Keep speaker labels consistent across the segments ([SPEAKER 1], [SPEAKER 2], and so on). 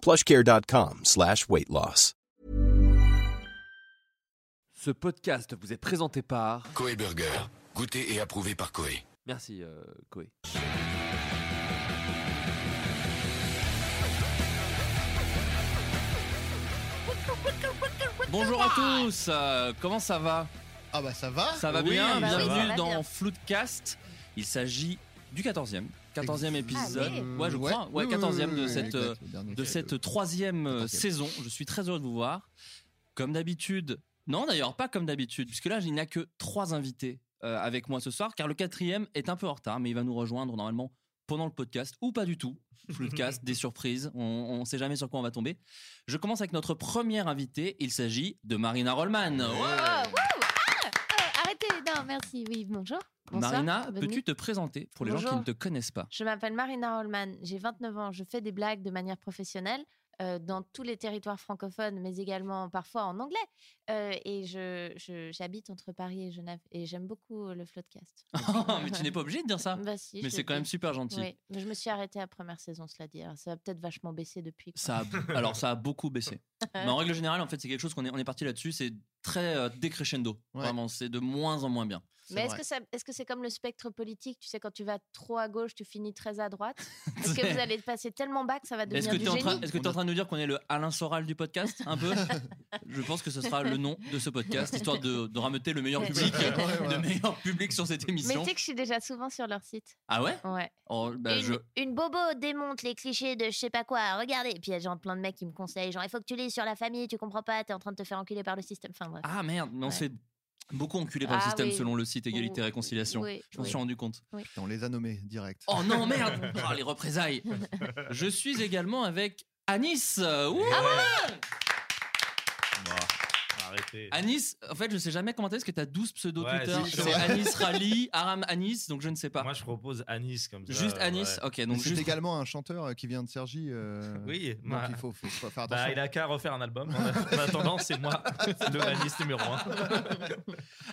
[SPEAKER 1] plushcare.com slash weight loss.
[SPEAKER 2] Ce podcast vous est présenté par.
[SPEAKER 3] Coe Burger, goûté et approuvé par Coe.
[SPEAKER 2] Merci, euh, Koé.
[SPEAKER 4] Bonjour à tous, euh, comment ça va
[SPEAKER 5] Ah bah ça va
[SPEAKER 4] Ça va
[SPEAKER 5] Oui,
[SPEAKER 4] bien
[SPEAKER 5] ça va,
[SPEAKER 4] Bienvenue
[SPEAKER 5] ça va
[SPEAKER 4] dans Floodcast. Il s'agit du 14e. 14e
[SPEAKER 6] Ah,
[SPEAKER 4] épisode.
[SPEAKER 2] Ah,
[SPEAKER 5] Allez.
[SPEAKER 4] ouais, je
[SPEAKER 5] Ouais.
[SPEAKER 4] crois. Ouais,
[SPEAKER 5] Oui,
[SPEAKER 4] 14e
[SPEAKER 5] oui,
[SPEAKER 4] de
[SPEAKER 5] oui,
[SPEAKER 4] cette,
[SPEAKER 5] exact,
[SPEAKER 4] euh,
[SPEAKER 5] le dernier
[SPEAKER 4] de
[SPEAKER 5] épisode.
[SPEAKER 4] cette troisième euh,
[SPEAKER 5] 14e.
[SPEAKER 4] saison. Je suis très heureux de vous voir. Comme d'habitude. Non, d'ailleurs, pas comme d'habitude, puisque là, il n'y a que trois invités euh, avec moi ce soir, car le quatrième est un peu en retard, mais il va nous rejoindre normalement pendant le podcast, ou pas du tout. Floodcast, des surprises, on ne sait jamais sur quoi on va tomber. Je commence avec notre premier invité, il s'agit de Marina Rollman.
[SPEAKER 6] Oh,
[SPEAKER 4] Ouais.
[SPEAKER 6] ah, euh, Arrêtez, non, merci. Oui, bonjour. Bonsoir.
[SPEAKER 4] Marina,
[SPEAKER 6] Bonne
[SPEAKER 4] peux-tu
[SPEAKER 6] nuit.
[SPEAKER 4] te présenter pour les gens qui
[SPEAKER 6] Bonjour.
[SPEAKER 4] ne te connaissent pas
[SPEAKER 6] Je m'appelle Marina Holman, j'ai 29 ans, je fais des blagues de manière professionnelle euh, dans tous les territoires francophones, mais également parfois en anglais. Euh, et je- je- j'habite entre Paris et Genève et j'aime beaucoup euh, le floodcast.
[SPEAKER 4] Oh, Mais tu n'es pas obligée de dire ça.
[SPEAKER 6] Bah si,
[SPEAKER 4] Mais
[SPEAKER 6] je
[SPEAKER 4] c'est
[SPEAKER 6] le
[SPEAKER 4] quand même
[SPEAKER 6] dis.
[SPEAKER 4] super gentil.
[SPEAKER 6] Oui, mais je me suis arrêtée à première saison, cela dit. Alors, ça va peut-être vachement baisser depuis. quoi.
[SPEAKER 4] Ça a- alors ça a beaucoup baissé. Mais en règle générale, en fait, c'est quelque chose qu'on est, on est parti là-dessus. C'est très euh, décrescendo.
[SPEAKER 5] Ouais.
[SPEAKER 4] Vraiment, c'est de moins en moins bien.
[SPEAKER 6] Mais est-ce que, ça, est-ce que c'est comme le spectre politique Tu sais, quand tu vas trop à gauche, tu finis très à droite. Est-ce que vous allez passer tellement bas que ça va
[SPEAKER 4] Est-ce
[SPEAKER 6] devenir
[SPEAKER 4] que
[SPEAKER 6] du
[SPEAKER 4] tu es, en
[SPEAKER 6] génie
[SPEAKER 4] train- est-ce que t'es en train de nous dire qu'on est le Alain Soral du podcast Un peu Je pense que ce sera le nom de ce podcast, histoire de, de rameuter le meilleur
[SPEAKER 6] Ouais.
[SPEAKER 4] public,
[SPEAKER 5] Ouais, ouais.
[SPEAKER 4] le meilleur public sur cette
[SPEAKER 6] Mais
[SPEAKER 4] émission.
[SPEAKER 6] tu sais que je suis déjà souvent sur leur site.
[SPEAKER 4] Ah ouais
[SPEAKER 6] Ouais.
[SPEAKER 4] Oh, bah,
[SPEAKER 6] une,
[SPEAKER 4] je-
[SPEAKER 6] une bobo démonte les clichés de je sais pas quoi. Regardez. Et puis il y a genre plein de mecs qui me conseillent genre il faut que tu lises sur la famille, tu comprends pas, t'es en train de te faire enculer par le système. Enfin bref.
[SPEAKER 4] Ah merde, mais on
[SPEAKER 6] Ouais.
[SPEAKER 4] se fait beaucoup enculer par le
[SPEAKER 6] Ah
[SPEAKER 4] système
[SPEAKER 6] oui.
[SPEAKER 4] selon le site Égalité
[SPEAKER 6] Ou-
[SPEAKER 4] Réconciliation.
[SPEAKER 6] oui,
[SPEAKER 4] Je m'en
[SPEAKER 6] oui.
[SPEAKER 4] suis rendu compte.
[SPEAKER 5] Putain, on les a nommés direct.
[SPEAKER 4] Oh non, merde Oh, Les représailles Je suis également avec Anis Euh,
[SPEAKER 6] Ah
[SPEAKER 4] ouh
[SPEAKER 7] Arrêtez.
[SPEAKER 4] Anis, en fait, Ah, je sais jamais comment t'es, parce que t'as 12 pseudo
[SPEAKER 7] Ouais,
[SPEAKER 4] Twitter.
[SPEAKER 7] c'est
[SPEAKER 4] C'est
[SPEAKER 7] sûr.
[SPEAKER 4] Anis Rally, Aram Anis, donc je ne sais pas.
[SPEAKER 7] Moi, je propose Anis comme ça.
[SPEAKER 4] Juste
[SPEAKER 7] euh,
[SPEAKER 4] Anis
[SPEAKER 7] ouais.
[SPEAKER 4] Ok,
[SPEAKER 5] Mais
[SPEAKER 4] donc
[SPEAKER 5] c'est
[SPEAKER 4] juste.
[SPEAKER 5] également un chanteur euh, qui vient de Sergi. euh,
[SPEAKER 7] Oui,
[SPEAKER 5] donc
[SPEAKER 7] bah,
[SPEAKER 5] il faut, faut- faut faire
[SPEAKER 7] bah,
[SPEAKER 5] attention.
[SPEAKER 7] il a qu'à refaire un album. En en attendant, c'est moi, le Anis numéro 1.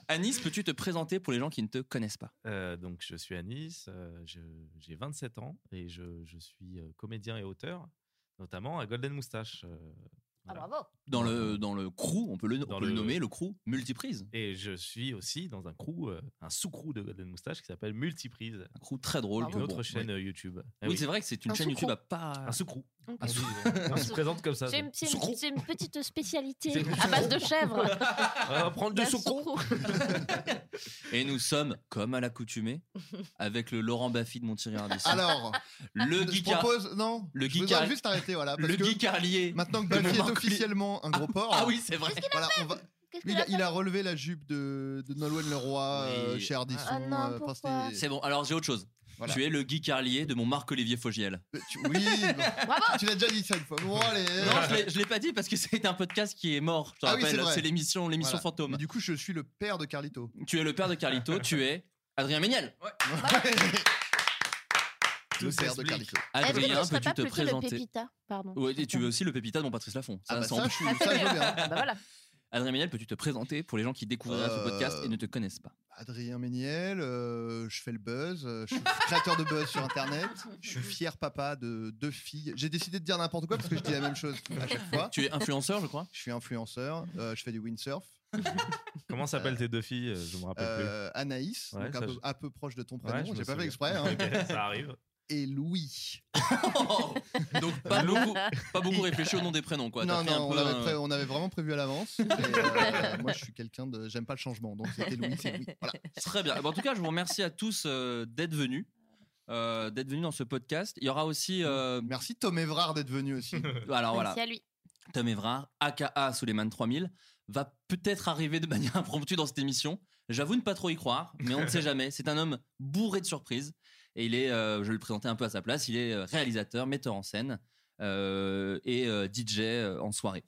[SPEAKER 4] Anis, peux-tu te présenter pour les gens qui ne te connaissent pas
[SPEAKER 7] Euh, donc, je suis Anis, euh, je- j'ai 27 ans et je, je suis euh, comédien et auteur, notamment à Golden Moustache. euh, voilà.
[SPEAKER 6] Ah, bravo.
[SPEAKER 4] dans le, dans le crew, on peut le, on
[SPEAKER 7] Dans
[SPEAKER 4] peut le
[SPEAKER 7] le-
[SPEAKER 4] nommer, le crew multiprise.
[SPEAKER 7] Et je suis aussi dans un crew, euh, un sous-crew de Golden Moustache qui s'appelle Multiprise,
[SPEAKER 4] Un crew très drôle. que
[SPEAKER 7] une autre
[SPEAKER 4] bon,
[SPEAKER 7] chaîne
[SPEAKER 4] Oui,
[SPEAKER 7] euh, YouTube. Eh
[SPEAKER 4] Oui,
[SPEAKER 7] oui,
[SPEAKER 4] c'est vrai que c'est une
[SPEAKER 6] Un
[SPEAKER 4] chaîne
[SPEAKER 6] sous-crew.
[SPEAKER 4] YouTube à pas.
[SPEAKER 7] un sous-crew.
[SPEAKER 4] Un sous-
[SPEAKER 7] On se présente comme ça.
[SPEAKER 6] C'est une, c'est une-
[SPEAKER 4] Soucrou.
[SPEAKER 6] c'est une petite spécialité
[SPEAKER 7] C'est-
[SPEAKER 6] à base de chèvre.
[SPEAKER 7] On va prendre deux
[SPEAKER 6] La
[SPEAKER 7] sous-crews.
[SPEAKER 6] soucrou.
[SPEAKER 4] Et nous sommes, comme à l'accoutumée, avec le Laurent Baffy de Montier Ardisson.
[SPEAKER 5] Alors,
[SPEAKER 4] le
[SPEAKER 5] je
[SPEAKER 4] geek
[SPEAKER 5] propose. Non,
[SPEAKER 4] Le
[SPEAKER 5] je vous
[SPEAKER 4] geekar-
[SPEAKER 5] ai juste arrêté, voilà. Parce
[SPEAKER 4] le
[SPEAKER 5] que
[SPEAKER 4] geekarlier.
[SPEAKER 5] maintenant que
[SPEAKER 4] de
[SPEAKER 5] Baffy est
[SPEAKER 4] Marc Lee-
[SPEAKER 5] officiellement un gros porc.
[SPEAKER 4] Ah oui, c'est vrai.
[SPEAKER 5] voilà, on va-
[SPEAKER 6] Qu'est-ce que
[SPEAKER 5] il,
[SPEAKER 6] la
[SPEAKER 5] a, il a relevé la jupe de, de Nolwenn Leroy
[SPEAKER 4] Oui.
[SPEAKER 5] euh, chez Ardisson.
[SPEAKER 6] Ah non,
[SPEAKER 5] euh, parce
[SPEAKER 6] pourquoi
[SPEAKER 5] que-
[SPEAKER 4] C'est bon, alors j'ai autre chose.
[SPEAKER 5] Voilà.
[SPEAKER 4] Tu es le geekarlier de mon Marc-Olivier Fogiel.
[SPEAKER 5] Tu- Oui, bon.
[SPEAKER 6] Bravo.
[SPEAKER 5] tu l'as déjà dit ça une fois. Bon, allez.
[SPEAKER 4] Non, je l'ai- je l'ai pas dit parce que c'est un podcast qui est mort. Je te
[SPEAKER 5] Ah oui,
[SPEAKER 4] rappelle,
[SPEAKER 5] c'est vrai.
[SPEAKER 4] c'est l'émission l'émission
[SPEAKER 5] Voilà.
[SPEAKER 4] fantôme.
[SPEAKER 5] Mais du coup, je suis le père de Carlito.
[SPEAKER 4] Tu es le père de Carlito, tu es Adrien Méniel.
[SPEAKER 5] le père de
[SPEAKER 7] s'explique.
[SPEAKER 5] Carlito.
[SPEAKER 6] Est-ce que
[SPEAKER 4] Adrien,
[SPEAKER 6] tu Eh, serais
[SPEAKER 4] peux-tu
[SPEAKER 6] pas
[SPEAKER 4] te
[SPEAKER 6] plutôt le
[SPEAKER 4] présenter
[SPEAKER 6] pépita Pardon.
[SPEAKER 4] Ouais, et tu veux aussi le Pépita de mon Patrice Laffont. Ça,
[SPEAKER 5] Ah bah
[SPEAKER 4] sans
[SPEAKER 5] ça,
[SPEAKER 4] doute.
[SPEAKER 5] je suis- ça, je veux bien.
[SPEAKER 6] Ah bah voilà.
[SPEAKER 4] Adrien Méniel, peux-tu te présenter pour les gens qui découvriraient ce
[SPEAKER 5] Euh,
[SPEAKER 4] podcast et ne te connaissent pas
[SPEAKER 5] Adrien Méniel, euh, je fais le buzz, euh, je suis créateur de buzz sur internet, je suis fier papa de deux filles. J'ai décidé de dire n'importe quoi parce que je dis la même chose à chaque fois.
[SPEAKER 4] Tu es influenceur, je crois
[SPEAKER 5] Je suis influenceur, euh, je fais du windsurf.
[SPEAKER 7] Comment s'appellent tes deux filles Je me rappelle plus.
[SPEAKER 5] Euh, Anaïs,
[SPEAKER 7] Ouais,
[SPEAKER 5] donc un
[SPEAKER 7] ça,
[SPEAKER 5] peu,
[SPEAKER 7] je-
[SPEAKER 5] un peu proche de ton
[SPEAKER 7] Ouais,
[SPEAKER 5] prénom,
[SPEAKER 7] je me
[SPEAKER 5] j'ai pas
[SPEAKER 7] souviens.
[SPEAKER 5] fait exprès. hein.
[SPEAKER 7] Ok, ça arrive.
[SPEAKER 5] et Louis. Oh
[SPEAKER 4] Donc pas beaucoup, pas beaucoup réfléchi au nom des prénoms quoi. T'as
[SPEAKER 5] non,
[SPEAKER 4] pris un
[SPEAKER 5] non, on,
[SPEAKER 4] peu,
[SPEAKER 5] l'avait
[SPEAKER 4] euh,
[SPEAKER 5] pré- on avait vraiment prévu à l'avance. Et, euh, moi, je suis quelqu'un de. J'aime pas le changement, donc c'était Louis, c'est Louis. Voilà.
[SPEAKER 4] Très bien. Bon, en tout cas, je vous remercie à tous euh, d'être venus. euh, d'être venus dans ce podcast. Il y aura aussi. euh,
[SPEAKER 5] Merci Tom Evrard d'être venu aussi.
[SPEAKER 4] alors Ah, voilà,
[SPEAKER 6] Merci à lui.
[SPEAKER 4] Tom Evrard, aka Suleiman 3000, va peut-être arriver de manière impromptue dans cette émission. J'avoue ne pas trop y croire, mais on ne sait jamais. C'est un homme bourré de surprises. Et il est, euh, je vais le présenter un peu à sa place, il est euh, réalisateur, metteur en scène euh, et euh, DJ euh, en soirée.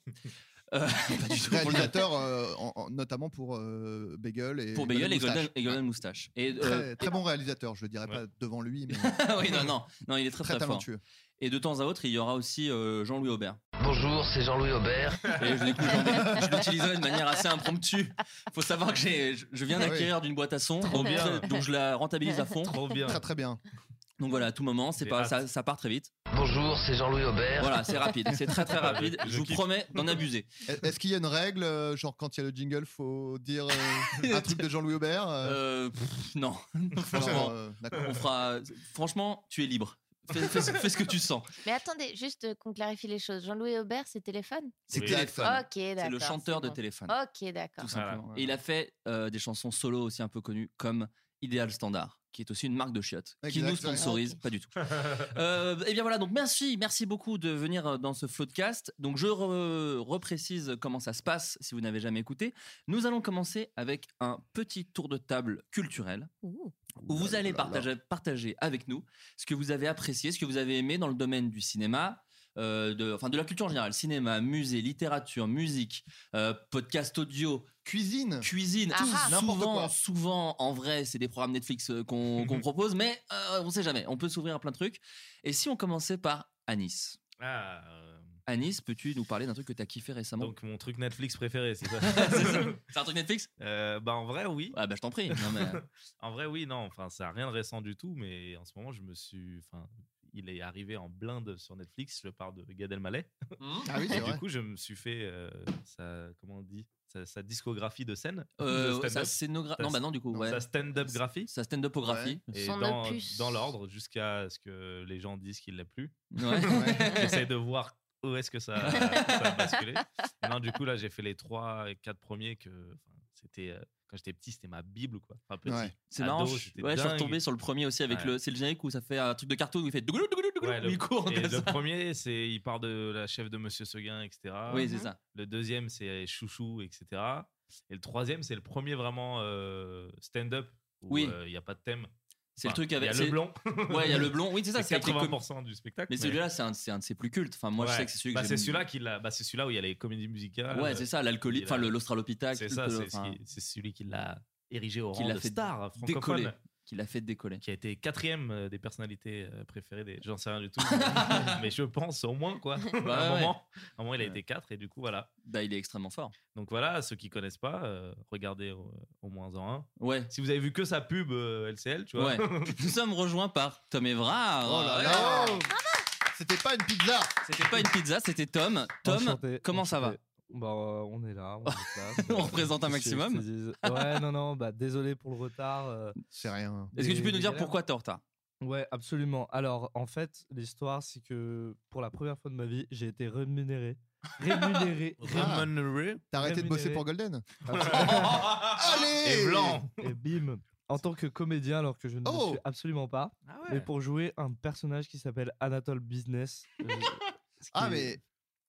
[SPEAKER 4] Euh, pas du tout pour le-
[SPEAKER 5] Réalisateur, euh, en- en- notamment pour euh, Bagel et.
[SPEAKER 4] pour Bagel et
[SPEAKER 5] Moustache.
[SPEAKER 4] Golden, et Golden Moustache. Et, euh,
[SPEAKER 5] Très, très bon réalisateur, je le dirais pas devant lui, mais
[SPEAKER 4] oui, non, non, non, il est très
[SPEAKER 5] très,
[SPEAKER 4] très, fort.
[SPEAKER 5] talentueux.
[SPEAKER 4] Et de temps à autre, il y aura aussi euh, Jean-Louis Aubert.
[SPEAKER 3] Bonjour, c'est Jean-Louis Aubert.
[SPEAKER 4] Et je- du coup, j'en- je l'utiliserai de manière assez impromptue. Faut savoir que j'ai, je- je viens
[SPEAKER 5] Ah oui.
[SPEAKER 4] d'acquérir d'une boîte à son,
[SPEAKER 7] Trop
[SPEAKER 4] donc,
[SPEAKER 7] bien.
[SPEAKER 4] donc je la rentabilise à fond.
[SPEAKER 7] Trop bien.
[SPEAKER 5] Très très bien.
[SPEAKER 4] Donc voilà, à tout moment, c'est
[SPEAKER 7] J'ai
[SPEAKER 4] pas,
[SPEAKER 7] hâte.
[SPEAKER 4] ça, ça part très vite.
[SPEAKER 3] Bonjour, c'est Jean-Louis Aubert.
[SPEAKER 4] Voilà, c'est rapide, c'est très très rapide.
[SPEAKER 7] Je
[SPEAKER 4] Je vous
[SPEAKER 7] kiffe.
[SPEAKER 4] promets d'en abuser.
[SPEAKER 5] Est-ce qu'il y a une règle, euh, genre quand il y a le jingle, faut dire euh, un truc de Jean-Louis Aubert euh,
[SPEAKER 4] Euh, pff, non,
[SPEAKER 5] alors,
[SPEAKER 4] franchement,
[SPEAKER 5] euh, d'accord.
[SPEAKER 4] on fera. Franchement, tu es libre. Fais, fais ce- fais ce que tu sens.
[SPEAKER 6] Mais attendez, juste euh, qu'on clarifie les choses. Jean-Louis Aubert, c'est téléphone
[SPEAKER 4] C'est
[SPEAKER 7] Oui.
[SPEAKER 4] téléphone.
[SPEAKER 6] Ok, d'accord.
[SPEAKER 4] c'est le chanteur de
[SPEAKER 6] bon.
[SPEAKER 4] téléphone.
[SPEAKER 6] Ok, d'accord.
[SPEAKER 4] Tout simplement.
[SPEAKER 7] Voilà.
[SPEAKER 4] Et il a fait euh, des chansons solo aussi un peu connues comme Ideal Standard, qui est aussi une marque de chiottes, qui
[SPEAKER 5] Exact,
[SPEAKER 4] nous
[SPEAKER 5] ouais.
[SPEAKER 4] sponsorise,
[SPEAKER 6] Ah, ok.
[SPEAKER 4] pas du tout. Euh, et bien voilà, donc merci, merci beaucoup de venir euh, dans ce Floodcast. Donc je re- reprécise comment ça se passe si vous n'avez jamais écouté. Nous allons commencer avec un petit tour de table culturel
[SPEAKER 6] Ouh.
[SPEAKER 4] où vous allez partager, partager avec nous ce que vous avez apprécié, ce que vous avez aimé dans le domaine du cinéma, euh, de, enfin de la culture en général, cinéma, musée, littérature, musique, euh, podcast audio,
[SPEAKER 5] Cuisine.
[SPEAKER 4] cuisine.
[SPEAKER 6] Ah, ah.
[SPEAKER 5] N'importe
[SPEAKER 4] souvent,
[SPEAKER 5] quoi.
[SPEAKER 4] souvent, en vrai, c'est des programmes Netflix euh, qu'on qu'on propose, mais euh, on sait jamais. On peut s'ouvrir à plein de trucs. Et si on commençait par Anis
[SPEAKER 7] Ah, euh,
[SPEAKER 4] Anis, peux-tu nous parler d'un truc que t'as kiffé récemment
[SPEAKER 7] donc mon truc Netflix préféré, c'est ça.
[SPEAKER 4] C'est ça C'est un truc Netflix
[SPEAKER 7] Euh, bah en vrai oui.
[SPEAKER 4] Ah bah je t'en prie. Non, mais, euh,
[SPEAKER 7] En vrai oui, non, enfin ça a rien de récent du tout, mais en ce moment je me suis, enfin il est arrivé en blinde sur Netflix. Je parle de Gad Elmaleh.
[SPEAKER 5] Ah oui,
[SPEAKER 7] Et
[SPEAKER 5] c'est
[SPEAKER 7] du
[SPEAKER 5] vrai.
[SPEAKER 7] coup, je me suis fait euh, sa, comment on dit, sa, sa discographie de scène,
[SPEAKER 4] euh,
[SPEAKER 7] de
[SPEAKER 4] sa
[SPEAKER 7] stand-up,
[SPEAKER 4] scénogra-
[SPEAKER 7] Ça-
[SPEAKER 4] Non bah non du coup.
[SPEAKER 5] non,
[SPEAKER 4] ouais.
[SPEAKER 7] sa stand-up graphie.
[SPEAKER 4] Sa stand-upographie.
[SPEAKER 7] Et
[SPEAKER 6] Son
[SPEAKER 7] dans,
[SPEAKER 6] opus.
[SPEAKER 7] dans l'ordre, jusqu'à ce que les gens disent qu'il l'a plus.
[SPEAKER 4] Ouais.
[SPEAKER 7] J'essaie de voir où est-ce que ça, ça a basculé. Non, du coup, là, j'ai fait les trois, quatre premiers que enfin, c'était. euh, quand j'étais petit, c'était ma bible, quoi. Enfin, petit.
[SPEAKER 5] Ouais.
[SPEAKER 4] C'est
[SPEAKER 7] Ado,
[SPEAKER 4] marrant. je-
[SPEAKER 7] c'était
[SPEAKER 4] Ouais, je suis
[SPEAKER 7] dingue.
[SPEAKER 4] retombé sur le premier aussi avec
[SPEAKER 7] Ouais.
[SPEAKER 4] le. C'est le générique où ça fait un truc de cartoon où il fait. douglou, douglou, douglou,
[SPEAKER 7] Ouais, le-
[SPEAKER 4] il court
[SPEAKER 7] Et
[SPEAKER 4] comme
[SPEAKER 7] le
[SPEAKER 4] ça.
[SPEAKER 7] premier, c'est il part de la chef de Monsieur Seguin, etc.
[SPEAKER 4] Oui, c'est ça.
[SPEAKER 7] Le deuxième, c'est Chouchou, etc. Et le troisième, c'est le premier vraiment euh, stand-up où euh,
[SPEAKER 4] Oui.
[SPEAKER 7] il n'y a pas de thème.
[SPEAKER 4] C'est le
[SPEAKER 7] Enfin,
[SPEAKER 4] truc avec.
[SPEAKER 7] Il y a
[SPEAKER 4] c'est-
[SPEAKER 7] le blanc.
[SPEAKER 4] Ouais, il y a le blond. Oui, c'est ça.
[SPEAKER 7] c'est
[SPEAKER 4] C'est avec les com-
[SPEAKER 7] 80% du spectacle.
[SPEAKER 4] Mais celui-là, c'est un, c'est un de ses plus cultes. Enfin, moi, je
[SPEAKER 7] Ouais.
[SPEAKER 4] sais que c'est celui
[SPEAKER 7] Bah,
[SPEAKER 4] que
[SPEAKER 7] c'est
[SPEAKER 4] j'aime-
[SPEAKER 7] celui-là qui l'a- bah, c'est celui-là où il y a les comédies musicales.
[SPEAKER 4] Ouais, c'est ça, l'alcoolique,
[SPEAKER 7] il a-
[SPEAKER 4] enfin le- l'australopithèque.
[SPEAKER 7] C'est ça,
[SPEAKER 4] le-
[SPEAKER 7] c'est
[SPEAKER 4] enfin,
[SPEAKER 7] ce qui- c'est celui qui l'a érigé au
[SPEAKER 4] Qui
[SPEAKER 7] rang
[SPEAKER 4] l'a
[SPEAKER 7] de
[SPEAKER 4] fait
[SPEAKER 7] star
[SPEAKER 4] décoller.
[SPEAKER 7] francophone,
[SPEAKER 4] qui l'a fait décoller.
[SPEAKER 7] qui a été quatrième euh, des personnalités euh, préférées des. J'en sais rien du tout, mais je pense au moins quoi. à, un
[SPEAKER 4] ouais.
[SPEAKER 7] moment, à un moment, il a
[SPEAKER 4] Ouais.
[SPEAKER 7] été quatre et du coup voilà.
[SPEAKER 4] Bah, il est extrêmement fort.
[SPEAKER 7] Donc voilà, ceux qui connaissent pas, euh, regardez au, au moins en un.
[SPEAKER 4] Ouais.
[SPEAKER 7] Si vous avez vu que sa pub euh, LCL, tu vois.
[SPEAKER 4] Ouais. Nous sommes rejoints par Tom Evrard.
[SPEAKER 5] Oh là
[SPEAKER 4] Ouais.
[SPEAKER 5] là. C'était pas une pizza.
[SPEAKER 4] C'était pas une pizza, c'était Tom.
[SPEAKER 7] Oh,
[SPEAKER 4] Tom,
[SPEAKER 8] Enchanté,
[SPEAKER 4] comment ça va
[SPEAKER 8] enchanté. Bah, euh, on est là, on est là.
[SPEAKER 4] On
[SPEAKER 8] Euh,
[SPEAKER 4] représente un
[SPEAKER 8] qu'est-ce que tu veux que je te dise Ouais, non, non, bah, désolé pour le retard. euh,
[SPEAKER 5] C'est rien.
[SPEAKER 4] Est-ce que tu
[SPEAKER 8] des-
[SPEAKER 4] peux nous
[SPEAKER 8] des
[SPEAKER 4] dire
[SPEAKER 8] galères.
[SPEAKER 4] pourquoi t'es en retard
[SPEAKER 8] Ouais, absolument. Alors, en fait, l'histoire, c'est que pour la première fois de ma vie, j'ai été rémunéré. Rémunéré.
[SPEAKER 5] Ah.
[SPEAKER 7] Remuneré
[SPEAKER 5] T'as arrêté de bosser
[SPEAKER 8] Rémunéré.
[SPEAKER 5] pour Golden
[SPEAKER 7] et
[SPEAKER 5] Allez
[SPEAKER 7] blanc.
[SPEAKER 8] Ah, Et bim En tant que comédien, alors que je ne le
[SPEAKER 5] Oh.
[SPEAKER 8] suis absolument pas,
[SPEAKER 7] Ah
[SPEAKER 8] mais pour jouer un personnage qui s'appelle Anatole Business. euh, ce
[SPEAKER 5] Ah
[SPEAKER 8] qui-
[SPEAKER 5] mais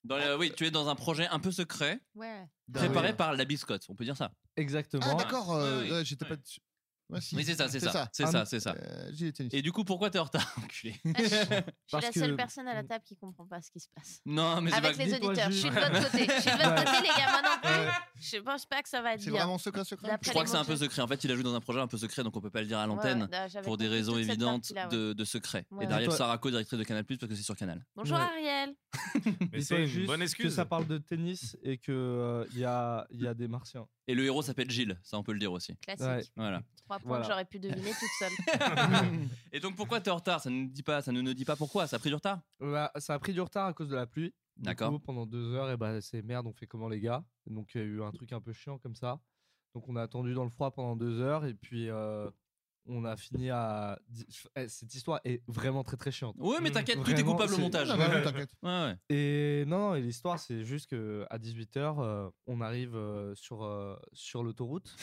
[SPEAKER 4] Dans le- Oui, tu es dans un projet un peu secret,
[SPEAKER 6] Ouais.
[SPEAKER 4] préparé par la biscotte, on peut dire ça.
[SPEAKER 5] ah
[SPEAKER 8] Exactement.
[SPEAKER 5] d'accord, euh,
[SPEAKER 4] Oui, oui.
[SPEAKER 5] ouais, j'étais pas dessus. Ouais, si.
[SPEAKER 4] Oui, c'est ça, c'est ça. C'est
[SPEAKER 8] Ah,
[SPEAKER 4] ça,
[SPEAKER 8] mais-
[SPEAKER 4] c'est ça.
[SPEAKER 5] Euh, J'ai été
[SPEAKER 4] Et du coup, pourquoi t'es en retard, enculé
[SPEAKER 6] Ah, je suis je suis
[SPEAKER 8] Parce
[SPEAKER 6] la seule
[SPEAKER 8] que-
[SPEAKER 6] personne à la table qui comprend pas ce qui se passe.
[SPEAKER 4] Non, mais c'est pas
[SPEAKER 6] Avec les
[SPEAKER 8] Dis-toi
[SPEAKER 6] auditeurs, je
[SPEAKER 8] juste.
[SPEAKER 6] suis de votre côté. Je suis de votre
[SPEAKER 8] Ouais.
[SPEAKER 6] côté, les gars, moi non plus.
[SPEAKER 8] Ouais.
[SPEAKER 6] Je pense pas que ça va être
[SPEAKER 5] C'est
[SPEAKER 6] bien.
[SPEAKER 5] vraiment secret secret.
[SPEAKER 6] D'après
[SPEAKER 4] Je crois
[SPEAKER 6] les
[SPEAKER 4] que c'est un
[SPEAKER 6] mots
[SPEAKER 4] peu
[SPEAKER 6] que j'ai-
[SPEAKER 4] secret. En fait, il a joué dans un projet un peu secret, donc on peut pas le dire à
[SPEAKER 6] Ouais,
[SPEAKER 4] l'antenne.
[SPEAKER 6] ouais, j'avais
[SPEAKER 4] pour des
[SPEAKER 6] compris
[SPEAKER 4] raisons
[SPEAKER 6] toute cette
[SPEAKER 4] évidentes
[SPEAKER 6] partie-là, ouais.
[SPEAKER 4] de, de secret.
[SPEAKER 6] Ouais.
[SPEAKER 4] Et d'Ariel
[SPEAKER 8] Dis-toi-
[SPEAKER 4] Saraco, directrice de Canal, parce que c'est sur Canal.
[SPEAKER 6] Bonjour
[SPEAKER 8] Ouais.
[SPEAKER 6] Ariel.
[SPEAKER 7] Mais
[SPEAKER 8] Dis-toi
[SPEAKER 7] c'est une
[SPEAKER 8] juste
[SPEAKER 7] bonne
[SPEAKER 8] Que
[SPEAKER 7] excuse.
[SPEAKER 8] ça parle de tennis et qu'il y, a, y a des martiens.
[SPEAKER 4] Et le héros s'appelle Gilles, ça on peut le dire aussi.
[SPEAKER 6] Classique.
[SPEAKER 8] Ouais.
[SPEAKER 4] Voilà.
[SPEAKER 6] Trois points
[SPEAKER 8] Voilà.
[SPEAKER 6] que j'aurais pu deviner toute seule.
[SPEAKER 4] Et donc pourquoi t'es en retard Ça ne nous dit pas, ça ne nous dit pas pourquoi. Ça a pris du retard
[SPEAKER 8] Bah, ça a pris du retard à cause de la pluie. Du
[SPEAKER 4] D'accord.
[SPEAKER 8] coup, pendant deux heures, et bah, c'est merde, on fait comment les gars Donc il y a eu un truc un peu chiant comme ça. Donc on a attendu dans le froid pendant deux heures et puis euh, on a fini à. di- eh, Cette histoire est vraiment très très chiante.
[SPEAKER 4] Ouais, mais t'inquiète, tout est
[SPEAKER 8] Vraiment,
[SPEAKER 4] coupable au
[SPEAKER 8] c'est-
[SPEAKER 5] Ah,
[SPEAKER 4] montage.
[SPEAKER 5] bah
[SPEAKER 8] Et non, non, et l'histoire, c'est juste que à 18h, on arrive euh, sur, euh, sur l'autoroute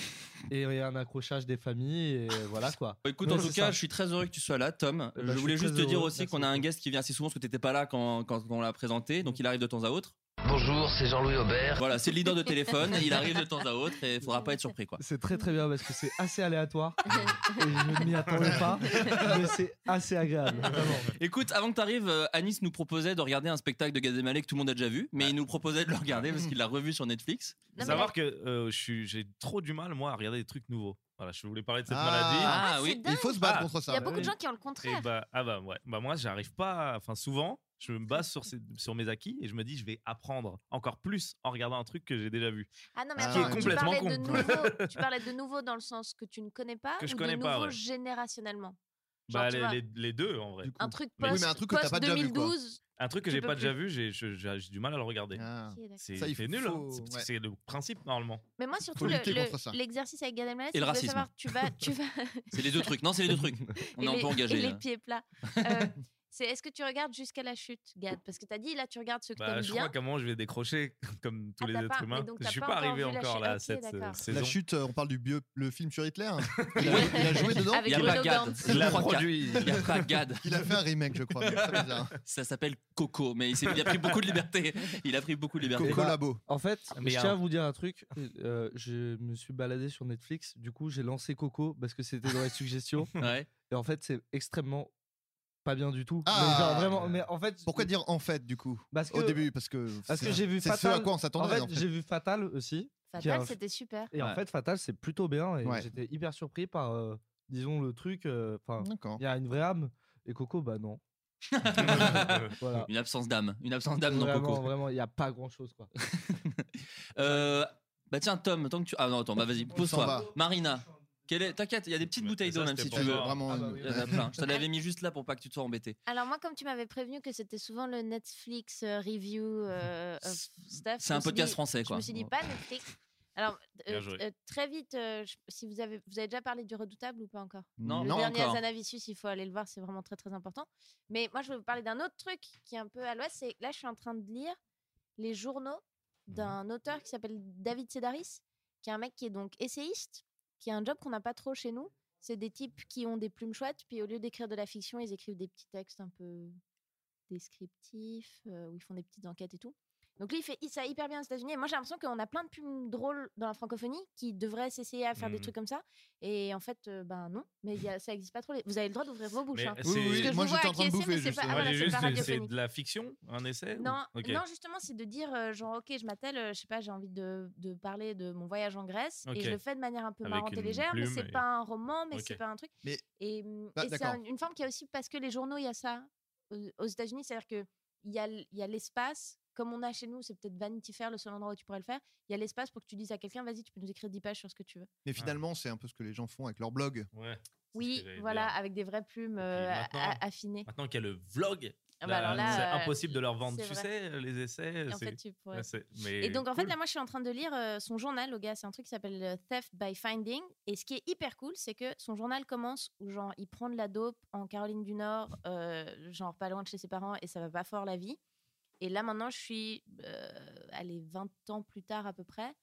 [SPEAKER 8] et il y a un accrochage des familles et voilà quoi.
[SPEAKER 4] Bah, écoute,
[SPEAKER 8] Non,
[SPEAKER 4] en tout
[SPEAKER 8] c'est
[SPEAKER 4] cas,
[SPEAKER 8] ça.
[SPEAKER 4] je suis très heureux que tu sois là, Tom.
[SPEAKER 8] Eh ben,
[SPEAKER 4] je
[SPEAKER 8] je
[SPEAKER 4] voulais
[SPEAKER 8] suis
[SPEAKER 4] juste te
[SPEAKER 8] très
[SPEAKER 4] dire
[SPEAKER 8] heureux,
[SPEAKER 4] aussi qu'on a un guest qui vient assez souvent parce que t'étais pas là quand, quand on l'a présenté, donc il arrive de temps à autre.
[SPEAKER 3] Bonjour, c'est Jean-Louis Aubert.
[SPEAKER 4] Voilà, c'est le leader de téléphone, il arrive de temps à autre et faudra pas être surpris quoi.
[SPEAKER 8] C'est très très bien parce que c'est assez aléatoire et je ne m'y attendais pas, mais c'est assez agréable. vraiment.
[SPEAKER 4] Écoute, avant que t'arrives, euh, Anis nous proposait de regarder un spectacle de Gad Elmaleh que tout le monde a déjà vu, mais il nous proposait de le regarder parce qu'il l'a revu sur Netflix.
[SPEAKER 7] Faut savoir que euh, je suis- j'ai trop du mal, moi, à regarder des trucs nouveaux. Voilà, je voulais parler de cette
[SPEAKER 4] Ah,
[SPEAKER 7] maladie.
[SPEAKER 4] Ah, ah, oui. c'est dingue.
[SPEAKER 7] Il faut se
[SPEAKER 4] battre contre ça. Il y a beaucoup de gens
[SPEAKER 6] qui ont le contraire.
[SPEAKER 7] ah bah ouais. Bah moi, j'arrive pas. à- Enfin, souvent, je me base sur, ces- sur mes acquis et je me dis, je vais apprendre encore plus en regardant un truc que j'ai déjà vu.
[SPEAKER 6] Ah non, mais
[SPEAKER 7] Ce qui
[SPEAKER 6] attends,
[SPEAKER 7] est
[SPEAKER 6] tu,
[SPEAKER 7] complètement
[SPEAKER 6] parlais
[SPEAKER 7] con.
[SPEAKER 6] de nouveau, tu parlais de nouveau dans le sens que tu ne connais pas
[SPEAKER 7] Que je
[SPEAKER 6] ou
[SPEAKER 7] connais
[SPEAKER 6] de
[SPEAKER 7] pas,
[SPEAKER 6] nouveau
[SPEAKER 7] ouais.
[SPEAKER 6] générationnellement Genre,
[SPEAKER 7] Bah,
[SPEAKER 6] tu
[SPEAKER 7] les,
[SPEAKER 6] vois,
[SPEAKER 7] les- les deux, en vrai.
[SPEAKER 6] Un truc
[SPEAKER 7] Mais-
[SPEAKER 6] post, post 2012.
[SPEAKER 7] Un truc que
[SPEAKER 6] tu
[SPEAKER 7] j'ai
[SPEAKER 6] peux
[SPEAKER 7] pas
[SPEAKER 6] plus.
[SPEAKER 7] déjà vu, j'ai je- j'ai- j'ai du mal à le regarder.
[SPEAKER 5] Ah.
[SPEAKER 6] Ok, d'accord.
[SPEAKER 7] C'est
[SPEAKER 5] Ça, il
[SPEAKER 7] c'est nul. hein.
[SPEAKER 5] faut-
[SPEAKER 7] C'est parce que
[SPEAKER 5] ouais.
[SPEAKER 7] C'est le principe, normalement.
[SPEAKER 6] Mais moi, surtout, le- le- l'exercice avec Gad Elmaleh,
[SPEAKER 7] Et
[SPEAKER 6] c'est
[SPEAKER 7] le
[SPEAKER 6] de
[SPEAKER 7] racisme.
[SPEAKER 6] savoir, tu vas. Tu vas
[SPEAKER 4] C'est les deux trucs. Non, c'est les deux trucs. On
[SPEAKER 6] et
[SPEAKER 4] est un
[SPEAKER 6] les-
[SPEAKER 4] peu engagé. hein.
[SPEAKER 6] Et les pieds plats. Euh, c'est est-ce que tu regardes jusqu'à la chute, Gad Parce que tu as dit, là, tu regardes ceux que
[SPEAKER 7] Bah,
[SPEAKER 6] t'aimes
[SPEAKER 7] je
[SPEAKER 6] bien.
[SPEAKER 7] crois qu'à un moment, je vais décrocher, comme tous
[SPEAKER 6] Ah,
[SPEAKER 7] les
[SPEAKER 6] t'as pas-
[SPEAKER 7] êtres
[SPEAKER 6] mais
[SPEAKER 7] humains.
[SPEAKER 6] donc,
[SPEAKER 7] Je
[SPEAKER 6] t'as
[SPEAKER 7] suis
[SPEAKER 6] pas
[SPEAKER 7] pas
[SPEAKER 6] encore
[SPEAKER 7] arrivé
[SPEAKER 6] vu la
[SPEAKER 7] encore
[SPEAKER 6] chute.
[SPEAKER 7] là,
[SPEAKER 6] Ok,
[SPEAKER 7] cette euh,
[SPEAKER 6] d'accord.
[SPEAKER 7] saison.
[SPEAKER 5] La chute, euh, on parle du bio- le film sur Hitler. Il a, il a joué dedans.
[SPEAKER 6] Avec Il a Bruno pas Gad. Gantz.
[SPEAKER 4] Il a pas
[SPEAKER 5] produit.
[SPEAKER 4] Gad. Il a pas Gad.
[SPEAKER 5] Il a fait un remake, je crois. mais c'est bizarre.
[SPEAKER 4] Ça s'appelle Coco, mais il, s'est- il a pris beaucoup de liberté. Il a pris beaucoup de liberté.
[SPEAKER 8] Et bah, En fait,
[SPEAKER 7] Ah,
[SPEAKER 4] Mais
[SPEAKER 8] je
[SPEAKER 4] il y a
[SPEAKER 8] tiens
[SPEAKER 4] un-
[SPEAKER 8] à vous dire un truc. euh, je me suis baladé sur Netflix. Du coup, j'ai lancé Coco parce que c'était dans les suggestions.
[SPEAKER 4] Ouais.
[SPEAKER 8] Et en fait, c'est extrêmement pas bien du tout.
[SPEAKER 5] Ah
[SPEAKER 8] mais genre, vraiment.
[SPEAKER 7] euh,
[SPEAKER 8] Mais en fait,
[SPEAKER 5] Pourquoi dire en fait, du coup
[SPEAKER 8] Parce
[SPEAKER 5] Au
[SPEAKER 8] que-
[SPEAKER 5] début, parce que.
[SPEAKER 8] Parce
[SPEAKER 5] c'est-
[SPEAKER 8] que j'ai vu
[SPEAKER 5] C'est
[SPEAKER 8] Fatal.
[SPEAKER 5] ce à quoi on s'attendait.
[SPEAKER 8] En fait, j'ai vu Fatal aussi. qui est
[SPEAKER 6] Fatal,
[SPEAKER 8] un-
[SPEAKER 6] c'était super.
[SPEAKER 8] Et en fait, Fatal, c'est plutôt bien. Et
[SPEAKER 5] Ouais.
[SPEAKER 8] j'étais hyper surpris par, euh, disons, le truc. euh, Enfin,
[SPEAKER 5] il
[SPEAKER 8] y a une vraie âme. Et Coco, bah non. Voilà.
[SPEAKER 4] Une absence d'âme. Une absence d'âme dans
[SPEAKER 8] vraiment,
[SPEAKER 4] Coco.
[SPEAKER 8] Vraiment, il n'y a pas grand chose, quoi.
[SPEAKER 4] Euh, bah tiens, Tom, tant que tu. Ah non, attends, bah vas-y,
[SPEAKER 8] s'en va.
[SPEAKER 4] pose-toi. Marina. quelle est- T'inquiète, il y a des petites bouteilles d'eau,
[SPEAKER 7] ça,
[SPEAKER 4] même si
[SPEAKER 7] c'était
[SPEAKER 4] tu
[SPEAKER 7] pour
[SPEAKER 4] veux.
[SPEAKER 7] moi. Vraiment,
[SPEAKER 4] Ah bah oui, il y en a
[SPEAKER 7] oui.
[SPEAKER 4] plein. Je te l'avais mis juste là pour pas que tu te sois embêté.
[SPEAKER 6] Alors, moi, comme tu m'avais prévenu que c'était souvent le Netflix euh, review euh, of stuff.
[SPEAKER 4] C'est
[SPEAKER 6] je
[SPEAKER 4] un
[SPEAKER 6] me suis
[SPEAKER 4] podcast
[SPEAKER 6] dit-
[SPEAKER 4] français,
[SPEAKER 6] Je
[SPEAKER 4] quoi.
[SPEAKER 6] me suis dit, pas Netflix. Alors,
[SPEAKER 4] Bien
[SPEAKER 6] euh,
[SPEAKER 4] joué.
[SPEAKER 6] euh, très vite, euh, je- si vous avez, vous avez déjà parlé du Redoutable ou pas encore
[SPEAKER 4] Non,
[SPEAKER 6] le
[SPEAKER 4] non
[SPEAKER 6] dernier
[SPEAKER 4] encore.
[SPEAKER 6] Azanavicius, il faut aller le voir, c'est vraiment très très important. Mais moi, je vais vous parler d'un autre truc qui est un peu à l'ouest. C'est là, je suis en train de lire les journaux
[SPEAKER 4] Mmh
[SPEAKER 6] d'un auteur qui s'appelle David Sedaris, qui est un mec qui est donc essayiste, qui a un job qu'on n'a pas trop chez nous. C'est des types qui ont des plumes chouettes, puis au lieu d'écrire de la fiction, ils écrivent des petits textes un peu descriptifs, euh, où ils font des petites enquêtes et tout. Donc lui, il fait ça hyper bien aux États-Unis. Et moi, j'ai l'impression qu'on a plein de plumes drôles dans la francophonie qui devraient s'essayer à faire des
[SPEAKER 4] Mmh.
[SPEAKER 7] Mhm.
[SPEAKER 6] trucs comme ça. Et en fait, euh, ben non, mais il y a- ça n'existe pas trop. les- Vous avez le droit d'ouvrir vos bouches.
[SPEAKER 7] Mais
[SPEAKER 6] hein.
[SPEAKER 7] c'est-
[SPEAKER 6] Parce que je vous vois acquiescer, mais c'est pas- ah,
[SPEAKER 7] Moi,
[SPEAKER 6] voilà,
[SPEAKER 7] j'ai
[SPEAKER 6] c'est
[SPEAKER 7] juste-
[SPEAKER 6] pas
[SPEAKER 7] c'est
[SPEAKER 6] radiophonique.
[SPEAKER 7] de la fiction, un essai ou-
[SPEAKER 6] Non,
[SPEAKER 7] Ok.
[SPEAKER 6] non, justement, c'est de dire euh, genre, ok, je m'attelle, euh, je sais pas, j'ai envie de, de parler de mon voyage en Grèce
[SPEAKER 7] Ok.
[SPEAKER 6] et je le fais de manière un peu
[SPEAKER 7] Avec
[SPEAKER 6] marrante et
[SPEAKER 7] une
[SPEAKER 6] légère, mais
[SPEAKER 7] plume
[SPEAKER 6] c'est
[SPEAKER 7] et-
[SPEAKER 6] pas un roman, mais c'est
[SPEAKER 7] Ok.
[SPEAKER 6] pas un truc.
[SPEAKER 5] Mais-
[SPEAKER 6] Et, hum,
[SPEAKER 5] Ah,
[SPEAKER 6] et c'est
[SPEAKER 5] d'accord.
[SPEAKER 6] un- une forme qui est aussi parce que les journaux, il y a ça aux, aux États-Unis, c'est-à-dire que il y a l- il y a l'espace, comme on a chez nous, c'est peut-être Vanity Fair, le seul endroit où tu pourrais le faire. Il y a l'espace pour que tu dises à quelqu'un, vas-y, tu peux nous écrire 10 pages sur ce que tu veux.
[SPEAKER 5] Mais
[SPEAKER 4] Ah.
[SPEAKER 5] finalement, c'est un peu ce que les gens font avec leur blog.
[SPEAKER 7] Ouais.
[SPEAKER 6] Oui, voilà, avec des vraies plumes euh, a-
[SPEAKER 7] maintenant-
[SPEAKER 6] a- affinées.
[SPEAKER 7] Maintenant qu'il y a le vlog,
[SPEAKER 6] Ah bah
[SPEAKER 7] là,
[SPEAKER 6] alors là,
[SPEAKER 7] c'est
[SPEAKER 6] euh,
[SPEAKER 7] impossible de leur vendre,
[SPEAKER 6] c'est
[SPEAKER 7] tu
[SPEAKER 6] vrai.
[SPEAKER 7] sais, les essais.
[SPEAKER 6] Et en
[SPEAKER 7] c'est-
[SPEAKER 6] fait, tu pourrais.
[SPEAKER 7] Ouais, c'est- mais
[SPEAKER 6] Et donc, en fait,
[SPEAKER 7] cool.
[SPEAKER 6] là, moi, je suis en train de lire euh, son journal, le gars. C'est un truc qui s'appelle euh, Theft by Finding. Et ce qui est hyper cool, c'est que son journal commence où, genre, il prend de la dope en Caroline du Nord, euh, genre, pas loin de chez ses parents, et ça va pas fort la vie. Et là, maintenant, je suis, euh, allez, 20 ans plus tard à peu près,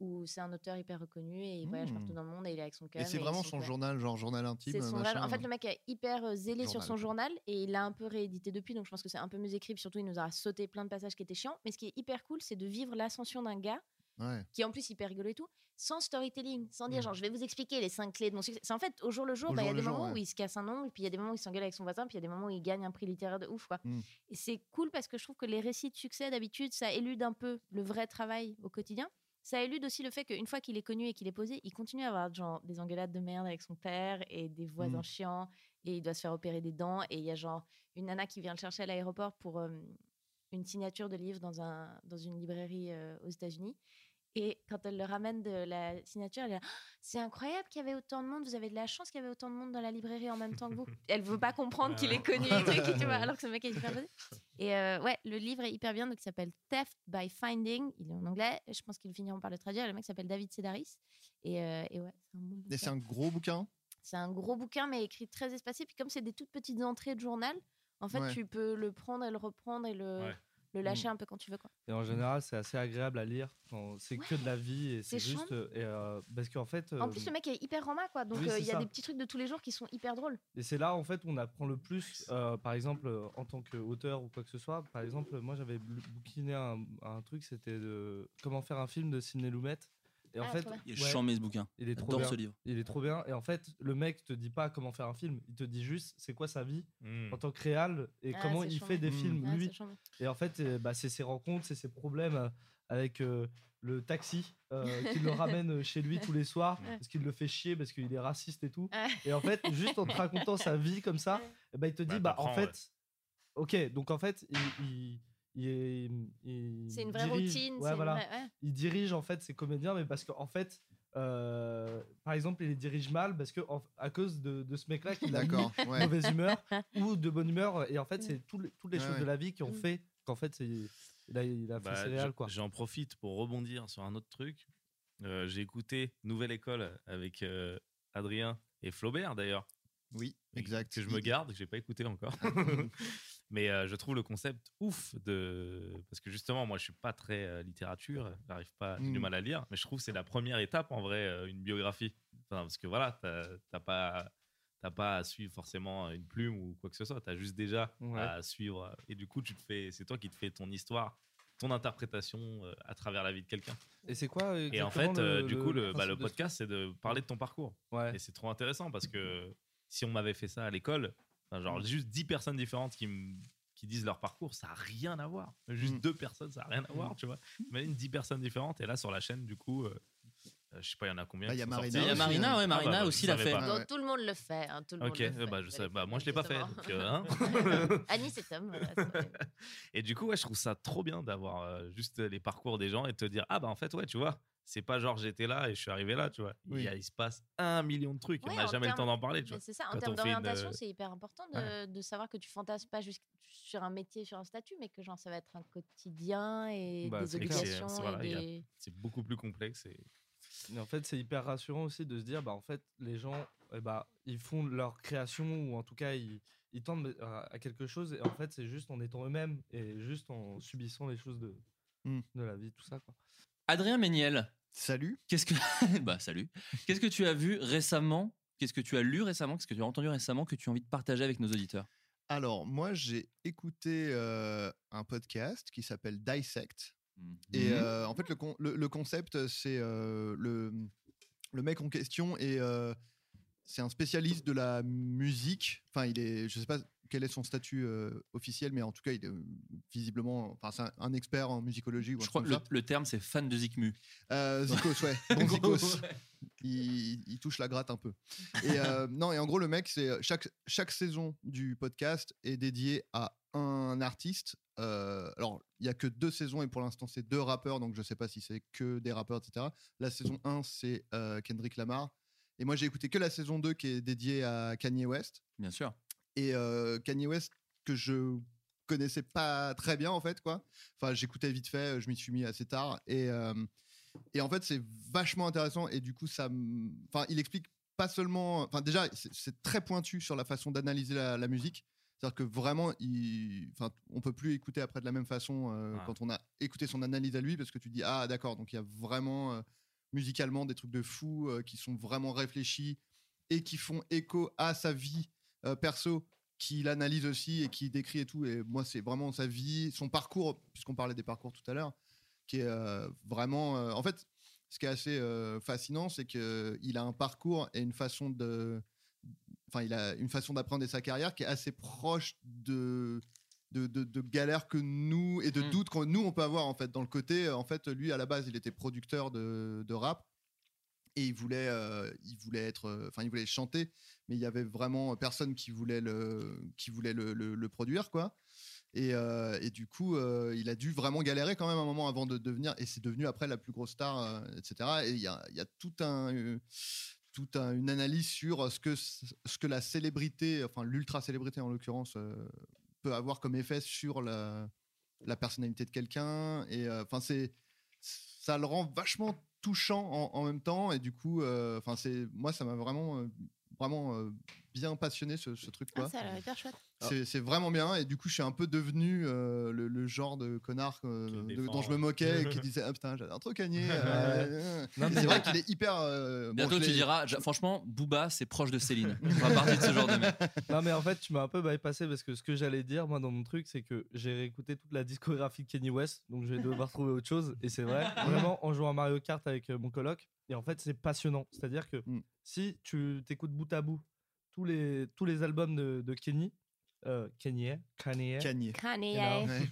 [SPEAKER 6] où c'est un auteur hyper reconnu et il voyage
[SPEAKER 5] Hmm.
[SPEAKER 7] Mmh.
[SPEAKER 6] partout dans le monde et il est avec son cœur.
[SPEAKER 5] Et c'est vraiment son journal, genre journal intime.
[SPEAKER 6] C'est son journal.
[SPEAKER 5] machin.
[SPEAKER 6] En fait, le mec est hyper euh, zélé
[SPEAKER 5] Journal,
[SPEAKER 6] sur son
[SPEAKER 5] quoi.
[SPEAKER 6] journal et il l'a un peu réédité depuis. Donc, je pense que c'est un peu mieux écrit. Puis surtout, il nous a sauté plein de passages qui étaient chiants. Mais ce qui est hyper cool, c'est de vivre l'ascension d'un gars
[SPEAKER 5] Ouais.
[SPEAKER 6] qui est en plus hyper rigolo et tout, sans storytelling, sans dire
[SPEAKER 5] Mm.
[SPEAKER 6] genre je vais vous expliquer les cinq clés de mon succès. C'est en fait au jour le jour,
[SPEAKER 5] Au
[SPEAKER 6] bah, il y
[SPEAKER 5] jour
[SPEAKER 6] a
[SPEAKER 5] le
[SPEAKER 6] des
[SPEAKER 5] jour,
[SPEAKER 6] moments
[SPEAKER 5] ouais.
[SPEAKER 6] où il se casse un nom, et puis il y a des moments où il s'engueule avec son voisin, puis il y a des moments où il gagne un prix littéraire de ouf quoi.
[SPEAKER 5] Mm.
[SPEAKER 6] Et c'est cool parce que je trouve que les récits de succès d'habitude ça élude un peu le vrai travail au quotidien. Ça élude aussi le fait qu'une fois qu'il est connu et qu'il est posé, il continue à avoir genre des engueulades de merde avec son père et des voisins
[SPEAKER 5] Mmh.
[SPEAKER 9] Mm.
[SPEAKER 6] chiants et il doit se faire opérer des dents et il y a genre une nana qui vient le chercher à l'aéroport pour euh, une signature de livre dans, un, dans une librairie euh, aux États-Unis. Et quand elle le ramène de la signature, elle est là, Ah, c'est incroyable qu'il y avait autant de monde, vous avez de la chance qu'il y avait autant de monde dans la librairie en même temps que vous. Elle veut pas comprendre qu'il est connu, et tout, tu vois, alors que ce mec est hyper posé. Et euh, ouais, le livre est hyper bien, donc il s'appelle Theft by Finding, il est en anglais, je pense qu'ils finiront par le traduire, le mec s'appelle David Sedaris. Et, euh, et ouais, c'est un bon
[SPEAKER 5] Et c'est un gros
[SPEAKER 6] bouquin.
[SPEAKER 5] bouquin.
[SPEAKER 6] C'est un gros bouquin, mais écrit très espacé. Puis comme c'est des toutes petites entrées de journal, en fait,
[SPEAKER 8] Ouais.
[SPEAKER 6] tu peux le prendre et le reprendre et le,
[SPEAKER 8] Ouais.
[SPEAKER 6] le lâcher
[SPEAKER 8] Mm.
[SPEAKER 6] un peu quand tu veux. Quoi.
[SPEAKER 8] Et en général, c'est assez agréable à lire. Enfin, C'est que de la vie et
[SPEAKER 6] C'est
[SPEAKER 8] c'est juste.
[SPEAKER 6] chambé.
[SPEAKER 8] et, euh, parce qu'en fait.
[SPEAKER 6] En
[SPEAKER 8] euh,
[SPEAKER 6] plus, le mec est hyper romain, quoi. Donc, euh,
[SPEAKER 8] oui,
[SPEAKER 6] il
[SPEAKER 8] c'est
[SPEAKER 6] y a
[SPEAKER 8] ça.
[SPEAKER 6] des petits trucs de tous les jours qui sont hyper drôles.
[SPEAKER 8] Et c'est là, en fait, on apprend le plus, euh, par exemple, euh, en tant qu'auteur ou quoi que ce soit. Par exemple, moi, j'avais bou- bouquiné un, un truc, c'était de comment faire un film de Sidney Lumet. Et en
[SPEAKER 4] Ah,
[SPEAKER 8] fait,
[SPEAKER 4] trop bien. Il est charmé, ce bouquin.
[SPEAKER 8] Il est trop
[SPEAKER 4] J'adore
[SPEAKER 8] bien.
[SPEAKER 4] ce livre.
[SPEAKER 8] Il est trop bien. Et en fait, le mec te dit pas comment faire un film. Il te dit juste c'est quoi sa vie
[SPEAKER 7] Mm.
[SPEAKER 8] en tant que réal et
[SPEAKER 7] Ah,
[SPEAKER 8] comment
[SPEAKER 7] c'est
[SPEAKER 8] il
[SPEAKER 7] charmé.
[SPEAKER 8] fait des
[SPEAKER 7] Mm.
[SPEAKER 8] films
[SPEAKER 7] Ah,
[SPEAKER 8] lui.
[SPEAKER 7] c'est charmé.
[SPEAKER 8] Et en fait, euh, bah, c'est ses rencontres, c'est ses problèmes euh, avec euh, le taxi euh, qui le ramène chez lui tous les soirs
[SPEAKER 7] Ouais.
[SPEAKER 8] parce qu'il le fait chier, parce qu'il est raciste et tout.
[SPEAKER 6] Ah.
[SPEAKER 7] Ouais.
[SPEAKER 8] Et en fait, juste en te racontant sa vie comme ça, eh ben, il te dit bah,
[SPEAKER 7] Bah,
[SPEAKER 8] en
[SPEAKER 7] t'apprends,
[SPEAKER 8] fait, ok, donc en fait, il. il- il- il-
[SPEAKER 6] C'est une vraie
[SPEAKER 8] dirige-
[SPEAKER 6] routine,
[SPEAKER 8] ouais,
[SPEAKER 6] c'est une
[SPEAKER 8] voilà.
[SPEAKER 6] vraie- ouais.
[SPEAKER 8] Il dirige en fait ses comédiens, mais parce qu'en fait, euh, par exemple, il les dirige mal parce que en- à cause de, de ce mec-là qui l'a mis
[SPEAKER 5] D'accord, ouais.
[SPEAKER 8] mauvaise humeur ou de bonne humeur. Et en fait, c'est tout le- toutes les
[SPEAKER 7] Ouais,
[SPEAKER 8] choses de
[SPEAKER 7] ouais.
[SPEAKER 8] la vie qui ont
[SPEAKER 7] Mm.
[SPEAKER 8] fait qu'en fait, c'est il a, il a fait
[SPEAKER 7] Bah,
[SPEAKER 8] ses
[SPEAKER 7] je-
[SPEAKER 8] réals, quoi.
[SPEAKER 7] J'en profite pour rebondir sur un autre truc. Euh, J'ai écouté Nouvelle École avec euh, Adrien et Flaubert d'ailleurs.
[SPEAKER 5] Oui, exact.
[SPEAKER 7] Que je me garde, que j'ai pas écouté encore. Mais euh, je trouve le concept ouf de parce que justement moi je suis pas très euh, littérature, j'arrive pas, j'ai du
[SPEAKER 4] Mm.
[SPEAKER 7] mal à lire, mais je trouve que c'est la première étape en vrai euh, une biographie. Enfin, parce que voilà, t'as t'as pas t'as pas à suivre forcément euh, une plume ou quoi que ce soit, t'as juste déjà
[SPEAKER 8] Ouais.
[SPEAKER 7] à suivre euh, et du coup tu te fais, c'est toi qui te fais ton histoire, ton interprétation euh, à travers la vie de quelqu'un.
[SPEAKER 8] Et c'est quoi
[SPEAKER 7] Et en fait,
[SPEAKER 8] exactement
[SPEAKER 7] euh,
[SPEAKER 8] le-
[SPEAKER 7] du
[SPEAKER 8] le
[SPEAKER 7] coup, le, bah,
[SPEAKER 8] principe
[SPEAKER 7] le
[SPEAKER 8] de ce
[SPEAKER 7] podcast, c'est de parler de ton parcours. Et c'est trop intéressant parce que si on m'avait fait ça à l'école, enfin, genre juste 10 personnes différentes qui, me- qui disent leur parcours, ça n'a rien à voir. Juste deux personnes, ça n'a rien à voir, tu vois. Imagine 10 personnes différentes. Et là, sur la chaîne, du coup, euh, euh, je sais pas, il y en a combien
[SPEAKER 5] Bah, il
[SPEAKER 7] qui
[SPEAKER 5] y a
[SPEAKER 7] sont
[SPEAKER 5] Marina
[SPEAKER 7] sortis.
[SPEAKER 5] aussi, Il y a Marina, hein. ouais,
[SPEAKER 7] Ah,
[SPEAKER 5] Marina
[SPEAKER 7] bah, je
[SPEAKER 5] aussi l'a
[SPEAKER 7] savais
[SPEAKER 5] fait.
[SPEAKER 7] pas.
[SPEAKER 6] Donc, tout le monde le fait. hein, tout le monde
[SPEAKER 7] Ok,
[SPEAKER 6] le
[SPEAKER 7] euh,
[SPEAKER 6] fait.
[SPEAKER 7] bah, je sais, bah, moi je l'ai pas fait.
[SPEAKER 6] justement.
[SPEAKER 7] donc, euh, hein.
[SPEAKER 6] Annie, c'est Tom. voilà, c'est pas grave.
[SPEAKER 7] Et du coup, ouais, je trouve ça trop bien d'avoir euh, juste les parcours des gens et de te dire, ah bah en fait, ouais, tu vois, c'est pas genre j'étais là et je suis arrivé là, tu vois. Il, y a- il se passe un million de trucs,
[SPEAKER 6] Ouais,
[SPEAKER 7] on n'a
[SPEAKER 6] en
[SPEAKER 7] jamais le temps
[SPEAKER 6] termes-
[SPEAKER 7] d'en parler, tu
[SPEAKER 6] mais
[SPEAKER 7] vois.
[SPEAKER 6] C'est ça, en
[SPEAKER 7] Quand
[SPEAKER 6] termes
[SPEAKER 7] on fait une,
[SPEAKER 6] d'orientation,
[SPEAKER 7] euh,
[SPEAKER 6] c'est hyper important de,
[SPEAKER 7] ouais.
[SPEAKER 6] de savoir que tu fantasmes pas juste sur un métier, sur un statut, mais que genre ça va être un quotidien et
[SPEAKER 8] Bah,
[SPEAKER 6] des
[SPEAKER 8] c'est clair.
[SPEAKER 6] obligations.
[SPEAKER 7] C'est-
[SPEAKER 6] et
[SPEAKER 7] voilà, il y a-
[SPEAKER 6] des-
[SPEAKER 7] c'est beaucoup plus complexe. Et...
[SPEAKER 8] Mais en fait, c'est hyper rassurant aussi de se dire, bah, en fait, les gens, eh bah, ils font leur création ou en tout cas, ils, ils tendent à à quelque chose. Et en fait, c'est juste en étant eux-mêmes et juste en subissant les choses de, de la vie, tout ça. Quoi.
[SPEAKER 4] Adrien Méniel.
[SPEAKER 5] Salut.
[SPEAKER 4] Qu'est-ce que bah salut. Qu'est-ce que tu as vu récemment Qu'est-ce que tu as lu récemment Qu'est-ce que tu as entendu récemment que tu as envie de partager avec nos auditeurs
[SPEAKER 5] Alors, moi, j'ai écouté euh, un podcast qui s'appelle Dissect. Et
[SPEAKER 7] Mmh.
[SPEAKER 4] Mhm.
[SPEAKER 5] euh, en fait, le, con- le, le concept, c'est euh, le, le mec en question et c'est un spécialiste de la musique. Enfin, il est, je sais pas quel est son statut euh, officiel, mais en tout cas, il est euh, visiblement, enfin, c'est un, un expert en musicologie. Ou un
[SPEAKER 4] Je crois
[SPEAKER 5] truc
[SPEAKER 4] que
[SPEAKER 5] comme
[SPEAKER 4] le,
[SPEAKER 5] ça.
[SPEAKER 4] le terme c'est fan de Zikmu.
[SPEAKER 5] Euh, Zikos, ouais. Bon Zikos. Il, il- il touche la gratte un peu. Et euh, non, et en gros, le mec, c'est euh, chaque, chaque saison du podcast est dédiée à un artiste. Euh, alors, il y a que deux saisons et pour l'instant, c'est deux rappeurs, donc je sais pas si c'est que des rappeurs, etc. La saison 1, c'est euh, Kendrick Lamar. Et moi, j'ai écouté que la saison 2 qui est dédiée à Kanye West.
[SPEAKER 4] Bien sûr.
[SPEAKER 5] Et euh, Kanye West, que je connaissais pas très bien, en fait, quoi. Enfin, j'écoutais vite fait, je m'y suis mis assez tard. Et, euh, et en fait, c'est vachement intéressant. Et du coup, ça. m- Enfin, il explique pas seulement. Enfin, déjà, c'est- c'est très pointu sur la façon d'analyser la, la musique. C'est-à-dire que vraiment, il... enfin, on peut plus écouter après de la même façon euh,
[SPEAKER 7] Ah.
[SPEAKER 5] quand on a écouté son analyse à lui, parce que tu dis ah d'accord, donc il y a vraiment euh, musicalement des trucs de fou euh, qui sont vraiment réfléchis et qui font écho à sa vie euh, perso qu'il analyse aussi et qui décrit et tout. Et moi, c'est vraiment sa vie, son parcours, puisqu'on parlait des parcours tout à l'heure, qui est euh, vraiment. euh, en fait, ce qui est assez euh, fascinant, c'est qu'il a un parcours et une façon de. Enfin, il a une façon d'appréhender sa carrière qui est assez proche de. De, de, de galères que nous et de
[SPEAKER 7] Mm.
[SPEAKER 5] doutes que nous on peut avoir en fait dans le côté euh, en fait lui à la base il était producteur de, de rap et il voulait euh, il voulait être euh, enfin il voulait chanter mais il y avait vraiment euh, personne qui voulait le qui voulait le, le- le produire quoi et, euh, et du coup euh, il a dû vraiment galérer quand même un moment avant de devenir et c'est devenu après la plus grosse star euh, etc et il y a, il y a tout un euh, tout un- une analyse sur euh, ce que ce que la célébrité enfin l'ultra célébrité en l'occurrence euh, peut avoir comme effet sur la, la personnalité de quelqu'un et euh, enfin c'est ça le rend vachement touchant en, en même temps et du coup euh, enfin c'est moi ça m'a vraiment euh, vraiment euh, bien passionné ce, ce truc-là.
[SPEAKER 6] Ah, ça a l'air hyper chouette.
[SPEAKER 5] C'est c'est vraiment bien. Et du coup, je suis un peu devenu euh, le, le genre de connard euh, de-
[SPEAKER 7] défend,
[SPEAKER 5] dont je me
[SPEAKER 7] ouais.
[SPEAKER 5] moquais et qui disait Ah putain, j'adore trop Kanye.
[SPEAKER 4] Ouais.
[SPEAKER 5] euh,
[SPEAKER 4] Non,
[SPEAKER 5] euh.
[SPEAKER 4] mais-
[SPEAKER 5] C'est vrai qu'il est hyper. euh, bon,
[SPEAKER 4] Bientôt
[SPEAKER 5] je
[SPEAKER 4] tu
[SPEAKER 5] l'ai-
[SPEAKER 4] diras, je- franchement, Booba c'est proche de Céline. On va partir de ce genre de mec.
[SPEAKER 8] Non, mais en fait, tu m'as un peu bypassé parce que ce que j'allais dire, moi, dans mon truc, c'est que j'ai réécouté toute la discographie de Kenny West, donc je vais devoir trouver autre chose. Et c'est vrai, vraiment, en jouant à Mario Kart avec euh, mon coloc, et en fait, c'est passionnant. C'est-à-dire que
[SPEAKER 7] Mmh.
[SPEAKER 8] si tu t'écoutes bout à bout tous les, tous les albums de, de Kenny, euh, Kanye, Kanye,
[SPEAKER 5] Kanye.
[SPEAKER 6] Kanye.
[SPEAKER 8] énorme.
[SPEAKER 6] Ouais.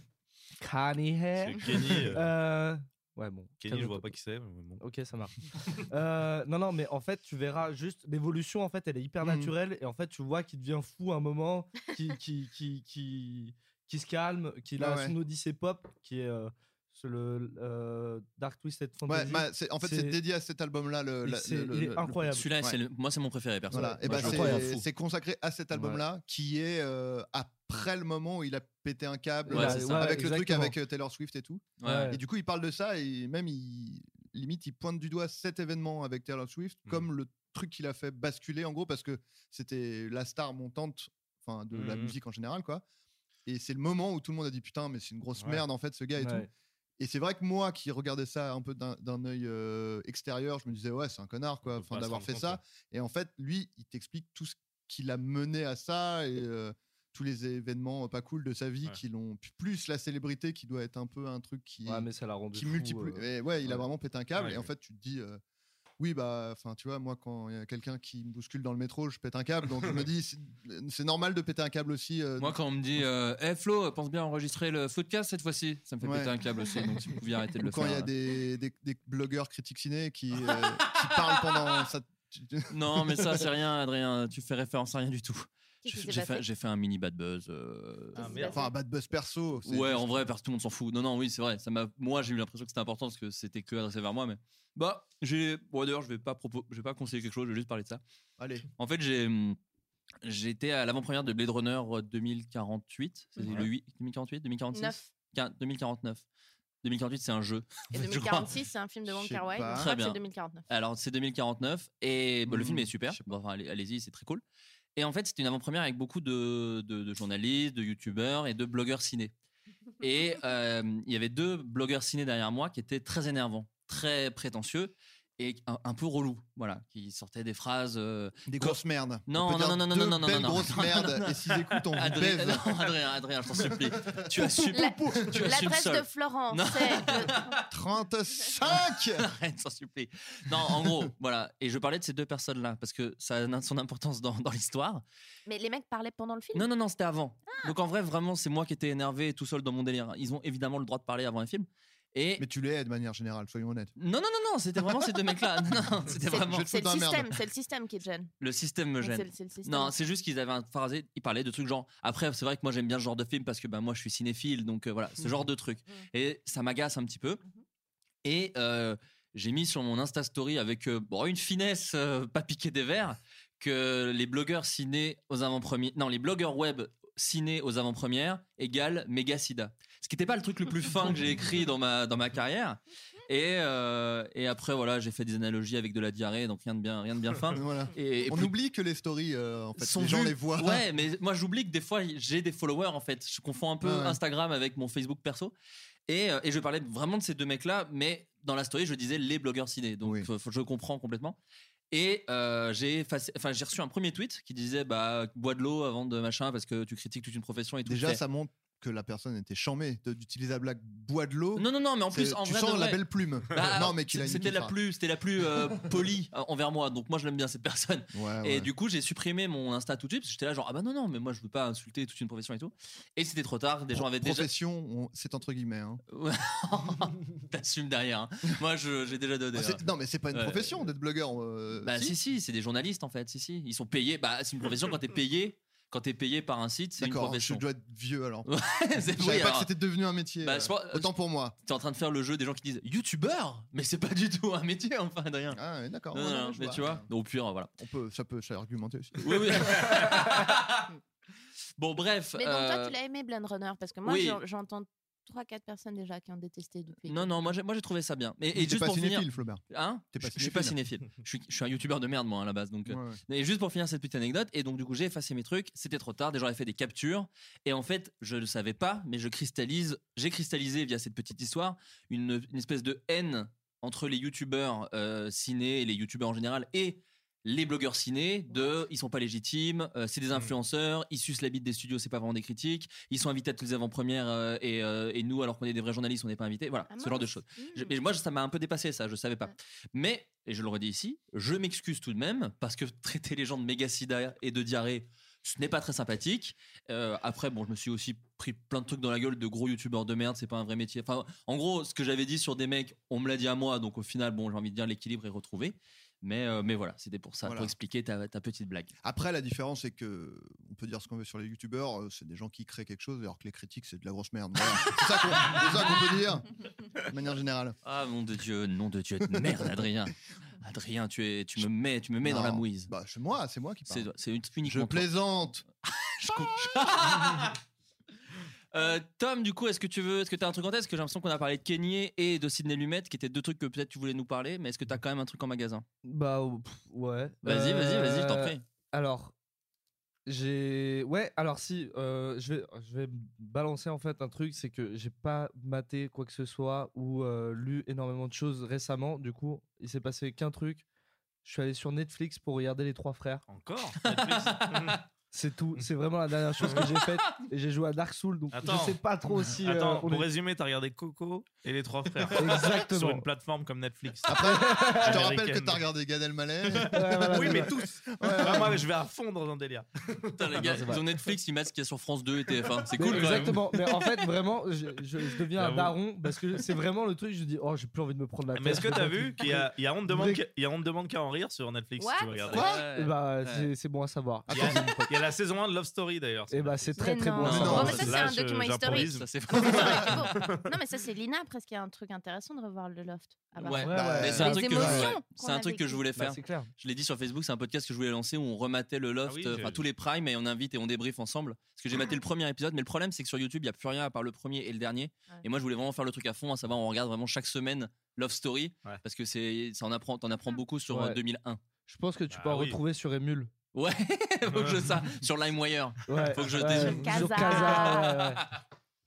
[SPEAKER 8] Kanye.
[SPEAKER 7] C'est Kenny, euh.
[SPEAKER 8] Euh, Ouais, bon.
[SPEAKER 7] Kenny, je
[SPEAKER 8] calme-toi.
[SPEAKER 7] vois pas qui c'est. mais bon.
[SPEAKER 8] Ok, ça marche. Euh, non, non, mais en fait, tu verras juste l'évolution. En fait, elle est hyper
[SPEAKER 5] Mhm.
[SPEAKER 8] naturelle. Et en fait, tu vois qu'il devient fou à un moment, qui, qui, qui, qui, qui se calme, qu'il a
[SPEAKER 5] Ah ouais.
[SPEAKER 8] son odyssée pop, qui est euh, sur le euh, Dark Twisted
[SPEAKER 5] Ouais,
[SPEAKER 8] Fantasy.
[SPEAKER 5] bah, c'est- en fait, c'est dédié à cet album-là. Le,
[SPEAKER 8] Il-
[SPEAKER 5] la-
[SPEAKER 8] c'est-
[SPEAKER 5] le- le-
[SPEAKER 8] il est
[SPEAKER 5] le-
[SPEAKER 8] incroyable.
[SPEAKER 4] Celui-là, c'est
[SPEAKER 5] Ouais.
[SPEAKER 4] le- moi c'est mon préféré perso.
[SPEAKER 5] Voilà, et
[SPEAKER 4] Moi,
[SPEAKER 5] bah,
[SPEAKER 4] je le trouve
[SPEAKER 5] c'est
[SPEAKER 4] fou.
[SPEAKER 5] c'est consacré à cet album-là qui est euh, après le moment où il a pété un câble
[SPEAKER 4] Ouais,
[SPEAKER 5] euh,
[SPEAKER 4] c'est ça.
[SPEAKER 5] avec
[SPEAKER 8] Ouais,
[SPEAKER 5] le truc
[SPEAKER 8] exactement.
[SPEAKER 5] avec euh, Taylor Swift et tout.
[SPEAKER 4] Ouais. Ouais.
[SPEAKER 5] Et du coup, il parle de ça et même il limite il pointe du doigt cet événement avec Taylor Swift
[SPEAKER 7] Mmh.
[SPEAKER 5] comme le truc qu'il a fait basculer en gros parce que c'était la star montante enfin de la
[SPEAKER 7] Mhm.
[SPEAKER 5] musique en général quoi. Et c'est le moment où tout le monde a dit putain mais c'est une grosse
[SPEAKER 7] Ouais.
[SPEAKER 5] merde en fait ce gars et
[SPEAKER 8] Ouais.
[SPEAKER 5] tout. Et c'est vrai que moi qui regardais ça un peu d'un- d'un œil euh, extérieur, je me disais ouais c'est un connard quoi,
[SPEAKER 7] peut pas
[SPEAKER 5] enfin
[SPEAKER 7] se
[SPEAKER 5] d'avoir
[SPEAKER 7] rendre
[SPEAKER 5] fait
[SPEAKER 7] compte, hein.
[SPEAKER 5] ça. Et en fait lui il t'explique tout ce qui l'a mené à ça et euh, tous les événements pas cool de sa vie
[SPEAKER 7] Ouais.
[SPEAKER 5] qui l'ont plus la célébrité qui doit être un peu un truc qui
[SPEAKER 8] Ouais, mais ça l'a rendu
[SPEAKER 5] qui
[SPEAKER 8] fou,
[SPEAKER 5] multiplie.
[SPEAKER 8] euh.
[SPEAKER 5] Ouais, ouais, il a
[SPEAKER 8] ouais.
[SPEAKER 5] vraiment pété un câble
[SPEAKER 7] Ouais,
[SPEAKER 5] et en
[SPEAKER 7] ouais.
[SPEAKER 5] fait tu te dis. euh, oui, bah, enfin, tu vois, moi, quand il y a quelqu'un qui me bouscule dans le métro, je pète un câble. Donc, je me dis, c'est- c'est normal de péter un câble aussi. euh,
[SPEAKER 4] Moi quand on me dit, euh, Eh, Flo, pense bien à enregistrer le podcast cette fois-ci, ça me fait
[SPEAKER 5] Ouais.
[SPEAKER 4] péter un câble aussi. Donc si vous pouviez arrêter de
[SPEAKER 5] Ou
[SPEAKER 4] le
[SPEAKER 5] quand il y
[SPEAKER 4] faire.
[SPEAKER 5] a
[SPEAKER 4] euh.
[SPEAKER 5] des, des, des blogueurs critiques ciné qui, euh, qui parlent pendant ça.
[SPEAKER 4] euh. Non, mais ça, c'est rien, Adrien. Tu fais référence à rien du tout.
[SPEAKER 6] Qu'est-ce qui
[SPEAKER 4] J'ai
[SPEAKER 6] s'est
[SPEAKER 4] j'ai
[SPEAKER 6] passé
[SPEAKER 4] fait, j'ai fait un mini bad buzz. euh,
[SPEAKER 6] Qu'est-ce qui s'est
[SPEAKER 7] Ah, merde.
[SPEAKER 6] passé
[SPEAKER 5] Enfin, un bad buzz perso. Ah, c'est-
[SPEAKER 4] Ouais, en vrai, bah, parce que tout le monde s'en fout. Non, non, oui, c'est vrai. Ça m'a, moi, j'ai eu l'impression que c'était important parce que c'était que adressé vers moi. Mais bah, j'ai. Bon, d'ailleurs, je vais pas propos... je vais pas conseiller quelque chose. Je vais juste parler de ça.
[SPEAKER 5] Allez.
[SPEAKER 4] En fait, j'ai. hum, J'étais à l'avant-première de Blade Runner euh, 2048. C'est
[SPEAKER 6] Mhm.
[SPEAKER 4] le 8, 2048, 2046,
[SPEAKER 6] Neuf.
[SPEAKER 4] Quin- 2049. 2048, c'est un jeu.
[SPEAKER 6] Et
[SPEAKER 4] Je crois.
[SPEAKER 6] 2046, c'est un film de Wong
[SPEAKER 5] Je sais
[SPEAKER 6] Kar Wai. donc
[SPEAKER 5] pas.
[SPEAKER 6] je
[SPEAKER 4] Très
[SPEAKER 6] crois que
[SPEAKER 4] bien.
[SPEAKER 6] C'est 2049.
[SPEAKER 4] Alors, c'est 2049 et bah, le
[SPEAKER 5] Mhm,
[SPEAKER 4] film est super.
[SPEAKER 5] je sais
[SPEAKER 4] Bon, enfin, allez- allez-y, c'est très cool. Et en fait, c'était une avant-première avec beaucoup de, de- de journalistes, de youtubeurs et de blogueurs ciné. Et euh, il y avait deux blogueurs ciné derrière moi qui étaient très énervants, très prétentieux et un, un peu relous. Voilà, qui sortaient des phrases. euh,
[SPEAKER 5] Des
[SPEAKER 4] Go-
[SPEAKER 5] grosses merdes.
[SPEAKER 4] Non,
[SPEAKER 5] On peut
[SPEAKER 4] non,
[SPEAKER 5] dire
[SPEAKER 4] non, non,
[SPEAKER 5] deux
[SPEAKER 4] non, non,
[SPEAKER 5] belles
[SPEAKER 4] non, non,
[SPEAKER 5] grosses
[SPEAKER 4] non,
[SPEAKER 5] merdes.
[SPEAKER 4] non, non.
[SPEAKER 5] Et s'ils écoutent, on vous
[SPEAKER 4] Adrien,
[SPEAKER 5] baise.
[SPEAKER 4] non, Adrien, Adrien, je t'en supplie. Tu assumes.
[SPEAKER 6] La-
[SPEAKER 4] Tu assumes
[SPEAKER 6] L'adresse
[SPEAKER 4] seul.
[SPEAKER 6] de Florent,
[SPEAKER 4] Non.
[SPEAKER 6] c'est le-
[SPEAKER 5] 35
[SPEAKER 4] Arrête, s'en supplie. Non, en gros, voilà. Et je parlais de ces deux personnes-là parce que ça a son importance dans- dans l'histoire.
[SPEAKER 6] Mais les mecs parlaient pendant le film.
[SPEAKER 4] Non, non, non, c'était avant. Donc en vrai, vraiment, c'est moi qui étais énervé et tout seul dans mon délire. Ils ont évidemment le droit de parler avant un film. Et
[SPEAKER 5] Mais tu l'es de manière générale, soyons honnêtes.
[SPEAKER 4] non, non, non, non, c'était vraiment ces deux mecs-là. Non, non, c'était
[SPEAKER 6] C'est-
[SPEAKER 4] vraiment
[SPEAKER 5] je-
[SPEAKER 6] C'est le
[SPEAKER 5] Putain, merde.
[SPEAKER 6] système, c'est le système qui te gêne.
[SPEAKER 4] le système me
[SPEAKER 6] C'est
[SPEAKER 4] gêne.
[SPEAKER 6] le- c'est le système.
[SPEAKER 4] Non, c'est juste qu'ils avaient un phrasé, ils parlaient de trucs genre. Après, c'est vrai que moi j'aime bien ce genre de film parce que ben moi je suis cinéphile, donc euh, voilà, ce genre de truc.
[SPEAKER 6] Mhm.
[SPEAKER 4] Et ça m'agace un petit peu. Et euh, j'ai mis sur mon Insta Story avec euh, bon, une finesse, euh, pas piquer des verres, que les blogueurs ciné aux avant-premières, non, les blogueurs web ciné aux avant-premières égale méga sida. Ce qui n'était pas le truc le plus fin que j'ai écrit dans ma, dans ma carrière. Et, euh, et après, voilà, j'ai fait des analogies avec de la diarrhée, donc rien de bien, rien de bien fin.
[SPEAKER 5] Voilà.
[SPEAKER 4] Et, et
[SPEAKER 5] On
[SPEAKER 4] plus-
[SPEAKER 5] oublie que les stories, euh, en fait,
[SPEAKER 4] sont
[SPEAKER 5] les gens
[SPEAKER 4] vus.
[SPEAKER 5] les voient.
[SPEAKER 4] Ouais, mais moi j'oublie que des fois j'ai des followers en fait. Je confonds un peu
[SPEAKER 5] Ah Ouais, ouais.
[SPEAKER 4] Instagram avec mon Facebook perso. Et, euh, et je parlais vraiment de ces deux mecs-là, mais dans la story je disais les blogueurs ciné. Donc
[SPEAKER 5] Oui.
[SPEAKER 4] faut- faut- je comprends complètement. Et euh, j'ai effacé- enfin, j'ai reçu un premier tweet qui disait bah, bois de l'eau avant de machin parce que tu critiques toute une profession et tout.
[SPEAKER 5] Déjà,
[SPEAKER 4] J'étais-
[SPEAKER 5] ça montre que la personne était chamée de- d'utiliser la blague bois de l'eau.
[SPEAKER 4] Non, non, non, mais en
[SPEAKER 5] C'est-
[SPEAKER 4] plus, en
[SPEAKER 5] tu
[SPEAKER 4] vrai,
[SPEAKER 5] sens
[SPEAKER 4] de
[SPEAKER 5] la
[SPEAKER 4] vrai-
[SPEAKER 5] belle plume.
[SPEAKER 4] Bah,
[SPEAKER 5] non, mais qu'il a une
[SPEAKER 4] C'était la
[SPEAKER 5] enfin,
[SPEAKER 4] plus, c'était la plus euh, polie euh, envers moi. Donc moi je l'aime bien cette personne.
[SPEAKER 5] hein. ouais,
[SPEAKER 4] Et
[SPEAKER 5] Ah ouais.
[SPEAKER 4] du coup, j'ai supprimé mon Insta tout de suite parce que j'étais là genre ah bah non non, mais moi je veux pas insulter toute une profession et tout. Et c'était trop tard, des gens
[SPEAKER 5] Pro-
[SPEAKER 4] avaient déjà
[SPEAKER 5] profession, on- c'est entre guillemets. hein.
[SPEAKER 4] Ouais. T'assumes derrière. hein. Moi, je- j'ai déjà donné.
[SPEAKER 5] Ah, c'est-
[SPEAKER 4] hein.
[SPEAKER 5] non, mais c'est pas une
[SPEAKER 4] Ouais.
[SPEAKER 5] profession d'être blogueur. euh,
[SPEAKER 4] Bah,
[SPEAKER 5] si.
[SPEAKER 4] si, si, c'est des journalistes en fait. Si, si. Ils sont payés. Bah, c'est une profession quand t'es payé. Quand t'es payé par un site, c'est une
[SPEAKER 5] D'accord, je
[SPEAKER 4] profession.
[SPEAKER 5] dois être vieux alors.
[SPEAKER 4] Ouais, c'est-
[SPEAKER 5] Je
[SPEAKER 4] oui,
[SPEAKER 5] savais pas
[SPEAKER 4] alors,
[SPEAKER 5] que c'était devenu un métier.
[SPEAKER 4] Bah,
[SPEAKER 5] euh,
[SPEAKER 4] je pense-
[SPEAKER 5] Autant pour moi.
[SPEAKER 4] T'es en train de faire le jeu des gens qui disent youtubeur, mais c'est pas du tout un métier enfin, Adrien.
[SPEAKER 5] Ah, ouais, d'accord.
[SPEAKER 4] Non, non,
[SPEAKER 5] ouais,
[SPEAKER 4] non,
[SPEAKER 5] je
[SPEAKER 4] mais tu vois, au pire, voilà.
[SPEAKER 5] On peut, ça peut, ça argumenter aussi.
[SPEAKER 4] Oui, oui. bon, bref.
[SPEAKER 6] Mais donc toi,
[SPEAKER 4] euh,
[SPEAKER 6] tu l'as aimé Blade Runner parce que moi,
[SPEAKER 4] oui.
[SPEAKER 6] j'en- j'entends 3-4 personnes déjà qui ont détesté depuis.
[SPEAKER 4] Non, non, moi j'ai moi, j'ai trouvé ça bien. Mais, et
[SPEAKER 5] T'es
[SPEAKER 4] juste
[SPEAKER 5] pas
[SPEAKER 4] pour finir-
[SPEAKER 5] cinéphile, Flaubert.
[SPEAKER 4] Hein
[SPEAKER 5] T'es pas
[SPEAKER 4] Je- Je suis pas
[SPEAKER 5] cinéphile.
[SPEAKER 4] cinéphile. je, suis, je suis un youtubeur de merde, moi, hein, à la base. Donc, euh, Et juste pour finir cette petite anecdote, et donc du coup, j'ai effacé mes trucs, c'était trop tard, déjà j'avais fait des captures, et en fait, je ne le savais pas, mais je cristallise, j'ai cristallisé via cette petite histoire une, une espèce de haine entre les youtubeurs euh, ciné et les youtubeurs en général et les blogueurs ciné de ils sont pas légitimes, euh, c'est des influenceurs, ils sucent la bite des studios, c'est pas vraiment des critiques, ils sont invités à toutes les avant-premières euh, et, euh, et nous alors qu'on est des vrais journalistes, on n'est pas invités. Voilà,
[SPEAKER 6] Ah
[SPEAKER 4] ce genre de
[SPEAKER 6] mince.
[SPEAKER 4] choses. Je- mais moi ça m'a un peu dépassé ça, je savais pas. Mais et je le redis ici, je m'excuse tout de même parce que traiter les gens de méga sida et de diarrhée ce n'est pas très sympathique. Euh, après, bon, je me suis aussi pris plein de trucs dans la gueule de gros youtubeurs de merde, c'est pas un vrai métier. Enfin, en gros, ce que j'avais dit sur des mecs, on me l'a dit à moi, donc au final, bon, j'ai envie de dire l'équilibre est retrouvé. Mais, euh, mais voilà, c'était pour ça,
[SPEAKER 5] Voilà.
[SPEAKER 4] pour expliquer ta, ta petite blague.
[SPEAKER 5] Après, la différence, c'est que on peut dire ce qu'on veut sur les youtubeurs, euh, c'est des gens qui créent quelque chose, alors que les critiques, c'est de la grosse merde. Voilà. c'est ça qu'on c'est ça qu'on peut dire, de manière générale.
[SPEAKER 4] Ah mon de Dieu, nom de Dieu, de merde, Adrien. Adrien, tu, es, tu me mets, tu me mets dans la
[SPEAKER 5] Non,
[SPEAKER 4] mouise.
[SPEAKER 5] Bah, c'est moi, c'est moi qui
[SPEAKER 4] parle. C'est une-
[SPEAKER 5] Je
[SPEAKER 4] uniquement toi.
[SPEAKER 5] plaisante.
[SPEAKER 4] Euh, Tom, du coup, est-ce que tu veux, est-ce que tu as un truc en tête Parce que j'ai l'impression qu'on a parlé de Kenny et de Sidney Lumet, qui étaient deux trucs que peut-être tu voulais nous parler, mais est-ce que tu as quand même un truc en magasin
[SPEAKER 8] Bah ou- pff, ouais.
[SPEAKER 4] Vas-y, vas-y, vas-y, je t'en
[SPEAKER 8] Euh,
[SPEAKER 4] prie.
[SPEAKER 8] Alors, j'ai ouais. Alors si, euh, je vais, je vais balancer en fait un truc, c'est que j'ai pas maté quoi que ce soit ou euh, lu énormément de choses récemment. Du coup, il s'est passé qu'un truc. Je suis allé sur Netflix pour regarder Les Trois Frères.
[SPEAKER 7] Encore
[SPEAKER 5] bah.
[SPEAKER 8] C'est tout. C'est vraiment la dernière chose que j'ai faite. Et j'ai joué à Dark Souls, donc
[SPEAKER 7] Attends.
[SPEAKER 8] je sais pas trop si. euh,
[SPEAKER 7] Attends,
[SPEAKER 8] on
[SPEAKER 7] pour
[SPEAKER 8] est-
[SPEAKER 7] résumer, t'as regardé Coco et les trois frères.
[SPEAKER 8] Exactement. Ah,
[SPEAKER 7] Sur une plateforme comme Netflix.
[SPEAKER 5] Après, je te rappelle que
[SPEAKER 7] Américaine.
[SPEAKER 5] t'as regardé Gad Elmaleh.
[SPEAKER 7] oui, mais tous. Bah, moi, je vais à fond dans un délire.
[SPEAKER 4] Putain, les gars,
[SPEAKER 8] c'est
[SPEAKER 4] ils ont Netflix, ils mettent ce qu'il y a sur France 2 et TF1.
[SPEAKER 8] Mais
[SPEAKER 4] C'est cool, quand même.
[SPEAKER 8] Exactement. Mais en fait, vraiment, je, je- je deviens un
[SPEAKER 4] J'avoue.
[SPEAKER 8] daron parce que c'est vraiment le truc. Je dis, oh, j'ai plus envie de me prendre la tête.
[SPEAKER 7] Mais est-ce que
[SPEAKER 8] j'ai
[SPEAKER 7] t'as
[SPEAKER 8] pas de-
[SPEAKER 7] vu qu'il y a, il y a on ne demande
[SPEAKER 8] Mais-
[SPEAKER 7] qu'à- il y a On ne demande qu'à en rire sur Netflix si tu veux regarder.
[SPEAKER 5] Ah,
[SPEAKER 8] Eh bah, c'est- c'est bon à savoir.
[SPEAKER 7] il, y a, il y a la saison 1 de Love Story d'ailleurs.
[SPEAKER 8] Et bah, c'est très
[SPEAKER 6] Mais
[SPEAKER 8] très
[SPEAKER 6] non.
[SPEAKER 8] bon à
[SPEAKER 6] Mais non,
[SPEAKER 8] savoir.
[SPEAKER 6] mais ça, c'est
[SPEAKER 7] Là,
[SPEAKER 6] un
[SPEAKER 7] je-
[SPEAKER 6] document
[SPEAKER 8] Bah
[SPEAKER 7] j'improvise.
[SPEAKER 6] historique.
[SPEAKER 7] Ça, c'est-
[SPEAKER 6] non, mais ça, c'est Lina, parce qu'il y a un truc intéressant de revoir le loft. Ah bah.
[SPEAKER 4] Ouais,
[SPEAKER 8] ouais, ouais.
[SPEAKER 4] mais c'est un
[SPEAKER 8] Les
[SPEAKER 4] truc que je,
[SPEAKER 8] émotions
[SPEAKER 4] ouais.
[SPEAKER 6] qu'on
[SPEAKER 4] C'est un
[SPEAKER 6] a
[SPEAKER 4] truc que je voulais
[SPEAKER 8] Bah,
[SPEAKER 4] faire.
[SPEAKER 8] c'est clair.
[SPEAKER 4] je l'ai dit sur Facebook, c'est un podcast que je voulais lancer où on rematait le loft,
[SPEAKER 7] Ah oui,
[SPEAKER 4] euh,
[SPEAKER 7] j'ai-
[SPEAKER 4] enfin tous les primes et on invite et on débrief ensemble. Parce que j'ai maté le premier épisode, mais le problème c'est que sur YouTube il y a plus rien à part le premier et le dernier.
[SPEAKER 6] Ouais.
[SPEAKER 4] Et moi je voulais vraiment faire le truc à fond, à savoir on regarde vraiment chaque semaine Love Story
[SPEAKER 7] Ouais.
[SPEAKER 4] parce que c'est ça en apprend, t'en apprends beaucoup sur euh,
[SPEAKER 8] Ouais.
[SPEAKER 4] 2001.
[SPEAKER 8] Je pense que tu
[SPEAKER 7] Bah
[SPEAKER 8] peux en
[SPEAKER 7] oui.
[SPEAKER 8] retrouver sur Emule.
[SPEAKER 4] Ouais, faut que je ça sur LimeWire.
[SPEAKER 8] Ouais.
[SPEAKER 4] Faut que je
[SPEAKER 8] ouais,
[SPEAKER 4] dise-
[SPEAKER 6] Casa.
[SPEAKER 8] Euh, Sur Casa. ouais, ouais.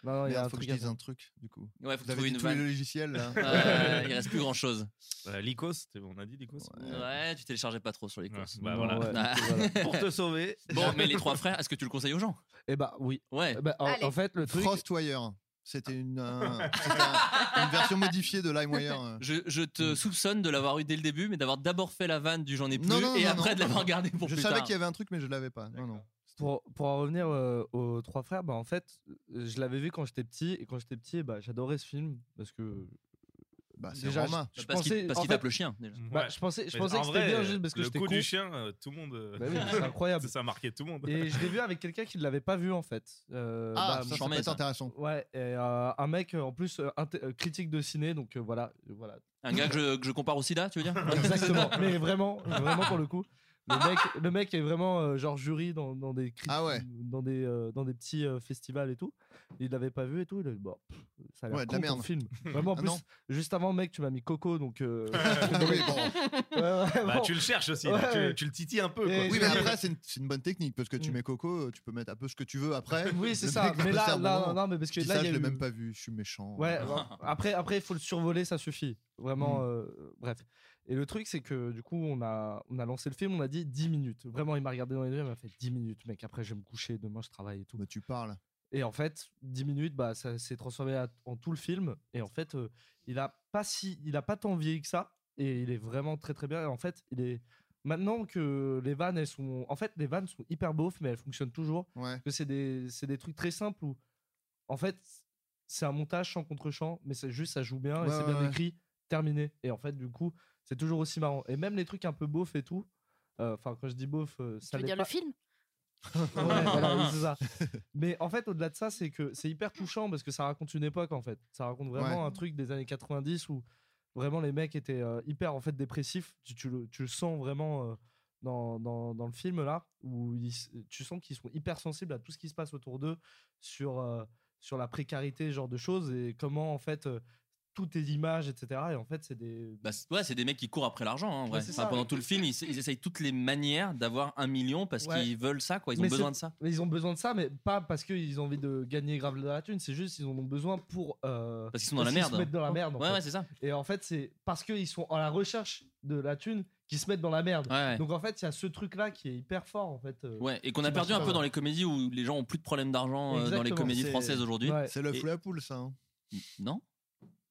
[SPEAKER 8] Non, non, il y a
[SPEAKER 5] Merde,
[SPEAKER 8] un
[SPEAKER 5] faut que
[SPEAKER 8] truc.
[SPEAKER 5] je
[SPEAKER 8] à
[SPEAKER 5] dise
[SPEAKER 8] faire.
[SPEAKER 5] un truc, du coup.
[SPEAKER 4] Ouais, faut
[SPEAKER 5] Vous avez
[SPEAKER 4] trouver
[SPEAKER 5] dit
[SPEAKER 4] une
[SPEAKER 5] tous les
[SPEAKER 4] vanne.
[SPEAKER 5] logiciels, là.
[SPEAKER 4] Euh, il reste plus grand chose.
[SPEAKER 7] Euh, Lycos, t'es- on a dit Lycos.
[SPEAKER 4] Ouais, tu téléchargeais pas trop sur les
[SPEAKER 7] Ouais,
[SPEAKER 4] courses.
[SPEAKER 7] bah,
[SPEAKER 8] Non,
[SPEAKER 7] voilà.
[SPEAKER 8] ouais, voilà.
[SPEAKER 7] Pour te sauver.
[SPEAKER 4] Bon, mais les trois frères, est-ce que tu le conseilles aux gens
[SPEAKER 8] Et bah, oui.
[SPEAKER 4] Ouais.
[SPEAKER 8] Eh bah, en,
[SPEAKER 6] Allez.
[SPEAKER 8] en fait, le truc.
[SPEAKER 5] Frostwire. C'était une, euh, c'était un- une version modifiée de LimeWire.
[SPEAKER 4] Je, je te soupçonne de l'avoir eu dès le début, mais d'avoir d'abord fait la vanne du j'en ai plus
[SPEAKER 5] Non, non,
[SPEAKER 4] et
[SPEAKER 5] non,
[SPEAKER 4] après
[SPEAKER 5] non.
[SPEAKER 4] de l'avoir gardé pour
[SPEAKER 5] je
[SPEAKER 4] plus
[SPEAKER 5] savais
[SPEAKER 4] tard.
[SPEAKER 5] qu'il y avait un truc, mais je l'avais pas. Non, non.
[SPEAKER 8] Pour, pour en revenir euh, aux trois frères, bah, en fait, euh, je l'avais vu quand j'étais petit. Et quand j'étais petit, bah, j'adorais ce film. Parce que.
[SPEAKER 5] Bah, c'est
[SPEAKER 8] Déjà,
[SPEAKER 5] Romain.
[SPEAKER 8] je, je
[SPEAKER 4] parce
[SPEAKER 8] pensais.
[SPEAKER 4] qu'il parce
[SPEAKER 8] en
[SPEAKER 4] qu'il
[SPEAKER 8] fait,
[SPEAKER 4] tape le chien déjà.
[SPEAKER 8] bah,
[SPEAKER 7] Ouais.
[SPEAKER 8] je pensais, je
[SPEAKER 7] Mais
[SPEAKER 8] pensais
[SPEAKER 7] en
[SPEAKER 8] que c'était
[SPEAKER 7] vrai,
[SPEAKER 8] bien juste parce que
[SPEAKER 7] le
[SPEAKER 8] j'étais
[SPEAKER 7] coup
[SPEAKER 8] con.
[SPEAKER 7] du chien, euh, tout le monde. euh,
[SPEAKER 8] Bah oui, mais c'est incroyable.
[SPEAKER 7] ça a marqué tout le monde.
[SPEAKER 8] Et je l'ai vu avec quelqu'un qui ne l'avait pas vu en fait. Euh,
[SPEAKER 5] Ah,
[SPEAKER 8] bah,
[SPEAKER 5] ça, ça
[SPEAKER 4] j'en
[SPEAKER 5] peut
[SPEAKER 4] mets
[SPEAKER 5] être
[SPEAKER 4] ça.
[SPEAKER 5] intéressant.
[SPEAKER 8] Ouais, et, euh, un mec euh, en plus euh, inté- euh, critique de ciné, donc euh, voilà, euh, voilà.
[SPEAKER 4] Un gars que je, que je compare au sida, tu veux dire
[SPEAKER 8] Exactement. Mais vraiment, vraiment pour le coup, le mec, le mec est vraiment euh, genre jury dans, dans des crit-
[SPEAKER 5] Ah ouais.
[SPEAKER 8] dans des euh, dans des petits euh, festivals et tout. Il l'avait pas vu et tout. Il a dit, bon, pff, ça a l'air
[SPEAKER 5] Ouais, de
[SPEAKER 8] con
[SPEAKER 5] la
[SPEAKER 8] ton
[SPEAKER 5] merde.
[SPEAKER 8] film. Vraiment en
[SPEAKER 5] Ah
[SPEAKER 8] plus,
[SPEAKER 5] non.
[SPEAKER 8] juste avant mec, tu m'as mis Coco, donc. euh,
[SPEAKER 5] Ah oui, bon.
[SPEAKER 8] ouais, ouais,
[SPEAKER 7] Bah,
[SPEAKER 8] bon.
[SPEAKER 7] tu le cherches aussi,
[SPEAKER 8] Ouais,
[SPEAKER 7] là, tu-
[SPEAKER 8] ouais.
[SPEAKER 7] tu, le titilles un peu.
[SPEAKER 8] Et
[SPEAKER 7] quoi.
[SPEAKER 5] Oui,
[SPEAKER 8] je
[SPEAKER 5] mais
[SPEAKER 8] l'ai-
[SPEAKER 5] après, c'est une, c'est une bonne technique parce que tu
[SPEAKER 8] Mm.
[SPEAKER 5] mets Coco, tu peux mettre un peu ce que tu veux après.
[SPEAKER 8] Oui, c'est
[SPEAKER 5] Le
[SPEAKER 8] ça.
[SPEAKER 5] mec va
[SPEAKER 8] Mais
[SPEAKER 5] passer
[SPEAKER 8] là,
[SPEAKER 5] un
[SPEAKER 8] là,
[SPEAKER 5] moment.
[SPEAKER 8] non, mais parce que
[SPEAKER 5] Je dis
[SPEAKER 8] là,
[SPEAKER 5] ça,
[SPEAKER 8] il y
[SPEAKER 5] je
[SPEAKER 8] a
[SPEAKER 5] l'ai
[SPEAKER 8] eu-
[SPEAKER 5] même pas vu, je suis méchant.
[SPEAKER 8] Ouais, bon, après, après, il faut le survoler, ça suffit. Vraiment,
[SPEAKER 5] Mm.
[SPEAKER 8] euh, bref. Et le truc, c'est que du coup, on a, on a lancé le film, on a dit 10 minutes. Vraiment, il m'a regardé dans les yeux, il m'a fait 10 minutes, mec. Après, je vais me coucher, demain, je travaille et tout.
[SPEAKER 5] Bah, tu parles.
[SPEAKER 8] Et en fait, 10 minutes, bah, ça s'est transformé à- en tout le film. Et en fait, euh, il a pas si, il a pas tant vieilli que ça. Et il est vraiment très très bien. Et en fait, il est maintenant que les vannes, elles sont, en fait, les vannes sont hyper beaufs, mais elles fonctionnent toujours.
[SPEAKER 5] Ouais.
[SPEAKER 8] Parce que c'est des, c'est des trucs très simples où, en fait, c'est un montage champ contre champ, mais c'est juste, ça joue bien et
[SPEAKER 5] Ouais,
[SPEAKER 8] c'est
[SPEAKER 5] ouais,
[SPEAKER 8] bien
[SPEAKER 5] ouais.
[SPEAKER 8] écrit, terminé. Et en fait, du coup, c'est toujours aussi marrant. Et même les trucs un peu beaufs et tout. euh, Enfin, quand je dis beauf, euh,
[SPEAKER 6] Tu
[SPEAKER 8] ça
[SPEAKER 6] veux
[SPEAKER 8] l'est
[SPEAKER 6] dire
[SPEAKER 8] pas-
[SPEAKER 6] le film
[SPEAKER 8] Ouais, voilà, oui, c'est ça. Mais en fait, au-delà de ça, c'est que c'est hyper touchant parce que ça raconte une époque en fait. Ça raconte vraiment
[SPEAKER 5] Ouais.
[SPEAKER 8] un truc des années 90 où vraiment les mecs étaient euh, hyper en fait dépressifs. Tu, tu le, tu le sens vraiment euh, dans, dans, dans le film là où ils s- tu sens qu'ils sont hyper sensibles à tout ce qui se passe autour d'eux sur euh, sur la précarité, ce genre de choses, et comment en fait euh, toutes les images, etc. Et en fait, c'est des.
[SPEAKER 4] Bah, c'est- ouais, c'est des mecs qui courent après l'argent. hein, en vrai.
[SPEAKER 8] Ouais, c'est
[SPEAKER 4] Enfin,
[SPEAKER 8] ça.
[SPEAKER 4] pendant tout le film, ils, ils essayent toutes les manières d'avoir un million parce
[SPEAKER 8] Ouais.
[SPEAKER 4] qu'ils veulent ça, quoi. Ils ont
[SPEAKER 8] Mais
[SPEAKER 4] besoin
[SPEAKER 8] c'est-
[SPEAKER 4] de ça.
[SPEAKER 8] mais Ils ont besoin de ça, mais pas parce qu'ils ont envie de gagner grave de la thune, c'est juste qu'ils en ont besoin pour. euh,
[SPEAKER 4] Parce qu'ils sont dans la
[SPEAKER 8] se
[SPEAKER 4] merde.
[SPEAKER 8] mettent dans la merde. en
[SPEAKER 4] Ouais,
[SPEAKER 8] fait.
[SPEAKER 4] ouais, c'est ça.
[SPEAKER 8] Et en fait, c'est parce qu'ils sont à la recherche de la thune qu'ils se mettent dans la merde.
[SPEAKER 4] Ouais, ouais.
[SPEAKER 8] Donc en fait, il y a ce truc-là qui est hyper fort en fait. euh,
[SPEAKER 4] Ouais, et qu'on
[SPEAKER 8] qui
[SPEAKER 4] a
[SPEAKER 8] marche
[SPEAKER 4] perdu un
[SPEAKER 8] pas
[SPEAKER 4] peu
[SPEAKER 8] mal.
[SPEAKER 4] dans les comédies où les gens ont plus de problèmes d'argent euh, dans les
[SPEAKER 8] Exactement,
[SPEAKER 4] comédies
[SPEAKER 8] c'est-
[SPEAKER 4] françaises aujourd'hui.
[SPEAKER 8] ouais.
[SPEAKER 5] C'est le
[SPEAKER 4] Et-
[SPEAKER 5] fou la poule, ça. hein.
[SPEAKER 4] Non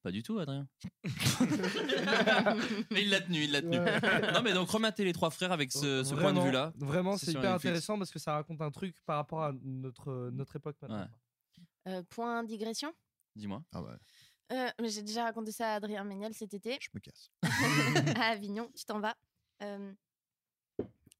[SPEAKER 4] Pas du tout, Adrien. mais il l'a tenu, il l'a tenu.
[SPEAKER 8] Ouais.
[SPEAKER 4] Non, mais donc rematez les trois frères avec ce, ce point de
[SPEAKER 8] Vraiment,
[SPEAKER 4] vue-là.
[SPEAKER 8] Vraiment, c'est
[SPEAKER 4] sur
[SPEAKER 8] hyper
[SPEAKER 4] Netflix.
[SPEAKER 8] intéressant parce que ça raconte un truc par rapport à notre, euh, notre époque maintenant.
[SPEAKER 4] Ouais.
[SPEAKER 6] Euh, point digression.
[SPEAKER 4] Dis-moi.
[SPEAKER 5] Ah ouais,
[SPEAKER 6] Euh, mais J'ai déjà raconté ça à Adrien Méniel cet été.
[SPEAKER 5] je me casse.
[SPEAKER 6] à Avignon, tu t'en vas. Euh,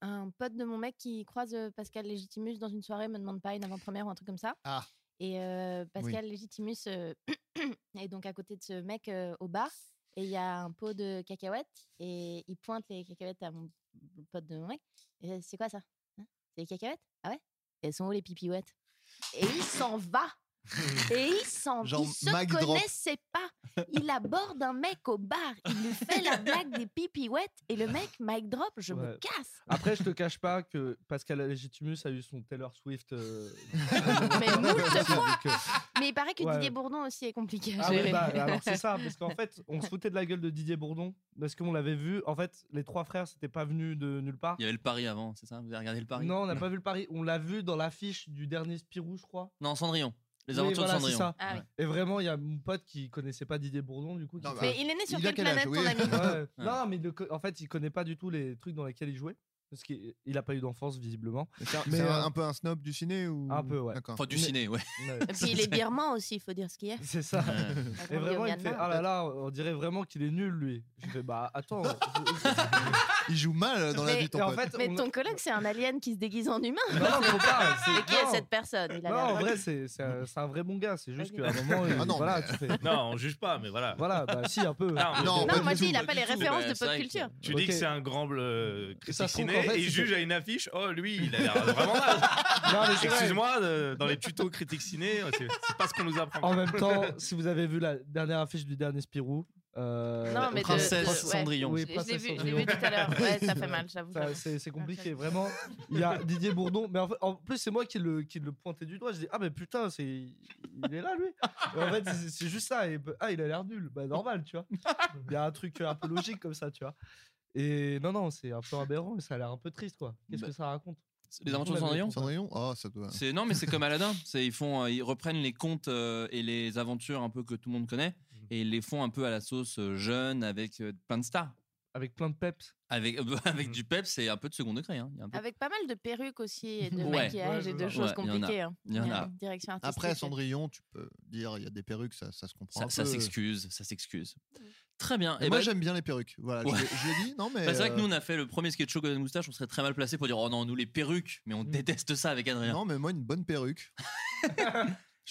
[SPEAKER 6] un pote de mon mec qui croise euh, Pascal Légitimus dans une soirée me demande pas une avant-première ou un truc comme ça.
[SPEAKER 5] Ah.
[SPEAKER 6] Et euh, Pascal Légitimus euh, est donc à côté de ce mec euh, au bar. Et il y a un pot de cacahuètes. Et il pointe les cacahuètes à mon pote de mon mec. Et c'est quoi ça Hein C'est les cacahuètes Ah ouais Et elles sont où les pipiouettes Et il s'en va et il s'en
[SPEAKER 5] Genre
[SPEAKER 6] il se
[SPEAKER 5] Mac Drop.
[SPEAKER 6] connaissait pas. Il aborde un mec au bar, il lui fait la blague des pipiouettes et le mec mic drop, je me
[SPEAKER 8] Ouais.
[SPEAKER 6] casse.
[SPEAKER 8] Après, je te cache pas que Pascal Legitimus a eu son Taylor Swift. euh,
[SPEAKER 6] Mais moult fois.
[SPEAKER 8] donc, euh,
[SPEAKER 6] Mais il paraît que
[SPEAKER 8] Ouais.
[SPEAKER 6] Didier Bourdon aussi est compliqué à
[SPEAKER 8] Ah ouais,
[SPEAKER 6] gérer.
[SPEAKER 8] bah, alors c'est ça, parce qu'en fait, on se foutait de la gueule de Didier Bourdon, parce qu'on l'avait vu. En fait, les trois frères, c'était pas venu de nulle part.
[SPEAKER 4] Il y avait le pari avant, c'est ça Vous avez regardé le pari
[SPEAKER 8] Non, on n'a pas vu le pari. On l'a vu dans l'affiche du dernier Spirou, je crois.
[SPEAKER 4] Non, Cendrillon. Les
[SPEAKER 8] Oui,
[SPEAKER 4] aventures
[SPEAKER 8] voilà,
[SPEAKER 4] de
[SPEAKER 8] c'est
[SPEAKER 4] Cendrillon.
[SPEAKER 8] ça.
[SPEAKER 6] Ah oui.
[SPEAKER 8] Et vraiment, il y a mon pote qui connaissait pas Didier Bourdon, du coup. qui
[SPEAKER 5] Non,
[SPEAKER 8] fait-
[SPEAKER 5] bah,
[SPEAKER 6] Mais il est né sur
[SPEAKER 5] il a
[SPEAKER 6] quelle
[SPEAKER 5] quel âge,
[SPEAKER 6] planète ton ami
[SPEAKER 5] oui.
[SPEAKER 8] Ouais, ouais. Non, mais il le co- en fait, il connaît pas du tout les trucs dans lesquels il jouait. Parce qu'il n'a pas eu d'enfance, visiblement.
[SPEAKER 5] Mais C'est un-
[SPEAKER 8] Mais,
[SPEAKER 5] c'est un,
[SPEAKER 8] euh,
[SPEAKER 5] un peu un snob du ciné ou
[SPEAKER 8] un peu, ouais.
[SPEAKER 5] D'accord.
[SPEAKER 4] Enfin, du
[SPEAKER 8] Mais-
[SPEAKER 4] ciné, ouais.
[SPEAKER 8] Ouais.
[SPEAKER 6] Et puis il est birman aussi, il faut dire ce qu'il est.
[SPEAKER 8] C'est ça.
[SPEAKER 4] Ouais.
[SPEAKER 6] Il a
[SPEAKER 8] Et
[SPEAKER 6] grandi au
[SPEAKER 8] vraiment, il me fait
[SPEAKER 6] Myanmar.
[SPEAKER 8] Ah là là, on dirait vraiment qu'il est nul, lui. Je fais Bah attends.
[SPEAKER 5] Il joue mal dans la
[SPEAKER 6] Mais-
[SPEAKER 5] vie, ton
[SPEAKER 8] Et en
[SPEAKER 5] pote.
[SPEAKER 8] fait,
[SPEAKER 6] Mais
[SPEAKER 8] on-
[SPEAKER 6] ton colloque, c'est un alien qui se déguise en humain.
[SPEAKER 8] Non, faut pas. c'est-
[SPEAKER 6] Mais qui est
[SPEAKER 8] non.
[SPEAKER 6] cette personne Il a
[SPEAKER 8] Non,
[SPEAKER 6] l'air
[SPEAKER 8] en
[SPEAKER 6] drôle.
[SPEAKER 8] vrai, c'est c'est un, c'est un vrai bon gars. C'est juste euh,
[SPEAKER 6] Ok.
[SPEAKER 8] qu'à un moment, il-
[SPEAKER 5] Ah non,
[SPEAKER 8] voilà,
[SPEAKER 5] mais-
[SPEAKER 8] tu fais.
[SPEAKER 7] Non, on juge pas, mais voilà.
[SPEAKER 8] Voilà, bah si, un peu.
[SPEAKER 7] Non,
[SPEAKER 5] Non,
[SPEAKER 6] Non,
[SPEAKER 5] pas
[SPEAKER 6] moi
[SPEAKER 5] du
[SPEAKER 6] je
[SPEAKER 5] tout,
[SPEAKER 6] dis, il a
[SPEAKER 4] pas
[SPEAKER 6] pas
[SPEAKER 4] du
[SPEAKER 6] les
[SPEAKER 4] tout,
[SPEAKER 6] références
[SPEAKER 4] bah,
[SPEAKER 6] de
[SPEAKER 4] c'est
[SPEAKER 6] pop
[SPEAKER 4] vrai que-
[SPEAKER 6] culture.
[SPEAKER 7] Tu
[SPEAKER 8] Ok.
[SPEAKER 7] dis que c'est un grand bleu euh,
[SPEAKER 8] Ça
[SPEAKER 7] critique
[SPEAKER 8] se trouve
[SPEAKER 7] ciné
[SPEAKER 8] qu'en fait,
[SPEAKER 7] et il
[SPEAKER 8] c'est-
[SPEAKER 7] juge à une affiche. Oh, lui, il a l'air vraiment naze.
[SPEAKER 8] Non, mais c'est vrai.
[SPEAKER 7] Excuse-moi, euh, dans les tutos critiques ciné, euh, c'est c'est pas ce qu'on nous apprend.
[SPEAKER 8] En même temps, si vous avez vu la dernière affiche du dernier Spirou, euh,
[SPEAKER 6] Non, mais de-
[SPEAKER 4] Princesse
[SPEAKER 6] de- ouais.
[SPEAKER 4] Cendrillon.
[SPEAKER 8] Oui,
[SPEAKER 6] Je l'ai- je l'ai
[SPEAKER 8] Princesse
[SPEAKER 6] vu, je l'ai
[SPEAKER 8] Cendrillon.
[SPEAKER 6] vu tout à l'heure. Ouais, ça fait mal, j'avoue.
[SPEAKER 8] ça-
[SPEAKER 6] j'avoue.
[SPEAKER 8] c'est c'est compliqué, vraiment. Il y a Didier Bourdon, mais en, fait- en plus, c'est moi qui le, qui le pointais du doigt. Je dis, ah, mais putain, c'est il est là, lui. Et en fait, c'est c'est juste ça. Et, bah, ah, il a l'air nul. Bah, normal, tu vois. Il y a un truc un peu logique comme ça, tu vois. Et non, non, c'est un peu aberrant, mais ça a l'air un peu triste, quoi. Qu'est-ce
[SPEAKER 4] Bah,
[SPEAKER 8] que ça raconte
[SPEAKER 4] Les aventures de Cendrillon
[SPEAKER 5] Cendrillon Oh, ça doit.
[SPEAKER 4] C'est non, mais c'est comme Aladdin. C'est ils font, euh, ils reprennent les contes euh, et les aventures un peu que tout le monde connaît
[SPEAKER 8] Mhm.
[SPEAKER 4] et ils les font un peu à la sauce euh, jeune avec euh, plein de stars,
[SPEAKER 8] Avec plein de peps.
[SPEAKER 4] avec avec
[SPEAKER 8] Mhm.
[SPEAKER 4] du pep, c'est un peu de second degré. hein. Il y a un peu-
[SPEAKER 6] Avec pas mal de perruques aussi et de
[SPEAKER 4] Ouais.
[SPEAKER 6] maquillage
[SPEAKER 8] Ouais,
[SPEAKER 6] et
[SPEAKER 8] je
[SPEAKER 6] de
[SPEAKER 8] vois.
[SPEAKER 6] choses
[SPEAKER 4] Ouais, il y en a.
[SPEAKER 6] compliquées. hein.
[SPEAKER 4] Il y en a.
[SPEAKER 6] une Direction artistique.
[SPEAKER 5] Après, Cendrillon, tu peux dire, il y a des perruques, ça, ça se comprend.
[SPEAKER 4] Ça,
[SPEAKER 5] un
[SPEAKER 4] ça
[SPEAKER 5] peu.
[SPEAKER 4] s'excuse, ça s'excuse. Très bien.
[SPEAKER 5] Mais
[SPEAKER 4] Eh
[SPEAKER 5] moi,
[SPEAKER 4] ben,
[SPEAKER 5] j'aime bien les perruques. Voilà,
[SPEAKER 4] Ouais.
[SPEAKER 5] je, l'ai- je l'ai dit. Non, mais.
[SPEAKER 4] bah, c'est vrai que
[SPEAKER 5] euh,
[SPEAKER 4] nous on a fait le premier sketch show Golden Moustache, on serait très mal placé pour dire oh non nous les perruques, mais on
[SPEAKER 8] Mm.
[SPEAKER 4] déteste ça avec Adrien.
[SPEAKER 5] euh, Non, mais moi, une bonne perruque. je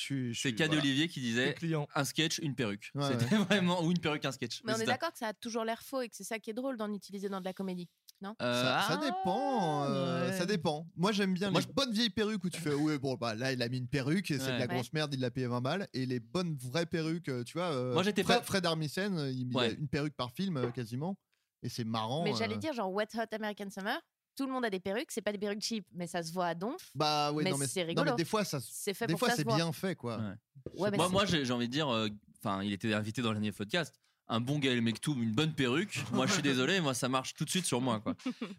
[SPEAKER 5] suis. je
[SPEAKER 4] C'est
[SPEAKER 5] suis-
[SPEAKER 4] Cad
[SPEAKER 5] voilà.
[SPEAKER 4] Olivier qui
[SPEAKER 8] Les
[SPEAKER 4] disait
[SPEAKER 8] clients.
[SPEAKER 4] un sketch une perruque.
[SPEAKER 5] Ouais,
[SPEAKER 4] C'était vraiment ou une perruque un sketch.
[SPEAKER 6] Mais on est
[SPEAKER 4] C'était-
[SPEAKER 6] d'accord que ça a toujours l'air faux et que c'est ça qui est drôle d'en utiliser dans de la comédie.
[SPEAKER 4] Euh,
[SPEAKER 5] Ça, ça
[SPEAKER 4] ah,
[SPEAKER 5] dépend, euh,
[SPEAKER 4] ouais.
[SPEAKER 5] ça dépend. Moi j'aime bien
[SPEAKER 4] Moi,
[SPEAKER 5] les bonnes vieilles perruques où tu fais ouais bon bah là il a mis une perruque et c'est
[SPEAKER 4] Ouais.
[SPEAKER 5] de la
[SPEAKER 6] Ouais.
[SPEAKER 5] grosse merde, il l'a payé 20 balles et les bonnes vraies perruques, euh, tu vois. euh,
[SPEAKER 4] Moi, j'étais
[SPEAKER 5] Fred,
[SPEAKER 4] pas-
[SPEAKER 5] Fred Armisen, euh, il met
[SPEAKER 4] Ouais.
[SPEAKER 5] une perruque par film euh, quasiment et c'est marrant.
[SPEAKER 6] mais
[SPEAKER 5] euh.
[SPEAKER 6] j'allais dire, genre, Wet Hot American Summer, tout le monde a des perruques, c'est pas des perruques cheap, mais ça se voit à donf.
[SPEAKER 5] Bah ouais
[SPEAKER 6] mais
[SPEAKER 5] non mais
[SPEAKER 6] c'est
[SPEAKER 5] non, mais
[SPEAKER 6] rigolo.
[SPEAKER 5] des fois ça, se-
[SPEAKER 6] C'est fait
[SPEAKER 5] des
[SPEAKER 6] pour
[SPEAKER 5] fois
[SPEAKER 6] que ça
[SPEAKER 5] c'est
[SPEAKER 6] se voit.
[SPEAKER 5] bien fait quoi.
[SPEAKER 4] Ouais.
[SPEAKER 6] Ouais, mais
[SPEAKER 4] moi,
[SPEAKER 6] c'est-
[SPEAKER 4] moi, j'ai j'ai envie de dire, euh, enfin, il était invité dans le dernier podcast. Un bon Gaël Mektoub, une bonne perruque. Moi, je suis désolé, moi, ça marche tout de suite sur moi. Quoi.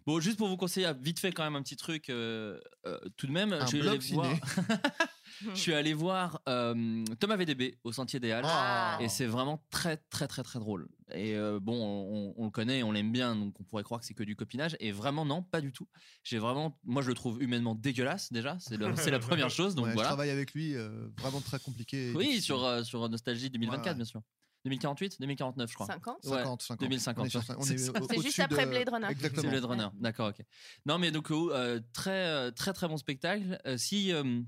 [SPEAKER 4] Bon, juste pour vous conseiller, vite fait, quand même, un petit truc. euh, euh, tout de même,
[SPEAKER 5] Un
[SPEAKER 4] je suis allé
[SPEAKER 5] bloc
[SPEAKER 4] voir,
[SPEAKER 5] ciné.
[SPEAKER 4] je suis allé voir euh, Thomas VDB au Sentier des Halles.
[SPEAKER 6] Ah.
[SPEAKER 4] Et c'est vraiment très, très, très, très drôle. Et euh, bon, on, on- on le connaît, on l'aime bien, donc on pourrait croire que c'est que du copinage. Et vraiment, non, pas du tout. J'ai vraiment, moi, je le trouve humainement dégueulasse déjà. C'est le- c'est la première chose. Donc
[SPEAKER 5] Ouais, Je
[SPEAKER 4] voilà.
[SPEAKER 5] travaille avec lui, euh, vraiment très compliqué. et
[SPEAKER 4] Oui,
[SPEAKER 5] difficile.
[SPEAKER 4] sur, euh, sur Nostalgie 2024,
[SPEAKER 5] Ouais, ouais.
[SPEAKER 4] bien sûr. 2048, 2049, je crois.
[SPEAKER 6] 50
[SPEAKER 4] Ouais,
[SPEAKER 5] 50, 50.
[SPEAKER 4] 2050,
[SPEAKER 5] On est sur ça, on
[SPEAKER 4] c'est
[SPEAKER 5] est
[SPEAKER 4] ça.
[SPEAKER 5] au-
[SPEAKER 6] C'est juste
[SPEAKER 5] au-dessus
[SPEAKER 6] après
[SPEAKER 5] de-
[SPEAKER 6] Blade Runner.
[SPEAKER 4] C'est
[SPEAKER 5] Exactement.
[SPEAKER 4] Blade Runner, d'accord, ok. Non, mais donc, euh, très, euh, très, très bon spectacle. Euh, si euh,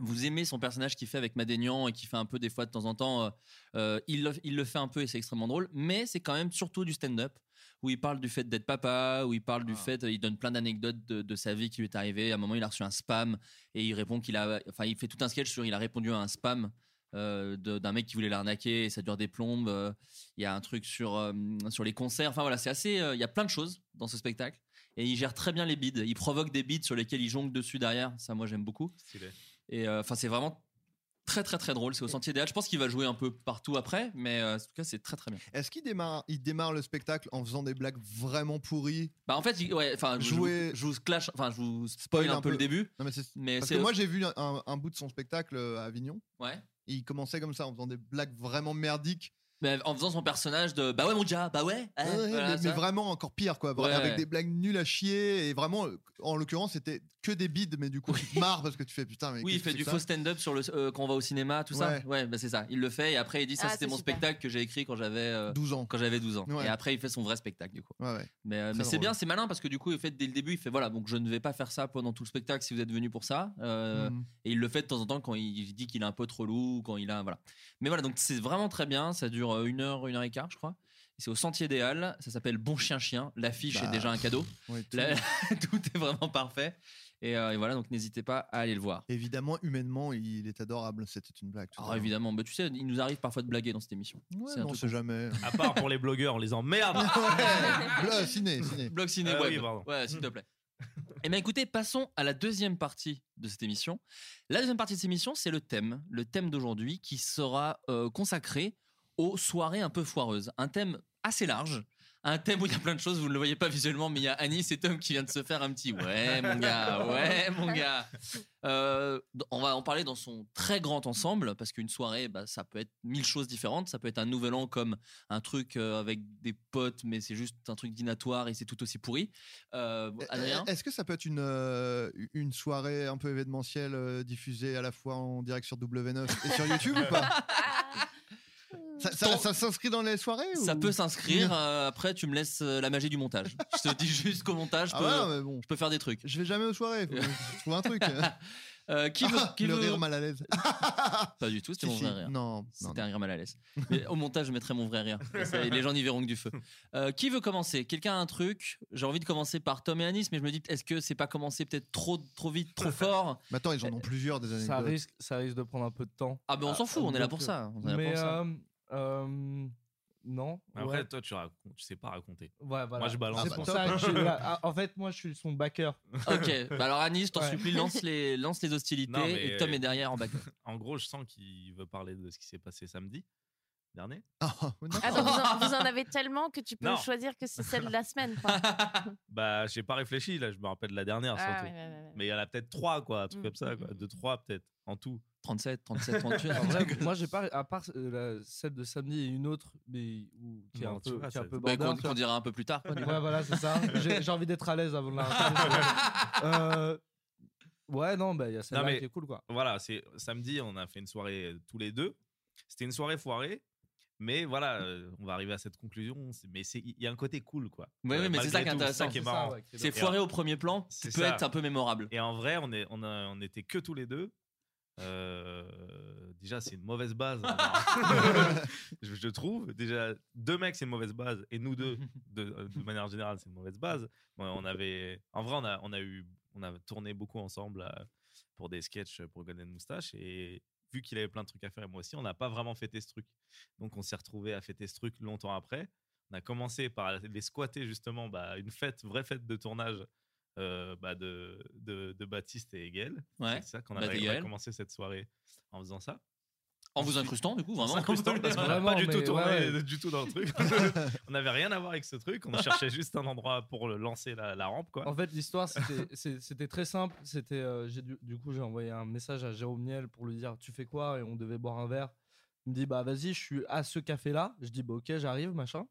[SPEAKER 4] vous aimez son personnage qui fait avec Madénian et qui fait un peu des fois de temps en temps, euh, euh, il, le, il le fait un peu et c'est extrêmement drôle, mais c'est quand même surtout du stand-up où il parle du fait d'être papa, où il parle du
[SPEAKER 7] Ah.
[SPEAKER 4] fait, euh, il donne plein d'anecdotes de, de sa vie qui lui est arrivée. À un moment, il a reçu un spam et il répond qu'il a, enfin, il fait tout un sketch sur il a répondu à un spam euh, de- d'un mec qui voulait l'arnaquer et ça dure des plombes. euh, Il y a un truc sur, euh, sur les concerts. Enfin voilà, c'est assez. euh, Il y a plein de choses dans ce spectacle. Et il gère très bien les bides. Il provoque des bides sur lesquels il jongle dessus derrière. Ça, moi, j'aime beaucoup.
[SPEAKER 7] Stylé.
[SPEAKER 4] Et euh, enfin, c'est vraiment très, très, très drôle. C'est au Sentier des Halles. Je pense qu'il va jouer un peu partout après, mais euh, en tout cas, c'est très, très bien.
[SPEAKER 5] Est-ce qu'il démarre, il démarre le spectacle en faisant des blagues vraiment pourries
[SPEAKER 4] Bah, en fait, il- ouais, enfin, je- je vous-
[SPEAKER 5] Jouer-
[SPEAKER 4] je vous clash, enfin, je vous spoil un, peu, le début.
[SPEAKER 5] Non, mais
[SPEAKER 4] mais
[SPEAKER 5] Parce
[SPEAKER 4] c'est
[SPEAKER 5] que moi, j'ai vu un, un- un bout de son spectacle euh, à Avignon.
[SPEAKER 4] Ouais.
[SPEAKER 5] Et il commençait comme ça, en faisant des blagues vraiment merdiques.
[SPEAKER 4] Mais en faisant son personnage de bah ouais, mon gars, bah ouais, eh,
[SPEAKER 5] Ouais, ouais,
[SPEAKER 4] voilà,
[SPEAKER 5] mais, mais
[SPEAKER 4] ça.
[SPEAKER 5] vraiment encore pire, quoi. vra-
[SPEAKER 4] Ouais,
[SPEAKER 5] avec
[SPEAKER 4] ouais.
[SPEAKER 5] des blagues nulles à chier. Et vraiment, euh, en l'occurrence, c'était que des bides, mais du coup, tu te marres parce que tu fais putain, mais.
[SPEAKER 4] Oui, il
[SPEAKER 5] qu'est-ce
[SPEAKER 4] fait
[SPEAKER 5] que
[SPEAKER 4] du
[SPEAKER 5] c'est
[SPEAKER 4] faux
[SPEAKER 5] que ça
[SPEAKER 4] stand-up sur le euh, quand on va au cinéma, tout
[SPEAKER 5] Ouais.
[SPEAKER 4] ça. Ouais, bah c'est ça. Il le fait et après il dit ça
[SPEAKER 5] Ah,
[SPEAKER 4] c'était
[SPEAKER 5] c'est
[SPEAKER 4] mon
[SPEAKER 5] super.
[SPEAKER 4] spectacle que j'ai écrit quand j'avais euh,
[SPEAKER 5] 12 ans.
[SPEAKER 4] Quand j'avais 12 ans.
[SPEAKER 5] Ouais.
[SPEAKER 4] Et après il fait son vrai spectacle du coup.
[SPEAKER 5] Ouais, ouais.
[SPEAKER 4] Mais, euh,
[SPEAKER 5] Très
[SPEAKER 4] mais c'est
[SPEAKER 5] drôle.
[SPEAKER 4] bien, c'est malin parce que du coup, il fait dès le début, il fait voilà, donc je ne vais pas faire ça pendant tout le spectacle si vous êtes venu pour ça. Euh,
[SPEAKER 5] Mhm.
[SPEAKER 4] Et il le fait de temps en temps quand il dit qu'il est un peu trop lourd, quand il a voilà. Mais voilà, donc c'est vraiment très bien. Ça dure euh, une heure, une heure et quart, je crois. C'est au Sentier des Halles. Ça s'appelle Bon Chien Chien. L'affiche
[SPEAKER 5] Bah,
[SPEAKER 4] est déjà un cadeau.
[SPEAKER 5] ouais, tout.
[SPEAKER 4] La- tout est vraiment parfait. Et, euh, et voilà, donc n'hésitez pas à aller le voir.
[SPEAKER 5] Évidemment, humainement, il est adorable. C'était une blague. tout à
[SPEAKER 4] Alors
[SPEAKER 5] l'heure.
[SPEAKER 4] Ah, évidemment, mais tu sais, il nous arrive parfois de blaguer dans cette émission.
[SPEAKER 5] Ouais,
[SPEAKER 4] un
[SPEAKER 5] mais on
[SPEAKER 4] truc qu'on-
[SPEAKER 5] sait
[SPEAKER 4] Ah,
[SPEAKER 5] jamais.
[SPEAKER 7] À part pour les blogueurs, on les emmerde.
[SPEAKER 8] Ah,
[SPEAKER 4] bah.
[SPEAKER 5] Bla- ciné, ciné.
[SPEAKER 4] Blog ciné
[SPEAKER 7] Ah oui,
[SPEAKER 4] web.
[SPEAKER 7] pardon.
[SPEAKER 4] ouais, s'il te plaît. Eh bien, écoutez, passons à la deuxième partie de cette émission. La deuxième partie de cette émission, c'est le thème. Le thème d'aujourd'hui qui sera euh, consacré aux soirées un peu foireuses. Un thème assez large. Un thème où il y a plein de choses, vous ne le voyez pas visuellement, mais il y a Anis et Tom qui viennent de se faire un petit Ouais, mon gars, ouais, mon gars. Euh, d- on va en parler dans son très grand ensemble parce qu'une soirée, bah, ça peut être mille choses différentes. Ça peut être un nouvel an comme un truc euh, avec des potes, mais c'est juste un truc dînatoire et c'est tout aussi pourri. Euh,
[SPEAKER 5] Eh,
[SPEAKER 4] Adrien
[SPEAKER 5] Est-ce que ça peut être une, euh, une soirée un peu événementielle euh, diffusée à la fois en direct sur W9 et sur YouTube ou pas Ça, ça- ça s'inscrit dans les soirées
[SPEAKER 4] Ça
[SPEAKER 5] eh, ou-
[SPEAKER 4] peut s'inscrire. euh, après, tu me laisses euh, la magie du montage. Je te dis juste qu'au montage, je
[SPEAKER 5] Ah
[SPEAKER 4] peux,
[SPEAKER 5] ouais, mais bon.
[SPEAKER 4] je peux faire des trucs.
[SPEAKER 5] Je vais jamais aux soirées, faut- je trouve un truc.
[SPEAKER 4] Euh, qui veut, qui
[SPEAKER 5] Ah, Le
[SPEAKER 4] veut-
[SPEAKER 5] rire mal à l'aise.
[SPEAKER 4] Pas du tout, c'était
[SPEAKER 5] Si,
[SPEAKER 4] mon
[SPEAKER 5] si.
[SPEAKER 4] vrai rire.
[SPEAKER 5] Non,
[SPEAKER 4] C'était un rire mal à l'aise. Mais au montage, je mettrai mon vrai rire. Ça, Les gens n'y verront que du feu. Euh, qui veut commencer Quelqu'un a un truc J'ai envie de commencer par Tom et Anis, mais je me dis, est-ce que c'est pas commencer peut-être trop, trop vite, trop fort
[SPEAKER 5] Mais attends, ils en
[SPEAKER 4] Euh,
[SPEAKER 5] ont plusieurs des années.
[SPEAKER 8] Ça risque, ça risque de prendre un peu de temps.
[SPEAKER 4] Ah, ben on s'en fout, on est là pour ça. On est là
[SPEAKER 8] mais
[SPEAKER 4] pour ça.
[SPEAKER 8] euh, euh, non.
[SPEAKER 7] Après,
[SPEAKER 8] ouais.
[SPEAKER 7] toi, tu, racontes- tu sais pas raconter.
[SPEAKER 8] Ouais, voilà.
[SPEAKER 7] Moi, je balance.
[SPEAKER 8] C'est pour ça que je suis là. Ah, En fait, moi, je suis son backer.
[SPEAKER 4] Ok, bah alors Anis, je t'en
[SPEAKER 8] Ouais.
[SPEAKER 4] supplie, lance les, lance les hostilités
[SPEAKER 7] Non, mais-
[SPEAKER 4] et Tom est derrière en bac.
[SPEAKER 7] En gros, je sens qu'il veut parler de ce qui s'est passé samedi dernier.
[SPEAKER 5] Ah,
[SPEAKER 6] Attends, Ah, vous en, vous en avez tellement que tu peux
[SPEAKER 7] Non.
[SPEAKER 6] choisir que c'est celle de la semaine. quoi.
[SPEAKER 7] Bah, j'ai pas réfléchi, là, je me rappelle de la dernière
[SPEAKER 6] Ah,
[SPEAKER 7] surtout.
[SPEAKER 6] ouais, ouais, ouais, ouais.
[SPEAKER 7] Mais il y en a peut-être trois, quoi, un truc
[SPEAKER 6] Mm,
[SPEAKER 7] comme ça, quoi. Deux, trois, peut-être, en tout.
[SPEAKER 4] 37, 37, 38.
[SPEAKER 8] En vrai, moi, j'ai pas, à part euh, la- celle de samedi et une autre, mais où- qui est
[SPEAKER 7] Non,
[SPEAKER 8] un
[SPEAKER 7] tu
[SPEAKER 8] peu,
[SPEAKER 7] vois,
[SPEAKER 8] qui est un
[SPEAKER 7] ça-
[SPEAKER 8] peu
[SPEAKER 4] Bah,
[SPEAKER 8] border,
[SPEAKER 4] qu'on
[SPEAKER 8] tu vois.
[SPEAKER 4] qu'on dira un peu plus tard. quoi, du coup.
[SPEAKER 8] Ouais, voilà, c'est ça. J'ai j'ai envie d'être à l'aise avant de la raconter. Euh, Ouais, non, bah, il y a
[SPEAKER 7] Non,
[SPEAKER 8] celle-là
[SPEAKER 7] mais-
[SPEAKER 8] qui est cool, quoi.
[SPEAKER 7] Voilà, c'est samedi, on a fait une soirée euh, tous les deux. C'était une soirée foirée. Mais
[SPEAKER 4] Mmh.
[SPEAKER 7] voilà, euh, on va arriver à cette conclusion. c'est- Mais c'est- il y a un côté cool, quoi.
[SPEAKER 4] Oui, oui, mais
[SPEAKER 7] malgré
[SPEAKER 4] c'est ça qui est
[SPEAKER 7] tout,
[SPEAKER 4] intéressant.
[SPEAKER 7] qui est
[SPEAKER 8] C'est ça,
[SPEAKER 7] marrant.
[SPEAKER 8] ouais, qui est
[SPEAKER 4] C'est
[SPEAKER 7] drôle.
[SPEAKER 4] foiré au premier plan,
[SPEAKER 7] C'est
[SPEAKER 4] peut
[SPEAKER 7] ça.
[SPEAKER 4] être un peu mémorable.
[SPEAKER 7] Et en vrai, on, est, on, a- on était que tous les deux. Euh, déjà, c'est une mauvaise base. hein. je, je trouve. Déjà, deux mecs, c'est une mauvaise base. Et nous deux, de, euh, de manière générale, c'est une mauvaise base. Ouais, on avait, en vrai, on a, on a eu, on a tourné beaucoup ensemble euh, pour des sketchs pour Golden Moustache. Et vu qu'il avait plein de trucs à faire, et moi aussi, on n'a pas vraiment fêté ce truc. Donc, on s'est retrouvé à fêter ce truc longtemps après. On a commencé par les squatter justement, bah, une fête, vraie fête de tournage euh, bah, de, de, de Baptiste et Hegel.
[SPEAKER 4] Ouais,
[SPEAKER 7] C'est ça qu'on
[SPEAKER 4] Bat
[SPEAKER 7] a,
[SPEAKER 4] et
[SPEAKER 7] on a
[SPEAKER 4] Hegel.
[SPEAKER 7] commencé cette soirée en faisant ça.
[SPEAKER 4] En vous
[SPEAKER 7] Ensuite-
[SPEAKER 4] incrustant, du coup,
[SPEAKER 7] En
[SPEAKER 4] vraiment.
[SPEAKER 7] s'incrustant, parce qu'on n'a
[SPEAKER 8] Vraiment,
[SPEAKER 7] pas du tout
[SPEAKER 8] mais
[SPEAKER 7] tourné
[SPEAKER 8] ouais, ouais.
[SPEAKER 7] du tout dans le truc. on n'avait rien à voir avec ce truc. On cherchait juste un endroit pour le lancer la, la rampe, quoi.
[SPEAKER 8] En fait, l'histoire, c'était- c'est- c'était très simple. C'était, euh, j'ai du, du coup, j'ai envoyé un message à Jérôme Niel pour lui dire Tu fais quoi Et on devait boire un verre. Il me dit Bah, vas-y, je suis à ce café-là. Je dis Bah, ok, j'arrive, machin.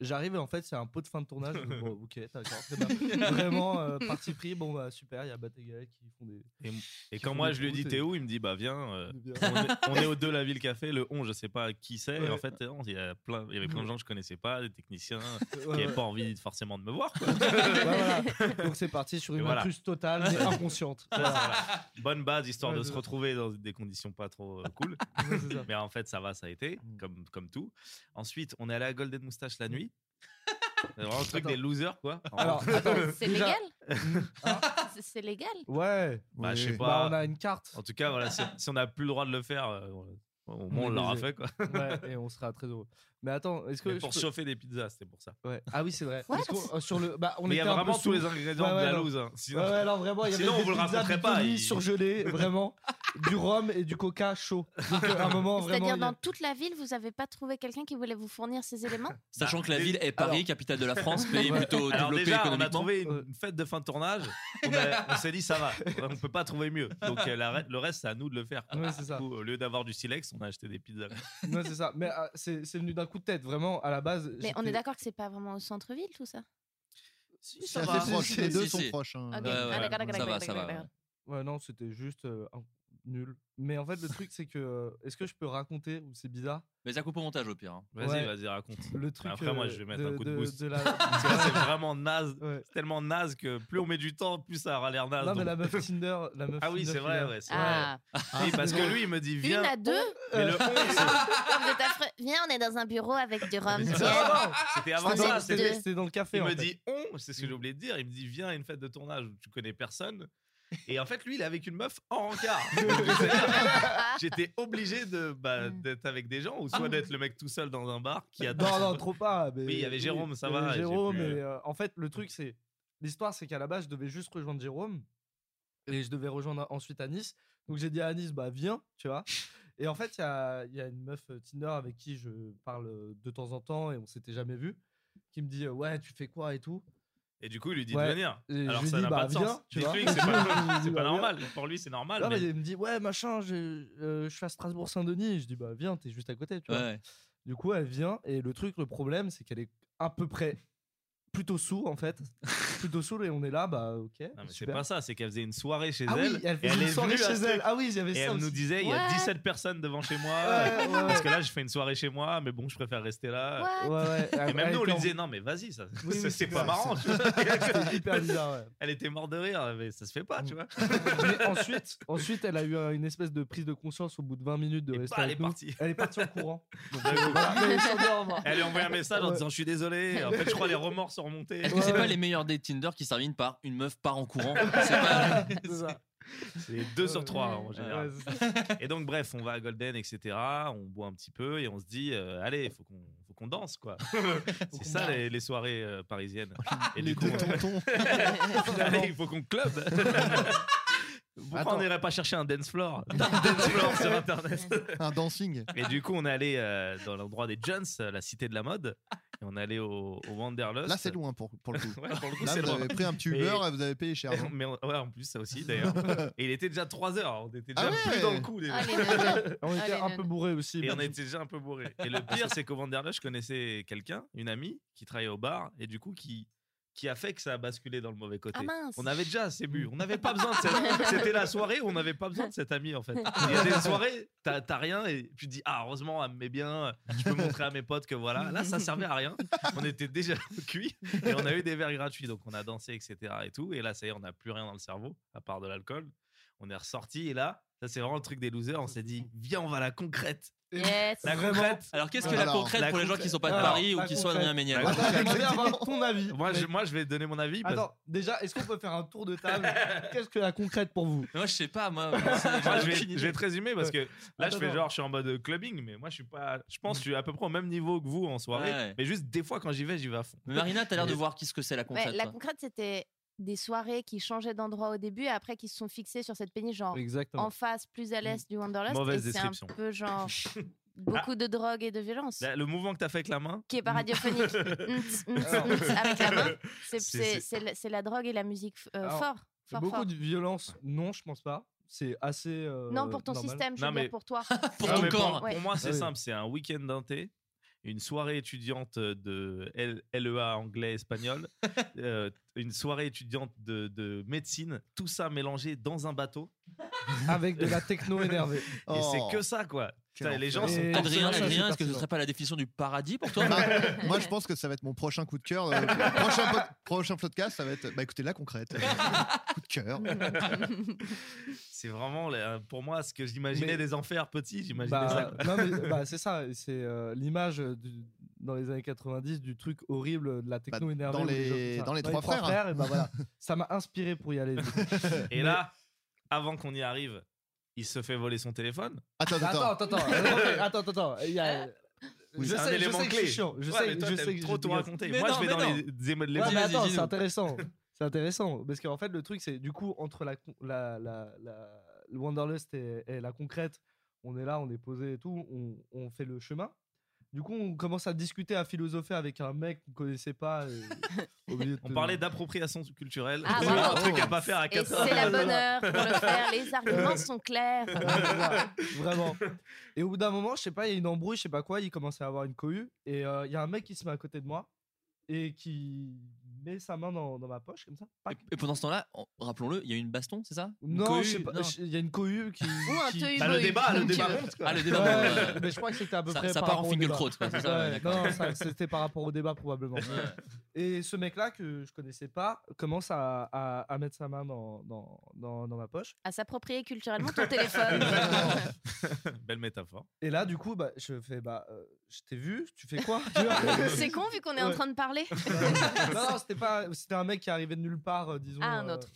[SPEAKER 8] J'arrive et en fait, c'est un pot de fin de tournage. Je dis, bon, ok, d'accord, très bien. Vraiment, euh, parti pris. Bon, bah, super, il y a Batega qui font des.
[SPEAKER 7] Et, et
[SPEAKER 8] qui
[SPEAKER 7] quand
[SPEAKER 8] font
[SPEAKER 7] moi
[SPEAKER 8] des
[SPEAKER 7] je lui dis
[SPEAKER 8] routes
[SPEAKER 7] t'es
[SPEAKER 8] et-
[SPEAKER 7] où, il me dit bah viens, euh,
[SPEAKER 8] Bien.
[SPEAKER 7] on, est, on est au 2 la ville café, le 11 je sais pas qui c'est. Et en
[SPEAKER 8] Ouais.
[SPEAKER 7] fait non, il y a plein, il y avait plein de gens que je connaissais pas, des techniciens qui
[SPEAKER 8] Ouais,
[SPEAKER 7] n'avaient
[SPEAKER 8] ouais.
[SPEAKER 7] pas envie forcément de me voir. quoi.
[SPEAKER 8] Ouais, voilà. Donc, c'est parti sur
[SPEAKER 7] Et
[SPEAKER 8] une
[SPEAKER 7] voilà.
[SPEAKER 8] incruste totale, mais inconsciente.
[SPEAKER 7] Ça,
[SPEAKER 8] Voilà.
[SPEAKER 7] voilà. Bonne base histoire
[SPEAKER 8] Ouais,
[SPEAKER 7] de se
[SPEAKER 8] c'est ça.
[SPEAKER 7] retrouver dans des conditions pas trop euh, cool.
[SPEAKER 8] Ouais, c'est ça. Mm.
[SPEAKER 7] Mais en fait ça va, ça a été comme comme tout. Ensuite on est allé à Golden Moustache la nuit. C'est vraiment le truc des losers quoi. En-
[SPEAKER 8] Alors, attends,
[SPEAKER 6] Ah, C'est
[SPEAKER 8] déjà- Hein
[SPEAKER 6] légal C'est- C'est légal
[SPEAKER 8] Ouais.
[SPEAKER 7] bah, je sais
[SPEAKER 5] Oui.
[SPEAKER 7] pas.
[SPEAKER 8] Bah, on a une carte.
[SPEAKER 7] En tout cas voilà, si, si on n'a plus le droit de le faire, euh, Au moins, on l'aura
[SPEAKER 8] baisés.
[SPEAKER 7] fait, quoi.
[SPEAKER 8] Ouais, et on sera très heureux. Mais attends, est-ce que.
[SPEAKER 7] Mais
[SPEAKER 8] je
[SPEAKER 7] pour
[SPEAKER 8] peux-
[SPEAKER 7] chauffer des pizzas, c'était pour ça.
[SPEAKER 8] Ouais. Ah oui, c'est vrai.
[SPEAKER 7] What
[SPEAKER 8] Parce qu'on- euh, sur le, bah, on
[SPEAKER 7] Mais il y a
[SPEAKER 8] était un peu
[SPEAKER 7] vraiment tous
[SPEAKER 8] sous.
[SPEAKER 7] les ingrédients de la
[SPEAKER 8] non.
[SPEAKER 7] loose, hein. Sinon-
[SPEAKER 8] Ouais, ouais, alors vraiment, il y avait
[SPEAKER 7] Sinon, on
[SPEAKER 8] des
[SPEAKER 7] vous le
[SPEAKER 8] pizzas
[SPEAKER 7] raconterait pas,
[SPEAKER 8] Bifoli
[SPEAKER 7] il-
[SPEAKER 8] surgelées, vraiment, du rhum et du coca chaud. Donc, à un moment, vraiment.
[SPEAKER 6] C'est-à-dire,
[SPEAKER 8] il y a-
[SPEAKER 6] dans toute la ville, vous n'avez pas trouvé quelqu'un qui voulait vous fournir ces éléments
[SPEAKER 4] Sachant que la ville est Paris, capitale de la France, pays
[SPEAKER 7] Ouais.
[SPEAKER 4] plutôt
[SPEAKER 7] Bah, Alors
[SPEAKER 4] développé
[SPEAKER 7] déjà, on a
[SPEAKER 4] économiquement.
[SPEAKER 7] trouvé une une fête de fin de tournage. On, a- on s'est dit, ça va, on peut pas trouver mieux. Donc euh, la re- le reste, c'est à nous de le faire. quoi.
[SPEAKER 8] Ouais, c'est
[SPEAKER 7] Du coup, au lieu d'avoir du silex, on a acheté des pizzas.
[SPEAKER 8] Non, c'est ça. Mais euh, c'est c'est venu d'un coup de tête, vraiment, à la base.
[SPEAKER 6] Mais on
[SPEAKER 8] j'étais-
[SPEAKER 6] est d'accord que c'est pas vraiment au centre-ville tout ça
[SPEAKER 5] ça va. assez proche, les deux sont proches, hein.
[SPEAKER 6] Ok, ah,
[SPEAKER 4] bah,
[SPEAKER 6] d'accord, d'accord, d'accord, d'accord, d'accord.
[SPEAKER 8] Ouais, non, c'était juste euh, un- nul. Mais en fait, le truc, c'est que. euh, Est-ce que je peux raconter ou c'est bizarre
[SPEAKER 4] Mais ça coupe au montage au pire. hein.
[SPEAKER 7] Vas-y,
[SPEAKER 8] Ouais.
[SPEAKER 7] vas-y, raconte.
[SPEAKER 8] Le truc,
[SPEAKER 7] Bah, Après, moi,
[SPEAKER 8] euh,
[SPEAKER 7] je vais mettre
[SPEAKER 8] de-
[SPEAKER 7] un coup de,
[SPEAKER 8] de-
[SPEAKER 7] boost.
[SPEAKER 8] de la-
[SPEAKER 7] Parce que là, c'est vraiment naze.
[SPEAKER 8] Ouais.
[SPEAKER 7] C'est tellement naze que plus on met du temps, plus ça aura l'air naze.
[SPEAKER 8] Non, mais
[SPEAKER 7] donc-
[SPEAKER 8] la meuf Tinder. La meuf
[SPEAKER 7] Ah oui,
[SPEAKER 8] Tinder
[SPEAKER 7] c'est
[SPEAKER 8] qui
[SPEAKER 7] vrai,
[SPEAKER 8] l'a-
[SPEAKER 7] ouais, c'est
[SPEAKER 6] Ah.
[SPEAKER 7] vrai. Oui, parce que lui, il me dit, viens.
[SPEAKER 6] Une à deux
[SPEAKER 7] Mais le
[SPEAKER 6] Vous êtes affreux. Viens, on est dans un bureau avec du rhum. tiède.
[SPEAKER 7] C'était avant
[SPEAKER 6] C'était
[SPEAKER 7] ça,
[SPEAKER 6] dans-
[SPEAKER 7] c'était
[SPEAKER 6] c'était
[SPEAKER 8] dans le café,
[SPEAKER 7] Il
[SPEAKER 8] en
[SPEAKER 7] me
[SPEAKER 8] fait.
[SPEAKER 7] dit on, c'est ce que j'ai oublié de dire. Il me dit viens à une fête de tournage où tu connais personne. Et en fait, lui, il est avec une meuf en rencard. J'étais obligé de bah, d'être avec des gens ou soit d'être le mec tout seul dans un bar qui attend.
[SPEAKER 8] Mm. Ah Non, non, trop pas. mais-
[SPEAKER 7] Oui, il y avait Jérôme, ça
[SPEAKER 8] il y avait
[SPEAKER 7] va, j'ai
[SPEAKER 8] Jérôme,
[SPEAKER 7] plus-
[SPEAKER 8] et, euh, en fait, le truc, c'est. L'histoire, c'est qu'à la base, je devais juste rejoindre Jérôme. Et je devais rejoindre ensuite à Nice. Donc j'ai dit à Nice, bah viens, tu vois. Et en fait, il y a, il y a une meuf euh, Tinder avec qui je parle euh, de temps en temps et on s'était jamais vu, qui me dit euh, ouais, tu fais quoi et tout.
[SPEAKER 7] Et du coup, il lui dit
[SPEAKER 8] Ouais.
[SPEAKER 7] de venir.
[SPEAKER 8] Et je
[SPEAKER 7] Alors
[SPEAKER 8] lui
[SPEAKER 7] ça
[SPEAKER 8] dis,
[SPEAKER 7] n'a
[SPEAKER 8] bah,
[SPEAKER 7] pas de
[SPEAKER 8] viens,
[SPEAKER 7] sens.
[SPEAKER 8] tu
[SPEAKER 7] Il
[SPEAKER 8] vois.
[SPEAKER 7] explique, C'est
[SPEAKER 8] Je
[SPEAKER 7] pas,
[SPEAKER 8] lui
[SPEAKER 7] Ah, c'est
[SPEAKER 8] dis,
[SPEAKER 7] pas
[SPEAKER 8] bah,
[SPEAKER 7] normal. Pour lui, c'est normal.
[SPEAKER 8] Non, mais
[SPEAKER 7] mais-
[SPEAKER 8] il me dit ouais machin, je, euh, je suis à Strasbourg Saint-Denis. Et Je dis bah viens, t'es juste à côté, tu vois.
[SPEAKER 4] Ouais.
[SPEAKER 8] Du coup elle vient et le truc, le problème c'est qu'elle est à peu près plutôt sourde en fait, plutôt sourde et on est là bah ok.
[SPEAKER 7] Non, mais c'est
[SPEAKER 8] super.
[SPEAKER 7] pas ça, c'est qu'elle faisait une soirée chez
[SPEAKER 8] Ah oui,
[SPEAKER 7] elle.
[SPEAKER 8] elle
[SPEAKER 7] et
[SPEAKER 8] faisait une
[SPEAKER 7] est
[SPEAKER 8] soirée
[SPEAKER 7] venue à
[SPEAKER 8] chez
[SPEAKER 7] ce
[SPEAKER 8] elle.
[SPEAKER 7] truc.
[SPEAKER 8] Ah oui, il y avait
[SPEAKER 7] Et
[SPEAKER 8] ça
[SPEAKER 7] elle nous
[SPEAKER 8] aussi.
[SPEAKER 7] disait il y a
[SPEAKER 8] Ouais.
[SPEAKER 7] 17 personnes devant chez moi.
[SPEAKER 8] Ouais, ouais,
[SPEAKER 7] Parce
[SPEAKER 8] ouais.
[SPEAKER 7] que là, je fais une soirée chez moi, mais bon, je préfère rester là.
[SPEAKER 6] Oh,
[SPEAKER 8] Ouais, ouais.
[SPEAKER 7] Et
[SPEAKER 8] Elle-
[SPEAKER 7] même
[SPEAKER 8] elle
[SPEAKER 7] nous, on lui
[SPEAKER 8] était en-
[SPEAKER 7] disait non, mais vas-y, ça,
[SPEAKER 8] Oui,
[SPEAKER 7] ça,
[SPEAKER 8] oui,
[SPEAKER 7] c'est
[SPEAKER 8] c'est
[SPEAKER 7] pas
[SPEAKER 8] ça,
[SPEAKER 7] marrant.
[SPEAKER 8] c'est-
[SPEAKER 7] tu vois.
[SPEAKER 8] C'était hyper bizarre, ouais.
[SPEAKER 7] Elle était morte de rire, mais ça se fait pas, tu
[SPEAKER 8] Mm.
[SPEAKER 7] vois.
[SPEAKER 8] Mais ensuite, ensuite, elle a eu euh, une espèce de prise de conscience au bout de 20 minutes de rester
[SPEAKER 7] bah, elle
[SPEAKER 8] avec
[SPEAKER 7] est
[SPEAKER 8] nous.
[SPEAKER 7] partie.
[SPEAKER 8] Elle est partie en courant. Donc,
[SPEAKER 7] D'un coup.
[SPEAKER 8] voilà, mais sans dire au revoir.
[SPEAKER 7] Elle lui a envoyé un message en
[SPEAKER 8] Ouais.
[SPEAKER 7] disant je suis désolé. En fait, je crois les remords sont remontés.
[SPEAKER 4] Est-ce que c'est pas les meilleurs dates Tinder qui se terminent par une meuf part en courant C'est pas-
[SPEAKER 8] C'est ça.
[SPEAKER 7] C'est 2 sur 3 en
[SPEAKER 8] Ouais,
[SPEAKER 7] général.
[SPEAKER 8] c'est ça.
[SPEAKER 7] Et donc, bref, on va à Golden, etc. On boit un petit peu et on se dit, euh, allez, faut qu'on faut qu'on danse, quoi. c'est ça les, les soirées euh, parisiennes. Et
[SPEAKER 5] Les
[SPEAKER 7] du coup,
[SPEAKER 5] deux tontons.
[SPEAKER 7] on- allez, il faut qu'on club. Pourquoi
[SPEAKER 5] Attends.
[SPEAKER 7] on n'irait pas chercher un dance floor Un dance floor sur internet.
[SPEAKER 5] Un dancing.
[SPEAKER 7] Et du coup, on est allé euh, dans l'endroit des Jones, euh, la cité de la mode. Et on est allé au, au Wanderlust.
[SPEAKER 5] Là, c'est loin pour, pour le coup.
[SPEAKER 7] Ouais, pour le coup,
[SPEAKER 5] Là,
[SPEAKER 7] c'est
[SPEAKER 5] vous
[SPEAKER 7] loin.
[SPEAKER 5] avez pris un petit
[SPEAKER 7] Et-
[SPEAKER 5] Uber et vous avez payé cher. hein.
[SPEAKER 7] Mais on- ouais, en plus, ça aussi d'ailleurs. Et il était déjà 3h, on était déjà
[SPEAKER 5] Ah ouais
[SPEAKER 7] plus dans le coup.
[SPEAKER 6] Ah, les nanas.
[SPEAKER 8] On était
[SPEAKER 6] Allez,
[SPEAKER 8] un
[SPEAKER 6] non,
[SPEAKER 8] peu
[SPEAKER 6] non.
[SPEAKER 8] bourrés aussi.
[SPEAKER 7] Et on était déjà un peu bourré. Et le pire, c'est qu'au Wanderlust, je connaissais quelqu'un, une amie, qui travaillait au bar et du coup qui qui a fait que ça a basculé dans le mauvais côté.
[SPEAKER 6] Ah, mince.
[SPEAKER 7] on avait déjà assez bu. On n'avait pas besoin de cette... C'était la soirée où on n'avait pas besoin de cet ami en fait.
[SPEAKER 8] Ah.
[SPEAKER 7] Il y a des soirées, t'as t'as rien et tu te dis ah heureusement elle me met bien. Je peux montrer à mes potes que voilà. Là ça servait à rien. On était déjà cuit et on a eu des verres gratuits donc on a dansé etc et tout. Et là ça y est on n'a plus rien dans le cerveau à part de l'alcool. On est ressorti et là ça c'est vraiment le truc des losers. On s'est dit viens on va à la concrète.
[SPEAKER 6] Yes.
[SPEAKER 7] La
[SPEAKER 8] Vraiment.
[SPEAKER 7] concrète.
[SPEAKER 4] Alors qu'est-ce que
[SPEAKER 5] Alors,
[SPEAKER 4] la concrète
[SPEAKER 7] la
[SPEAKER 4] pour les gens
[SPEAKER 7] concrète-
[SPEAKER 4] qui sont pas de
[SPEAKER 8] Alors,
[SPEAKER 4] Paris ou
[SPEAKER 8] la
[SPEAKER 4] qui sont à
[SPEAKER 8] concrète-
[SPEAKER 4] Damien Méniel
[SPEAKER 7] La
[SPEAKER 8] Attends, j'aimerais bien avoir ton avis.
[SPEAKER 7] Moi,
[SPEAKER 8] Mais- Ah,
[SPEAKER 7] je, moi, je vais donner mon avis. parce-
[SPEAKER 8] Attends, déjà, est-ce qu'on peut faire un tour de table Qu'est-ce que la concrète pour vous
[SPEAKER 4] Moi je sais pas, moi.
[SPEAKER 7] Moi, je, vais, je vais te résumer parce que là,
[SPEAKER 8] Attends,
[SPEAKER 7] je fais
[SPEAKER 8] attends.
[SPEAKER 7] genre, je suis en mode clubbing, mais moi, je suis pas. Je pense que je suis à peu près au même niveau que vous en soirée.
[SPEAKER 4] Ouais, ouais.
[SPEAKER 7] Mais juste des fois, quand j'y vais, j'y vais à fond.
[SPEAKER 4] Mais Marina, t'as l'air de voir qu'est-ce que c'est la hein.
[SPEAKER 6] Ouais,
[SPEAKER 4] concrète.
[SPEAKER 6] la
[SPEAKER 4] toi.
[SPEAKER 6] concrète, c'était des soirées qui changeaient d'endroit au début et après qui se sont fixées sur cette péniche, genre
[SPEAKER 8] Exactement.
[SPEAKER 6] en face, plus à l'est du Wanderlust.
[SPEAKER 7] Mauvaise
[SPEAKER 6] et c'est un
[SPEAKER 7] description.
[SPEAKER 6] peu genre beaucoup de drogue et de violence.
[SPEAKER 7] Là, le mouvement que t'as fait avec la main.
[SPEAKER 6] Qui est pas radiophonique. Ntz, ntz,
[SPEAKER 8] Alors.
[SPEAKER 6] ntz, avec la main. C'est-
[SPEAKER 7] C'est-
[SPEAKER 6] C'est
[SPEAKER 7] c'est-
[SPEAKER 6] c'est la, c'est la drogue et la musique euh,
[SPEAKER 8] Alors,
[SPEAKER 6] fort. fort,
[SPEAKER 8] Beaucoup
[SPEAKER 6] fort.
[SPEAKER 8] de violence, non, je pense pas. C'est assez. euh,
[SPEAKER 6] Non, pour ton
[SPEAKER 8] normal.
[SPEAKER 6] système, je
[SPEAKER 7] Non,
[SPEAKER 6] veux dire
[SPEAKER 7] mais-
[SPEAKER 6] pour toi. Ah,
[SPEAKER 4] Pour
[SPEAKER 7] Non,
[SPEAKER 4] ton
[SPEAKER 7] mais pour-
[SPEAKER 4] corps.
[SPEAKER 7] Pour,
[SPEAKER 6] Ouais.
[SPEAKER 7] moi, c'est
[SPEAKER 8] Ah oui.
[SPEAKER 7] simple. C'est un week-end d'inté, une soirée étudiante de L- LEA anglais espagnol, euh, une soirée étudiante de, de médecine. Tout ça mélangé dans un bateau.
[SPEAKER 8] Avec de la techno énervée.
[SPEAKER 7] Et
[SPEAKER 5] Oh.
[SPEAKER 7] c'est que ça, quoi.
[SPEAKER 5] Quel
[SPEAKER 7] Putain, les gens
[SPEAKER 8] enfer.
[SPEAKER 7] sont
[SPEAKER 8] Et-
[SPEAKER 4] Adrien,
[SPEAKER 8] ça, ça, c'est Ah,
[SPEAKER 4] Adrien, est-ce que ce
[SPEAKER 8] pertinent.
[SPEAKER 4] serait pas la définition du paradis pour toi
[SPEAKER 5] Bah, moi, je pense que ça va être mon prochain coup de cœur. euh, prochain, pod- prochain podcast, ça va être. Bah écoutez, la concrète. coup de cœur.
[SPEAKER 7] C'est vraiment, la- pour moi, ce que j'imaginais
[SPEAKER 8] Mais-
[SPEAKER 7] des enfers petits, j'imaginais ça.
[SPEAKER 8] Bah,
[SPEAKER 7] quoi.
[SPEAKER 8] non, mais, bah, c'est ça, et c'est euh, l'image euh, du- dans les années 90 du truc horrible de la techno
[SPEAKER 7] Bah,
[SPEAKER 8] énervée.
[SPEAKER 5] dans
[SPEAKER 8] où
[SPEAKER 5] les-
[SPEAKER 8] gens font ça.
[SPEAKER 5] dans les trois frères.
[SPEAKER 8] et bah, voilà. ça m'a inspiré pour y aller.
[SPEAKER 7] Et là, avant qu'on y arrive, il se fait voler son téléphone.
[SPEAKER 5] Attends,
[SPEAKER 8] attends, attends, attends, attends, attends, attends, il y a- je
[SPEAKER 7] Oui, c'est un
[SPEAKER 8] sais, je
[SPEAKER 7] élément
[SPEAKER 8] sais que je
[SPEAKER 7] clé.
[SPEAKER 8] suis chiant. Je
[SPEAKER 7] Ouais,
[SPEAKER 8] sais,
[SPEAKER 7] mais toi,
[SPEAKER 8] je
[SPEAKER 7] t'aimes
[SPEAKER 8] sais que
[SPEAKER 7] trop
[SPEAKER 8] je
[SPEAKER 7] tout
[SPEAKER 8] dégueule.
[SPEAKER 7] raconter. Mais Moi, je non, vais mais dans non. les- des modes- les
[SPEAKER 8] Ouais,
[SPEAKER 7] modes-
[SPEAKER 8] mais
[SPEAKER 7] Vas-y,
[SPEAKER 8] attends,
[SPEAKER 7] vas-y,
[SPEAKER 8] c'est
[SPEAKER 7] dis-nous.
[SPEAKER 8] intéressant. C'est intéressant parce qu'en fait, le truc, c'est du coup entre la con- la la, la- le Wanderlust et, et la concrète, on est là, on est posé et tout, on, on fait le chemin. Du coup, on commence à discuter, à philosopher avec un mec qu'on connaissait pas. et- au milieu de-
[SPEAKER 7] On parlait d'appropriation culturelle.
[SPEAKER 8] Ah,
[SPEAKER 7] C'est
[SPEAKER 8] bravo.
[SPEAKER 7] un truc à pas faire à
[SPEAKER 6] Et
[SPEAKER 7] 4
[SPEAKER 6] c'est la bonne heure pour le faire. Les arguments sont clairs.
[SPEAKER 8] Vraiment. Et au bout d'un moment, je sais pas, il y a une embrouille, je sais pas quoi, il commençait à avoir une cohue. Et euh, il y a un mec qui se met à côté de moi et qui met sa main dans, dans ma poche, comme ça. Pac.
[SPEAKER 4] Et pendant ce temps-là, en- rappelons-le, il y a eu une baston, c'est ça Une
[SPEAKER 8] Non,
[SPEAKER 4] cohue
[SPEAKER 8] je sais pas,
[SPEAKER 4] Non.
[SPEAKER 8] je- il y a une cohue qui.
[SPEAKER 6] Ou un
[SPEAKER 8] qui-
[SPEAKER 6] tehu Bah, le bohu, débat, le comme tu débat veux. monte, quoi.
[SPEAKER 4] Ah, le débat
[SPEAKER 8] Ouais,
[SPEAKER 4] monte, ouais.
[SPEAKER 8] Mais je crois que c'était à peu
[SPEAKER 4] Ça-
[SPEAKER 8] près.
[SPEAKER 4] ça
[SPEAKER 8] par
[SPEAKER 4] part en
[SPEAKER 8] rapport au
[SPEAKER 4] finger
[SPEAKER 8] débat.
[SPEAKER 4] crotte, quoi, c'est ça, ouais,
[SPEAKER 8] Ouais,
[SPEAKER 4] d'accord.
[SPEAKER 8] non, ça- c'était par rapport au débat, probablement. Et ce mec-là, que je connaissais pas, commence à, à, à mettre sa main dans, dans, dans, dans ma poche.
[SPEAKER 6] À s'approprier culturellement ton téléphone.
[SPEAKER 7] Belle métaphore.
[SPEAKER 8] Et là, du coup, bah, je fais bah, euh, je t'ai vu, tu fais quoi
[SPEAKER 6] c'est con vu qu'on est en train de parler.
[SPEAKER 8] Non, non, c'était pas, c'était un mec qui arrivait de nulle part, euh, disons.
[SPEAKER 6] Ah, un
[SPEAKER 8] euh,
[SPEAKER 6] autre.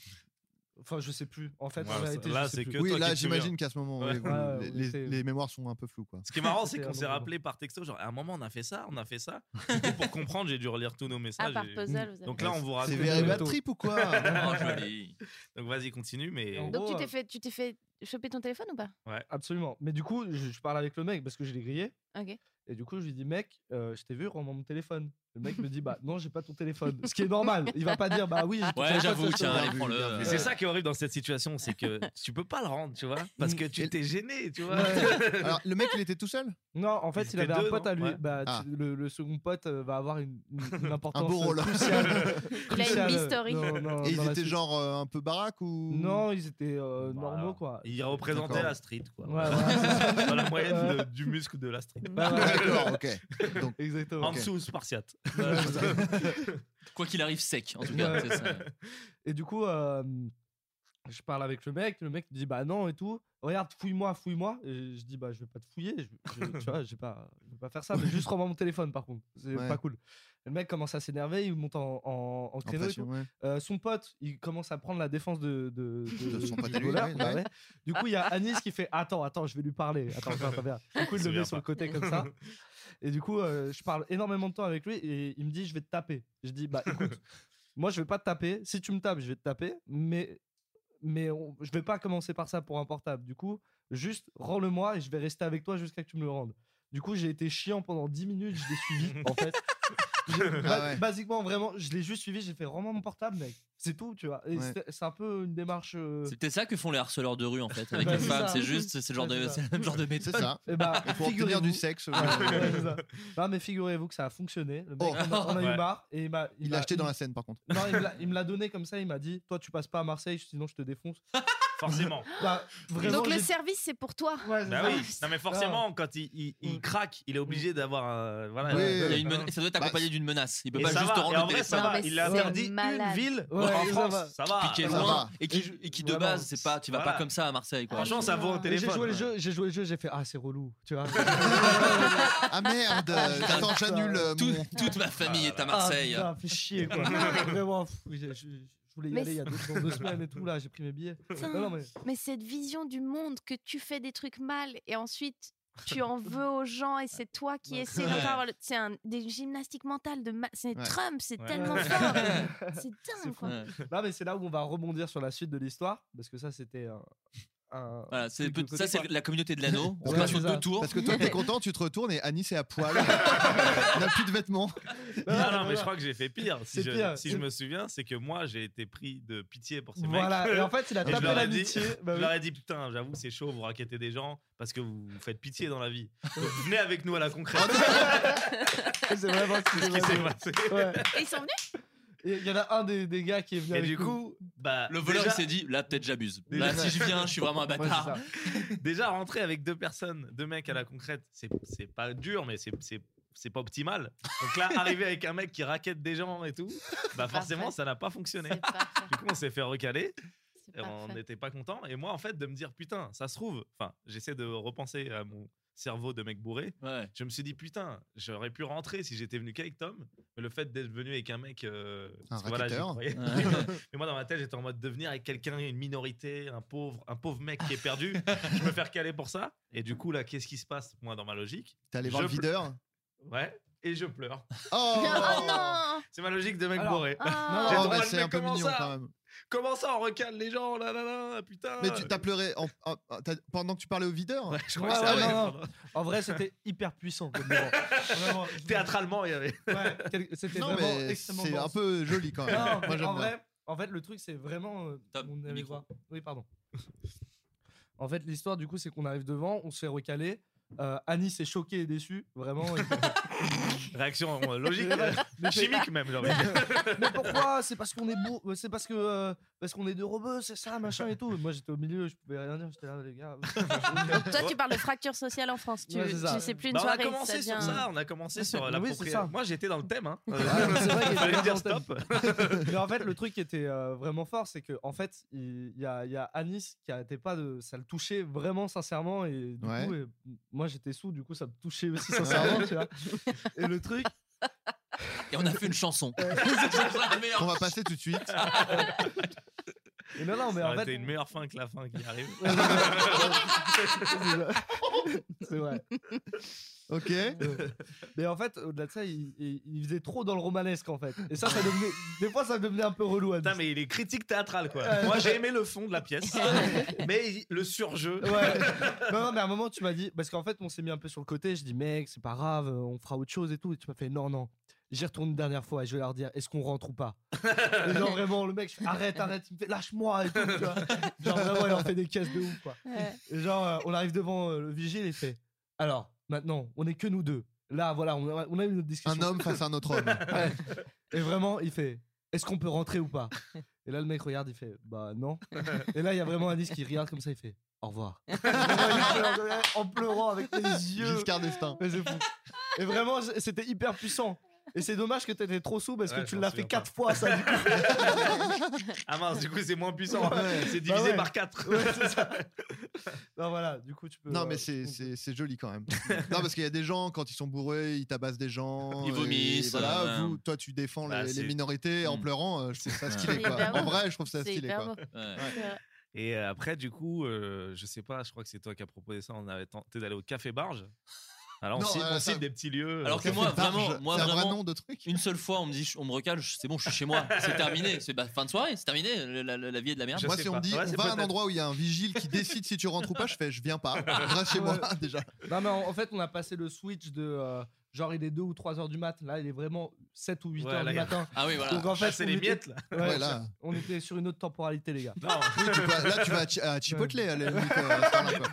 [SPEAKER 8] Enfin, je sais plus. En fait,
[SPEAKER 7] Ouais,
[SPEAKER 8] en
[SPEAKER 7] ça-
[SPEAKER 8] réalité,
[SPEAKER 7] là,
[SPEAKER 8] je sais
[SPEAKER 7] c'est
[SPEAKER 8] plus.
[SPEAKER 7] que
[SPEAKER 5] Oui,
[SPEAKER 7] toi qui
[SPEAKER 5] là,
[SPEAKER 7] te
[SPEAKER 5] j'imagine
[SPEAKER 7] souviens.
[SPEAKER 5] qu'à ce moment,
[SPEAKER 7] Ouais.
[SPEAKER 5] oui, vous-
[SPEAKER 8] Ouais, ouais,
[SPEAKER 5] les,
[SPEAKER 8] c'est-
[SPEAKER 5] les mémoires sont un peu floues. Quoi.
[SPEAKER 7] Ce qui est marrant, c'est
[SPEAKER 8] C'était
[SPEAKER 7] qu'on
[SPEAKER 8] un
[SPEAKER 7] s'est
[SPEAKER 8] bon
[SPEAKER 7] rappelé par texto, genre à un moment on a fait ça, on a fait ça. Du coup, pour comprendre, j'ai dû relire tous nos messages.
[SPEAKER 6] par
[SPEAKER 7] et-
[SPEAKER 6] puzzle, vous avez
[SPEAKER 7] Donc là, on vous
[SPEAKER 5] C'est
[SPEAKER 7] raconte.
[SPEAKER 5] Veribat Trip ou quoi
[SPEAKER 4] Oh, joli.
[SPEAKER 7] Donc vas-y, continue, mais.
[SPEAKER 6] Donc tu
[SPEAKER 8] Oh,
[SPEAKER 6] t'es
[SPEAKER 8] euh.
[SPEAKER 6] fait, tu t'es fait choper ton téléphone ou pas
[SPEAKER 7] Ouais.
[SPEAKER 8] Absolument. Mais du coup, je, je parle avec le mec parce que je l'ai grillé.
[SPEAKER 6] Ok.
[SPEAKER 8] Et du coup, je lui dis, mec, euh, je t'ai vu, rends-moi mon téléphone. Le mec me dit, bah non, j'ai pas ton téléphone. Ce qui est normal. Il va pas dire, bah oui, j'ai ton
[SPEAKER 4] Ouais,
[SPEAKER 8] téléphone,
[SPEAKER 4] j'avoue,
[SPEAKER 8] ça, ça,
[SPEAKER 4] tiens,
[SPEAKER 8] ça.
[SPEAKER 4] allez,
[SPEAKER 8] Euh.
[SPEAKER 4] prends-le.
[SPEAKER 7] Et c'est ça qui est horrible dans cette situation, c'est que tu peux pas le rendre, tu vois, parce que tu t'es gêné, tu vois.
[SPEAKER 5] Alors, le mec, il était tout seul
[SPEAKER 8] Non, en fait,
[SPEAKER 7] Ils
[SPEAKER 8] il avait
[SPEAKER 7] étaient
[SPEAKER 8] un
[SPEAKER 7] deux,
[SPEAKER 8] pote
[SPEAKER 7] non
[SPEAKER 8] à lui.
[SPEAKER 7] Ouais.
[SPEAKER 8] Bah, tu-
[SPEAKER 5] Ah.
[SPEAKER 8] le, le second pote euh, va avoir une, une- une importance euh,
[SPEAKER 5] beau rôle.
[SPEAKER 8] cruciale.
[SPEAKER 6] Il a une
[SPEAKER 8] cruciale,
[SPEAKER 6] B-story.
[SPEAKER 8] non, non,
[SPEAKER 5] Et ils
[SPEAKER 8] dans la
[SPEAKER 5] étaient
[SPEAKER 8] suite.
[SPEAKER 5] genre euh, un peu baraque ou
[SPEAKER 8] Non, ils étaient euh,
[SPEAKER 7] Voilà.
[SPEAKER 8] normaux, quoi.
[SPEAKER 7] Bah, Il représentait
[SPEAKER 5] D'accord.
[SPEAKER 7] la street, quoi.
[SPEAKER 8] Ouais, voilà, Euh. Bah, c'est ça.
[SPEAKER 7] Dans la moyenne
[SPEAKER 8] Ouais.
[SPEAKER 7] de- du muscle de la street.
[SPEAKER 8] Ouais, ouais,
[SPEAKER 5] D'accord, ok.
[SPEAKER 8] Exactement.
[SPEAKER 7] En dessous, spartiate.
[SPEAKER 8] Bah,
[SPEAKER 4] Quoi qu'il arrive sec, en tout cas.
[SPEAKER 8] Ouais.
[SPEAKER 4] c'est ça.
[SPEAKER 8] Et du coup, euh, je parle avec le mec. Le mec me dit bah non et tout. Regarde, fouille-moi, fouille-moi. Et je dis bah je vais pas te fouiller. Je, je- tu vois, je vais pas, je vais pas faire ça. Mais juste rends-moi mon téléphone par contre. C'est
[SPEAKER 5] Ouais.
[SPEAKER 8] pas cool. Et le mec commence à s'énerver. Il monte en, en, en
[SPEAKER 5] En
[SPEAKER 8] créneau. et
[SPEAKER 5] pression,
[SPEAKER 8] tout.
[SPEAKER 5] ouais.
[SPEAKER 8] Euh, son pote, il commence à prendre la défense de, de,
[SPEAKER 5] De son
[SPEAKER 8] du
[SPEAKER 5] pote à lui,
[SPEAKER 8] voleur,
[SPEAKER 5] ouais,
[SPEAKER 8] bah
[SPEAKER 5] ouais.
[SPEAKER 8] ouais. Du coup, il y a Anis qui fait Attends, attends, je vais lui parler. Attends, attends, attends, viens. Du coup,
[SPEAKER 7] Il
[SPEAKER 8] il le met
[SPEAKER 7] se souvient
[SPEAKER 8] sur le
[SPEAKER 7] pas.
[SPEAKER 8] côté comme ça. Et du coup, euh, je parle énormément de temps avec lui et il me dit Je vais te taper. Je dis Bah écoute, moi je vais pas te taper. Si tu me tapes, je vais te taper. Mais, mais on- je vais pas commencer par ça pour un portable. Du coup, juste rends-le-moi et je vais rester avec toi jusqu'à que tu me le rendes. Du coup, j'ai été chiant pendant 10 minutes. Je l'ai suivi en fait. J'ai- ba-
[SPEAKER 5] Ah ouais.
[SPEAKER 8] Bah, Basiquement, vraiment, je l'ai juste suivi. J'ai fait Rends-moi mon portable, mec. C'est tout, tu vois. Et
[SPEAKER 5] Ouais.
[SPEAKER 8] c'est- C'est un peu une démarche. euh,
[SPEAKER 4] C'est peut-être ça que font les harceleurs de rue, en fait, avec
[SPEAKER 8] Bah,
[SPEAKER 4] les
[SPEAKER 8] c'est
[SPEAKER 4] femmes.
[SPEAKER 8] ça.
[SPEAKER 4] C'est juste, c'est le, genre
[SPEAKER 8] Ouais, c'est
[SPEAKER 4] de-
[SPEAKER 8] ça.
[SPEAKER 4] c'est le même genre de méthode.
[SPEAKER 5] C'est ça.
[SPEAKER 8] Eh bah,
[SPEAKER 5] Pour obtenir du
[SPEAKER 8] figurez-vous- Ah,
[SPEAKER 5] sexe.
[SPEAKER 8] Ouais,
[SPEAKER 5] euh,
[SPEAKER 8] ouais, c'est ça. Non, ah, mais figurez-vous que ça a fonctionné. Le mec,
[SPEAKER 5] Oh.
[SPEAKER 8] on a, on a eu
[SPEAKER 7] Ouais.
[SPEAKER 8] marre et il m'a.
[SPEAKER 5] Il
[SPEAKER 8] m'a-
[SPEAKER 5] l'a acheté dans la scène, par contre.
[SPEAKER 8] Non, il me l'a- il me l'a donné comme ça. Il m'a dit Toi, tu passes pas à Marseille, sinon je te défonce.
[SPEAKER 7] Forcément.
[SPEAKER 8] Bah, vraiment,
[SPEAKER 6] Donc le
[SPEAKER 8] j'ai-
[SPEAKER 6] service c'est pour toi.
[SPEAKER 8] Ouais, c'est
[SPEAKER 7] Bah
[SPEAKER 8] ça.
[SPEAKER 7] oui. Non, mais forcément, quand il, il- il
[SPEAKER 8] Mm.
[SPEAKER 7] craque, il est obligé d'avoir un. Voilà.
[SPEAKER 5] Oui.
[SPEAKER 4] Il y a une
[SPEAKER 7] Et
[SPEAKER 4] mena- Ça doit être
[SPEAKER 5] Bah,
[SPEAKER 4] accompagné d'une menace. Il peut pas
[SPEAKER 7] ça
[SPEAKER 4] juste te
[SPEAKER 7] va. Et
[SPEAKER 4] rendre
[SPEAKER 7] en
[SPEAKER 4] le
[SPEAKER 7] vrai, ça
[SPEAKER 4] téléphone.
[SPEAKER 6] Non,
[SPEAKER 7] va.
[SPEAKER 6] mais
[SPEAKER 7] Il a
[SPEAKER 6] c'est
[SPEAKER 7] interdit une
[SPEAKER 6] malade.
[SPEAKER 7] ville
[SPEAKER 8] Ouais,
[SPEAKER 7] en
[SPEAKER 8] ça va.
[SPEAKER 7] France.
[SPEAKER 8] Ah,
[SPEAKER 7] Ça va.
[SPEAKER 4] Puis qui est
[SPEAKER 5] ça
[SPEAKER 4] loin
[SPEAKER 5] va.
[SPEAKER 4] et qui, et qui, de
[SPEAKER 8] Vraiment.
[SPEAKER 4] base, c'est pas, tu vas
[SPEAKER 7] Voilà.
[SPEAKER 4] pas comme ça à Marseille. Quoi.
[SPEAKER 7] Franchement, ça vaut un
[SPEAKER 8] Et
[SPEAKER 6] Et
[SPEAKER 8] J'ai
[SPEAKER 7] téléphone.
[SPEAKER 8] joué, le jeu, j'ai joué le jeu, j'ai fait Ah, c'est relou, tu vois.
[SPEAKER 5] Ah merde euh, Attends, j'annule euh,
[SPEAKER 4] Tout-
[SPEAKER 5] mon.
[SPEAKER 4] toute ma famille est à Marseille.
[SPEAKER 8] Ah, putain, fais chier, quoi. Vraiment, pff, j'ai- je, je voulais y
[SPEAKER 6] Mais
[SPEAKER 8] aller il y a deux, dans deux semaines et tout, là, j'ai pris mes billets. Non, non, mais.
[SPEAKER 6] Mais cette vision du monde que tu fais des trucs mal et ensuite tu en veux aux gens et c'est toi qui
[SPEAKER 8] Ouais.
[SPEAKER 6] essaies
[SPEAKER 4] Ouais.
[SPEAKER 6] d'en avoir le- C'est un, des gymnastiques mentales de. ma- C'est
[SPEAKER 5] Ouais.
[SPEAKER 6] Trump, c'est
[SPEAKER 7] Ouais.
[SPEAKER 6] tellement
[SPEAKER 8] Ouais.
[SPEAKER 6] fort. C'est dingue.
[SPEAKER 8] fou.
[SPEAKER 6] quoi.
[SPEAKER 4] Ouais.
[SPEAKER 8] Non, mais c'est là où on va rebondir sur la suite de l'histoire, parce que ça, c'était un. un
[SPEAKER 4] Voilà, c'est
[SPEAKER 8] truc de
[SPEAKER 4] peut-
[SPEAKER 8] côté,
[SPEAKER 4] ça, c'est
[SPEAKER 8] quoi.
[SPEAKER 4] la communauté de l'anneau. On
[SPEAKER 8] Ouais,
[SPEAKER 4] passe
[SPEAKER 8] c'est
[SPEAKER 4] aux
[SPEAKER 8] ça.
[SPEAKER 4] deux tours.
[SPEAKER 5] Parce que toi, t'es content, tu te retournes et Annie, c'est à poil. Il n'a plus de vêtements.
[SPEAKER 8] Non,
[SPEAKER 7] Non,
[SPEAKER 8] non,
[SPEAKER 7] non, mais
[SPEAKER 8] non.
[SPEAKER 7] je crois que j'ai fait pire.
[SPEAKER 8] C'est
[SPEAKER 7] Si, je,
[SPEAKER 8] pire.
[SPEAKER 7] si je me souviens, c'est que moi, j'ai été pris de pitié pour ces
[SPEAKER 8] Voilà,
[SPEAKER 7] mecs.
[SPEAKER 8] et en fait, il a
[SPEAKER 7] Et je
[SPEAKER 8] tapé
[SPEAKER 7] leur ai dit,
[SPEAKER 8] l'amitié. Bah
[SPEAKER 7] je
[SPEAKER 8] oui.
[SPEAKER 7] leur ai dit, putain, j'avoue, c'est chaud, vous raquettez des gens parce que vous vous faites pitié dans la vie. Donc, venez avec nous à la concrète.
[SPEAKER 8] C'est vraiment ce
[SPEAKER 7] Ah C'est ce
[SPEAKER 8] qui
[SPEAKER 7] qui
[SPEAKER 8] s'est
[SPEAKER 7] s'est passé.
[SPEAKER 8] passé. Ouais.
[SPEAKER 6] Et ils sont venus
[SPEAKER 8] Et il y en a un des, des gars qui est venu
[SPEAKER 7] Et
[SPEAKER 8] avec
[SPEAKER 7] du
[SPEAKER 8] nous.
[SPEAKER 7] coup, bah,
[SPEAKER 4] Le voleur, il
[SPEAKER 7] déjà,
[SPEAKER 4] s'est dit là, peut-être j'abuse.
[SPEAKER 7] Déjà-
[SPEAKER 4] Là, si je viens, je suis vraiment un
[SPEAKER 8] Ouais, c'est
[SPEAKER 4] bâtard.
[SPEAKER 8] ça.
[SPEAKER 7] déjà rentrer avec deux personnes, deux mecs à la concrète, c'est c'est pas dur, mais c'est- c'est c'est pas optimal. Donc là, arriver avec un mec qui raquette des gens et tout, bah forcément,
[SPEAKER 6] Parfait.
[SPEAKER 7] ça n'a pas fonctionné.
[SPEAKER 6] C'est parfait,
[SPEAKER 7] Du coup, on s'est fait recaler.
[SPEAKER 6] c'est
[SPEAKER 7] Et on
[SPEAKER 6] parfait.
[SPEAKER 7] n'était pas content. Et moi, en fait, de me dire, putain, ça se trouve, enfin, j'essaie de repenser à mon cerveau de mec bourré. Je me suis dit, putain, j'aurais pu rentrer si j'étais venu qu'avec Tom. Mais le fait d'être venu avec un mec. euh, parce que voilà, j'y
[SPEAKER 5] racketteur.
[SPEAKER 7] croyais.
[SPEAKER 5] Ouais.
[SPEAKER 7] mais moi, dans ma tête, j'étais en mode devenir avec quelqu'un, une minorité, un pauvre, un pauvre mec qui est perdu. je me faire caler pour ça. Et du coup, là, qu'est-ce qui se passe, moi, dans ma logique
[SPEAKER 5] T'es allé voir
[SPEAKER 7] Je
[SPEAKER 5] le
[SPEAKER 7] ple-
[SPEAKER 5] videur
[SPEAKER 7] Ouais. Et je pleure.
[SPEAKER 5] Oh,
[SPEAKER 7] C'est ma logique de mec
[SPEAKER 5] Alors-
[SPEAKER 7] bourré.
[SPEAKER 6] Oh.
[SPEAKER 5] Ah.
[SPEAKER 7] J'ai
[SPEAKER 5] Non,
[SPEAKER 7] Ah, le
[SPEAKER 5] en vrai,
[SPEAKER 7] droit de
[SPEAKER 5] c'est
[SPEAKER 7] me-
[SPEAKER 5] un peu
[SPEAKER 7] comment
[SPEAKER 5] mignon,
[SPEAKER 7] ça
[SPEAKER 5] quand même.
[SPEAKER 7] Comment ça, on recale les gens là, là, là, putain
[SPEAKER 5] Mais tu t'as pleuré en- en- en- t'as- pendant que tu parlais au videur
[SPEAKER 7] je
[SPEAKER 8] Ouais,
[SPEAKER 7] crois que
[SPEAKER 8] ouais,
[SPEAKER 7] c'est
[SPEAKER 8] non, non. En vrai, c'était hyper puissant comme moment. Vraiment, je-
[SPEAKER 7] Théâtralement, il y avait.
[SPEAKER 8] Ouais, quel- c'était
[SPEAKER 5] Non,
[SPEAKER 8] vraiment
[SPEAKER 5] mais
[SPEAKER 8] extrêmement
[SPEAKER 5] c'est
[SPEAKER 8] dense.
[SPEAKER 5] un peu joli quand même.
[SPEAKER 8] Non,
[SPEAKER 5] Moi, j'aime
[SPEAKER 8] en,
[SPEAKER 5] bien.
[SPEAKER 8] vrai, en fait, le truc, c'est vraiment. euh, on allait voir. Oui, pardon. En fait, l'histoire, du coup, c'est qu'on arrive devant, on se fait recaler. Euh, Annie s'est choquée et déçue, vraiment.
[SPEAKER 7] Réaction euh, logique,
[SPEAKER 8] Mais ouais, mais c'est-
[SPEAKER 7] chimique même, j'ai envie de dire.
[SPEAKER 8] Mais pourquoi C'est parce qu'on est beau, c'est parce que euh, parce qu'on est deux robeux, c'est ça, machin et tout. Moi, j'étais au milieu, je pouvais rien dire, j'étais là, les gars.
[SPEAKER 6] Toi, tu parles de fracture sociale en France. Tu,
[SPEAKER 8] Ouais, c'est ça.
[SPEAKER 6] tu sais plus une
[SPEAKER 7] Bah, on a
[SPEAKER 6] soirée.
[SPEAKER 7] commencé sur
[SPEAKER 6] devient-
[SPEAKER 7] ça, on a commencé sur la
[SPEAKER 8] Oui, c'est ça.
[SPEAKER 7] Moi j'étais dans le thème. Hein.
[SPEAKER 8] mais c'est vrai qu'il
[SPEAKER 7] Il fallait
[SPEAKER 8] était
[SPEAKER 7] me dire
[SPEAKER 8] dans le
[SPEAKER 7] stop.
[SPEAKER 8] Mais en fait, le truc qui était euh, vraiment fort, c'est que en fait, il il y, a, il y a Anis qui arrêtait pas de. Ça le touchait vraiment sincèrement. Et du
[SPEAKER 5] Ouais.
[SPEAKER 8] coup, et- moi j'étais sous, du coup, ça me touchait aussi sincèrement. tu vois. Et le truc.
[SPEAKER 4] Et on a fait une chanson. C'est la meilleure.
[SPEAKER 5] On va passer tout de suite.
[SPEAKER 8] Et non, non, mais
[SPEAKER 7] Ça
[SPEAKER 8] en
[SPEAKER 7] aurait été
[SPEAKER 8] fait.
[SPEAKER 7] une meilleure fin que la fin qui arrive.
[SPEAKER 8] c'est vrai.
[SPEAKER 5] Ok.
[SPEAKER 8] Euh, Mais en fait, au-delà de ça, il, il- il faisait trop dans le romanesque en fait. Et ça, ça devenait. Des fois, ça devenait un peu relou. Anis.
[SPEAKER 7] Putain, mais il est critique théâtral quoi.
[SPEAKER 8] Ouais.
[SPEAKER 7] Moi j'ai aimé le fond de la pièce, mais il- le surjeu.
[SPEAKER 8] Ouais. non, non, mais à un moment, tu m'as dit, parce qu'en fait, on s'est mis un peu sur le côté. Je dis, mec, c'est pas grave, euh, on fera autre chose et tout. Et tu m'as fait, non, non. J'y retourne une dernière fois et je vais leur dire, est-ce qu'on rentre ou pas Et Genre vraiment, le mec, je fais, arrête, arrête, il me fait, lâche-moi et tout. tu vois. Genre vraiment, il en fait des caisses de ouf, quoi.
[SPEAKER 6] Ouais.
[SPEAKER 8] Et genre, euh, on arrive devant euh, le vigile et il fait, alors, maintenant, on est que nous deux. Là, voilà, on a, on a eu notre discussion.
[SPEAKER 5] Un homme face à un autre homme.
[SPEAKER 8] Ouais. Et vraiment, il fait Est-ce qu'on peut rentrer ou pas Et là, le mec regarde, il fait Bah non. Et là, il y a vraiment un qui regarde comme ça, il fait Au revoir. Et vraiment, il pleurait en pleurant avec les yeux.
[SPEAKER 5] Giscard d'Estaing.
[SPEAKER 8] Mais c'est fou. Et vraiment, c- c'était hyper puissant. Et c'est dommage que t'étais trop sous parce
[SPEAKER 7] Ouais,
[SPEAKER 8] que
[SPEAKER 7] je
[SPEAKER 8] tu
[SPEAKER 7] m'en
[SPEAKER 8] l'as
[SPEAKER 7] souviens
[SPEAKER 8] fait
[SPEAKER 7] pas.
[SPEAKER 8] quatre fois, ça. du coup.
[SPEAKER 7] Ah mince, du coup c'est moins puissant.
[SPEAKER 8] Ouais.
[SPEAKER 7] C'est
[SPEAKER 8] Bah
[SPEAKER 7] divisé
[SPEAKER 8] ouais.
[SPEAKER 7] par 4.
[SPEAKER 8] Ouais, c'est ça. Non, voilà, du coup, tu peux.
[SPEAKER 5] Non,
[SPEAKER 8] euh,
[SPEAKER 5] mais c'est-
[SPEAKER 8] tu peux-
[SPEAKER 5] c'est c'est joli quand même. non, parce qu'il y a des gens, quand ils sont bourrés, ils tabassent des gens.
[SPEAKER 4] Ils
[SPEAKER 5] et
[SPEAKER 4] vomissent,
[SPEAKER 5] Voilà,
[SPEAKER 4] euh, ouais.
[SPEAKER 5] vous, toi, tu défends
[SPEAKER 7] Bah,
[SPEAKER 5] les, les
[SPEAKER 7] c'est-
[SPEAKER 5] minorités en
[SPEAKER 4] Mm.
[SPEAKER 5] pleurant. euh, Je trouve ça
[SPEAKER 6] C'est
[SPEAKER 5] stylé,
[SPEAKER 6] hyper
[SPEAKER 5] quoi. En
[SPEAKER 6] beau.
[SPEAKER 5] vrai, je trouve ça
[SPEAKER 6] C'est
[SPEAKER 5] stylé,
[SPEAKER 6] hyper
[SPEAKER 5] quoi.
[SPEAKER 6] beau.
[SPEAKER 4] Ouais.
[SPEAKER 6] C'est vrai.
[SPEAKER 7] Et euh, après, du coup, euh, je sais pas, je crois que c'est toi qui as proposé ça. On avait tenté d'aller au Café Barge. Alors, on,
[SPEAKER 5] Non,
[SPEAKER 7] cite,
[SPEAKER 5] euh,
[SPEAKER 7] on
[SPEAKER 5] ça-
[SPEAKER 7] cite des petits lieux.
[SPEAKER 4] Alors que
[SPEAKER 5] Café
[SPEAKER 4] moi,
[SPEAKER 5] Barge,
[SPEAKER 4] vraiment, moi,
[SPEAKER 5] c'est un vrai
[SPEAKER 4] vraiment,
[SPEAKER 5] nom de truc.
[SPEAKER 4] Une seule fois, on me dit, je- on me recale, je- c'est bon, je suis chez moi, c'est terminé, c'est bah, fin de soirée, c'est terminé, la, la- la vie est de la merde.
[SPEAKER 7] Je
[SPEAKER 5] Moi,
[SPEAKER 7] sais
[SPEAKER 5] si on
[SPEAKER 7] pas.
[SPEAKER 5] me dit,
[SPEAKER 7] Ouais,
[SPEAKER 5] on
[SPEAKER 7] c'est
[SPEAKER 5] va à un
[SPEAKER 7] peut-être.
[SPEAKER 5] endroit où il y a un vigile qui décide si tu rentres ou pas, je fais, je viens pas. Reste chez moi, déjà.
[SPEAKER 8] Non, mais en en fait, on a passé le switch de. euh, Genre, il est 2 ou 3 heures du mat. Là, il est vraiment 7 ou 8
[SPEAKER 7] Ouais,
[SPEAKER 8] heures
[SPEAKER 7] là,
[SPEAKER 8] du
[SPEAKER 7] il y a-
[SPEAKER 8] matin.
[SPEAKER 4] Ah oui, voilà.
[SPEAKER 8] Donc, en
[SPEAKER 7] Ah,
[SPEAKER 8] fait,
[SPEAKER 7] c'est
[SPEAKER 8] on
[SPEAKER 7] les
[SPEAKER 8] était-
[SPEAKER 7] miettes là.
[SPEAKER 8] Ouais,
[SPEAKER 5] Ouais, là.
[SPEAKER 8] On était sur une autre temporalité, les gars.
[SPEAKER 7] Non,
[SPEAKER 5] Oui, tu peux- là, tu vas à, Chi- à Chipotle, à la limite, euh, à ce temps-là, quoi.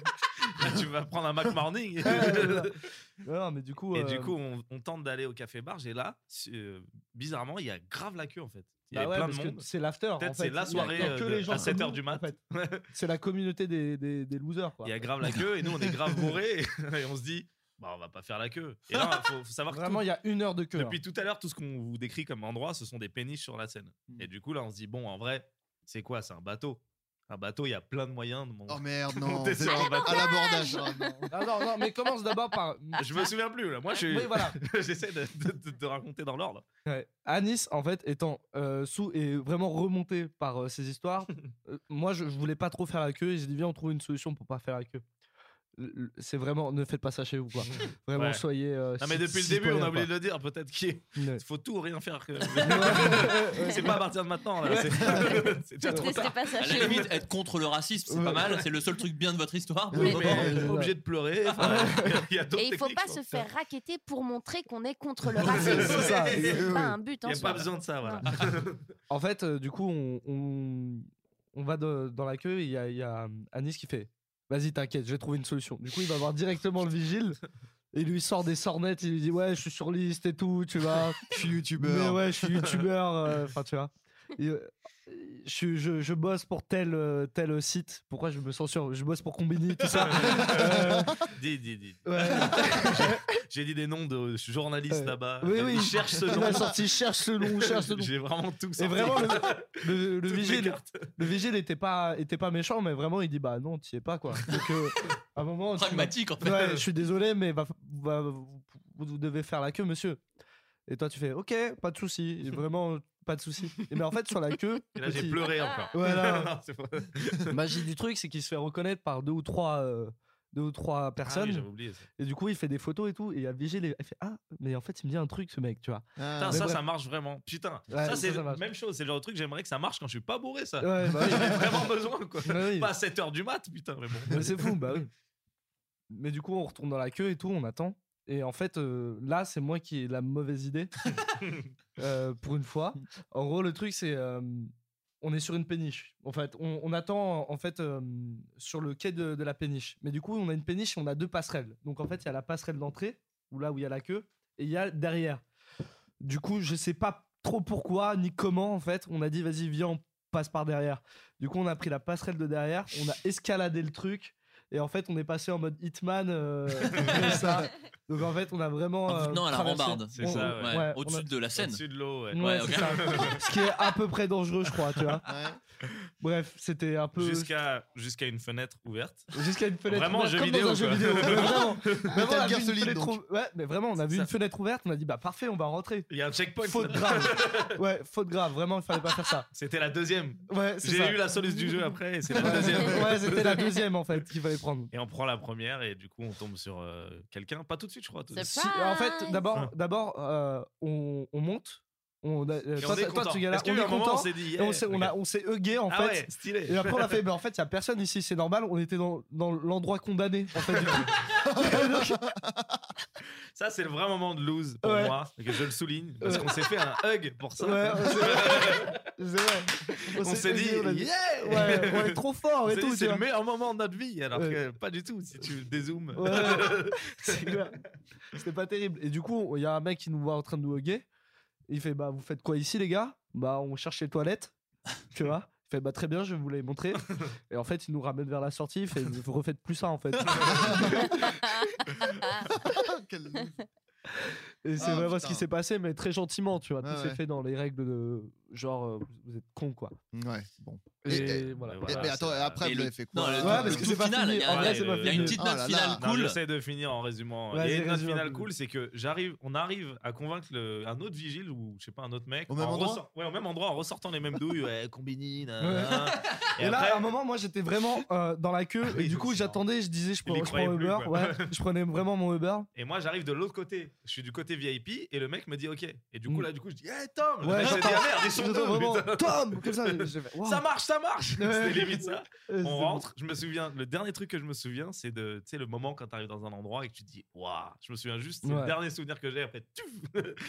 [SPEAKER 7] Ah, tu vas prendre un Mac Morning.
[SPEAKER 8] Non, non, mais du coup.
[SPEAKER 7] Et
[SPEAKER 8] euh,
[SPEAKER 7] du coup, on, on tente d'aller au café barge et là, c'est- euh, bizarrement, il y a grave la queue en fait. Il y
[SPEAKER 8] bah
[SPEAKER 7] avait
[SPEAKER 8] ouais,
[SPEAKER 7] plein de
[SPEAKER 8] parce que
[SPEAKER 7] monde.
[SPEAKER 8] c'est l'after.
[SPEAKER 7] Peut-être
[SPEAKER 8] en fait.
[SPEAKER 7] c'est la
[SPEAKER 8] Il y a
[SPEAKER 7] soirée,
[SPEAKER 8] que
[SPEAKER 7] euh,
[SPEAKER 8] les
[SPEAKER 7] de-
[SPEAKER 8] gens
[SPEAKER 7] à
[SPEAKER 8] comme
[SPEAKER 7] 7 heures
[SPEAKER 8] nous,
[SPEAKER 7] du mat.
[SPEAKER 8] en fait. C'est la communauté des, des, des losers, quoi.
[SPEAKER 7] Il y a grave la queue et nous, on est grave bourrés et, et on se dit, bah, on va pas faire la queue. Et là, faut, faut savoir que
[SPEAKER 8] Vraiment,
[SPEAKER 7] tout-
[SPEAKER 8] il y a une heure de queue. hein.
[SPEAKER 7] depuis tout à l'heure, tout ce qu'on vous décrit comme endroit, ce sont des péniches sur la Seine.
[SPEAKER 4] Mm.
[SPEAKER 7] Et du coup, là, on se dit, bon, en vrai, c'est quoi C'est un bateau. Un bateau, il y a plein de moyens de monter.
[SPEAKER 5] Oh merde, non.
[SPEAKER 7] On
[SPEAKER 5] c'est
[SPEAKER 7] descend en
[SPEAKER 5] pas-
[SPEAKER 7] bateau.
[SPEAKER 5] à l'abordage.
[SPEAKER 8] hein. Ah non, non, mais commence d'abord par.
[SPEAKER 7] Je me souviens plus là. Moi, je
[SPEAKER 8] Oui, voilà.
[SPEAKER 7] j'essaie de, de- de- de raconter dans l'ordre.
[SPEAKER 8] Ouais. Anis, en fait, étant euh, sous et vraiment remonté par euh, ces histoires, euh, moi, je, je voulais pas trop faire la queue. Et j'ai dit, viens, on trouve une solution pour pas faire la queue. Le- le- C'est vraiment, ne faites pas ça chez vous, quoi. Vraiment,
[SPEAKER 7] Ouais.
[SPEAKER 8] soyez. euh,
[SPEAKER 7] Non, mais
[SPEAKER 8] ci-
[SPEAKER 7] depuis le début, on a
[SPEAKER 8] citoyens,
[SPEAKER 7] oublié de le dire. Peut-être qu'il
[SPEAKER 8] quoi. Ouais.
[SPEAKER 7] faut tout ou rien faire. que-
[SPEAKER 8] Ouais.
[SPEAKER 7] c'est pas à partir de maintenant. là, c'est- C'est déjà trop
[SPEAKER 6] Détestez
[SPEAKER 7] tard.
[SPEAKER 6] pas ça
[SPEAKER 4] À la
[SPEAKER 6] chez vous.
[SPEAKER 4] limite, être contre le racisme, c'est
[SPEAKER 8] Ouais.
[SPEAKER 4] pas mal, c'est le seul truc bien de votre histoire.
[SPEAKER 5] Oui,
[SPEAKER 7] Oui,
[SPEAKER 5] mais-
[SPEAKER 7] mais
[SPEAKER 8] Ouais.
[SPEAKER 7] obligé de pleurer. enfin, Il y a d'autres
[SPEAKER 6] euh, Et il faut
[SPEAKER 7] techniques,
[SPEAKER 6] pas
[SPEAKER 7] quoi.
[SPEAKER 6] se faire raqueter pour montrer qu'on est contre le
[SPEAKER 8] C'est
[SPEAKER 6] racisme.
[SPEAKER 8] ça.
[SPEAKER 6] C'est pas un but hein,
[SPEAKER 7] Il
[SPEAKER 6] en
[SPEAKER 7] n'y a
[SPEAKER 6] soi.
[SPEAKER 7] pas besoin de ça, voilà.
[SPEAKER 8] En fait, euh, du coup, on, on, on va de- dans la queue et il y a, il y a, euh, Anis qui fait Vas-y, t'inquiète, je vais trouver une solution. Du coup, il va voir directement le vigile et il lui sort des sornettes. Il lui dit Ouais, je suis sur liste et tout, tu vois.
[SPEAKER 5] Je suis
[SPEAKER 8] Mais
[SPEAKER 5] youtubeur.
[SPEAKER 8] ouais, je suis youtubeur. euh, Enfin, tu vois. Et, euh, je, suis- je, je bosse pour tel, euh, tel site. Pourquoi je me censure Je bosse pour Combini, tout ça. Euh,
[SPEAKER 7] Dis, dis, dis.
[SPEAKER 8] ouais.
[SPEAKER 7] J'ai dit des noms de journalistes
[SPEAKER 8] Ouais.
[SPEAKER 7] là-bas.
[SPEAKER 8] Oui, oui.
[SPEAKER 7] Ils cherchent ce
[SPEAKER 8] Il
[SPEAKER 7] nom.
[SPEAKER 8] a sorti, cherche ce nom, cherche ce nom.
[SPEAKER 7] J'ai vraiment tout
[SPEAKER 8] Et
[SPEAKER 7] sorti.
[SPEAKER 8] vraiment, le, le, le
[SPEAKER 7] Toutes mes
[SPEAKER 8] vigile,
[SPEAKER 7] cartes.
[SPEAKER 8] le vigile était pas, était pas méchant, mais vraiment, il dit Bah non, t'y es pas, quoi. Donc, euh, à un moment. tu-
[SPEAKER 4] Pragmatique, en fait.
[SPEAKER 8] Ouais, je suis désolé, mais va- va- vous, vous devez faire la queue, monsieur. Et toi, tu fais Ok, pas de souci. Et Vraiment, pas de souci. Et Mais en fait, sur la queue.
[SPEAKER 7] Et là, j'ai
[SPEAKER 8] petit-
[SPEAKER 7] pleuré encore.
[SPEAKER 8] Voilà.
[SPEAKER 7] Non, c'est pas-
[SPEAKER 8] magie du truc, c'est qu'il se fait reconnaître par deux ou trois, euh, deux ou trois personnes.
[SPEAKER 7] Ah j'avais oublié ça.
[SPEAKER 8] et du coup, il fait des photos et tout. Et il y a le vigile, il fait Ah, mais en fait, il me dit un truc, ce mec, tu vois.
[SPEAKER 7] Putain,
[SPEAKER 5] Ah,
[SPEAKER 8] Mais
[SPEAKER 7] ça,
[SPEAKER 8] bref.
[SPEAKER 7] ça marche vraiment. Putain,
[SPEAKER 8] Ouais,
[SPEAKER 7] ça,
[SPEAKER 8] ça,
[SPEAKER 7] c'est
[SPEAKER 8] ça
[SPEAKER 7] la
[SPEAKER 8] marche.
[SPEAKER 7] même chose. C'est le genre de truc, j'aimerais que ça marche quand je suis pas bourré, ça.
[SPEAKER 8] Ouais, bah oui.
[SPEAKER 7] J'en ai vraiment besoin, quoi.
[SPEAKER 8] Bah oui.
[SPEAKER 7] Pas à 7h du mat, putain, mais bon.
[SPEAKER 8] Mais c'est fou, bah oui. Mais du coup, on retourne dans la queue et tout, on attend. Et en fait, euh, là, c'est moi qui ai la mauvaise idée. Euh, pour une fois. En gros, le truc, c'est. euh, on est sur une péniche. En fait, on, on attend en fait euh, sur le quai de, de la péniche. Mais du coup, on a une péniche et on a deux passerelles. Donc en fait, il y a la passerelle d'entrée, ou là où il y a la queue, et il y a derrière. Du coup, je sais pas trop pourquoi ni comment en fait. On a dit vas-y viens, on passe par derrière. Du coup, on a pris la passerelle de derrière, on a escaladé le truc. Et en fait, on est passé en mode Hitman, euh, comme ça. Donc en fait, on a vraiment.
[SPEAKER 4] En vous
[SPEAKER 8] euh,
[SPEAKER 4] tenant à la
[SPEAKER 8] traversé.
[SPEAKER 4] rambarde.
[SPEAKER 7] C'est
[SPEAKER 8] On-
[SPEAKER 7] ça,
[SPEAKER 8] on-
[SPEAKER 7] ouais.
[SPEAKER 8] ouais, on a-
[SPEAKER 4] Au-dessus de la scène.
[SPEAKER 7] Au-dessus de l'eau, ouais.
[SPEAKER 8] Ouais,
[SPEAKER 4] Ouais,
[SPEAKER 8] c'est
[SPEAKER 4] ok.
[SPEAKER 8] ça. Ce qui est à peu près dangereux, je crois, tu vois. Bref, c'était un peu.
[SPEAKER 7] Jusqu'à jusqu'à une fenêtre ouverte.
[SPEAKER 8] Jusqu'à une fenêtre
[SPEAKER 7] Vraiment,
[SPEAKER 8] ouverte,
[SPEAKER 7] jeu
[SPEAKER 8] comme dans un
[SPEAKER 7] vidéo,
[SPEAKER 8] jeu vidéo.
[SPEAKER 7] quoi.
[SPEAKER 8] Mais vraiment, vraiment, on a
[SPEAKER 5] Metal
[SPEAKER 8] vu
[SPEAKER 5] Gear
[SPEAKER 8] une
[SPEAKER 5] Solid,
[SPEAKER 8] fenêtre
[SPEAKER 5] donc.
[SPEAKER 8] ou- Ouais, mais vraiment, on a vu
[SPEAKER 7] Ça.
[SPEAKER 8] une fenêtre ouverte, on a dit, bah parfait, on va rentrer.
[SPEAKER 7] Il y a un checkpoint.
[SPEAKER 8] Faute
[SPEAKER 7] là.
[SPEAKER 8] grave. Ouais, faute grave, vraiment, il fallait pas faire ça.
[SPEAKER 7] C'était la deuxième.
[SPEAKER 8] Ouais, c'est ça.
[SPEAKER 7] J'ai eu la soluce du jeu après, et c'est la deuxième.
[SPEAKER 8] Ouais, c'était la deuxième en fait qu'il fallait prendre.
[SPEAKER 7] Et on prend la première, et du coup, on tombe sur euh, quelqu'un. Pas tout de suite, je crois. tout de
[SPEAKER 6] C'est
[SPEAKER 7] suite.
[SPEAKER 8] Si- en fait, d'abord, d'abord, euh, on, on monte. On, a- euh,
[SPEAKER 7] Et
[SPEAKER 8] toi,
[SPEAKER 7] on est
[SPEAKER 8] toi,
[SPEAKER 7] content.
[SPEAKER 8] tu galères,
[SPEAKER 7] Est-ce qu'il
[SPEAKER 8] on
[SPEAKER 7] y a eu
[SPEAKER 8] est
[SPEAKER 7] un moment, on
[SPEAKER 8] content.
[SPEAKER 7] s'est dit,
[SPEAKER 8] Et
[SPEAKER 7] yeah,
[SPEAKER 8] on s'est- on a-
[SPEAKER 7] regarde.
[SPEAKER 8] on s'est hugué en
[SPEAKER 7] Ah
[SPEAKER 8] fait.
[SPEAKER 7] ouais, stylé.
[SPEAKER 8] Et après, on a fait, mais en fait, il n'y a personne ici, c'est normal, on était dans, dans l'endroit condamné. En fait, du coup.
[SPEAKER 7] Ça, c'est le vrai moment de lose pour
[SPEAKER 8] Ouais.
[SPEAKER 7] moi, et que je le souligne, parce
[SPEAKER 8] Ouais.
[SPEAKER 7] qu'on s'est fait un hug pour ça.
[SPEAKER 8] Ouais, on s'est- c'est vrai.
[SPEAKER 7] on s'est dit,
[SPEAKER 8] on a
[SPEAKER 7] yeah
[SPEAKER 8] ouais, on est trop fort
[SPEAKER 7] On
[SPEAKER 8] et
[SPEAKER 7] s'est dit,
[SPEAKER 8] tout.
[SPEAKER 7] c'est
[SPEAKER 8] tu
[SPEAKER 7] le
[SPEAKER 8] vois.
[SPEAKER 7] meilleur moment de notre vie, alors
[SPEAKER 8] Ouais.
[SPEAKER 7] que pas du tout, si tu dézoomes.
[SPEAKER 8] Ouais, ouais. C'est clair. C'était pas terrible. Et du coup, il y a un mec qui nous voit en train de nous huguer. Il fait, bah, vous faites quoi ici, les gars Bah, on cherche les toilettes. Tu vois Il fait, bah, très bien, je vais vous les montrer. Et en fait, il nous ramène vers la sortie. Il fait, vous refaites plus ça, en fait.
[SPEAKER 5] Ah, Quel loser.
[SPEAKER 8] Et c'est
[SPEAKER 5] Ah,
[SPEAKER 8] vraiment ce
[SPEAKER 5] putain.
[SPEAKER 8] qui s'est passé, mais très gentiment, tu vois.
[SPEAKER 5] Ouais,
[SPEAKER 8] tout s'est
[SPEAKER 5] ouais.
[SPEAKER 8] fait dans les règles de genre, euh, vous êtes con, quoi.
[SPEAKER 5] Ouais, bon.
[SPEAKER 8] Et,
[SPEAKER 5] Et-
[SPEAKER 8] voilà.
[SPEAKER 7] et-
[SPEAKER 5] Eh,
[SPEAKER 7] Voilà,
[SPEAKER 5] mais attends,
[SPEAKER 7] c'est-
[SPEAKER 5] après,
[SPEAKER 4] et
[SPEAKER 5] vous
[SPEAKER 4] le-
[SPEAKER 5] avez fait
[SPEAKER 4] non,
[SPEAKER 5] quoi
[SPEAKER 4] le-
[SPEAKER 5] euh,
[SPEAKER 8] Ouais, parce
[SPEAKER 4] le
[SPEAKER 8] que c'est pas
[SPEAKER 4] final,
[SPEAKER 8] fini.
[SPEAKER 4] il y a
[SPEAKER 8] En
[SPEAKER 7] un-
[SPEAKER 8] vrai, c'est pas
[SPEAKER 7] il
[SPEAKER 4] Il y a
[SPEAKER 8] fini.
[SPEAKER 4] une petite
[SPEAKER 5] Oh
[SPEAKER 4] note
[SPEAKER 5] là là.
[SPEAKER 4] finale
[SPEAKER 7] Non,
[SPEAKER 4] cool.
[SPEAKER 7] J'essaie de finir en résumant.
[SPEAKER 8] Vas-y,
[SPEAKER 7] Et une note
[SPEAKER 8] résume un
[SPEAKER 7] finale
[SPEAKER 8] peu.
[SPEAKER 7] cool, c'est que j'arrive, on arrive à convaincre le, un autre vigile ou je sais pas un autre mec
[SPEAKER 5] Au même
[SPEAKER 7] en
[SPEAKER 5] endroit
[SPEAKER 7] ressort- ouais, au même endroit en ressortant les mêmes douilles, ouais, combini, nan,
[SPEAKER 8] Ouais.
[SPEAKER 7] nan.
[SPEAKER 8] Et, là, à un moment, moi, j'étais vraiment euh, dans la queue.
[SPEAKER 7] Oui,
[SPEAKER 8] et du
[SPEAKER 7] je
[SPEAKER 8] coup,
[SPEAKER 7] sais.
[SPEAKER 8] j'attendais, je disais, je
[SPEAKER 7] Il y
[SPEAKER 8] prends, je
[SPEAKER 7] croyait
[SPEAKER 8] prends
[SPEAKER 7] plus,
[SPEAKER 8] Uber.
[SPEAKER 7] quoi.
[SPEAKER 8] Ouais, je prenais vraiment mon Uber.
[SPEAKER 7] Et moi, j'arrive de l'autre côté. Je suis du côté VIP et le mec me dit OK. Et du coup,
[SPEAKER 8] Mm.
[SPEAKER 7] là, du coup, je dis Hey Tom
[SPEAKER 8] Ouais,
[SPEAKER 7] Je dis,
[SPEAKER 8] j'entends.
[SPEAKER 7] Ah, merde, ils sont
[SPEAKER 8] J'entends
[SPEAKER 7] deux,
[SPEAKER 8] vraiment,
[SPEAKER 7] putain.
[SPEAKER 8] Tom Comme ça, j'ai fait, waouh.
[SPEAKER 7] Ça marche, ça marche
[SPEAKER 8] Ouais.
[SPEAKER 7] C'était limite ça.
[SPEAKER 8] Euh, c'était
[SPEAKER 7] On
[SPEAKER 8] bon.
[SPEAKER 7] rentre, je me souviens, le dernier truc que je me souviens, c'est de, tu sais, le moment quand t'arrives dans un endroit et que tu te dis Waouh Je me souviens juste, c'est le
[SPEAKER 8] Ouais.
[SPEAKER 7] dernier souvenir que j'ai. Après, tu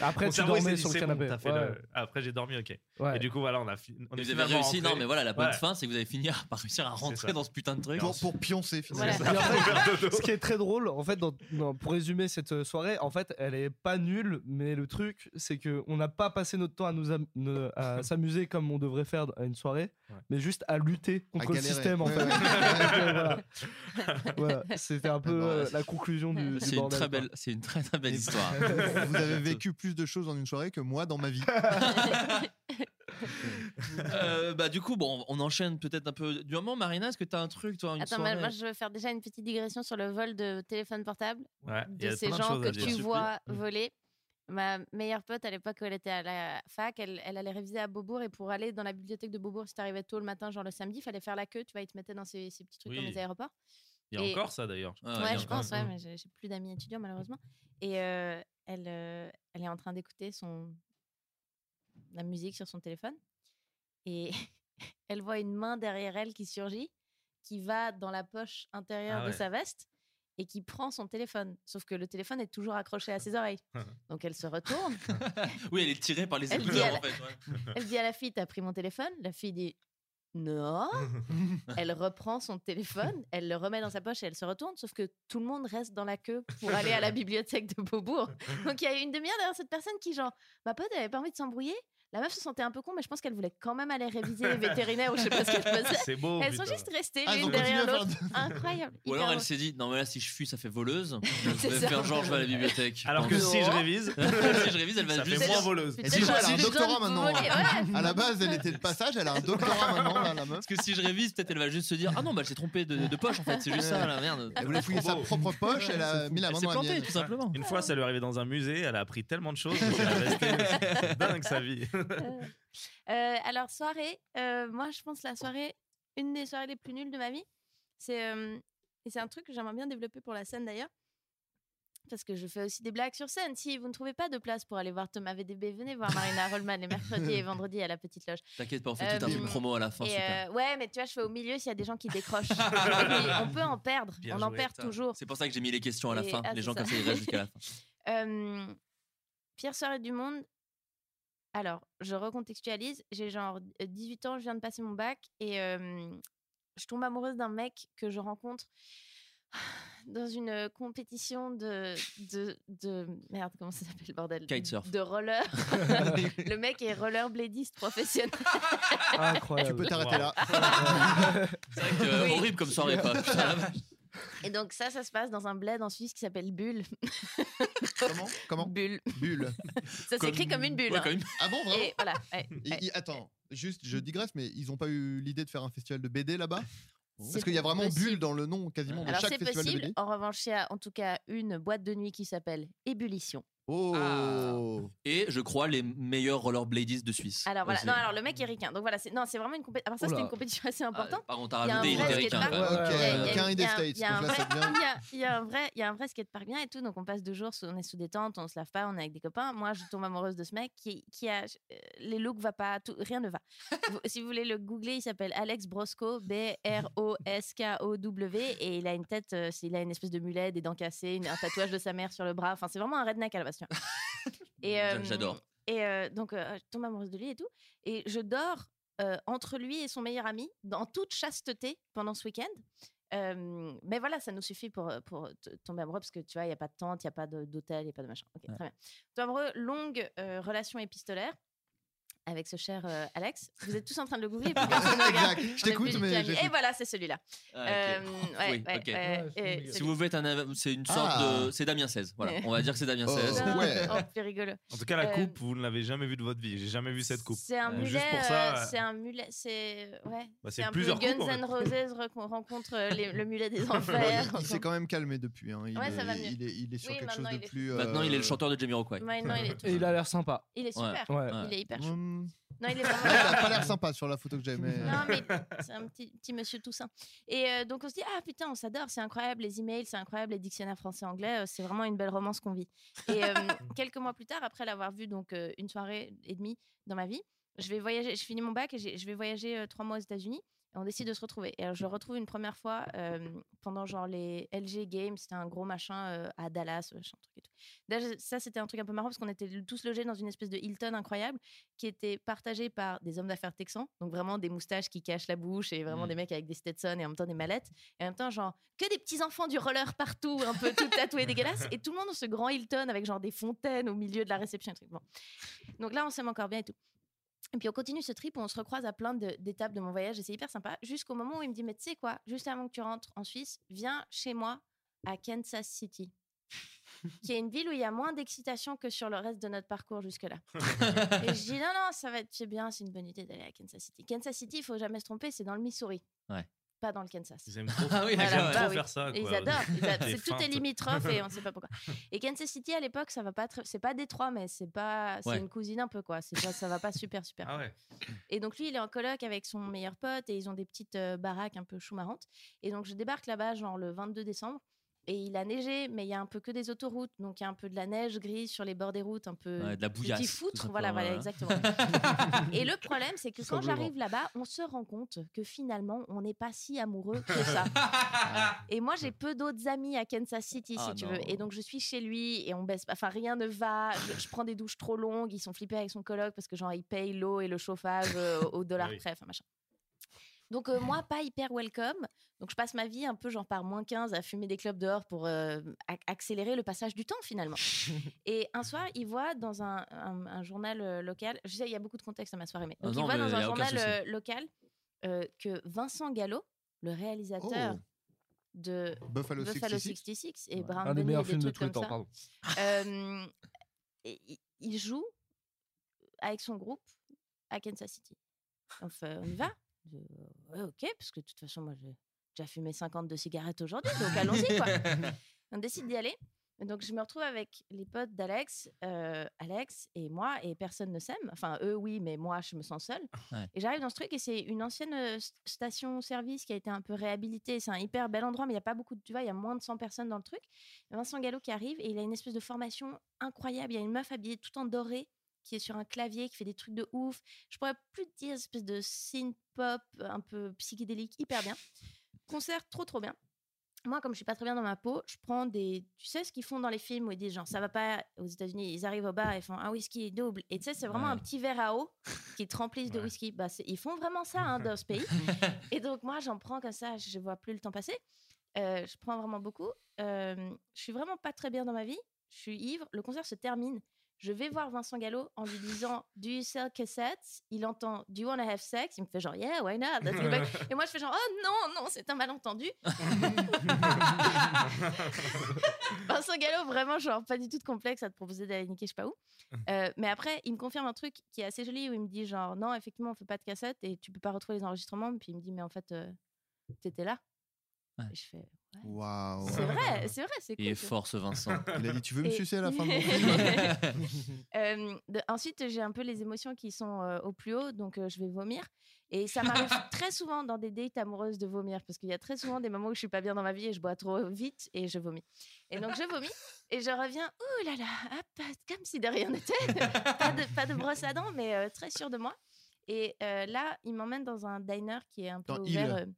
[SPEAKER 8] Après,
[SPEAKER 7] Mon
[SPEAKER 8] tu
[SPEAKER 7] cerveau, il
[SPEAKER 8] dormais
[SPEAKER 7] s'est dit,
[SPEAKER 8] sur le
[SPEAKER 7] c'est bon,
[SPEAKER 8] canapé.
[SPEAKER 7] t'as fait le- Après, j'ai dormi, ok.
[SPEAKER 8] Ouais.
[SPEAKER 7] Et du coup, voilà, on a fi- on est
[SPEAKER 4] Vous avez
[SPEAKER 7] finalement
[SPEAKER 4] réussi,
[SPEAKER 7] rentrés.
[SPEAKER 4] non, mais voilà, la bonne
[SPEAKER 7] Ouais.
[SPEAKER 4] fin, c'est que vous avez fini par réussir à
[SPEAKER 7] ça.
[SPEAKER 4] rentrer dans ce putain de truc.
[SPEAKER 5] pour, pour pioncer, finalement.
[SPEAKER 6] Voilà.
[SPEAKER 8] Et après, ce qui est très drôle, en fait, dans- dans- pour résumer cette euh, soirée, en fait, elle est pas nulle, mais le truc, c'est que on n'a pas passé notre temps à nous am- ne- à s'amuser comme on devrait faire à une soirée,
[SPEAKER 7] Ouais.
[SPEAKER 8] mais juste à lutter
[SPEAKER 5] À
[SPEAKER 8] contre le
[SPEAKER 5] galérer.
[SPEAKER 8] système, en
[SPEAKER 5] Ouais,
[SPEAKER 8] fait.
[SPEAKER 5] ouais.
[SPEAKER 8] Donc, euh, voilà. Voilà, c'était un peu
[SPEAKER 5] Bon,
[SPEAKER 8] euh,
[SPEAKER 5] ouais.
[SPEAKER 8] la conclusion du, du
[SPEAKER 4] C'est une
[SPEAKER 8] bordel,
[SPEAKER 4] très
[SPEAKER 8] quoi.
[SPEAKER 4] belle, c'est une très très belle histoire.
[SPEAKER 5] Vous avez vécu plus de choses en une soirée que moi dans ma vie.
[SPEAKER 4] Euh, bah du coup, bon, on enchaîne peut-être un peu. Du moment, Marina, est-ce que t'as un truc, toi, une
[SPEAKER 6] Attends,
[SPEAKER 4] soirée
[SPEAKER 6] mais moi je veux faire déjà une petite digression sur le vol de téléphone portable
[SPEAKER 7] Ouais, il y
[SPEAKER 6] de
[SPEAKER 7] a
[SPEAKER 6] ces
[SPEAKER 7] plein de
[SPEAKER 6] gens
[SPEAKER 7] choses à
[SPEAKER 6] que
[SPEAKER 7] dire. Mm.
[SPEAKER 6] tu vois voler. Ma meilleure pote à l'époque où elle était à la fac, elle, elle allait réviser à Beaubourg et pour aller dans la bibliothèque de Beaubourg, si t'arrivais tôt le matin, genre le samedi, fallait faire la queue, tu vois, ils te mettaient dans ces, ces petits trucs dans
[SPEAKER 7] Oui.
[SPEAKER 6] les aéroports.
[SPEAKER 7] Il y a
[SPEAKER 6] Et-
[SPEAKER 7] encore ça d'ailleurs.
[SPEAKER 4] Ah,
[SPEAKER 6] Ouais,
[SPEAKER 4] il y a
[SPEAKER 6] je
[SPEAKER 4] encore-
[SPEAKER 6] pense, ouais,
[SPEAKER 7] Mm.
[SPEAKER 6] mais j'ai j'ai plus d'amis étudiants malheureusement. Et euh, elle, euh, elle est en train d'écouter son la musique sur son téléphone et elle voit une main derrière elle qui surgit, qui va dans la poche intérieure
[SPEAKER 7] Ah
[SPEAKER 6] de
[SPEAKER 7] ouais.
[SPEAKER 6] sa veste et qui prend son téléphone. Sauf que le téléphone est toujours accroché à ses oreilles. Donc elle se retourne,
[SPEAKER 4] Oui, elle est tirée par les
[SPEAKER 6] Elle dit,
[SPEAKER 4] écouteurs,
[SPEAKER 6] elle-
[SPEAKER 4] en fait. ouais.
[SPEAKER 6] elle dit à la fille "T'as pris mon téléphone La fille dit "Non." elle reprend son téléphone, elle le remet dans sa poche et elle se retourne, sauf que tout le monde reste dans la queue pour aller à la bibliothèque de Beaubourg. Donc il y a eu une demi-heure derrière cette personne qui, genre, ma pote, elle avait pas envie de s'embrouiller. La meuf se sentait un peu con, mais je pense qu'elle voulait quand même aller réviser les vétérinaires ou je sais pas ce qu'elle faisait.
[SPEAKER 4] C'est beau,
[SPEAKER 6] Elles sont
[SPEAKER 4] Oh, putain.
[SPEAKER 6] juste restées
[SPEAKER 4] Ah, elles
[SPEAKER 6] l'une
[SPEAKER 4] ont continué
[SPEAKER 6] derrière
[SPEAKER 4] à faire
[SPEAKER 6] l'autre. Incroyable.
[SPEAKER 4] Ou
[SPEAKER 6] Hyper
[SPEAKER 4] alors elle
[SPEAKER 6] drôle.
[SPEAKER 4] s'est dit non mais là si je fuis ça fait voleuse. Je
[SPEAKER 6] C'est
[SPEAKER 4] vais
[SPEAKER 6] ça.
[SPEAKER 4] faire genre je vais à la bibliothèque.
[SPEAKER 7] Alors que si je révise,
[SPEAKER 4] si je révise elle va
[SPEAKER 7] ça fait
[SPEAKER 4] juste
[SPEAKER 7] moins voleuse.
[SPEAKER 5] Et déjà, elle a un
[SPEAKER 4] je-
[SPEAKER 5] doctorat maintenant.
[SPEAKER 4] voler,
[SPEAKER 5] hein.
[SPEAKER 4] ouais.
[SPEAKER 5] À la base, elle était de passage, elle a un doctorat maintenant, là, la meuf.
[SPEAKER 4] Parce que si je révise peut-être elle va juste se dire ah non bah elle s'est trompée de, de poche en fait c'est juste ça la merde.
[SPEAKER 5] Elle voulait fouiller sa propre poche, elle a mis la main
[SPEAKER 4] s'est
[SPEAKER 5] dans la
[SPEAKER 4] plantée,
[SPEAKER 5] mienne.
[SPEAKER 4] tout simplement.
[SPEAKER 7] Une fois, ça lui est arrivé dans un musée, elle a appris tellement de choses. que ça lui est resté- C'est dingue sa vie.
[SPEAKER 6] Euh, alors, soirée, euh, moi je pense la soirée, une des soirées les plus nulles de ma vie, c'est euh, et c'est un truc que j'aimerais bien développer pour la scène d'ailleurs, parce que je fais aussi des blagues sur scène. Si vous ne trouvez pas de place pour aller voir Thomas VDB, venez voir Marina Rollman les mercredis et vendredis à la petite loge.
[SPEAKER 4] T'inquiète pas on fait tout un
[SPEAKER 6] Euh,
[SPEAKER 4] truc promo à la fin
[SPEAKER 6] et,
[SPEAKER 4] Oh, super.
[SPEAKER 6] euh, ouais, mais tu vois, je fais au milieu s'il y a des gens qui décrochent. Et puis, on peut en perdre,
[SPEAKER 4] Bien
[SPEAKER 6] on en
[SPEAKER 4] joué.
[SPEAKER 6] perd
[SPEAKER 4] Ça.
[SPEAKER 6] toujours.
[SPEAKER 4] C'est pour ça que j'ai mis les questions à la
[SPEAKER 6] Et-
[SPEAKER 4] fin.
[SPEAKER 6] ah,
[SPEAKER 4] les
[SPEAKER 6] c'est
[SPEAKER 4] gens
[SPEAKER 6] ça.
[SPEAKER 4] comme ça ils restent jusqu'à la fin.
[SPEAKER 6] Euh, pire soirée du monde. Alors, je recontextualise. J'ai genre 18 ans, je viens de passer mon bac et euh, je tombe amoureuse d'un mec que je rencontre dans une compétition de. de, de merde, comment ça s'appelle, bordel
[SPEAKER 4] Kitesurf.
[SPEAKER 6] De roller. Le mec est rollerbladiste professionnel.
[SPEAKER 5] Incroyable. Tu peux t'arrêter là.
[SPEAKER 4] C'est vrai que, euh,
[SPEAKER 6] Oui.
[SPEAKER 4] horrible comme soirée quoi. Putain, la vache.
[SPEAKER 6] Et donc, ça, ça se passe dans un bled en Suisse qui s'appelle Bulle.
[SPEAKER 5] Comment Comment
[SPEAKER 6] Bulle.
[SPEAKER 5] Bulle.
[SPEAKER 6] Ça s'écrit comme une bulle. hein.
[SPEAKER 5] Ah bon, vraiment
[SPEAKER 6] Et voilà. ouais,
[SPEAKER 5] Et-
[SPEAKER 6] ouais.
[SPEAKER 5] et- Attends, juste, je digresse, mais ils n'ont pas eu l'idée de faire un festival de BD là-bas
[SPEAKER 6] C'est
[SPEAKER 5] Parce qu'il y a vraiment
[SPEAKER 6] possible.
[SPEAKER 5] bulle dans le nom quasiment de
[SPEAKER 6] Alors
[SPEAKER 5] chaque
[SPEAKER 6] c'est
[SPEAKER 5] festival de
[SPEAKER 6] possible.
[SPEAKER 5] BD.
[SPEAKER 6] En revanche, il y a en tout cas une boîte de nuit qui s'appelle Ébullition.
[SPEAKER 5] Oh
[SPEAKER 6] Ah.
[SPEAKER 4] Et je crois les meilleurs rollerbladistes de Suisse.
[SPEAKER 6] Alors voilà.
[SPEAKER 4] Aussi.
[SPEAKER 6] Non, alors le mec est ricain. Donc voilà, c'est non, c'est vraiment une compétition. Alors ça, c'était
[SPEAKER 4] Oula.
[SPEAKER 6] une compétition assez importante.
[SPEAKER 4] Euh, Par contre, t'as
[SPEAKER 6] Il y a un
[SPEAKER 4] rajouté, il
[SPEAKER 6] vrai
[SPEAKER 4] était ricain.
[SPEAKER 6] skatepark.
[SPEAKER 4] quand même.
[SPEAKER 5] Aucun
[SPEAKER 6] Il y a- il y a- il y a-
[SPEAKER 5] Indie States,
[SPEAKER 6] il y a un
[SPEAKER 5] donc là,
[SPEAKER 6] vrai-
[SPEAKER 5] ça devient-
[SPEAKER 6] il y a- Il y a un vrai, il y a un vrai skatepark bien et tout. Donc on passe deux jours, sous- on est sous détente, on se lave pas, on est avec des copains. Moi, je tombe amoureuse de ce mec qui, qui a euh, les looks va pas, tout, rien ne va. Vous- si vous voulez le googler, il s'appelle Alex Brosco, B R O S K O W, et il a une tête, euh, c'est- il a une espèce de mulet, des dents cassées, une- un tatouage de sa mère sur le bras. Enfin, c'est vraiment un redneck à la base. tu vois. Et,
[SPEAKER 4] J'a-
[SPEAKER 6] euh,
[SPEAKER 4] j'adore.
[SPEAKER 6] Et euh, donc, euh, je tombe amoureuse de lui et tout. Et je dors euh, entre lui et son meilleur ami, dans toute chasteté, pendant ce week-end. Euh, mais voilà, ça nous suffit pour, euh, pour t- tomber amoureux, parce que tu vois, il n'y a pas de tente, il n'y a pas de- d'hôtel, il n'y a pas de machin. Ok, très bien. Tombe amoureux, longue euh, relation épistolaire avec ce cher euh, Alex. Vous êtes tous en train de le googler. puis personne ne regarde.
[SPEAKER 4] Exact. Je
[SPEAKER 6] On est
[SPEAKER 4] t'écoute,
[SPEAKER 6] plus Eh
[SPEAKER 4] mais
[SPEAKER 6] amis.
[SPEAKER 4] j'écoute.
[SPEAKER 6] Et voilà, c'est celui-là.
[SPEAKER 4] Ah, ok.
[SPEAKER 6] Euh, ouais,
[SPEAKER 4] Oui,
[SPEAKER 6] ouais,
[SPEAKER 4] ok.
[SPEAKER 6] ouais, et
[SPEAKER 4] Si
[SPEAKER 6] celui-
[SPEAKER 4] vous faites un, av- c'est une sorte
[SPEAKER 7] Ah.
[SPEAKER 4] de, c'est Damien 16. Voilà, on va dire que c'est Damien
[SPEAKER 7] Oh,
[SPEAKER 4] 16.
[SPEAKER 7] ouais.
[SPEAKER 6] Oh, c'est rigolo.
[SPEAKER 7] En tout cas, la
[SPEAKER 6] Euh,
[SPEAKER 7] coupe, vous ne l'avez jamais vue de votre vie. J'ai jamais vu cette coupe.
[SPEAKER 6] C'est un
[SPEAKER 7] Euh,
[SPEAKER 6] mulet.
[SPEAKER 7] Juste pour
[SPEAKER 6] euh,
[SPEAKER 7] ça.
[SPEAKER 6] c'est un mulet. C'est ouais. c'est
[SPEAKER 7] Bah, c'est
[SPEAKER 6] un
[SPEAKER 7] plusieurs
[SPEAKER 6] peu Guns
[SPEAKER 7] coupes, en
[SPEAKER 6] N' Roses re- qu'on rencontre euh, les- le mulet des enfers.
[SPEAKER 5] Il, il s'est quand même calmé depuis. hein. Il,
[SPEAKER 6] Ouais,
[SPEAKER 5] est,
[SPEAKER 6] ça va mieux.
[SPEAKER 5] il est- il est sur
[SPEAKER 6] Oui,
[SPEAKER 5] quelque chose
[SPEAKER 6] maintenant,
[SPEAKER 5] de
[SPEAKER 6] il est-
[SPEAKER 5] plus. euh,
[SPEAKER 4] Maintenant, il est le chanteur de Jamiroquai.
[SPEAKER 6] Maintenant, il est tout
[SPEAKER 8] Et il a l'air sympa.
[SPEAKER 6] Il est super.
[SPEAKER 8] Ouais.
[SPEAKER 6] Il est hyper chou.
[SPEAKER 5] Hum.
[SPEAKER 6] Non, il est
[SPEAKER 5] Il a
[SPEAKER 6] vraiment.
[SPEAKER 5] pas l'air sympa sur la photo que j'ai, mais.
[SPEAKER 6] Non, mais c'est un petit, petit monsieur Toussaint. Et euh, donc, on se dit, ah putain, on s'adore, c'est incroyable, les emails, c'est incroyable, les dictionnaires français-anglais, euh, c'est vraiment une belle romance qu'on vit. Et euh, quelques mois plus tard, après l'avoir vu donc euh, une soirée et demie dans ma vie, je vais voyager, je finis mon bac et j'ai- je vais voyager euh, trois mois aux États-Unis. Et on décide de se retrouver. Et alors, je le retrouve une première fois euh, pendant genre les LG Games, c'était un gros machin euh, à Dallas, machin, truc et tout. Déjà, ça, c'était un truc un peu marrant parce qu'on était tous logés dans une espèce de Hilton incroyable qui était partagé par des hommes d'affaires texans, donc vraiment des moustaches qui cachent la bouche et vraiment des mecs avec des Stetson et en même temps des mallettes. Et en même temps, genre, que des petits enfants du roller partout, un peu tout tatoués, dégueulasses. Et tout le monde dans ce grand Hilton avec genre des fontaines au milieu de la réception. et truc. Bon. Donc là, on s'aime encore bien et tout. Et puis on continue ce trip, on se recroise à plein de- d'étapes de mon voyage et c'est hyper sympa. Jusqu'au moment où il me dit, mais tu sais quoi, juste avant que tu rentres en Suisse, viens chez moi à Kansas City, qui est une ville où il y a moins d'excitation que sur le reste de notre parcours jusque-là. et je dis, non, non, ça va être c'est bien, c'est une bonne idée d'aller à Kansas City. Kansas City, il faut jamais se tromper, c'est dans le Missouri,
[SPEAKER 4] Ouais.
[SPEAKER 6] pas dans le Kansas.
[SPEAKER 7] Ils aiment trop,
[SPEAKER 4] Ah oui,
[SPEAKER 7] ils aiment
[SPEAKER 4] d'accord,
[SPEAKER 7] trop
[SPEAKER 4] ouais.
[SPEAKER 7] faire ça.
[SPEAKER 6] Et ils
[SPEAKER 7] quoi.
[SPEAKER 6] adorent. ils adorent.
[SPEAKER 7] Des
[SPEAKER 6] C'est tout est
[SPEAKER 7] feintes.
[SPEAKER 6] limitrophe et on ne sait pas pourquoi. Et Kansas City à l'époque, ça va pas. très- C'est pas Détroit, mais c'est pas. C'est
[SPEAKER 4] Ouais.
[SPEAKER 6] une cousine un peu quoi. C'est pas. Ça va pas super super.
[SPEAKER 7] Ah ouais.
[SPEAKER 6] Et donc lui, il est en coloc avec son meilleur pote et ils ont des petites euh, baraques un peu chou marrantes. Et donc je débarque là-bas genre le 22 décembre. Et il a neigé, mais il y a un peu que des autoroutes, donc il y a un peu de la neige grise sur les bords des routes, un peu
[SPEAKER 4] Ouais, de la bouillasse,
[SPEAKER 6] petit
[SPEAKER 4] tout
[SPEAKER 6] foutre,
[SPEAKER 4] simplement, hein.
[SPEAKER 6] voilà, voilà,
[SPEAKER 4] ouais.
[SPEAKER 6] exactement. et le problème, c'est que
[SPEAKER 4] Tout
[SPEAKER 6] quand
[SPEAKER 4] simplement.
[SPEAKER 6] j'arrive là-bas, on se rend compte que finalement, on n'est pas si amoureux que ça.
[SPEAKER 4] hein.
[SPEAKER 6] Et moi, j'ai peu d'autres amis à Kansas City, si
[SPEAKER 4] Ah
[SPEAKER 6] tu
[SPEAKER 4] non.
[SPEAKER 6] veux. Et donc, je suis chez lui et on baisse pas. Enfin, rien ne va. Je, je prends des douches trop longues. Ils sont flippés avec son coloc parce que, genre, il paye l'eau et le chauffage euh, au dollar
[SPEAKER 4] Bah oui.
[SPEAKER 6] près. Enfin, machin. Donc, euh, moi, pas hyper welcome. Donc, je passe ma vie un peu, genre par moins 15, à fumer des clubs dehors pour euh, ac- accélérer le passage du temps, finalement. Et un soir, il voit dans un, un- un journal euh, local, je sais, il y a beaucoup de contexte à ma soirée, mais
[SPEAKER 4] Ah
[SPEAKER 6] donc
[SPEAKER 4] non,
[SPEAKER 6] il voit
[SPEAKER 4] mais
[SPEAKER 6] dans
[SPEAKER 4] y
[SPEAKER 6] un
[SPEAKER 4] a aucun
[SPEAKER 6] journal
[SPEAKER 4] souci.
[SPEAKER 6] euh, local euh, que Vincent Gallo, le réalisateur
[SPEAKER 4] Oh.
[SPEAKER 6] de
[SPEAKER 5] Buffalo 66.
[SPEAKER 6] 66 et Brown
[SPEAKER 8] Un des
[SPEAKER 6] Bunny
[SPEAKER 8] meilleurs
[SPEAKER 6] et
[SPEAKER 8] films de
[SPEAKER 6] trucs
[SPEAKER 8] tous les
[SPEAKER 6] comme
[SPEAKER 8] temps,
[SPEAKER 6] ça,
[SPEAKER 8] pardon.
[SPEAKER 6] euh, et il- il joue avec son groupe à Kansas City. On fait, on y va Je- ouais, ok, parce que de toute façon, moi, j'ai déjà fumé 52 cigarettes aujourd'hui, donc allons-y, quoi. On décide d'y aller. Et Donc, je me retrouve avec les potes d'Alex, euh, Alex et moi, et personne ne s'aime. Enfin, eux, oui, mais moi, je me sens seule.
[SPEAKER 4] Ouais.
[SPEAKER 6] Et j'arrive dans ce truc, et c'est une ancienne euh, st- station-service qui a été un peu réhabilitée. C'est un hyper bel endroit, mais il n'y a pas beaucoup de. Tu vois, il y a moins de 100 personnes dans le truc. Vincent Gallo qui arrive, et il a une espèce de formation incroyable. Il y a une meuf habillée tout en doré qui est sur un clavier, qui fait des trucs de ouf. Je pourrais plus te dire, espèce de synth pop un peu psychédélique, hyper bien. Concert trop trop bien. Moi, comme je suis pas très bien dans ma peau, je prends des. Tu sais ce qu'ils font dans les films où ils disent genre ça va pas aux États-Unis, ils arrivent au bar et font un whisky double. Et tu sais, c'est vraiment
[SPEAKER 4] Ouais.
[SPEAKER 6] un petit verre à eau qui te remplissent de whisky. Bah, c'est- ils font vraiment ça hein, dans ce pays. et donc, moi, j'en prends comme ça, je vois plus le temps passer. Euh, je prends vraiment beaucoup. Euh, je suis vraiment pas très bien dans ma vie. Je suis ivre. Le concert se termine. Je vais voir Vincent Gallo en lui disant Do you sell cassettes Il entend Do you wanna have sex Il me fait genre Yeah, why not Let's go back. Et moi je fais genre Oh non, non, c'est un malentendu. Vincent Gallo, vraiment, genre pas du tout de complexe à te proposer d'aller niquer je sais pas où.
[SPEAKER 4] Mmh.
[SPEAKER 6] Euh, mais après, il me confirme un truc qui est assez joli où il me dit genre Non, effectivement, on fait pas de cassettes et tu peux pas retrouver les enregistrements. Puis il me dit Mais en fait, euh, t'étais là.
[SPEAKER 4] Ouais.
[SPEAKER 6] Et je fais
[SPEAKER 5] Waouh.
[SPEAKER 6] C'est vrai, c'est vrai, c'est cool.
[SPEAKER 4] Il est
[SPEAKER 6] ça.
[SPEAKER 4] fort ce Vincent.
[SPEAKER 5] Il a dit Tu veux me
[SPEAKER 6] Et-
[SPEAKER 5] sucer à la fin de mon film
[SPEAKER 6] Euh, de- ensuite, j'ai un peu les émotions qui sont euh, au plus haut, donc euh, je vais vomir. Et ça m'arrive très souvent dans des dates amoureuses de vomir, parce qu'il y a très souvent des moments où je suis pas bien dans ma vie et je bois trop vite et je vomis. Et donc je vomis et je reviens, ouh là là, ah, pas- comme si de rien n'était, pas, de, pas de brosse à dents, mais euh, très sûre de moi. Et euh, là, il m'emmène dans un diner qui est un peu
[SPEAKER 5] Dans
[SPEAKER 6] ouvert.
[SPEAKER 5] Hill.
[SPEAKER 6] euh,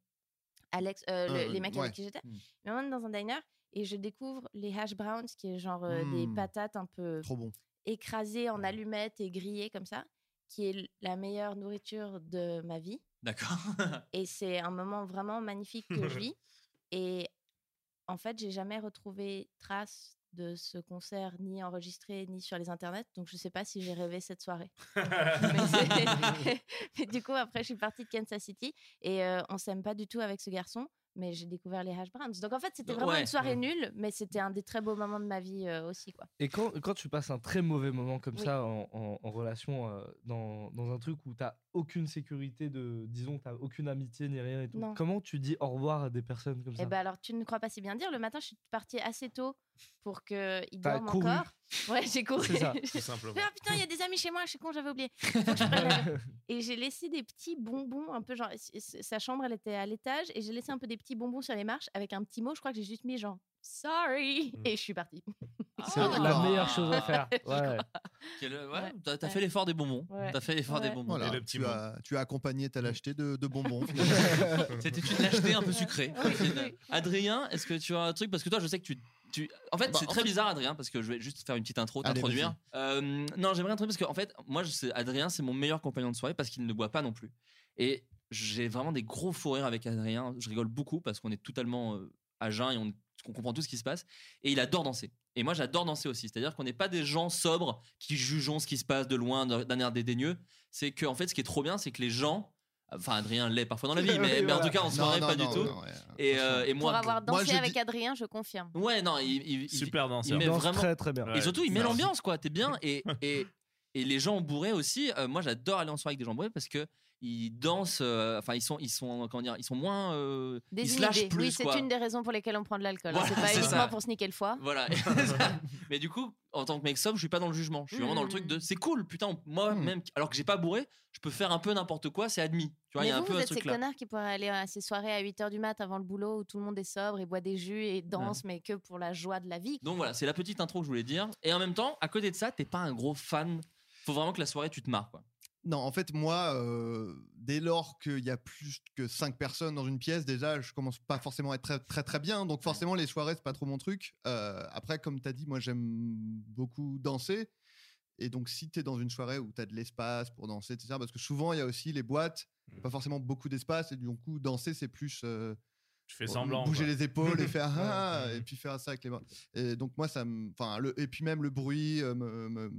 [SPEAKER 6] Alex, euh, le-
[SPEAKER 5] Euh,
[SPEAKER 6] les mecs
[SPEAKER 5] ouais.
[SPEAKER 6] avec qui j'étais,
[SPEAKER 5] Mm.
[SPEAKER 6] il m'emmène dans un diner et je découvre les hash browns, qui est genre euh,
[SPEAKER 5] Mm.
[SPEAKER 6] des patates un peu
[SPEAKER 5] Trop bon.
[SPEAKER 6] écrasé en allumettes et grillé comme ça, qui est l- la meilleure nourriture de ma vie.
[SPEAKER 4] D'accord.
[SPEAKER 6] Et c'est un moment vraiment magnifique que je vis. Et en fait, j'ai jamais retrouvé trace de ce concert, ni enregistré, ni sur les internets. Donc, je sais pas si j'ai rêvé cette soirée. Mais c'est- Mais du coup, après, je suis partie de Kansas City et euh, on s'aime pas du tout avec ce garçon. Mais j'ai découvert les Hash Browns. Donc en fait, c'était vraiment
[SPEAKER 4] Ouais.
[SPEAKER 6] une soirée nulle, mais c'était un des très beaux moments de ma vie euh, aussi. Quoi.
[SPEAKER 8] Et quand, quand tu passes un très mauvais moment comme
[SPEAKER 6] Oui.
[SPEAKER 8] ça en, en- en relation, euh, dans, dans un truc où t'as aucune sécurité, de, disons, t'as aucune amitié ni rien et tout,
[SPEAKER 6] Non.
[SPEAKER 8] comment tu dis au revoir à des personnes comme ça
[SPEAKER 6] Eh ben alors, tu ne crois pas si bien dire. Le matin, je suis partie assez tôt pour qu'ils
[SPEAKER 8] T'as
[SPEAKER 6] dorment
[SPEAKER 8] couru.
[SPEAKER 6] encore. Ouais, j'ai couru.
[SPEAKER 8] C'est ça,
[SPEAKER 7] Tout simplement.
[SPEAKER 6] Ah putain, il y a des amis chez moi, je suis con, j'avais oublié. Faut que je prenne l'avion. et j'ai laissé des petits bonbons, un peu genre, s- s- sa chambre, elle était à l'étage, et j'ai laissé un peu des petits bonbons sur les marches avec un petit mot, je crois que j'ai juste mis genre, sorry,
[SPEAKER 7] Mm.
[SPEAKER 6] et je suis partie.
[SPEAKER 8] C'est
[SPEAKER 5] Ah,
[SPEAKER 8] la
[SPEAKER 5] d'accord.
[SPEAKER 8] meilleure chose à faire. Ouais.
[SPEAKER 4] Quel- ouais,
[SPEAKER 6] Ouais.
[SPEAKER 4] T'as t'as
[SPEAKER 6] Ouais.
[SPEAKER 4] fait l'effort des bonbons.
[SPEAKER 6] Ouais.
[SPEAKER 4] T'as fait l'effort des
[SPEAKER 6] Ouais.
[SPEAKER 4] bonbons.
[SPEAKER 5] Voilà,
[SPEAKER 7] Et le petit
[SPEAKER 5] tu,
[SPEAKER 7] mot.
[SPEAKER 5] as, tu as accompagné
[SPEAKER 4] Mm.
[SPEAKER 5] ta lâcheté de, de bonbons.
[SPEAKER 4] C'était une lâcheté un peu sucrée.
[SPEAKER 6] Oui, oui, oui.
[SPEAKER 4] Adrien, est-ce que tu as un truc Parce que toi, je sais que tu. tu- En fait,
[SPEAKER 5] Bah,
[SPEAKER 4] c'est
[SPEAKER 5] en
[SPEAKER 4] très
[SPEAKER 5] fait-
[SPEAKER 4] bizarre, Adrien, parce que je vais juste faire une petite intro,
[SPEAKER 5] Allez,
[SPEAKER 4] t'introduire. Euh, non, j'aimerais un truc parce que, en fait, moi, je sais- Adrien, c'est mon meilleur compagnon de soirée parce qu'il ne boit pas non plus. Et j'ai vraiment des gros fous rires avec Adrien. Je rigole beaucoup parce qu'on est totalement euh, à jeun et on, qu'on comprend tout ce qui se passe. Et il adore danser. Et moi, j'adore danser aussi. C'est-à-dire qu'on n'est pas des gens sobres qui jugeons ce qui se passe de loin d'un d'un air dédaigneux. C'est que, en fait, ce qui est trop bien, c'est que les gens. Enfin, Adrien l'est parfois dans la vie,
[SPEAKER 8] Oui,
[SPEAKER 4] mais, mais en
[SPEAKER 8] voilà.
[SPEAKER 4] tout cas, en soirée, pas du tout. Et, euh, et moi,
[SPEAKER 6] Pour avoir
[SPEAKER 5] moi,
[SPEAKER 6] dansé
[SPEAKER 5] je
[SPEAKER 6] avec
[SPEAKER 5] dis-
[SPEAKER 6] Adrien, je confirme.
[SPEAKER 4] ouais, non, il, il- il-
[SPEAKER 7] Super
[SPEAKER 4] il
[SPEAKER 7] danseur.
[SPEAKER 4] met
[SPEAKER 8] Danse
[SPEAKER 4] vraiment-
[SPEAKER 8] très très bien.
[SPEAKER 7] Ouais.
[SPEAKER 4] et surtout, il met
[SPEAKER 7] Merci.
[SPEAKER 4] l'ambiance, quoi. T'es bien. Et, et, et les gens bourrés aussi. euh, moi, j'adore aller en soirée avec des gens bourrés parce que ils dansent. euh, Enfin, ils sont, ils sont, comment dire, ils sont moins. euh, ils se lâchent
[SPEAKER 6] Désinhibé.
[SPEAKER 4] plus,
[SPEAKER 6] Oui, c'est
[SPEAKER 4] quoi.
[SPEAKER 6] une des raisons pour lesquelles on prend de l'alcool. hein.
[SPEAKER 4] Voilà,
[SPEAKER 6] c'est pas
[SPEAKER 4] c'est
[SPEAKER 6] uniquement
[SPEAKER 4] ça.
[SPEAKER 6] pour se niquer le foie.
[SPEAKER 4] Voilà. Mais du coup, en tant que mec sobre, je suis pas dans le jugement. Je suis vraiment dans le truc
[SPEAKER 8] Mm.
[SPEAKER 4] de c'est cool, putain. on- Moi,
[SPEAKER 5] Mm.
[SPEAKER 4] même alors que j'ai pas bourré, je peux faire un peu n'importe quoi, c'est admis. Tu vois, il
[SPEAKER 6] Mais
[SPEAKER 4] y a
[SPEAKER 6] vous,
[SPEAKER 4] un peu
[SPEAKER 6] vous
[SPEAKER 4] un
[SPEAKER 6] êtes ces
[SPEAKER 4] truc là.
[SPEAKER 6] connards qui pourraient aller à ces soirées à 8h du mat avant le boulot où tout le monde est sobre et boit des jus et danse, mais que pour la joie de la vie.
[SPEAKER 4] Donc voilà, c'est la petite intro que je voulais dire. Et en même temps, à côté de ça, t'es pas un gros fan. Faut vraiment que la soirée, tu te marres, quoi.
[SPEAKER 5] Non, en fait, moi, euh, dès lors qu'il y a plus que 5 personnes dans une pièce, déjà, je commence pas forcément à être très très, très bien. Donc, forcément, les soirées, c'est pas trop mon truc. Euh, après, comme tu as dit, moi, j'aime beaucoup danser. Et donc, si tu es dans une soirée où tu as de l'espace pour danser, etc., parce que souvent, il y a aussi les boîtes y a
[SPEAKER 7] Mmh.
[SPEAKER 5] pas forcément beaucoup d'espace et du coup danser c'est plus euh,
[SPEAKER 7] Tu fais semblant,
[SPEAKER 5] bouger
[SPEAKER 7] quoi.
[SPEAKER 5] les épaules et faire ah,
[SPEAKER 7] Ouais. Mmh.
[SPEAKER 5] et puis faire ça avec les mains et donc moi ça me enfin le et puis même le bruit euh, me, me,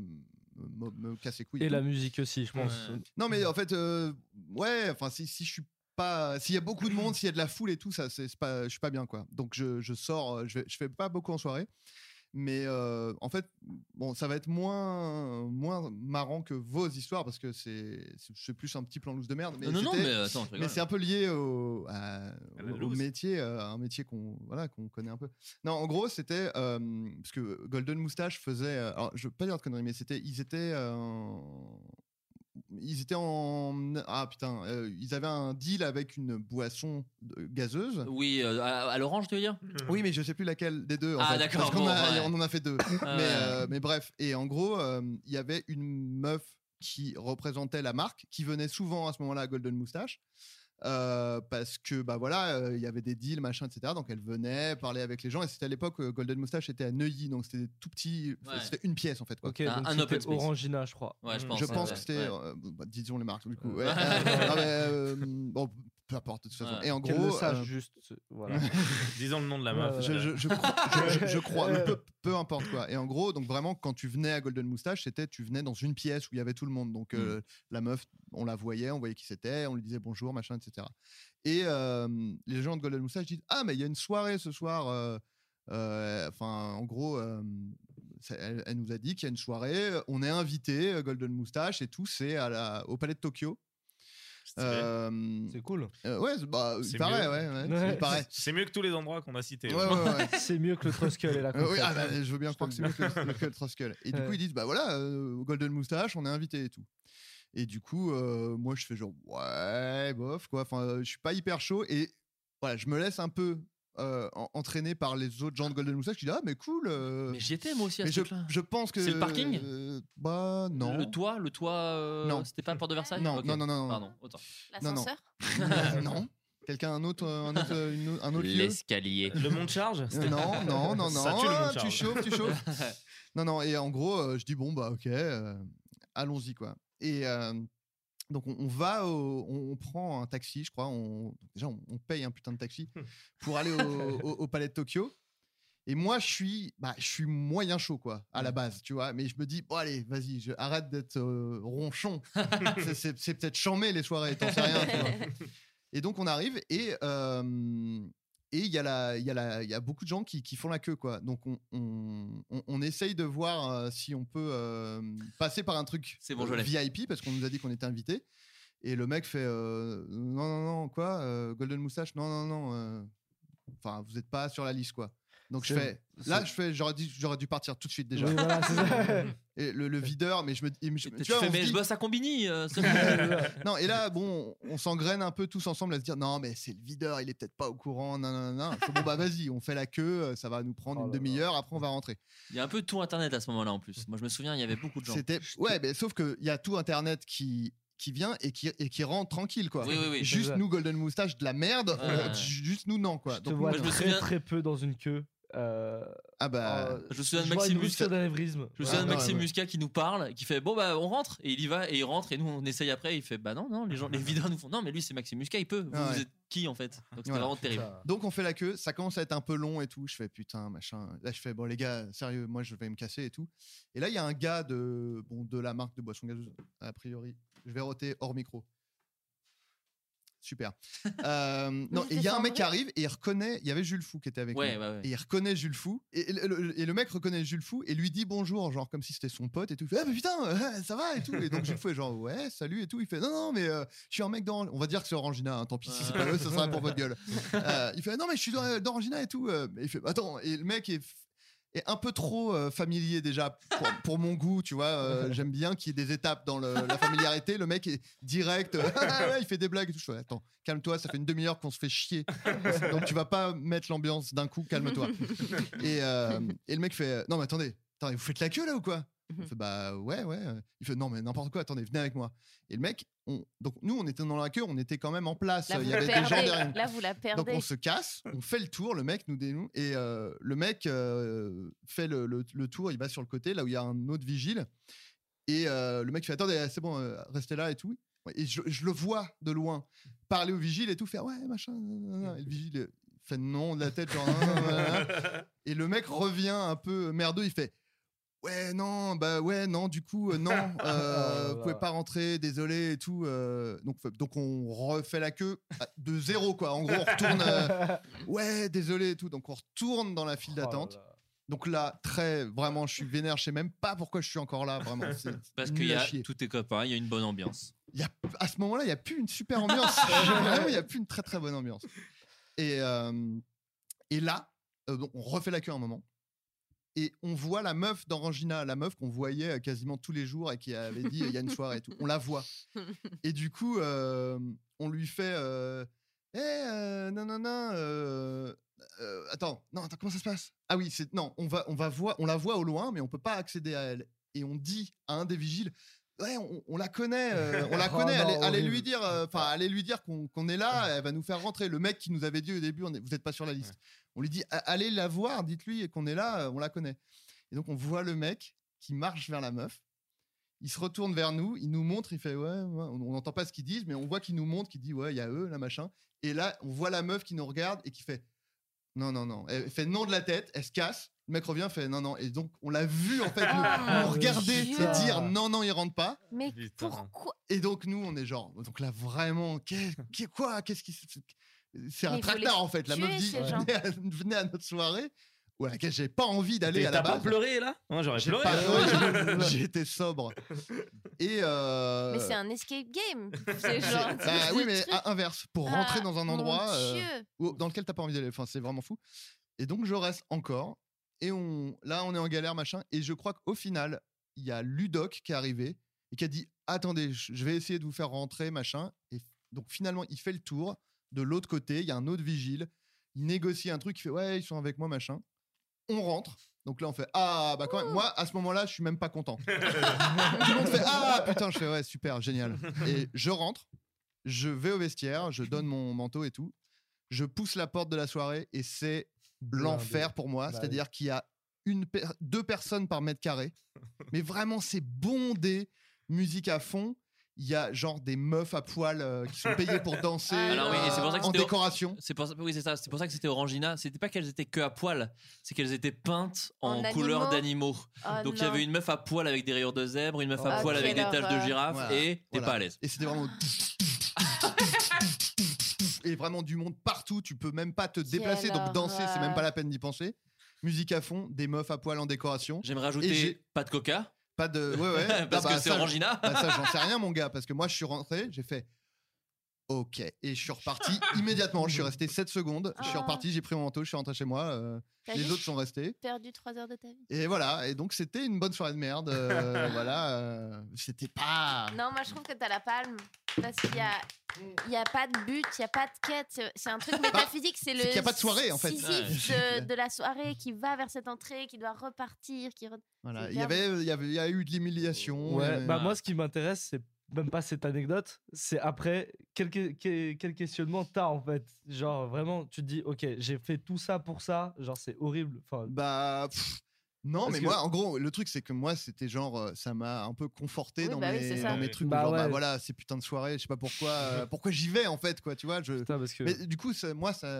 [SPEAKER 5] me- me casse les couilles
[SPEAKER 8] Et la
[SPEAKER 5] tout.
[SPEAKER 8] musique aussi, je pense.
[SPEAKER 5] Ouais. non mais en fait euh, ouais enfin si, si je suis pas s'il y a beaucoup de monde s'il y a de la foule et tout ça c'est c'est pas je suis pas bien quoi donc je, je sors euh, je, vais- je fais pas beaucoup en soirée mais euh, en fait bon ça va être moins moins marrant que vos histoires parce que c'est c'est- c'est plus un petit plan loose de merde mais
[SPEAKER 4] Non, non,
[SPEAKER 5] c'était-
[SPEAKER 4] mais attends, je rigole.
[SPEAKER 5] mais c'est un peu lié au, à-
[SPEAKER 4] la
[SPEAKER 5] au- au
[SPEAKER 4] loose.
[SPEAKER 5] métier euh, un métier qu'on voilà qu'on connaît un peu non en gros c'était euh, parce que Golden Moustache faisait euh, alors je veux pas dire de conneries mais c'était ils étaient euh, ils étaient en ah putain euh, ils avaient un deal avec une boisson de- gazeuse
[SPEAKER 4] Oui, euh, à, à l'orange, tu veux dire
[SPEAKER 5] oui mais je sais plus laquelle des deux en
[SPEAKER 4] Ah,
[SPEAKER 5] fait,
[SPEAKER 4] d'accord,
[SPEAKER 5] parce qu'on
[SPEAKER 4] bon,
[SPEAKER 5] a-
[SPEAKER 4] ouais.
[SPEAKER 5] on en a fait deux mais,
[SPEAKER 4] Ah, ouais.
[SPEAKER 5] euh, mais bref et en gros euh, il y avait une meuf qui représentait la marque qui venait souvent à ce moment-là à Golden Moustache euh, parce que bah voilà euh, il y avait des deals machin etc donc elle venait parler avec les gens et c'était à l'époque euh, Golden Moustache était à Neuilly donc c'était tout petit
[SPEAKER 4] Ouais.
[SPEAKER 5] c'était une pièce en fait quoi
[SPEAKER 8] Ok, donc c'était Orangina, je crois.
[SPEAKER 4] Ouais, je pense, ouais,
[SPEAKER 5] que
[SPEAKER 4] ouais.
[SPEAKER 5] c'était euh, bah, disons les marques du coup
[SPEAKER 4] Ouais.
[SPEAKER 5] ouais. Euh, non, mais, euh, bon peu importe de toute façon
[SPEAKER 4] Ouais.
[SPEAKER 5] et en
[SPEAKER 8] Qu'elle
[SPEAKER 5] gros
[SPEAKER 8] le sache,
[SPEAKER 5] euh,
[SPEAKER 8] juste, voilà.
[SPEAKER 7] Disons le nom de la meuf. euh,
[SPEAKER 5] je, je- je crois, je- je- je crois, mais peu, peu importe quoi. Et en gros, donc vraiment, quand tu venais à Golden Moustache, c'était tu venais dans une pièce où il y avait tout le monde. Donc
[SPEAKER 8] Mm.
[SPEAKER 5] euh, la meuf, on la voyait, on voyait qui c'était, on lui disait bonjour, machin, etc. Et euh, les gens de Golden Moustache disent ah mais il y a une soirée ce soir. euh, euh, Enfin, en gros, euh, ça- elle, elle nous a dit qu'il y a une soirée. On est invité, euh, Golden Moustache et tout. C'est à la- au Palais de Tokyo. euh,
[SPEAKER 8] c'est cool.
[SPEAKER 5] ouais, c'est- bah, il paraît, ouais, ouais, il paraît.
[SPEAKER 7] C'est mieux que tous les endroits qu'on a cités.
[SPEAKER 5] Ouais, ouais, ouais.
[SPEAKER 8] C'est mieux que le Troskull et la
[SPEAKER 5] Euh, oui, ah,
[SPEAKER 8] Concorde.
[SPEAKER 5] bah, je veux bien croire que c'est mieux que le, que le Troskull. Et du coup,
[SPEAKER 8] Ouais.
[SPEAKER 5] ils disent bah voilà, euh, au Golden Moustache, on est invité et tout. Et du coup, euh, moi, je fais genre ouais, bof, quoi. Enfin, euh, je suis pas hyper chaud et voilà, je me laisse un peu euh, en- entraîner par les autres gens de Golden Moustache qui disent ah, mais cool. euh,
[SPEAKER 4] Mais j'y étais, moi aussi, à
[SPEAKER 5] mais
[SPEAKER 4] ce
[SPEAKER 5] je,
[SPEAKER 4] truc-là.
[SPEAKER 5] je pense que.
[SPEAKER 4] C'est le parking
[SPEAKER 5] euh, Bah, non.
[SPEAKER 4] Le toit, le toit. euh,
[SPEAKER 5] Non.
[SPEAKER 4] C'était pas le port de Versailles
[SPEAKER 5] Non,
[SPEAKER 4] Ok.
[SPEAKER 5] non, non, non, non.
[SPEAKER 4] Pardon, autant.
[SPEAKER 5] Non, non. Non. Quelqu'un, un autre, euh, un autre, une autre- un autre lieu
[SPEAKER 9] L'escalier.
[SPEAKER 7] Le monde charge
[SPEAKER 5] Euh, Non, non, non, non.
[SPEAKER 9] Ça tue le
[SPEAKER 5] Ah,
[SPEAKER 9] monde
[SPEAKER 5] tu
[SPEAKER 9] charge.
[SPEAKER 5] chauffes, tu chauffes. non, non. Et en gros, euh, je dis bon bah ok, euh, allons-y quoi. Et euh, donc on, on va, au- on, on prend un taxi, je crois. On, déjà on, on paye un putain de taxi pour aller au, au- au palais de Tokyo. Et moi, je suis, bah, je suis moyen chaud, quoi, à la base, tu vois. Mais je me dis, bon, allez, vas-y, je arrête d'être euh, ronchon. C'est- c'est c'est peut-être chambé les soirées, t'en sais rien, tu vois. Et donc on arrive et euh, et il y a la il y a la il y a beaucoup de gens qui, qui font la queue quoi. Donc on on, on- on essaye de voir euh, si on peut euh, passer par un truc
[SPEAKER 4] C'est bon, je
[SPEAKER 5] euh,
[SPEAKER 4] l'ai.
[SPEAKER 5] VIP parce qu'on nous a dit qu'on était invité. Et le mec fait euh, non non non quoi euh, Golden Moustache non non non euh, enfin vous n'êtes pas sur la liste quoi. Donc je
[SPEAKER 8] C'est-
[SPEAKER 5] fais là
[SPEAKER 8] c'est-
[SPEAKER 5] je fais j'aurais dû j'aurais dû partir tout de suite déjà.
[SPEAKER 8] Oui, voilà, c'est ça.
[SPEAKER 5] et le, le videur mais je me et je-
[SPEAKER 4] Tu,
[SPEAKER 5] vois,
[SPEAKER 4] fais,
[SPEAKER 5] on se
[SPEAKER 4] mais
[SPEAKER 5] dit-
[SPEAKER 4] je bosse à Combini. euh, c'est bon.
[SPEAKER 5] non, et là, bon, on s'engraine un peu tous ensemble à se dire non, mais c'est le videur, il est peut-être pas au courant, non, non, non. Bon, bah vas-y, on fait la queue, euh, ça va nous prendre
[SPEAKER 8] Oh
[SPEAKER 5] une demi-heure, après on va rentrer.
[SPEAKER 4] Il y a un peu tout Internet à ce moment-là en plus. Moi, je me souviens, il y avait beaucoup de gens.
[SPEAKER 5] C'était. Ouais, mais sauf qu'il y a tout Internet qui qui vient et qui, et qui rentre tranquille quoi.
[SPEAKER 4] Oui, oui, oui.
[SPEAKER 5] juste
[SPEAKER 8] C'est ça.
[SPEAKER 5] nous Golden Moustache de la merde,
[SPEAKER 4] Ouais.
[SPEAKER 5] euh, juste nous non quoi.
[SPEAKER 8] Je te
[SPEAKER 5] Donc,
[SPEAKER 8] vois
[SPEAKER 4] moi, je me
[SPEAKER 8] très
[SPEAKER 4] souviens-
[SPEAKER 8] très peu dans une queue. Euh,
[SPEAKER 5] ah bah
[SPEAKER 8] euh,
[SPEAKER 4] Je me souviens de
[SPEAKER 8] vois une
[SPEAKER 4] Maximus.
[SPEAKER 8] rupture d'anévrisme.
[SPEAKER 4] Je me souviens de
[SPEAKER 5] Ah, ouais,
[SPEAKER 4] Maxime
[SPEAKER 5] ouais.
[SPEAKER 4] Muscat qui nous parle, qui fait bon bah on rentre et il y va et il rentre et nous on essaye après. Et il fait bah non non les gens les videurs nous font non mais lui c'est Maxime Muscat il peut. Vous,
[SPEAKER 5] Ah,
[SPEAKER 4] vous
[SPEAKER 5] ouais.
[SPEAKER 4] êtes qui en fait Donc c'était
[SPEAKER 5] Voilà.
[SPEAKER 4] vraiment terrible.
[SPEAKER 5] Donc on fait la queue, ça commence à être un peu long et tout. Je fais putain machin. Là je fais bon les gars, sérieux, moi je vais me casser et tout. Et là il y a un gars de bon de la marque de boisson gazeuse a priori. Je vais roter hors micro. Super. Euh, non,
[SPEAKER 6] c'était
[SPEAKER 5] il y a
[SPEAKER 6] sans
[SPEAKER 5] un mec qui
[SPEAKER 6] bruit.
[SPEAKER 5] arrive et il reconnaît. Il y avait Jules Fou qui était avec
[SPEAKER 4] Ouais,
[SPEAKER 5] nous.
[SPEAKER 4] ouais, ouais.
[SPEAKER 5] Et il reconnaît Jules Fou. Et, et le, et le mec reconnaît Jules Fou et lui dit bonjour, genre comme si c'était son pote et tout. Il fait, ah, mais putain, euh, ça va et tout. Et donc Jules Fou est genre ouais, salut et tout. Il fait non, non, mais euh, je suis un mec d'Orange. On va dire que c'est Orangina, hein, tant pis. Si c'est pas eux, ça sera pour votre gueule. Euh, il fait non, mais je suis dans- d'Orangina et tout. Euh, et il fait attends. Et le mec est est un peu trop euh, familier déjà pour, pour mon goût, tu vois. euh, J'aime bien qu'il y ait des étapes dans le- la familiarité. Le mec est direct, euh, Ah ouais, il fait des blagues et tout. Je fais, attends, calme-toi, ça fait une demi-heure qu'on se fait chier. Donc tu vas pas mettre l'ambiance d'un coup, calme-toi. Et, euh, et le mec fait, euh, non mais attendez, attendez, vous faites la queue là ou quoi Il fait, bah ouais, ouais. Il fait, non mais n'importe quoi, attendez, venez avec moi. Et le mec, on- donc nous on était dans la queue, on était quand même en place.
[SPEAKER 6] Là,
[SPEAKER 5] Il
[SPEAKER 6] vous
[SPEAKER 5] y
[SPEAKER 6] la
[SPEAKER 5] avait des gens
[SPEAKER 6] perdez.
[SPEAKER 5] derrière. nous.
[SPEAKER 6] Là, vous la
[SPEAKER 5] Donc
[SPEAKER 6] perdez.
[SPEAKER 5] on se casse, on fait le tour, le mec nous dénoue et euh, le mec euh, fait le, le- le tour, il va sur le côté là où il y a un autre vigile et euh, le mec fait attendez c'est bon euh, restez là et tout Ouais, Et je, je le vois de loin parler au vigile et tout faire ouais, machin. nan, nan, nan. Et le vigile euh, fait non de la tête, genre. nan, nan, nan, nan. Et le mec revient un peu merdeux, il fait ouais, non, bah ouais, non, du coup, euh, non, euh, vous pouvez pas rentrer, désolé et tout. euh, donc, faut- donc on refait la queue à- Ah, de zéro, quoi. En gros, on retourne. euh, ouais, désolé et tout. Donc on retourne dans la
[SPEAKER 7] Oh
[SPEAKER 5] file d'attente. Donc là, très vraiment, je suis vénère. Je sais même pas pourquoi je suis encore là, vraiment. C'est
[SPEAKER 4] Parce
[SPEAKER 5] nul
[SPEAKER 4] qu'il y
[SPEAKER 5] à
[SPEAKER 4] a
[SPEAKER 5] chier.
[SPEAKER 4] tous tes copains, il y a une bonne ambiance.
[SPEAKER 5] Il y a- à ce moment-là, il n'y a plus une super ambiance. Vraiment, il n'y a plus une très très bonne ambiance. Et, euh, et là, euh, donc, on refait la queue un moment. Et on voit la meuf d'Orangina, la meuf qu'on voyait euh, quasiment tous les jours et qui avait dit euh, il y a une soirée et tout. On la voit. Et du coup, euh, on lui fait euh, Eh, euh, non, non, non. euh, euh, attends, non, attends, comment ça se passe Ah oui, c'est non, on va, on va voir, on la voit au loin, mais on peut pas accéder à elle. Et on dit à un des vigiles, ouais, on, on la connaît, euh, on la
[SPEAKER 8] Oh
[SPEAKER 5] connaît.
[SPEAKER 8] non,
[SPEAKER 5] allez, allez lui
[SPEAKER 8] horrible.
[SPEAKER 5] dire, euh, enfin, allez lui dire qu'on qu'on est là, elle va nous faire rentrer. Le mec qui nous avait dit au début, on est- vous n'êtes pas sur la liste. On lui dit, A- allez la voir, dites-lui qu'on est là, euh, on la connaît. Et donc on voit le mec qui marche vers la meuf. Il se retourne vers nous, il nous montre, il fait ouais, ouais. on on n'entend pas ce qu'ils disent, mais on voit qu'il nous montre, qu'il dit ouais, il y a eux, là machin. Et là, on voit la meuf qui nous regarde et qui fait non, non, non. Elle fait non de la tête, elle se casse. Le mec revient, fait non, non. Et donc, on l'a vu en fait, nous,
[SPEAKER 6] Ah,
[SPEAKER 5] nous
[SPEAKER 6] le
[SPEAKER 5] regarder
[SPEAKER 6] Dieu.
[SPEAKER 5] et dire non, non, il rentre pas.
[SPEAKER 6] Mais
[SPEAKER 7] Putain.
[SPEAKER 6] pourquoi
[SPEAKER 5] Et donc, nous, on est genre, donc là, vraiment, qu'est- qu'est- quoi Qu'est-ce qui. se- C'est
[SPEAKER 6] Mais
[SPEAKER 5] un
[SPEAKER 6] il faut
[SPEAKER 5] tracteur
[SPEAKER 6] les
[SPEAKER 5] en fait. La meuf
[SPEAKER 6] tuer,
[SPEAKER 5] dit
[SPEAKER 6] ces gens.
[SPEAKER 5] venez à, venez à notre soirée, ou à laquelle j'ai pas envie d'aller
[SPEAKER 7] Et
[SPEAKER 5] à la
[SPEAKER 7] T'as pas
[SPEAKER 5] base.
[SPEAKER 7] pleuré là Moi, J'aurais
[SPEAKER 5] J'ai
[SPEAKER 7] pleuré.
[SPEAKER 5] pas-
[SPEAKER 7] hein.
[SPEAKER 5] ouais, j'ai- J'étais sobre. Et. euh,
[SPEAKER 6] Mais c'est un escape game. C'est genre.
[SPEAKER 5] bah oui, mais à- inverse. Pour rentrer
[SPEAKER 6] Ah,
[SPEAKER 5] dans un
[SPEAKER 6] mon
[SPEAKER 5] endroit euh,
[SPEAKER 6] Dieu.
[SPEAKER 5] où- dans lequel t'as pas envie d'aller. Enfin, c'est vraiment fou. Et donc, je reste encore. Et on, là, on est en galère, machin. Et je crois qu'au final, il y a Ludoc qui est arrivé et qui a dit Attendez, je je vais essayer de vous faire rentrer, machin. Et donc, finalement, il fait le tour. De l'autre côté, il y a un autre vigile. Il négocie un truc. Il fait Ouais, ils sont avec moi, machin. On rentre. Donc là, on fait Ah, bah quand même. Moi, à ce moment-là, je suis même pas content. Tout le monde fait Ah, putain, je fais Ouais, super, génial. Et je rentre. Je vais au vestiaire. Je donne mon manteau et tout. Je pousse la porte de la soirée et c'est l'enfer pour moi.
[SPEAKER 8] Bah
[SPEAKER 5] C'est-à-dire qu'il y a une per- deux personnes par mètre carré. Mais vraiment, c'est bondé. Musique à fond. Il y a genre des meufs à poil euh, qui sont payées pour danser euh,
[SPEAKER 4] Alors oui, et c'est pour ça que
[SPEAKER 5] en
[SPEAKER 4] c'était-
[SPEAKER 5] décoration.
[SPEAKER 4] C'est pour ça, oui, c'est ça. C'est pour ça que c'était Orangina. C'était pas qu'elles étaient que à poil, c'est qu'elles étaient peintes en,
[SPEAKER 6] En
[SPEAKER 4] couleur
[SPEAKER 6] animaux.
[SPEAKER 4] d'animaux.
[SPEAKER 6] Oh
[SPEAKER 4] Donc il y avait
[SPEAKER 6] non.
[SPEAKER 4] une meuf à poil avec des rayures de zèbre, une meuf à
[SPEAKER 6] Ah,
[SPEAKER 4] poil avec des
[SPEAKER 6] quelle
[SPEAKER 4] taches de
[SPEAKER 6] horreur.
[SPEAKER 4] girafe,
[SPEAKER 5] Voilà.
[SPEAKER 4] et t'es
[SPEAKER 5] Voilà.
[SPEAKER 4] pas à l'aise.
[SPEAKER 5] Et c'était vraiment. et vraiment du monde partout. Tu peux même pas te déplacer. Donc danser, c'est même pas la peine d'y penser. Musique à fond, des meufs à poil en décoration.
[SPEAKER 4] J'aime
[SPEAKER 5] Et
[SPEAKER 4] rajouter
[SPEAKER 5] j'ai-
[SPEAKER 4] pas de coca
[SPEAKER 5] Pas de. Ouais, ouais. Ah
[SPEAKER 4] parce
[SPEAKER 5] bah,
[SPEAKER 4] que c'est
[SPEAKER 5] ça,
[SPEAKER 4] Orangina.
[SPEAKER 5] Bah ça, j'en sais rien, mon gars, parce que moi, je suis rentré, j'ai fait OK. Et je suis reparti immédiatement. Je suis resté 7 secondes. Je suis
[SPEAKER 6] Ah.
[SPEAKER 5] reparti, j'ai pris mon manteau, je suis rentré chez moi. euh,
[SPEAKER 6] T'as
[SPEAKER 5] les
[SPEAKER 6] juste
[SPEAKER 5] autres sont restés.
[SPEAKER 6] perdu 3 heures de ta vie.
[SPEAKER 5] Et voilà. Et donc, c'était une bonne soirée de merde. euh, voilà. euh, c'était pas.
[SPEAKER 6] Non, moi je trouve que t'as la palme. Parce qu'il y a. Il n'y a pas de but, il n'y a pas de quête. c'est- C'est un truc métaphysique. C'est le.
[SPEAKER 5] Bah, qu'il y a pas de soirée, en fait.
[SPEAKER 6] Sisyphe
[SPEAKER 5] Ouais.
[SPEAKER 6] de, de la soirée qui va vers cette entrée, qui doit repartir. Qui re-
[SPEAKER 5] Voilà.
[SPEAKER 6] C'est
[SPEAKER 5] Il y avait, il y avait, il y a eu de l'humiliation.
[SPEAKER 8] Ouais,
[SPEAKER 5] euh,
[SPEAKER 8] bah moi, ce qui m'intéresse, c'est même pas cette anecdote, c'est après, quel, que- quel, quel questionnement t'as en fait Genre, vraiment, tu te dis, ok, j'ai fait tout ça pour ça, genre, c'est horrible. Enfin,
[SPEAKER 5] Bah. pff, non,
[SPEAKER 8] Parce
[SPEAKER 5] mais
[SPEAKER 8] que-
[SPEAKER 5] moi, en gros, le truc, c'est que moi, c'était genre, euh, ça m'a un peu conforté
[SPEAKER 6] Oui,
[SPEAKER 5] dans,
[SPEAKER 6] bah oui,
[SPEAKER 5] mes,
[SPEAKER 6] c'est ça.
[SPEAKER 5] dans mes trucs.
[SPEAKER 8] Bah
[SPEAKER 5] genre, bah
[SPEAKER 8] ouais.
[SPEAKER 5] voilà, ces putains de soirées, je sais pas pourquoi, euh, pourquoi j'y vais, en fait, quoi, tu vois. Je,
[SPEAKER 8] putain, parce que.
[SPEAKER 5] Mais du coup, ça- moi, ça,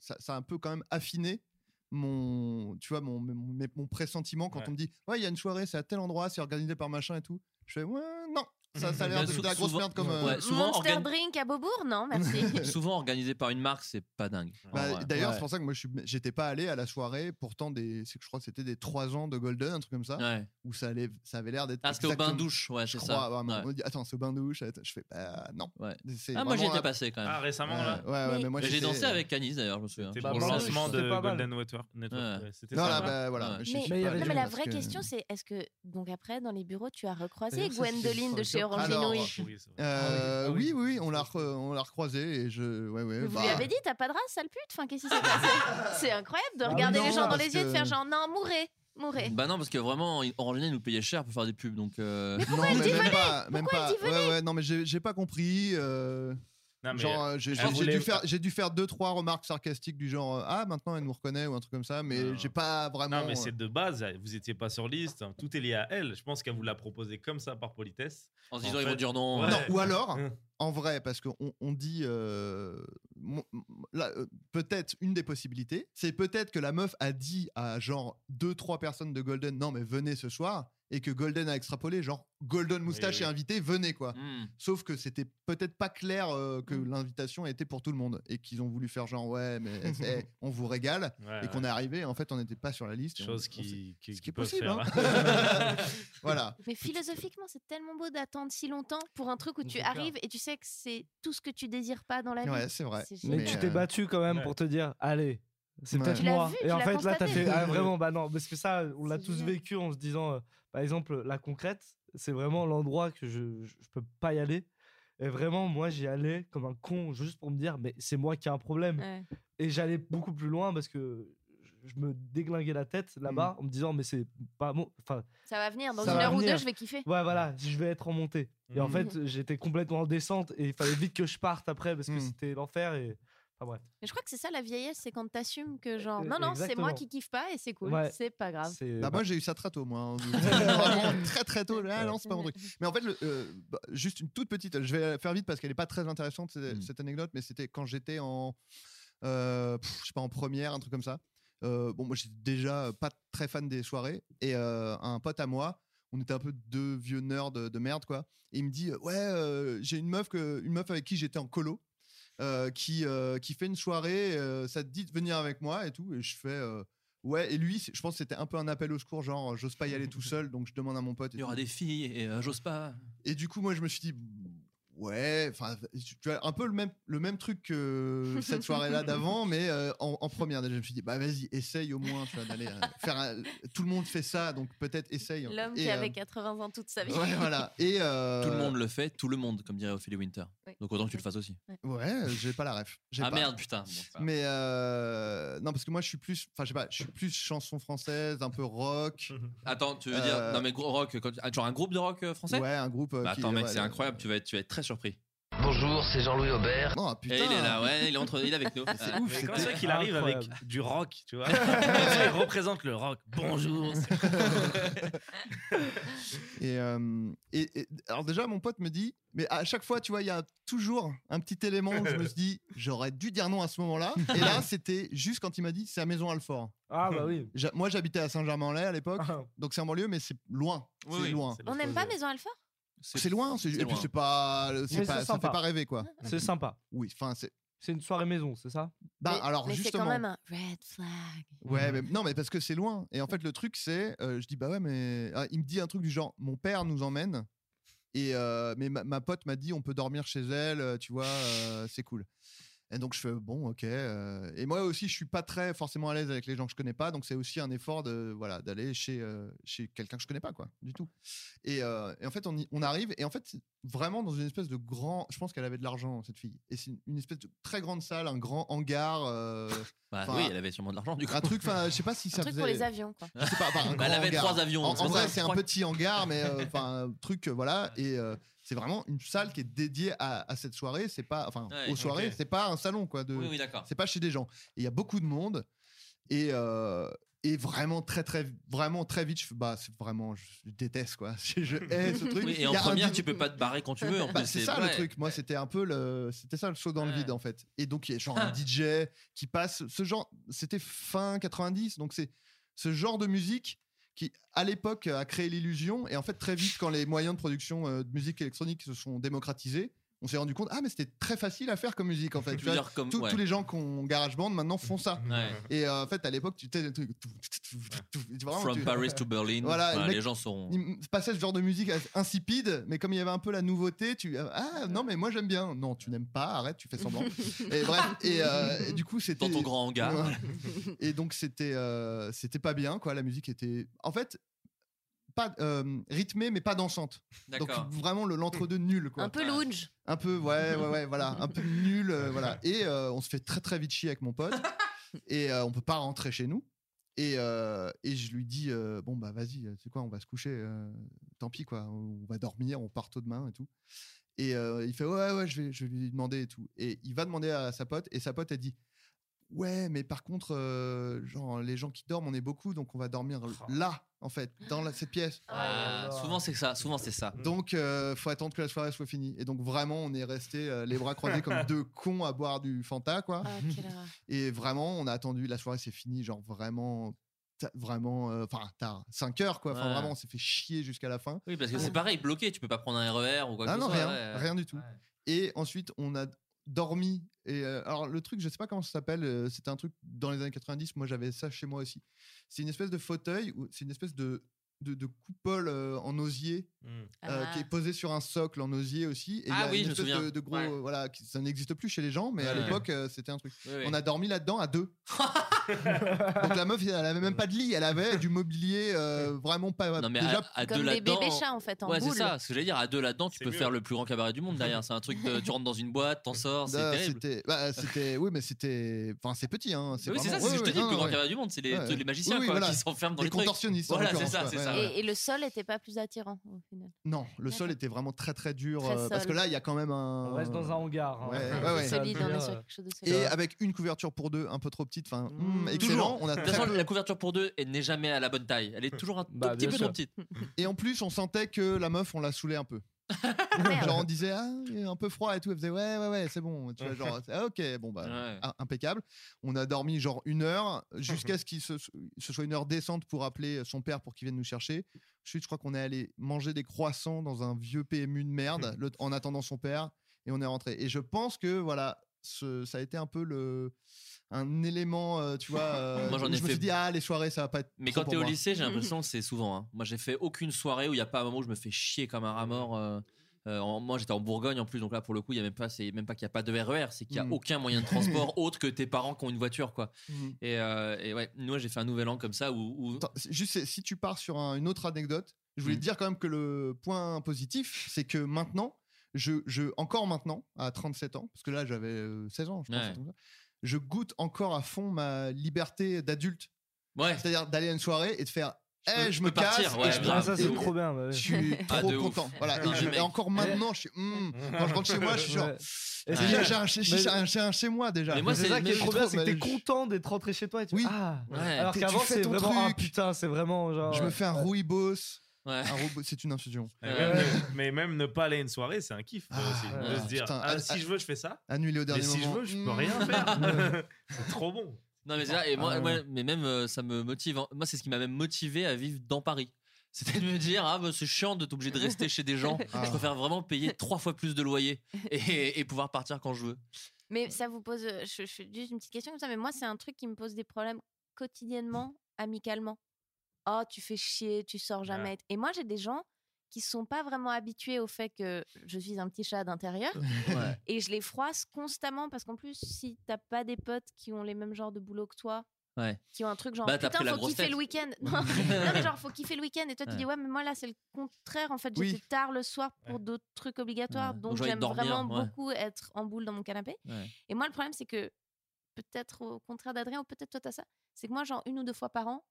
[SPEAKER 5] ça, ça a un peu quand même affiné mon, tu vois, mon, mon, mes- mon pressentiment quand
[SPEAKER 7] Ouais.
[SPEAKER 5] on me dit, ouais, il y a une soirée, c'est à tel endroit, c'est organisé par machin et tout. Je fais, ouais, non, ça, ça a l'air
[SPEAKER 4] Mmh, Mais
[SPEAKER 5] de,
[SPEAKER 4] Bah, sou-
[SPEAKER 5] de la grosse
[SPEAKER 4] souvent-
[SPEAKER 5] merde comme. euh,
[SPEAKER 4] Ouais, souvent,
[SPEAKER 6] Monster
[SPEAKER 4] organi-
[SPEAKER 6] Drink à Beaubourg Non, merci.
[SPEAKER 4] souvent organisé par une marque, c'est pas dingue. en
[SPEAKER 5] Bah,
[SPEAKER 4] vrai.
[SPEAKER 5] D'ailleurs,
[SPEAKER 8] Ouais.
[SPEAKER 5] c'est pour ça que moi, je suis- j'étais pas allé à la soirée. Pourtant, des, c'est que je crois que c'était des 3 ans de Golden, un truc comme ça,
[SPEAKER 4] Ouais.
[SPEAKER 5] où ça, allait, ça avait l'air d'être.
[SPEAKER 4] Ah, c'était au bain
[SPEAKER 5] exactement-
[SPEAKER 4] douche, ouais,
[SPEAKER 5] Je
[SPEAKER 4] c'est
[SPEAKER 5] crois.
[SPEAKER 4] ça.
[SPEAKER 5] ouais, mais
[SPEAKER 4] Ouais.
[SPEAKER 5] on me dit, attends, c'est au bain douche. attends. Je fais, bah non.
[SPEAKER 4] Ouais.
[SPEAKER 5] C'est
[SPEAKER 4] Ah, moi j'y
[SPEAKER 5] vraiment euh,
[SPEAKER 4] étais
[SPEAKER 5] un-
[SPEAKER 4] passé quand
[SPEAKER 7] Ah,
[SPEAKER 4] même.
[SPEAKER 7] récemment
[SPEAKER 5] Ouais,
[SPEAKER 7] là
[SPEAKER 5] ouais, ouais,
[SPEAKER 6] Mais-
[SPEAKER 5] mais moi,
[SPEAKER 4] Mais J'ai
[SPEAKER 5] j'étais-
[SPEAKER 4] dansé avec Anis d'ailleurs, je me souviens.
[SPEAKER 7] C'était
[SPEAKER 8] Bah,
[SPEAKER 7] pour le
[SPEAKER 8] bon,
[SPEAKER 7] lancement
[SPEAKER 8] c'était
[SPEAKER 7] de
[SPEAKER 8] pas mal.
[SPEAKER 7] Golden Network. Network,
[SPEAKER 4] Ouais.
[SPEAKER 7] ouais, c'était
[SPEAKER 5] Non,
[SPEAKER 7] ça.
[SPEAKER 5] là, bah, voilà.
[SPEAKER 4] Ouais.
[SPEAKER 5] je- je
[SPEAKER 6] Mais,
[SPEAKER 5] suis
[SPEAKER 8] Mais il y
[SPEAKER 5] pas
[SPEAKER 8] avait
[SPEAKER 6] non,
[SPEAKER 5] allé
[SPEAKER 6] mais la
[SPEAKER 5] parce
[SPEAKER 6] vraie
[SPEAKER 5] que-
[SPEAKER 6] question, c'est est-ce que, donc après, dans les bureaux, tu as recroisé
[SPEAKER 8] D'ailleurs, ça, c'était
[SPEAKER 6] Gwendoline de
[SPEAKER 8] sur
[SPEAKER 6] chez
[SPEAKER 8] le
[SPEAKER 6] Orange
[SPEAKER 5] Alors,
[SPEAKER 6] Inouï
[SPEAKER 7] Oui, c'est vrai.
[SPEAKER 5] Euh,
[SPEAKER 8] Ah oui,
[SPEAKER 5] oui,
[SPEAKER 8] ah oui.
[SPEAKER 5] oui, on l'a re- on l'a recroisé et je. Ouais, ouais.
[SPEAKER 6] Mais vous
[SPEAKER 5] bah,
[SPEAKER 6] lui avez dit, t'as pas de race, sale pute Enfin, qu'est-ce qui s'est passé C'est incroyable de
[SPEAKER 8] Ah oui,
[SPEAKER 6] regarder
[SPEAKER 8] non,
[SPEAKER 6] les gens dans
[SPEAKER 5] parce
[SPEAKER 6] les yeux et de faire
[SPEAKER 5] que-
[SPEAKER 6] genre, non, mourrez, mourrez.
[SPEAKER 4] Bah non, parce que vraiment, Orangina nous payait cher pour faire des pubs, donc. euh,
[SPEAKER 5] Non, mais
[SPEAKER 6] dit
[SPEAKER 5] même pas, même
[SPEAKER 6] Pourquoi
[SPEAKER 5] pas.
[SPEAKER 6] elle dit
[SPEAKER 5] Ouais, ouais, non, mais j'ai j'ai pas compris. euh,
[SPEAKER 7] Non, mais,
[SPEAKER 5] Genre,
[SPEAKER 7] euh,
[SPEAKER 5] euh, j'ai
[SPEAKER 7] je
[SPEAKER 5] j'ai- j'ai
[SPEAKER 7] voulais-
[SPEAKER 5] dû faire, j'ai dû faire deux trois remarques sarcastiques du genre euh, ah maintenant elle nous reconnaît ou un truc comme ça, mais j'ai pas vraiment.
[SPEAKER 7] Non, mais
[SPEAKER 5] euh,
[SPEAKER 7] c'est de base, vous n'étiez pas sur liste, hein, tout est lié à elle. Je pense qu'elle vous l'a proposé comme ça par politesse.
[SPEAKER 4] En se disant, ils vont dire non.
[SPEAKER 7] ouais.
[SPEAKER 5] Non, ou alors,
[SPEAKER 7] Hum.
[SPEAKER 5] en vrai, parce qu'on on dit. euh, mon- mon- là, euh, peut-être une des possibilités, c'est peut-être que la meuf a dit à genre deux, trois personnes de Golden non, mais venez ce soir, et que Golden a extrapolé, genre Golden Moustache
[SPEAKER 7] oui.
[SPEAKER 5] est invité, venez quoi.
[SPEAKER 4] Hmm.
[SPEAKER 5] Sauf que c'était peut-être pas clair euh, que
[SPEAKER 8] Mmh.
[SPEAKER 5] l'invitation était pour tout le monde, et qu'ils ont voulu faire genre ouais, mais eh, on vous régale,
[SPEAKER 7] Ah Ouais,
[SPEAKER 5] et qu'on est arrivé, en fait, on n'était pas sur la liste. et on-
[SPEAKER 7] Chose
[SPEAKER 5] on s'est-
[SPEAKER 7] qui, qui,
[SPEAKER 5] ce
[SPEAKER 7] qui
[SPEAKER 5] qui est
[SPEAKER 7] peut
[SPEAKER 5] possible.
[SPEAKER 7] faire.
[SPEAKER 5] hein. voilà.
[SPEAKER 6] Mais philosophiquement, c'est tellement beau d'attendre si longtemps pour un truc où
[SPEAKER 8] C'est
[SPEAKER 6] tu
[SPEAKER 8] clair.
[SPEAKER 6] arrives et tu sais que c'est tout ce que tu désires pas dans la vie.
[SPEAKER 5] Ouais, c'est vrai.
[SPEAKER 8] Mais tu t'es
[SPEAKER 5] euh,
[SPEAKER 8] battu quand même
[SPEAKER 7] ouais.
[SPEAKER 8] pour te dire, allez, c'est
[SPEAKER 5] Ouais.
[SPEAKER 8] peut-être
[SPEAKER 5] Tu
[SPEAKER 6] l'as
[SPEAKER 8] moi.
[SPEAKER 6] vu, tu
[SPEAKER 8] Et en
[SPEAKER 6] l'as
[SPEAKER 8] fait, là, t'as
[SPEAKER 6] constaté.
[SPEAKER 8] fait, ah, vraiment, bah non, parce que ça, on l'a
[SPEAKER 6] C'est
[SPEAKER 8] tous
[SPEAKER 6] génial.
[SPEAKER 8] vécu en se disant, euh, par exemple, la concrète, c'est vraiment l'endroit que je, je, je peux pas y aller. Et vraiment, moi, j'y allais comme un con juste pour me dire, mais c'est moi qui ai un problème.
[SPEAKER 6] Ouais.
[SPEAKER 8] Et j'allais beaucoup plus loin parce que je- je me déglinguais la tête là-bas en me disant, mais c'est pas bon. Enfin,
[SPEAKER 6] Ça va venir. Dans
[SPEAKER 8] Ça
[SPEAKER 6] une
[SPEAKER 8] va
[SPEAKER 6] heure ou
[SPEAKER 8] venir.
[SPEAKER 6] deux, je vais kiffer.
[SPEAKER 8] Ouais, voilà, je vais être en montée. Et en
[SPEAKER 7] Mhm.
[SPEAKER 8] fait, j'étais complètement en descente et il fallait vite que je parte après parce que
[SPEAKER 5] Mhm.
[SPEAKER 8] c'était l'enfer. Et... Enfin, bref.
[SPEAKER 6] Mais je crois que c'est ça la vieillesse, c'est quand t'assumes que genre
[SPEAKER 8] Euh,
[SPEAKER 6] non non, c'est moi
[SPEAKER 8] exactement.
[SPEAKER 6] qui kiffe pas et c'est cool,
[SPEAKER 8] Ouais.
[SPEAKER 6] c'est pas grave.
[SPEAKER 8] C'est-
[SPEAKER 5] Bah, moi j'ai eu ça très tôt moi. hein. Vraiment très très tôt. Oh Là non c'est pas mon truc. Mais en fait le- euh, bah, juste une toute petite. Je vais la faire vite parce qu'elle est pas très intéressante c'est-
[SPEAKER 4] Mm.
[SPEAKER 5] cette, anecdote. Mais c'était quand j'étais en euh, pff, je sais pas en première un truc comme ça. Euh, bon moi j'étais déjà pas très fan des soirées et euh, un pote à moi. On était un peu deux vieux nerds de, de merde quoi. Et il me dit euh, ouais euh, j'ai une meuf que une meuf avec qui j'étais en colo. euh, qui, euh, qui fait une soirée, euh, ça te dit de venir avec moi et tout. Et je fais, euh, Ouais, et lui, c'est- je pense que c'était un peu un appel au secours, genre euh, j'ose pas y aller tout seul, donc je demande à mon pote. Et,
[SPEAKER 4] Il y aura
[SPEAKER 5] tout.
[SPEAKER 4] des filles et euh, j'ose pas.
[SPEAKER 5] Et du coup, moi, je me suis dit, ouais, enfin, tu tu vois, un peu le même, le même truc que cette soirée-là d'avant, mais euh, en, en première. Déjà, je me suis dit, bah vas-y, essaye au moins, tu vois, d'aller euh, faire. un- Tout le monde fait ça, donc peut-être essaye.
[SPEAKER 6] L'homme
[SPEAKER 5] Et,
[SPEAKER 6] qui
[SPEAKER 5] euh,
[SPEAKER 6] avait 80 ans toute sa vie.
[SPEAKER 5] Ouais, voilà. Et, euh,
[SPEAKER 4] Tout le monde le fait, tout le monde, comme dirait Ophélie Winter.
[SPEAKER 6] Oui.
[SPEAKER 4] Donc autant que tu le fasses aussi.
[SPEAKER 5] Ouais, j'ai pas la ref. J'ai
[SPEAKER 4] Ah
[SPEAKER 5] pas.
[SPEAKER 4] merde, putain. Bon, c'est pas grave.
[SPEAKER 5] Mais euh, non, parce que moi, je suis plus, enfin, je sais pas, je suis plus chanson française, un peu rock.
[SPEAKER 4] Attends, tu veux dire.
[SPEAKER 5] Euh,
[SPEAKER 4] Non, mais gros rock, quand- ah, genre un groupe de rock euh, français
[SPEAKER 5] Ouais, un groupe. euh,
[SPEAKER 4] Bah,
[SPEAKER 5] qui-
[SPEAKER 4] Attends, mec,
[SPEAKER 5] ouais,
[SPEAKER 4] c'est
[SPEAKER 5] euh,
[SPEAKER 4] incroyable, tu vas, être, tu vas être très surpris.
[SPEAKER 3] Bonjour, c'est Jean-Louis Aubert.
[SPEAKER 5] Non, putain.
[SPEAKER 4] Et Eh, il est là, ouais, il est, entre, il est avec nous.
[SPEAKER 5] C'est
[SPEAKER 4] Ah,
[SPEAKER 5] ouf.
[SPEAKER 7] Mais quand
[SPEAKER 5] c'était-
[SPEAKER 7] c'est qu'il arrive avec
[SPEAKER 8] Incroyable.
[SPEAKER 7] du rock, tu vois. il représente le rock. Bonjour.
[SPEAKER 5] Et, euh, et- et- alors déjà, mon pote me dit, mais à chaque fois, tu vois, il y a toujours un petit élément où je me suis dit, j'aurais dû dire non à ce moment-là. Et là, c'était juste quand il m'a dit, c'est à Maison Alfort.
[SPEAKER 8] Ah, bah oui.
[SPEAKER 5] J'a- Moi, j'habitais à Saint-Germain-en-Laye à l'époque,
[SPEAKER 8] Ah.
[SPEAKER 5] donc c'est en banlieue, mais c'est loin.
[SPEAKER 4] Oui,
[SPEAKER 5] c'est
[SPEAKER 4] oui,
[SPEAKER 5] loin.
[SPEAKER 6] On n'aime pas Maison Alpha
[SPEAKER 5] C'est loin. c'est-
[SPEAKER 4] c'est
[SPEAKER 5] Et
[SPEAKER 4] loin.
[SPEAKER 5] puis c'est pas, c'est
[SPEAKER 8] Mais c'est
[SPEAKER 5] pas- ça fait
[SPEAKER 8] sympa.
[SPEAKER 5] pas rêver quoi.
[SPEAKER 8] C'est sympa.
[SPEAKER 5] Oui, enfin c'est.
[SPEAKER 8] C'est une soirée maison, c'est ça
[SPEAKER 5] Bah
[SPEAKER 6] Mais-
[SPEAKER 5] alors
[SPEAKER 6] mais
[SPEAKER 5] justement.
[SPEAKER 6] c'est quand même un red flag.
[SPEAKER 5] Ouais, mais non, mais parce que c'est loin. Et en fait, le truc, c'est, euh, je dis bah ouais, mais Ah, il me dit un truc du genre, mon père nous emmène. Et euh, mais ma, ma pote m'a dit, on peut dormir chez elle, euh, tu vois, euh, c'est cool. Et donc je fais bon, ok. euh, et moi aussi, je suis pas très forcément à l'aise avec les gens que je connais pas, donc c'est aussi un effort de voilà d'aller chez euh, chez quelqu'un que je connais pas quoi, du tout. Et, euh, et en fait, on, y- on arrive et en fait, c'est vraiment dans une espèce de grand. Je pense qu'elle avait de l'argent cette fille. Et c'est une, une espèce de très grande salle, un grand hangar. euh,
[SPEAKER 4] Bah
[SPEAKER 5] Enfin,
[SPEAKER 4] oui, elle avait sûrement de l'argent du coup.
[SPEAKER 5] un truc, enfin, je sais pas si ça
[SPEAKER 6] Un truc
[SPEAKER 5] faisait.
[SPEAKER 6] pour les avions quoi.
[SPEAKER 5] Je sais pas, enfin, un
[SPEAKER 4] Bah, elle
[SPEAKER 5] grand
[SPEAKER 4] avait
[SPEAKER 5] hangar.
[SPEAKER 4] trois avions.
[SPEAKER 5] En,
[SPEAKER 4] c'est
[SPEAKER 5] en
[SPEAKER 4] pour ça,
[SPEAKER 5] vrai, c'est un
[SPEAKER 4] trois-
[SPEAKER 5] petit hangar, mais euh, enfin, un truc, euh, voilà. Et euh, c'est vraiment une salle qui est dédiée à, à cette soirée. C'est pas, enfin,
[SPEAKER 4] Ouais,
[SPEAKER 5] aux soirées,
[SPEAKER 7] ok.
[SPEAKER 5] c'est pas un salon, quoi. De,
[SPEAKER 4] Oui, oui, d'accord.
[SPEAKER 5] c'est pas chez des gens. Et il y a beaucoup de monde. Et, euh, et vraiment très très vraiment très vite je fais, bah c'est vraiment je, je déteste quoi je, je hais ce truc
[SPEAKER 4] Oui, et en
[SPEAKER 5] Il y a un
[SPEAKER 4] première,
[SPEAKER 5] dé-
[SPEAKER 4] tu peux pas te barrer quand tu veux. en
[SPEAKER 5] bah,
[SPEAKER 4] plus,
[SPEAKER 5] c'est ça le
[SPEAKER 4] ouais.
[SPEAKER 5] truc. Moi, c'était un peu le, c'était ça le saut dans le
[SPEAKER 4] Ouais.
[SPEAKER 5] vide en fait. Et donc il y a genre un DJ qui passe ce genre, c'était fin 90, donc c'est ce genre de musique qui à l'époque a créé l'illusion et en fait très vite quand les moyens de production euh, de musique électronique se sont démocratisés, on s'est rendu compte ah mais c'était très facile à faire comme musique en fait.
[SPEAKER 4] Tu
[SPEAKER 5] Tu
[SPEAKER 4] veux
[SPEAKER 5] vois,
[SPEAKER 4] dire comme.
[SPEAKER 5] tous-
[SPEAKER 4] ouais.
[SPEAKER 5] Tous les gens qui ont GarageBand maintenant font ça.
[SPEAKER 4] Ouais.
[SPEAKER 5] Et euh, en fait à l'époque tu t'es le truc. tout, tout, tout, tout, tu- vraiment,
[SPEAKER 4] From
[SPEAKER 5] tu-
[SPEAKER 4] Paris to Berlin.
[SPEAKER 5] Voilà, le
[SPEAKER 4] Ouais,
[SPEAKER 5] mec-
[SPEAKER 4] les gens seront.
[SPEAKER 5] il me passait ce genre de musique assez insipide, mais comme il y avait un peu la nouveauté, tu ah non mais moi j'aime bien. Non, tu n'aimes pas, arrête, tu fais semblant. et bref, et, euh, et du coup c'était
[SPEAKER 4] Dans ton grand hangar.
[SPEAKER 5] Ouais. Et donc c'était euh, c'était pas bien quoi, la musique était en fait pas euh, rythmée mais pas dansante. Donc
[SPEAKER 4] D'accord.
[SPEAKER 5] vraiment le l'entre-deux nul quoi.
[SPEAKER 6] Un peu lounge.
[SPEAKER 5] Un peu, ouais, ouais, ouais, voilà, un peu nul, euh, voilà. Et euh, on se fait très, très vite chier avec mon pote. et euh, on peut pas rentrer chez nous. Et, euh, et je lui dis, euh, bon, bah vas-y, c'est quoi, on va se coucher, euh, tant pis, quoi, on va dormir, on part tôt demain et tout. Et euh, il fait ouais, ouais, je vais, je vais lui demander et tout. Et il va demander à sa pote, et sa pote, elle dit Ouais, mais par contre, euh, genre, les gens qui dorment, on est beaucoup, donc on va dormir là, en fait, dans la- cette pièce.
[SPEAKER 4] Ah, souvent c'est ça, souvent c'est
[SPEAKER 7] Hum,
[SPEAKER 4] ça.
[SPEAKER 5] Donc, euh, faut attendre que la soirée soit finie. Et donc, vraiment, on est resté euh, les bras croisés comme deux cons à boire du Fanta, quoi.
[SPEAKER 6] Ah.
[SPEAKER 5] Et vraiment, on a attendu, la soirée s'est finie, genre vraiment, ta- vraiment, euh, enfin, tard, 5 heures, quoi. Enfin,
[SPEAKER 4] Ouais.
[SPEAKER 5] vraiment, on s'est fait chier jusqu'à la fin.
[SPEAKER 4] Oui, parce que c'est pareil, bloqué, tu peux pas prendre un RER ou quoi
[SPEAKER 5] Ah
[SPEAKER 4] que
[SPEAKER 5] non,
[SPEAKER 4] ce soit.
[SPEAKER 5] rien,
[SPEAKER 4] ouais.
[SPEAKER 5] rien du tout. Et ensuite, on a dormi. Et euh, alors, le truc, je sais pas comment ça s'appelle, euh, c'était un truc dans les années 90, moi j'avais ça chez moi aussi. C'est une espèce de fauteuil, ou c'est une espèce de, de, de coupole euh, en osier
[SPEAKER 7] hum.
[SPEAKER 5] euh,
[SPEAKER 4] Ah.
[SPEAKER 5] qui est posée sur un socle en osier aussi. Et il y
[SPEAKER 4] Ah
[SPEAKER 5] a
[SPEAKER 4] oui,
[SPEAKER 5] une
[SPEAKER 4] je me
[SPEAKER 5] espèce
[SPEAKER 4] souviens.
[SPEAKER 5] De, de gros,
[SPEAKER 4] Ouais.
[SPEAKER 5] euh, voilà, qui- ça n'existe plus chez les gens, mais à
[SPEAKER 4] Ouais.
[SPEAKER 5] l'époque, euh, c'était un truc.
[SPEAKER 4] Ouais, ouais.
[SPEAKER 5] On a dormi là-dedans à deux. Donc la meuf, elle avait même pas de lit, elle avait du mobilier euh, vraiment pas.
[SPEAKER 4] Non, mais
[SPEAKER 5] déjà-
[SPEAKER 4] à, à
[SPEAKER 6] Comme
[SPEAKER 4] deux
[SPEAKER 6] des
[SPEAKER 4] là-dedans.
[SPEAKER 6] bébés chats, en fait, en
[SPEAKER 4] ouais, c'est
[SPEAKER 6] boule.
[SPEAKER 4] ça, ce que j'allais dire. À deux là-dedans, tu peux faire le plus grand cabaret du monde derrière. C'est un truc de. Tu rentres dans une boîte, t'en sors, c'est
[SPEAKER 5] Ah,
[SPEAKER 4] terrible.
[SPEAKER 5] c'était, bah, c'était, oui, mais c'était, enfin, c'est petit, hein.
[SPEAKER 4] Oui, c'est
[SPEAKER 5] vraiment-
[SPEAKER 4] ça, c'est ce
[SPEAKER 5] ouais,
[SPEAKER 4] que je te
[SPEAKER 5] ouais,
[SPEAKER 4] dis, le
[SPEAKER 5] non,
[SPEAKER 4] plus grand
[SPEAKER 5] ouais.
[SPEAKER 4] cabaret du monde, c'est les-
[SPEAKER 5] Ouais.
[SPEAKER 4] les magiciens,
[SPEAKER 5] Oui, oui,
[SPEAKER 4] quoi,
[SPEAKER 5] voilà.
[SPEAKER 4] qui s'enferment dans
[SPEAKER 5] Les
[SPEAKER 4] les trucs.
[SPEAKER 5] contorsionnistes, en
[SPEAKER 4] Voilà, c'est
[SPEAKER 5] l'occurrence,
[SPEAKER 4] ça,
[SPEAKER 5] quoi.
[SPEAKER 4] c'est
[SPEAKER 5] Ouais,
[SPEAKER 4] ça.
[SPEAKER 5] ouais.
[SPEAKER 6] Et, et le sol n'était pas plus attirant au final.
[SPEAKER 5] Non, le sol était vraiment très très dur
[SPEAKER 6] Très
[SPEAKER 5] euh, parce que
[SPEAKER 6] sol.
[SPEAKER 5] là il y a quand même un.
[SPEAKER 8] On reste dans un hangar, hein.
[SPEAKER 5] Ouais,
[SPEAKER 8] C'est
[SPEAKER 5] ouais, ouais.
[SPEAKER 8] solide, on est sur
[SPEAKER 6] quelque chose de solide.
[SPEAKER 5] Et avec une couverture pour deux, un peu trop petite. Enfin, hum,
[SPEAKER 8] Mmh.
[SPEAKER 5] excellent.
[SPEAKER 4] Toujours.
[SPEAKER 5] On a
[SPEAKER 4] de toute
[SPEAKER 5] très
[SPEAKER 4] façon,
[SPEAKER 5] peu-
[SPEAKER 4] la couverture pour deux, elle n'est jamais à la bonne taille. Elle est toujours un tout
[SPEAKER 5] Bah,
[SPEAKER 4] petit
[SPEAKER 5] bien
[SPEAKER 4] peu
[SPEAKER 5] sûr.
[SPEAKER 4] trop petite.
[SPEAKER 5] Et en plus, on sentait que la meuf, on la saoulait un peu.
[SPEAKER 6] hein.
[SPEAKER 5] genre on disait ah, il est un peu froid et tout elle faisait ouais ouais ouais c'est bon tu vois genre ah, ok bon bah ah, impeccable on a dormi genre une heure jusqu'à ce qu'il se, ce soit une heure décente pour appeler son père pour qu'il vienne nous chercher ensuite je crois qu'on est allé manger des croissants dans un vieux PMU de merde le- en attendant son père et on est rentré et je pense que voilà ce- ça a été un peu le un élément euh, tu vois euh,
[SPEAKER 4] Moi, j'en
[SPEAKER 5] où
[SPEAKER 4] ai
[SPEAKER 5] je me suis
[SPEAKER 4] fait-
[SPEAKER 5] dit ah les soirées ça va pas être
[SPEAKER 4] Mais
[SPEAKER 5] trop
[SPEAKER 4] quand
[SPEAKER 5] pour
[SPEAKER 4] t'es au
[SPEAKER 5] moi.
[SPEAKER 4] lycée, j'ai l'impression que c'est souvent. hein. Moi, j'ai fait aucune soirée où il n'y a pas un moment où je me fais chier comme un rat mort. euh, euh, en- moi, j'étais en Bourgogne en plus, donc là, pour le coup, il y a même pas, c'est même pas qu'il n'y a pas de RER, c'est qu'il n'y a
[SPEAKER 5] Hmm.
[SPEAKER 2] Mm.
[SPEAKER 4] aucun moyen de transport autre que tes parents qui ont une voiture, quoi.
[SPEAKER 5] Mm.
[SPEAKER 4] Et, euh, et ouais, nous, j'ai fait un nouvel an comme ça où. où-
[SPEAKER 5] Attends, c'est- juste c'est- si tu pars sur un- une autre anecdote, je
[SPEAKER 8] Mm.
[SPEAKER 5] voulais te dire quand même que le point positif, c'est que maintenant, je, je- encore maintenant, à 37 ans, parce que là j'avais euh, 16 ans, je pense,
[SPEAKER 4] Ouais.
[SPEAKER 5] un truc comme ça, je goûte encore à fond ma liberté d'adulte. C'est-à-dire d'aller à une soirée et de faire. Eh,
[SPEAKER 8] peux-
[SPEAKER 5] je
[SPEAKER 8] je
[SPEAKER 5] me
[SPEAKER 8] peux partir,
[SPEAKER 5] casse
[SPEAKER 8] ouais,
[SPEAKER 5] et je
[SPEAKER 8] grave.
[SPEAKER 5] pars.
[SPEAKER 8] Ah, ça, c'est
[SPEAKER 5] Et-
[SPEAKER 8] trop bien, bah ouais.
[SPEAKER 5] Je suis
[SPEAKER 8] Ah,
[SPEAKER 5] trop
[SPEAKER 8] de ouf.
[SPEAKER 5] content. Voilà. Et,
[SPEAKER 8] Ah,
[SPEAKER 5] je-
[SPEAKER 8] le
[SPEAKER 5] et
[SPEAKER 8] mec.
[SPEAKER 5] encore maintenant, je suis. hmm. Quand je rentre chez moi, je suis genre.
[SPEAKER 8] Ouais.
[SPEAKER 5] J'ai
[SPEAKER 8] Et
[SPEAKER 5] j'ai-
[SPEAKER 8] c'est-
[SPEAKER 5] j'ai un, j'ai- j'ai
[SPEAKER 8] mais-
[SPEAKER 5] un- j'ai un chez moi déjà.
[SPEAKER 8] Mais c'est ça qui est trop bien, c'est que t'es
[SPEAKER 5] Mais-
[SPEAKER 8] content d'être rentré chez toi et tu
[SPEAKER 5] Oui.
[SPEAKER 8] ah.
[SPEAKER 5] Ouais.
[SPEAKER 8] Alors
[SPEAKER 5] T'es-
[SPEAKER 8] qu'avant
[SPEAKER 5] tu fais
[SPEAKER 8] c'est
[SPEAKER 5] ton
[SPEAKER 8] vraiment ah,
[SPEAKER 5] truc.
[SPEAKER 8] putain, c'est vraiment genre
[SPEAKER 5] Je me fais un rouibos. Un rouibos, C'est une infusion.
[SPEAKER 7] Et même ne- Eh Mais même ne pas aller à une soirée, c'est un kiff euh, aussi,
[SPEAKER 5] Ah,
[SPEAKER 7] de se dire
[SPEAKER 5] putain,
[SPEAKER 7] ah,
[SPEAKER 5] ah, ah,
[SPEAKER 7] si je veux, je fais ça.
[SPEAKER 5] annuler au dernier
[SPEAKER 7] mais
[SPEAKER 5] moment.
[SPEAKER 7] Si je veux, je
[SPEAKER 5] Mm.
[SPEAKER 7] peux
[SPEAKER 8] Hmm.
[SPEAKER 7] rien faire. c'est trop bon.
[SPEAKER 4] Non, mais c'est ça, et moi,
[SPEAKER 7] Ah,
[SPEAKER 4] moi,
[SPEAKER 7] ouais.
[SPEAKER 4] mais même euh, ça me motive. hein. Moi, c'est ce qui m'a même motivé à vivre dans Paris. C'était de me dire, ah, bah, c'est chiant de t'obliger de rester chez des gens.
[SPEAKER 6] Ah.
[SPEAKER 4] Je préfère vraiment payer trois fois plus de loyer et, et pouvoir partir quand je veux.
[SPEAKER 6] Mais ça vous pose. euh, Je, je- juste une petite question comme ça, mais moi, c'est un truc qui me pose des problèmes quotidiennement, amicalement. Oh, tu fais chier, tu sors
[SPEAKER 5] Ah.
[SPEAKER 6] jamais. Et moi, j'ai des gens qui sont pas vraiment habitués au fait que je suis un petit chat d'intérieur et je les froisse constamment parce qu'en plus, si t'as pas des potes qui ont les mêmes genres de boulot que toi,
[SPEAKER 4] Ouais.
[SPEAKER 6] qui ont un truc genre
[SPEAKER 4] Bah, t'as
[SPEAKER 6] putain
[SPEAKER 4] pris la
[SPEAKER 6] faut
[SPEAKER 4] grosse
[SPEAKER 6] kiffer
[SPEAKER 4] tête.
[SPEAKER 6] le week-end non. Non, mais genre faut kiffer le week-end et toi tu
[SPEAKER 4] Ouais.
[SPEAKER 6] dis ouais mais moi là c'est le contraire en fait
[SPEAKER 4] Oui.
[SPEAKER 6] j'étais tard le soir pour d'autres trucs obligatoires
[SPEAKER 4] Ouais.
[SPEAKER 6] donc
[SPEAKER 4] Donc j'ai envie de
[SPEAKER 6] j'aime
[SPEAKER 4] dormir,
[SPEAKER 6] vraiment
[SPEAKER 4] ouais.
[SPEAKER 6] beaucoup être en boule dans mon canapé
[SPEAKER 4] Ouais.
[SPEAKER 6] et moi le problème c'est que peut-être au contraire d'Adrien ou peut-être toi t'as ça c'est que moi genre une ou deux fois par an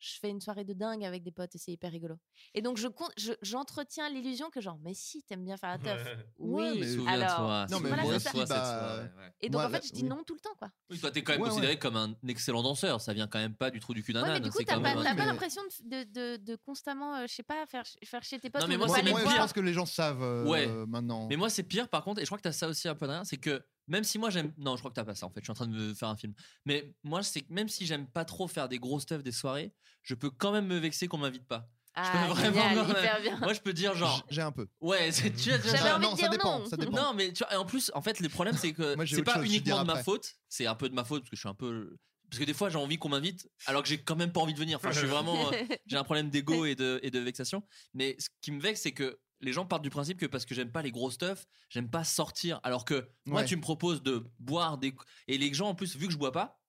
[SPEAKER 6] je fais une soirée de dingue avec des potes et c'est hyper rigolo. Et donc je compte, je- j'entretiens l'illusion que genre mais si t'aimes bien faire la teuf. Oui.
[SPEAKER 5] Ouais, mais-
[SPEAKER 6] alors.
[SPEAKER 4] Non, mais
[SPEAKER 6] voilà,
[SPEAKER 4] moi
[SPEAKER 6] c'est
[SPEAKER 4] aussi,
[SPEAKER 6] ça.
[SPEAKER 4] bah, cette soirée, ouais.
[SPEAKER 6] Et donc
[SPEAKER 4] Moi,
[SPEAKER 6] en fait
[SPEAKER 4] là-
[SPEAKER 6] je dis
[SPEAKER 4] oui.
[SPEAKER 6] non tout le temps quoi.
[SPEAKER 4] Oui, toi, t'es quand même
[SPEAKER 6] Ouais,
[SPEAKER 4] considéré comme un excellent danseur. Ça vient quand même pas du trou du cul d'un
[SPEAKER 6] Ouais, mais
[SPEAKER 4] âne. hein.
[SPEAKER 6] du coup,
[SPEAKER 4] c'est
[SPEAKER 6] t'as
[SPEAKER 4] quand
[SPEAKER 6] pas,
[SPEAKER 4] même-
[SPEAKER 6] t'as pas l'impression de, de, de, de constamment, euh, je sais pas, faire, faire chier tes potes.
[SPEAKER 4] Non, mais
[SPEAKER 6] ou
[SPEAKER 4] moi,
[SPEAKER 6] de
[SPEAKER 4] c'est
[SPEAKER 6] pas les
[SPEAKER 4] même
[SPEAKER 6] voir.
[SPEAKER 5] Je
[SPEAKER 4] pire.
[SPEAKER 5] pense que les gens savent euh,
[SPEAKER 4] Ouais.
[SPEAKER 5] maintenant.
[SPEAKER 4] Mais moi, c'est pire par contre, et je crois que t'as ça aussi un peu derrière, c'est que même si moi j'aime. Non, je crois que t'as pas ça en fait, je suis en train de me faire un film. Mais moi, c'est que même si j'aime pas trop faire des grosses teufs des soirées, je peux quand même me vexer qu'on m'invite pas.
[SPEAKER 6] Ah,
[SPEAKER 4] je peux vraiment.
[SPEAKER 6] génial,
[SPEAKER 4] quand même-
[SPEAKER 6] hyper bien.
[SPEAKER 4] Moi, je peux dire genre.
[SPEAKER 5] J'ai un peu.
[SPEAKER 4] Ouais, c'est- tu vois, tu vois,
[SPEAKER 6] J'avais
[SPEAKER 4] genre,
[SPEAKER 6] envie de Non, ça dire dépend, non. ça dépend.
[SPEAKER 4] Non, mais tu vois, et en plus, en fait, le problème, c'est que
[SPEAKER 5] Moi, j'ai
[SPEAKER 4] c'est
[SPEAKER 5] autre
[SPEAKER 4] pas
[SPEAKER 5] chose, je
[SPEAKER 4] uniquement
[SPEAKER 5] dirai
[SPEAKER 4] de ma
[SPEAKER 5] après.
[SPEAKER 4] faute, c'est un peu de ma faute parce que je suis un peu. Parce que des fois, j'ai envie qu'on m'invite alors que j'ai quand même pas envie de venir. Enfin, je suis vraiment. euh, j'ai un problème d'ego et de, et de vexation. Mais ce qui me vexe, c'est que les gens partent du principe que parce que j'aime pas les gros stuff, j'aime pas sortir. Alors que moi,
[SPEAKER 5] Ouais.
[SPEAKER 4] tu me proposes de boire des. Et les gens, en plus, vu que je bois pas,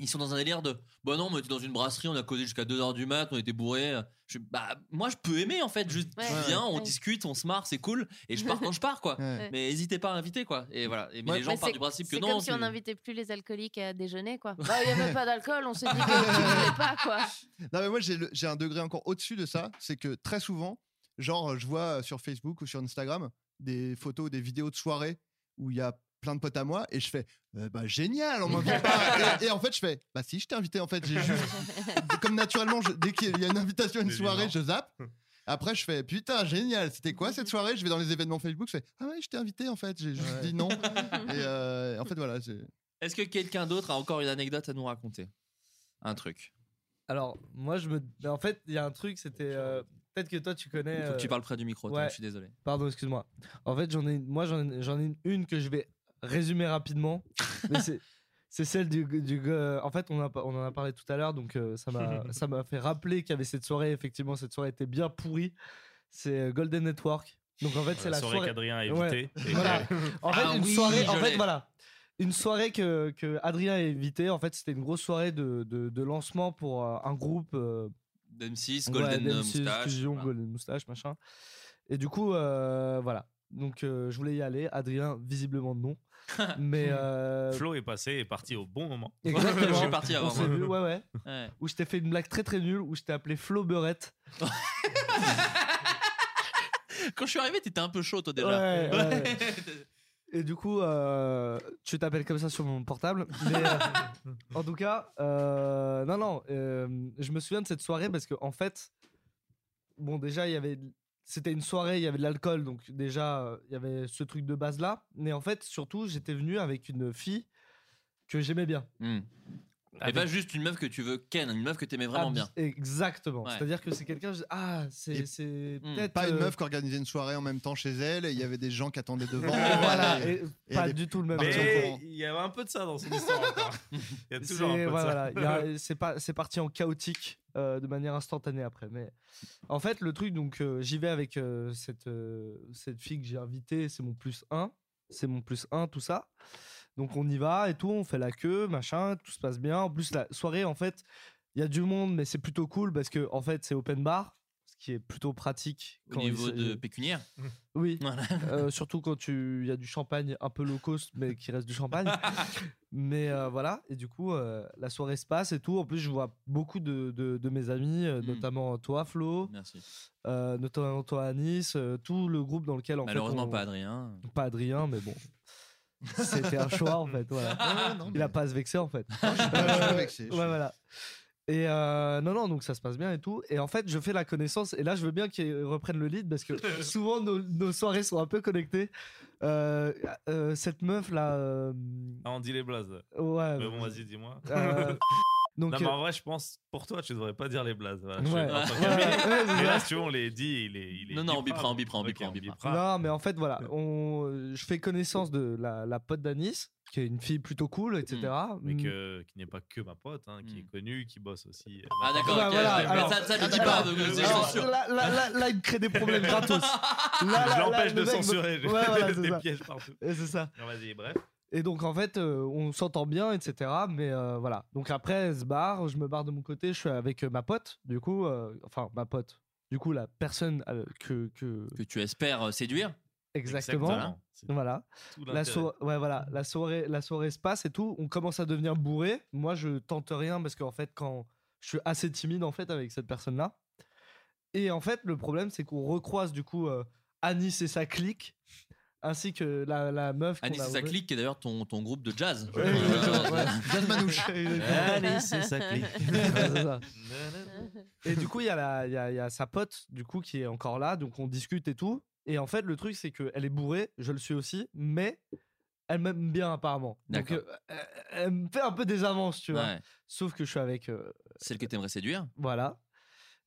[SPEAKER 4] ils sont dans un délire de bah non mais t'es dans une brasserie on a causé jusqu'à 2h du mat on était bourré je bah moi je peux aimer en fait juste
[SPEAKER 2] Ouais,
[SPEAKER 4] tu
[SPEAKER 2] ouais,
[SPEAKER 4] viens on
[SPEAKER 2] ouais.
[SPEAKER 4] discute on se marre c'est cool et je pars quand je pars quoi
[SPEAKER 5] Ouais.
[SPEAKER 4] mais n'hésitez pas à inviter quoi et voilà et mais les gens
[SPEAKER 6] Mais
[SPEAKER 4] partent
[SPEAKER 6] c'est-
[SPEAKER 4] du principe que
[SPEAKER 6] c'est
[SPEAKER 4] non
[SPEAKER 6] comme si
[SPEAKER 4] tu-
[SPEAKER 6] on n'invitait plus les alcooliques à déjeuner, quoi. Bah, il y avait pas d'alcool, on s'est dit que tu voulais pas, quoi.
[SPEAKER 5] Non, mais moi, j'ai le- j'ai un degré encore au-dessus de ça. C'est que très souvent, genre, je vois sur euh, Facebook ou sur Instagram des photos, des vidéos de soirées où il y a plein de potes à moi et je fais Euh, bah génial on m'invite pas et, et en fait je fais bah si je t'ai invité en fait j'ai juste comme naturellement je- dès qu'il y a une invitation à une
[SPEAKER 7] C'est
[SPEAKER 5] soirée
[SPEAKER 7] évident.
[SPEAKER 5] je zappe après je fais putain génial c'était quoi cette soirée je vais dans les événements Facebook je fais ah ouais je t'ai invité en fait j'ai juste dit non et euh, en fait voilà c'est
[SPEAKER 4] Est-ce que quelqu'un d'autre a encore une anecdote à nous raconter Un truc.
[SPEAKER 8] Alors, moi, je me. En fait, il y a un truc, c'était. euh, Peut-être que toi, tu connais.
[SPEAKER 4] Il faut que tu
[SPEAKER 8] euh,
[SPEAKER 4] parles près du micro, toi,
[SPEAKER 8] ouais.
[SPEAKER 4] je suis désolé.
[SPEAKER 8] Pardon, excuse-moi. En fait, j'en ai, une- moi, j'en ai, j'en ai une que je vais résumer rapidement. mais c'est- c'est celle du, du gars- En fait, on, a, on en a parlé tout à l'heure, donc euh, ça m'a ça m'a fait rappeler qu'il y avait cette soirée. Effectivement, cette soirée était bien pourrie. C'est euh, Golden Network. Donc en fait, c'est la
[SPEAKER 7] soirée
[SPEAKER 8] soirée.
[SPEAKER 7] qu'Adrien a
[SPEAKER 8] Ouais.
[SPEAKER 7] évitée. Et-
[SPEAKER 8] Voilà. En fait,
[SPEAKER 4] Ah
[SPEAKER 8] une
[SPEAKER 4] oui,
[SPEAKER 8] soirée. En
[SPEAKER 4] je
[SPEAKER 8] fait,
[SPEAKER 4] l'ai.
[SPEAKER 8] voilà. Une soirée que, que Adrien a évitée. En fait, c'était une grosse soirée de, de, de lancement pour euh, un groupe. euh,
[SPEAKER 4] DM6,
[SPEAKER 8] Ouais,
[SPEAKER 4] Golden
[SPEAKER 8] Dempsey,
[SPEAKER 4] euh, Moustache.
[SPEAKER 8] Fusion,
[SPEAKER 4] voilà.
[SPEAKER 8] Golden Moustache, machin. Et du coup, euh, voilà. Donc, euh, je voulais y aller. Adrien, visiblement non. Mais. euh,
[SPEAKER 7] Flo est passé et est parti au bon moment.
[SPEAKER 8] Exactement.
[SPEAKER 4] Je suis parti
[SPEAKER 8] On
[SPEAKER 4] avant.
[SPEAKER 8] s'est vu, ouais, ouais.
[SPEAKER 4] Ouais.
[SPEAKER 8] Où je t'ai fait une blague très très nulle, où je t'ai appelé Flo Beurette.
[SPEAKER 4] Quand je suis arrivé, t'étais un peu chaud, toi, déjà.
[SPEAKER 8] Ouais, ouais, ouais. Et du coup, euh, tu t'appelles comme ça sur mon portable. Mais, euh, en tout cas, euh, non, non, euh, je me souviens de cette soirée parce que en fait, bon, déjà, il y avait, c'était une soirée, il y avait de l'alcool, donc déjà, euh, il y avait ce truc de base là. Mais en fait, surtout, j'étais venu avec une fille que j'aimais bien.
[SPEAKER 4] Hmm. Et
[SPEAKER 8] Avec- Ah,
[SPEAKER 4] pas juste une meuf que tu veux ken, une meuf que t'aimais vraiment
[SPEAKER 8] Abs-
[SPEAKER 4] bien.
[SPEAKER 8] Exactement.
[SPEAKER 4] Ouais.
[SPEAKER 8] C'est-à-dire que c'est quelqu'un, je dis, ah, c'est,
[SPEAKER 5] Et
[SPEAKER 8] c'est
[SPEAKER 4] Hmm.
[SPEAKER 8] peut-être
[SPEAKER 5] pas une
[SPEAKER 8] euh,
[SPEAKER 5] meuf qui organisait une soirée en même temps chez elle et il y avait des gens qui attendaient devant
[SPEAKER 8] Voilà,
[SPEAKER 5] et,
[SPEAKER 8] et
[SPEAKER 5] et
[SPEAKER 8] pas
[SPEAKER 5] elle est
[SPEAKER 8] du tout le même.
[SPEAKER 5] partie
[SPEAKER 8] truc.
[SPEAKER 5] en
[SPEAKER 7] Mais
[SPEAKER 5] courant.
[SPEAKER 7] il y avait un peu de ça dans son histoire. encore. Il y a
[SPEAKER 8] C'est
[SPEAKER 7] toujours un peu de
[SPEAKER 8] ouais,
[SPEAKER 7] ça.
[SPEAKER 8] voilà, il y a- c'est pas- c'est parti en chaotique euh, de manière instantanée après. Mais en fait, le truc, donc euh, j'y vais avec euh, cette, euh, cette fille que j'ai invitée, c'est mon plus 1, c'est mon plus 1, tout ça. Donc on y va et tout, on fait la queue, machin, tout se passe bien. En plus, la soirée, en fait, il y a du monde, mais c'est plutôt cool parce que en fait, c'est open bar, ce qui est plutôt pratique.
[SPEAKER 4] Au
[SPEAKER 8] quand il
[SPEAKER 4] niveau
[SPEAKER 8] s'agit-
[SPEAKER 4] de pécuniaire.
[SPEAKER 8] Oui.
[SPEAKER 4] Voilà.
[SPEAKER 8] Euh, surtout quand tu il y a du champagne un peu low cost mais qui reste du champagne mais euh, voilà et du coup euh, la soirée se passe et tout en plus je vois beaucoup de, de- de mes amis euh,
[SPEAKER 4] Mm.
[SPEAKER 8] notamment toi Flo
[SPEAKER 4] Merci.
[SPEAKER 8] euh, notamment toi Anis euh, tout le groupe dans lequel en fait,
[SPEAKER 4] Malheureusement,
[SPEAKER 8] on-
[SPEAKER 4] pas Adrien.
[SPEAKER 8] pas Adrien mais bon c'était un choix en fait voilà
[SPEAKER 5] Ouais, non,
[SPEAKER 8] il
[SPEAKER 5] mais-
[SPEAKER 8] a pas à se vexer en fait Euh,
[SPEAKER 5] Non, je suis pas- je suis pas vexé, je
[SPEAKER 8] ouais,
[SPEAKER 5] suis-
[SPEAKER 8] voilà. Et euh, non, non, donc ça se passe bien et tout. Et en fait, je fais la connaissance. Et là, je veux bien qu'ils reprennent le lead parce que souvent, nos, nos soirées sont un peu connectées. Euh, euh, cette meuf là. euh,
[SPEAKER 7] Ah, on dit les blazes.
[SPEAKER 8] ouais.
[SPEAKER 7] Mais bon, vas-y, dis-moi.
[SPEAKER 8] Euh, donc.
[SPEAKER 7] non, mais
[SPEAKER 8] euh,
[SPEAKER 7] en vrai, je pense pour toi, tu devrais pas dire les blazes. Voilà, je
[SPEAKER 8] Ouais.
[SPEAKER 7] suis en tant qu'ami.
[SPEAKER 8] Ouais, ouais, c'est
[SPEAKER 7] Mais là,
[SPEAKER 8] ça.
[SPEAKER 7] si tu veux, on les dit. Il est, il est
[SPEAKER 4] Non, non, on bipera, on
[SPEAKER 7] mais-
[SPEAKER 4] bipera, on
[SPEAKER 7] Ok,
[SPEAKER 4] bipera, on
[SPEAKER 7] on
[SPEAKER 4] bipera.
[SPEAKER 7] bipera.
[SPEAKER 8] Non, mais en fait, voilà. On, euh, je fais connaissance de la, la pote d'Anis, qui est une fille plutôt cool, etc.
[SPEAKER 7] Mais
[SPEAKER 8] Mm.
[SPEAKER 7] que, qui n'est pas que ma pote, hein, qui
[SPEAKER 4] Hmm.
[SPEAKER 7] est connue, qui bosse aussi. euh,
[SPEAKER 4] Ah, d'accord,
[SPEAKER 8] Bah,
[SPEAKER 4] ok.
[SPEAKER 8] voilà,
[SPEAKER 4] ouais, mais
[SPEAKER 8] alors-
[SPEAKER 4] ça, ça, tu dis
[SPEAKER 5] alors-
[SPEAKER 4] pas, donc c'est
[SPEAKER 8] Alors,
[SPEAKER 4] censure.
[SPEAKER 8] là, là, là, là, il me crée des problèmes gratos. Là, là,
[SPEAKER 7] Je
[SPEAKER 8] là,
[SPEAKER 7] l'empêche
[SPEAKER 8] le
[SPEAKER 7] de
[SPEAKER 8] mec me-
[SPEAKER 7] censurer.
[SPEAKER 8] Ouais, voilà, c'est
[SPEAKER 7] des
[SPEAKER 8] ça.
[SPEAKER 7] pièges partout.
[SPEAKER 8] Et C'est ça.
[SPEAKER 7] Non, vas-y, bref.
[SPEAKER 8] Et donc en fait, euh, on s'entend bien, etc. Mais euh, voilà. Donc après, elle se barre, je me barre de mon côté, je suis avec euh, ma pote, du coup, euh, enfin ma pote, du coup la personne euh, que, que-
[SPEAKER 4] Que tu espères euh, séduire.
[SPEAKER 8] exactement.
[SPEAKER 7] C'est
[SPEAKER 8] Voilà.
[SPEAKER 7] tout
[SPEAKER 8] La,
[SPEAKER 7] l'intérêt.
[SPEAKER 8] so- ouais, voilà. la soirée, la soirée se passe et tout. On commence à devenir bourré. Moi, je tente rien parce qu'en fait, quand je suis assez timide en fait avec cette personne-là. Et en fait, le problème, c'est qu'on recroise du coup euh, Anis et sa clique, ainsi que la, la meuf. qu'on
[SPEAKER 4] Anis
[SPEAKER 8] a
[SPEAKER 4] et sa
[SPEAKER 8] oubliée.
[SPEAKER 4] clique, qui est d'ailleurs ton, ton groupe de jazz.
[SPEAKER 8] Ouais,
[SPEAKER 4] Euh,
[SPEAKER 8] exactement, ouais.
[SPEAKER 5] Jazz Manouche.
[SPEAKER 7] Allez, c'est ça clique.
[SPEAKER 8] Ouais, c'est ça.
[SPEAKER 7] Nanana.
[SPEAKER 8] Et du coup, il y, a la- il y a, il y a sa pote, du coup, qui est encore là, donc on discute et tout. Et en fait, le truc, c'est qu'elle est bourrée, je le suis aussi, mais elle m'aime bien apparemment. Donc,
[SPEAKER 4] D'accord.
[SPEAKER 8] euh, elle- elle me fait un peu des avances, tu vois.
[SPEAKER 4] Ouais.
[SPEAKER 8] Sauf que je suis avec, euh,
[SPEAKER 4] Celle que t'aimerais séduire.
[SPEAKER 8] voilà.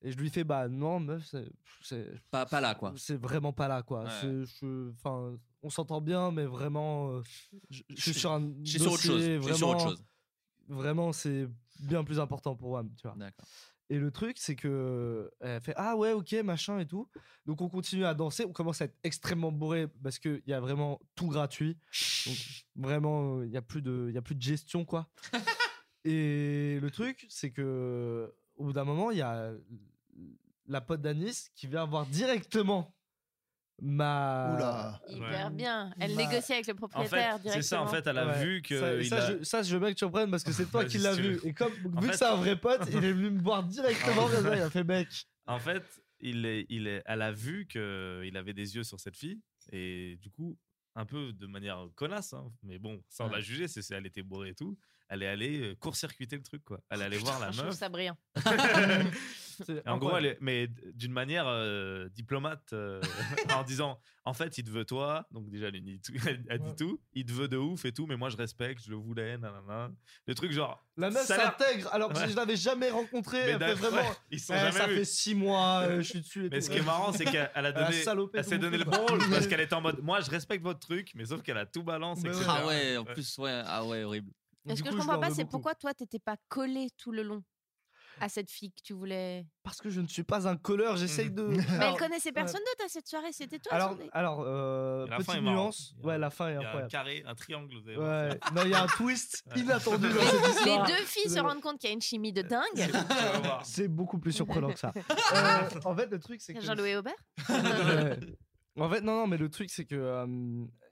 [SPEAKER 8] Et je lui fais, bah non, meuf, c'est- c'est
[SPEAKER 4] Pas, pas là, quoi.
[SPEAKER 8] c'est vraiment pas là, quoi.
[SPEAKER 4] Ouais.
[SPEAKER 8] C'est- je- Enfin, on s'entend bien, mais vraiment, euh,
[SPEAKER 4] Je
[SPEAKER 8] je suis
[SPEAKER 4] je-
[SPEAKER 8] sur un
[SPEAKER 4] je suis sur autre chose.
[SPEAKER 8] dossier,
[SPEAKER 4] Je suis sur autre
[SPEAKER 8] vraiment-
[SPEAKER 4] chose.
[SPEAKER 8] Vraiment, c'est bien plus important pour moi, tu vois.
[SPEAKER 4] D'accord.
[SPEAKER 8] Et le truc, c'est que elle fait ah ouais ok machin et tout. Donc on continue à danser, on commence à être extrêmement bourré parce que il y a vraiment tout gratuit. Donc vraiment, euh, il y a plus de, il y a plus de gestion quoi. et le truc, c'est que au bout d'un moment, il y a la pote d'Anis qui vient voir directement ma.
[SPEAKER 5] Oula.
[SPEAKER 6] Hyper bien. Elle
[SPEAKER 8] Bah,
[SPEAKER 6] négocie avec le
[SPEAKER 7] En
[SPEAKER 6] propriétaire
[SPEAKER 7] fait,
[SPEAKER 6] directement.
[SPEAKER 7] c'est ça, en fait, elle a
[SPEAKER 8] Ouais.
[SPEAKER 7] vu que.
[SPEAKER 8] ça, et
[SPEAKER 7] il
[SPEAKER 8] ça,
[SPEAKER 7] a-
[SPEAKER 8] je, ça, je veux bien que tu reprennes parce que c'est toi
[SPEAKER 7] Vas-y,
[SPEAKER 8] qui
[SPEAKER 7] si
[SPEAKER 8] l'as
[SPEAKER 7] tu
[SPEAKER 8] vu.
[SPEAKER 7] veux.
[SPEAKER 8] Et comme
[SPEAKER 7] En
[SPEAKER 8] vu que
[SPEAKER 7] fait-
[SPEAKER 8] c'est un vrai pote, il est venu me voir directement. comme ça, il a fait mec.
[SPEAKER 7] En fait, il est, il est, elle a vu qu'il avait des yeux sur cette fille Et du coup, un peu de manière connasse, hein, mais bon, sans la
[SPEAKER 6] Ouais.
[SPEAKER 7] juger, c'est c'est- elle était bourrée et tout. Elle est allée euh, court-circuiter le truc, quoi. Elle est allée voir la
[SPEAKER 6] Je trouve
[SPEAKER 7] meuf.
[SPEAKER 6] ça brillant.
[SPEAKER 7] Et en gros, elle est- mais d- d'une manière euh, diplomate, euh, en disant en fait, il te veut toi, donc déjà, elle dit tout, elle- elle dit tout. il te veut de ouf et tout, mais moi, je respecte, je le voulais, nanana. Le truc, genre.
[SPEAKER 8] La meuf
[SPEAKER 7] ça a l'air-
[SPEAKER 8] s'intègre alors que
[SPEAKER 7] Ouais.
[SPEAKER 8] je l'avais jamais rencontré.
[SPEAKER 7] Mais
[SPEAKER 8] elle fait
[SPEAKER 7] d'ac-
[SPEAKER 8] vraiment.
[SPEAKER 7] ouais, ils se sont
[SPEAKER 8] Eh,
[SPEAKER 7] jamais
[SPEAKER 8] ça
[SPEAKER 7] vus.
[SPEAKER 8] fait six mois, euh, je suis dessus. et
[SPEAKER 7] Mais
[SPEAKER 8] tout.
[SPEAKER 7] ce qui est marrant, c'est qu'elle elle a donné,
[SPEAKER 8] salopé
[SPEAKER 7] elle
[SPEAKER 8] tout
[SPEAKER 7] s'est
[SPEAKER 8] mon
[SPEAKER 7] donné le
[SPEAKER 8] truc,
[SPEAKER 7] bon
[SPEAKER 8] quoi.
[SPEAKER 7] parce qu'elle était en mode, moi je respecte votre truc, mais sauf qu'elle a tout balance.
[SPEAKER 8] Mais
[SPEAKER 7] etc.
[SPEAKER 4] Ah ouais, en plus, ouais, ah ouais, horrible.
[SPEAKER 8] Du
[SPEAKER 6] Et ce que
[SPEAKER 8] coup,
[SPEAKER 6] je
[SPEAKER 8] je
[SPEAKER 6] comprends
[SPEAKER 8] leur
[SPEAKER 6] pas,
[SPEAKER 8] veux
[SPEAKER 6] c'est
[SPEAKER 8] beaucoup.
[SPEAKER 6] pourquoi toi, t'étais pas collé tout le long à cette fille que tu voulais.
[SPEAKER 8] Parce que je ne suis pas un colleur, j'essaye de.
[SPEAKER 6] Mais elle
[SPEAKER 8] Alors-
[SPEAKER 6] connaissait personne
[SPEAKER 8] ouais.
[SPEAKER 6] d'autre à cette soirée, c'était toi.
[SPEAKER 8] Alors,
[SPEAKER 6] son-
[SPEAKER 8] alors euh,
[SPEAKER 7] Et la fin
[SPEAKER 8] petite
[SPEAKER 7] est marrante.
[SPEAKER 8] nuance.
[SPEAKER 7] Il y a-
[SPEAKER 8] Ouais, la fin est
[SPEAKER 7] Il y a un
[SPEAKER 8] incroyable.
[SPEAKER 7] carré, un triangle. vous avez voir ça.
[SPEAKER 8] Ouais. Non, il y a un twist
[SPEAKER 7] Ouais.
[SPEAKER 8] inattendu dans
[SPEAKER 7] Les-
[SPEAKER 8] cette
[SPEAKER 6] Les
[SPEAKER 8] histoire.
[SPEAKER 6] deux filles se rendent compte qu'il y a une chimie de dingue.
[SPEAKER 7] Vous allez voir.
[SPEAKER 8] C'est beaucoup plus surprenant que ça. Euh, en fait, le truc, c'est que.
[SPEAKER 6] Jean-Louis Aubert
[SPEAKER 8] Ouais. En fait, non, non, mais le truc, c'est que euh,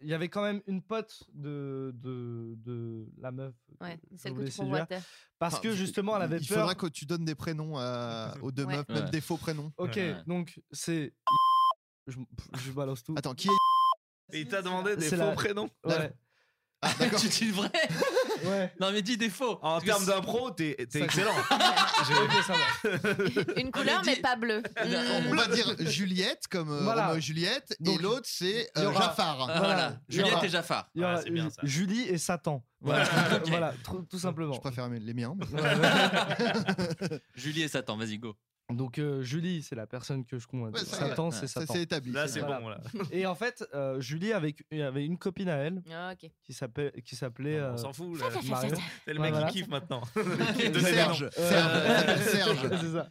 [SPEAKER 8] il y avait quand même une pote de, de, de la meuf. que
[SPEAKER 6] Ouais,
[SPEAKER 8] je
[SPEAKER 6] celle que
[SPEAKER 8] voulais
[SPEAKER 6] tu
[SPEAKER 8] séduire.
[SPEAKER 6] convoitais.
[SPEAKER 8] Parce
[SPEAKER 5] Enfin,
[SPEAKER 8] que justement, elle avait
[SPEAKER 5] Il
[SPEAKER 8] peur.
[SPEAKER 5] faudra que tu donnes des prénoms à- aux deux
[SPEAKER 6] Ouais.
[SPEAKER 5] meufs, même
[SPEAKER 4] Ouais.
[SPEAKER 5] des faux prénoms.
[SPEAKER 8] Ok,
[SPEAKER 4] Ouais.
[SPEAKER 8] donc c'est. Je, pff, je balance tout.
[SPEAKER 5] Attends, qui est
[SPEAKER 7] Et il t'a demandé des faux
[SPEAKER 8] C'est la-
[SPEAKER 7] prénoms.
[SPEAKER 8] Ouais.
[SPEAKER 5] Ah, d'accord.
[SPEAKER 4] tu dis le vrai
[SPEAKER 8] ouais.
[SPEAKER 4] Non, mais dis défaut.
[SPEAKER 7] En
[SPEAKER 4] Parce que
[SPEAKER 7] termes
[SPEAKER 4] c'est-
[SPEAKER 7] d'impro, t'es t'es
[SPEAKER 8] Ça-
[SPEAKER 7] excellent.
[SPEAKER 8] Ok, ça va.
[SPEAKER 6] Une couleur, mais
[SPEAKER 4] dis-
[SPEAKER 6] pas bleue. Euh,
[SPEAKER 5] On va dire Juliette comme euh,
[SPEAKER 8] Voilà.
[SPEAKER 5] Roméo et Juliette, et
[SPEAKER 8] Donc,
[SPEAKER 5] l'autre c'est euh,
[SPEAKER 8] il y aura-
[SPEAKER 4] Ah,
[SPEAKER 5] Jafar.
[SPEAKER 8] Voilà.
[SPEAKER 4] voilà.
[SPEAKER 8] Il y aura-
[SPEAKER 4] Juliette et Jaffar.
[SPEAKER 8] Il y
[SPEAKER 7] Ouais,
[SPEAKER 8] aura
[SPEAKER 7] c'est bien,
[SPEAKER 8] Ju-
[SPEAKER 7] ça.
[SPEAKER 8] Julie et Satan. Voilà,
[SPEAKER 4] Voilà. Ok.
[SPEAKER 8] Voilà, tout, tout simplement.
[SPEAKER 5] Je préfère mes- les miens. mais-
[SPEAKER 4] Julie et Satan, vas-y, go.
[SPEAKER 8] Donc euh, Julie, c'est la personne que je connais.
[SPEAKER 5] Ouais, ça,
[SPEAKER 8] Satan,
[SPEAKER 4] ouais.
[SPEAKER 8] c'est
[SPEAKER 5] Ça
[SPEAKER 8] Satan.
[SPEAKER 5] c'est établi.
[SPEAKER 7] Là,
[SPEAKER 5] c'est
[SPEAKER 7] c'est
[SPEAKER 5] bon.
[SPEAKER 8] Voilà.
[SPEAKER 7] bon. Là.
[SPEAKER 8] Et en fait, euh, Julie avait, avait une copine à elle
[SPEAKER 6] Ah, ok.
[SPEAKER 8] qui s'appelle qui s'appelait
[SPEAKER 7] on
[SPEAKER 8] euh,
[SPEAKER 7] s'en fout. là.
[SPEAKER 6] ça, ça,
[SPEAKER 8] Marion.
[SPEAKER 7] C'est le
[SPEAKER 8] Ouais,
[SPEAKER 7] mec
[SPEAKER 8] voilà.
[SPEAKER 7] qui kiffe maintenant.
[SPEAKER 5] Serge. Euh, Serge.
[SPEAKER 8] Euh,
[SPEAKER 5] elle
[SPEAKER 7] Ah,
[SPEAKER 5] s'appelle Serge.
[SPEAKER 8] c'est ça.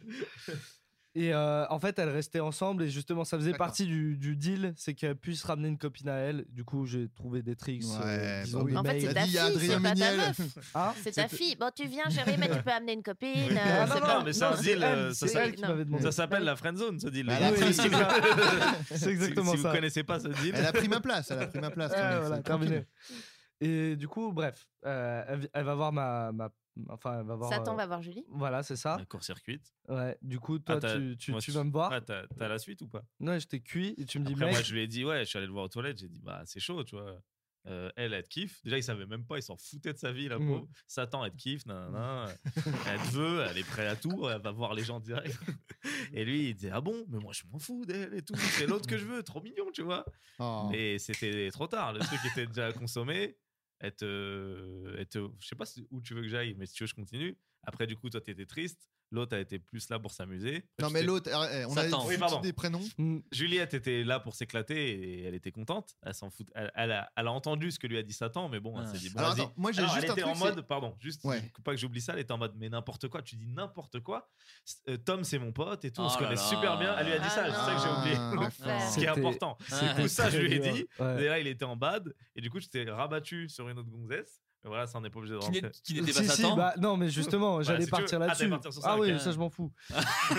[SPEAKER 8] Et euh, en fait, elles restaient ensemble et justement, ça faisait
[SPEAKER 5] D'accord.
[SPEAKER 8] partie du, du deal, c'est qu'elle puisse ramener une copine à elle. Du coup, j'ai trouvé des tricks.
[SPEAKER 5] Ouais,
[SPEAKER 8] euh, disons
[SPEAKER 5] bah oui.
[SPEAKER 8] des
[SPEAKER 6] En fait,
[SPEAKER 8] mails.
[SPEAKER 6] c'est
[SPEAKER 5] Il a
[SPEAKER 6] ta
[SPEAKER 5] dit,
[SPEAKER 6] fille,
[SPEAKER 5] il y a
[SPEAKER 6] c'est
[SPEAKER 5] Adrien
[SPEAKER 6] pas ta
[SPEAKER 5] Méniel.
[SPEAKER 6] meuf.
[SPEAKER 8] Ah,
[SPEAKER 6] C'est ta fille. Bon, tu viens, chérie, mais tu peux amener une copine.
[SPEAKER 8] Ah,
[SPEAKER 6] euh,
[SPEAKER 8] non,
[SPEAKER 6] c'est
[SPEAKER 8] non,
[SPEAKER 6] pas-
[SPEAKER 7] mais c'est un deal. euh, ça
[SPEAKER 8] c'est
[SPEAKER 7] s'appelle-
[SPEAKER 8] elle qui m'avait demandé.
[SPEAKER 7] Ça s'appelle la friendzone, ce deal. les
[SPEAKER 5] Voilà,
[SPEAKER 7] gars.
[SPEAKER 5] c'est
[SPEAKER 8] Oui, c'est ça.
[SPEAKER 7] Si-
[SPEAKER 8] C'est exactement
[SPEAKER 7] Ah, si
[SPEAKER 8] ça.
[SPEAKER 7] vous connaissez pas ce deal,
[SPEAKER 5] Elle a pris ma place. Elle a pris ma place.
[SPEAKER 7] Ah,
[SPEAKER 8] Ouais,
[SPEAKER 5] quand même,
[SPEAKER 8] Ah, voilà,
[SPEAKER 5] c'est
[SPEAKER 8] terminé.
[SPEAKER 5] tranquille.
[SPEAKER 8] Et du coup, bref, euh, elle, vi- elle va voir ma, ma- Enfin, elle va voir.
[SPEAKER 6] Satan
[SPEAKER 8] euh,
[SPEAKER 6] va voir Julie.
[SPEAKER 8] Voilà, c'est ça.
[SPEAKER 7] un court-circuit.
[SPEAKER 8] Ouais. Du coup, toi,
[SPEAKER 7] Ah, t'as-
[SPEAKER 8] tu, tu,
[SPEAKER 7] moi,
[SPEAKER 8] tu vas me voir.
[SPEAKER 7] Ah, T'as t'as la suite ou pas
[SPEAKER 8] Non, j'étais cuit et tu me dis,
[SPEAKER 7] Après,
[SPEAKER 8] mec.
[SPEAKER 7] moi, je lui ai dit, ouais, je suis allé le voir aux toilettes. J'ai dit, bah, c'est chaud, tu vois. Euh, elle, elle te kiffe. Déjà, il savait même pas, il s'en foutait de sa vie, la
[SPEAKER 8] Mm.
[SPEAKER 7] pauvre. Satan, elle te kiffe, nanana. elle te veut, elle est prête à tout, elle va voir les gens direct. Et lui, il disait, ah bon, mais moi, je m'en fous d'elle et tout. C'est l'autre que je veux, trop mignon, tu vois.
[SPEAKER 5] Oh.
[SPEAKER 7] Mais c'était trop tard, le truc était déjà consommé. Elle te, elle te- je sais pas si- où tu veux que j'aille, mais si tu veux, je continue. Après, du coup, toi, t'étais triste. L'autre a été plus là pour s'amuser. Après,
[SPEAKER 5] Non
[SPEAKER 7] tu
[SPEAKER 5] mais
[SPEAKER 7] t'es-
[SPEAKER 5] l'autre, eh, eh, on a
[SPEAKER 4] Satan.
[SPEAKER 7] Oui, pardon.
[SPEAKER 5] foutu des prénoms.
[SPEAKER 8] Mm.
[SPEAKER 7] Juliette était là pour s'éclater et elle était contente. Elle s'en fout. Elle, elle a, elle a entendu ce que lui a dit Satan, mais bon, elle
[SPEAKER 4] Ah.
[SPEAKER 7] s'est dit bon,
[SPEAKER 5] Alors
[SPEAKER 7] Bah, vas-y.
[SPEAKER 5] attends, moi j'ai
[SPEAKER 7] Alors,
[SPEAKER 5] juste
[SPEAKER 7] elle
[SPEAKER 5] un
[SPEAKER 7] était
[SPEAKER 5] truc.
[SPEAKER 7] en
[SPEAKER 5] c'est-
[SPEAKER 7] mode, pardon, juste
[SPEAKER 5] Ouais.
[SPEAKER 7] je- pas que j'oublie ça, elle était en mode, mais n'importe quoi, tu dis n'importe quoi. S- euh, Tom, c'est mon pote et tout, on
[SPEAKER 4] Oh
[SPEAKER 7] se
[SPEAKER 4] là
[SPEAKER 7] connaît
[SPEAKER 4] là.
[SPEAKER 7] super bien. Elle lui a dit
[SPEAKER 6] Ah
[SPEAKER 7] ça, c'est ça que j'ai oublié.
[SPEAKER 5] Ah.
[SPEAKER 6] Enfer.
[SPEAKER 7] Ce qui est
[SPEAKER 8] C'était-
[SPEAKER 7] important.
[SPEAKER 4] Ah.
[SPEAKER 7] coup, ça, je
[SPEAKER 8] Très
[SPEAKER 7] lui ai
[SPEAKER 8] dur.
[SPEAKER 7] dit,
[SPEAKER 8] Ouais.
[SPEAKER 7] Et là, il était en bad. Et du coup, je t'ai rabattu sur une autre gonzesse. Mais voilà, ça, on n'est pas obligé de
[SPEAKER 4] Qui
[SPEAKER 7] rentrer.
[SPEAKER 4] n'est- qui n'était pas
[SPEAKER 8] Si, si,
[SPEAKER 4] Satan
[SPEAKER 8] bah, non, mais justement, j'allais
[SPEAKER 7] si tu veux.
[SPEAKER 8] partir
[SPEAKER 7] Ah, t'allais
[SPEAKER 8] là-dessus.
[SPEAKER 7] partir sur ça,
[SPEAKER 8] Ah, oui,
[SPEAKER 4] ok.
[SPEAKER 8] ça, je m'en fous.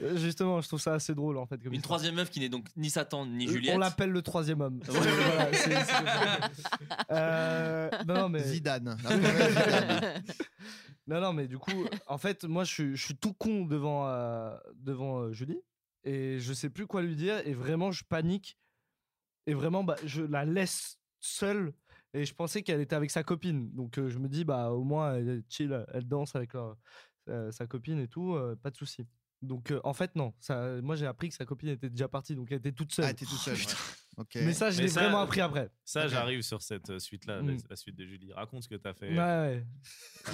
[SPEAKER 8] Euh, justement, je trouve ça assez drôle en fait. Comme
[SPEAKER 4] Une
[SPEAKER 8] histoire.
[SPEAKER 4] troisième meuf qui n'est donc ni Satan ni
[SPEAKER 8] Euh,
[SPEAKER 4] Juliette.
[SPEAKER 8] On l'appelle le troisième homme.
[SPEAKER 4] Ouais.
[SPEAKER 8] Voilà, c'est- c'est comme ça. Euh, non, mais...
[SPEAKER 5] Ah, Zidane. La première Zidane.
[SPEAKER 8] non, non, mais du coup, en fait, moi, je suis, je suis tout con devant, euh, devant euh, Julie et je sais plus quoi lui dire et vraiment, je panique et vraiment, bah, je la laisse seule et je pensais qu'elle était avec sa copine. Donc, euh, je me dis, bah, au moins, elle est chill, elle danse avec leur- euh, sa copine et tout, euh, pas de souci. Donc, euh, en fait, non, ça, moi, j'ai appris que sa copine était déjà partie, donc elle était toute seule.
[SPEAKER 5] Ah, t'es tout seul. ouais. Ok.
[SPEAKER 8] Mais ça, je
[SPEAKER 7] Oh, Mais
[SPEAKER 8] l'ai
[SPEAKER 7] ça-
[SPEAKER 8] vraiment appris après.
[SPEAKER 7] Ça,
[SPEAKER 5] Ok.
[SPEAKER 7] j'arrive sur cette euh, suite-là, la-
[SPEAKER 8] Mm.
[SPEAKER 7] la suite de Julie. Raconte ce que t'as fait.
[SPEAKER 8] Ouais, ouais.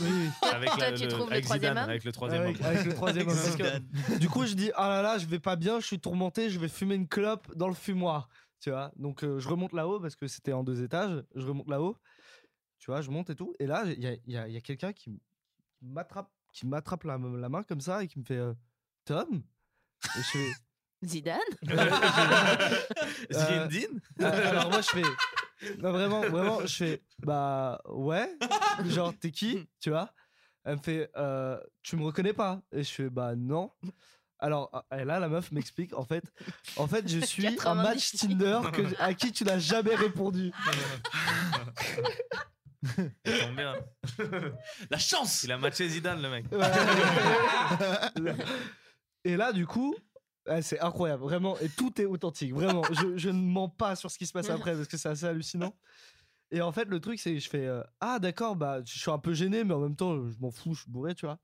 [SPEAKER 8] Oui, oui.
[SPEAKER 7] Avec,
[SPEAKER 6] Toi,
[SPEAKER 7] la-
[SPEAKER 6] tu trouves le
[SPEAKER 7] avec
[SPEAKER 6] troisième
[SPEAKER 7] Zidane,
[SPEAKER 6] homme
[SPEAKER 7] avec le troisième
[SPEAKER 8] Avec,
[SPEAKER 7] homme.
[SPEAKER 8] avec le troisième homme. Parce que- du coup, je dis ah là là, je vais pas bien, je suis tourmenté, je vais fumer une clope dans le fumoir, tu vois. Donc euh, je remonte là-haut parce que c'était en deux étages, je remonte là-haut, tu vois, je monte et tout. Et là, il y a, il y a- il y a quelqu'un qui m'attrape, qui m'attrape la, la main comme ça et qui me fait euh, Tom. Et je fais,
[SPEAKER 6] Zidane
[SPEAKER 8] Euh,
[SPEAKER 7] Zinedine
[SPEAKER 8] Euh, alors moi je fais non, vraiment vraiment je fais bah ouais genre t'es qui tu vois elle me fait euh, tu me reconnais pas et je fais bah non alors ah, et là la meuf m'explique en fait en fait je suis un
[SPEAKER 6] 90.
[SPEAKER 8] match Tinder que- à qui tu n'as jamais répondu
[SPEAKER 7] Ça tombe bien.
[SPEAKER 4] La chance
[SPEAKER 7] Il a matché Zidane, le mec.
[SPEAKER 8] et là du coup Ah, c'est incroyable, vraiment. Et tout est authentique, vraiment. je, je ne mens pas sur ce qui se passe après parce que c'est assez hallucinant. Et en fait, le truc, c'est que je fais euh, Ah, d'accord, bah, je suis un peu gêné, mais en même temps, je m'en fous, je suis bourré, tu vois.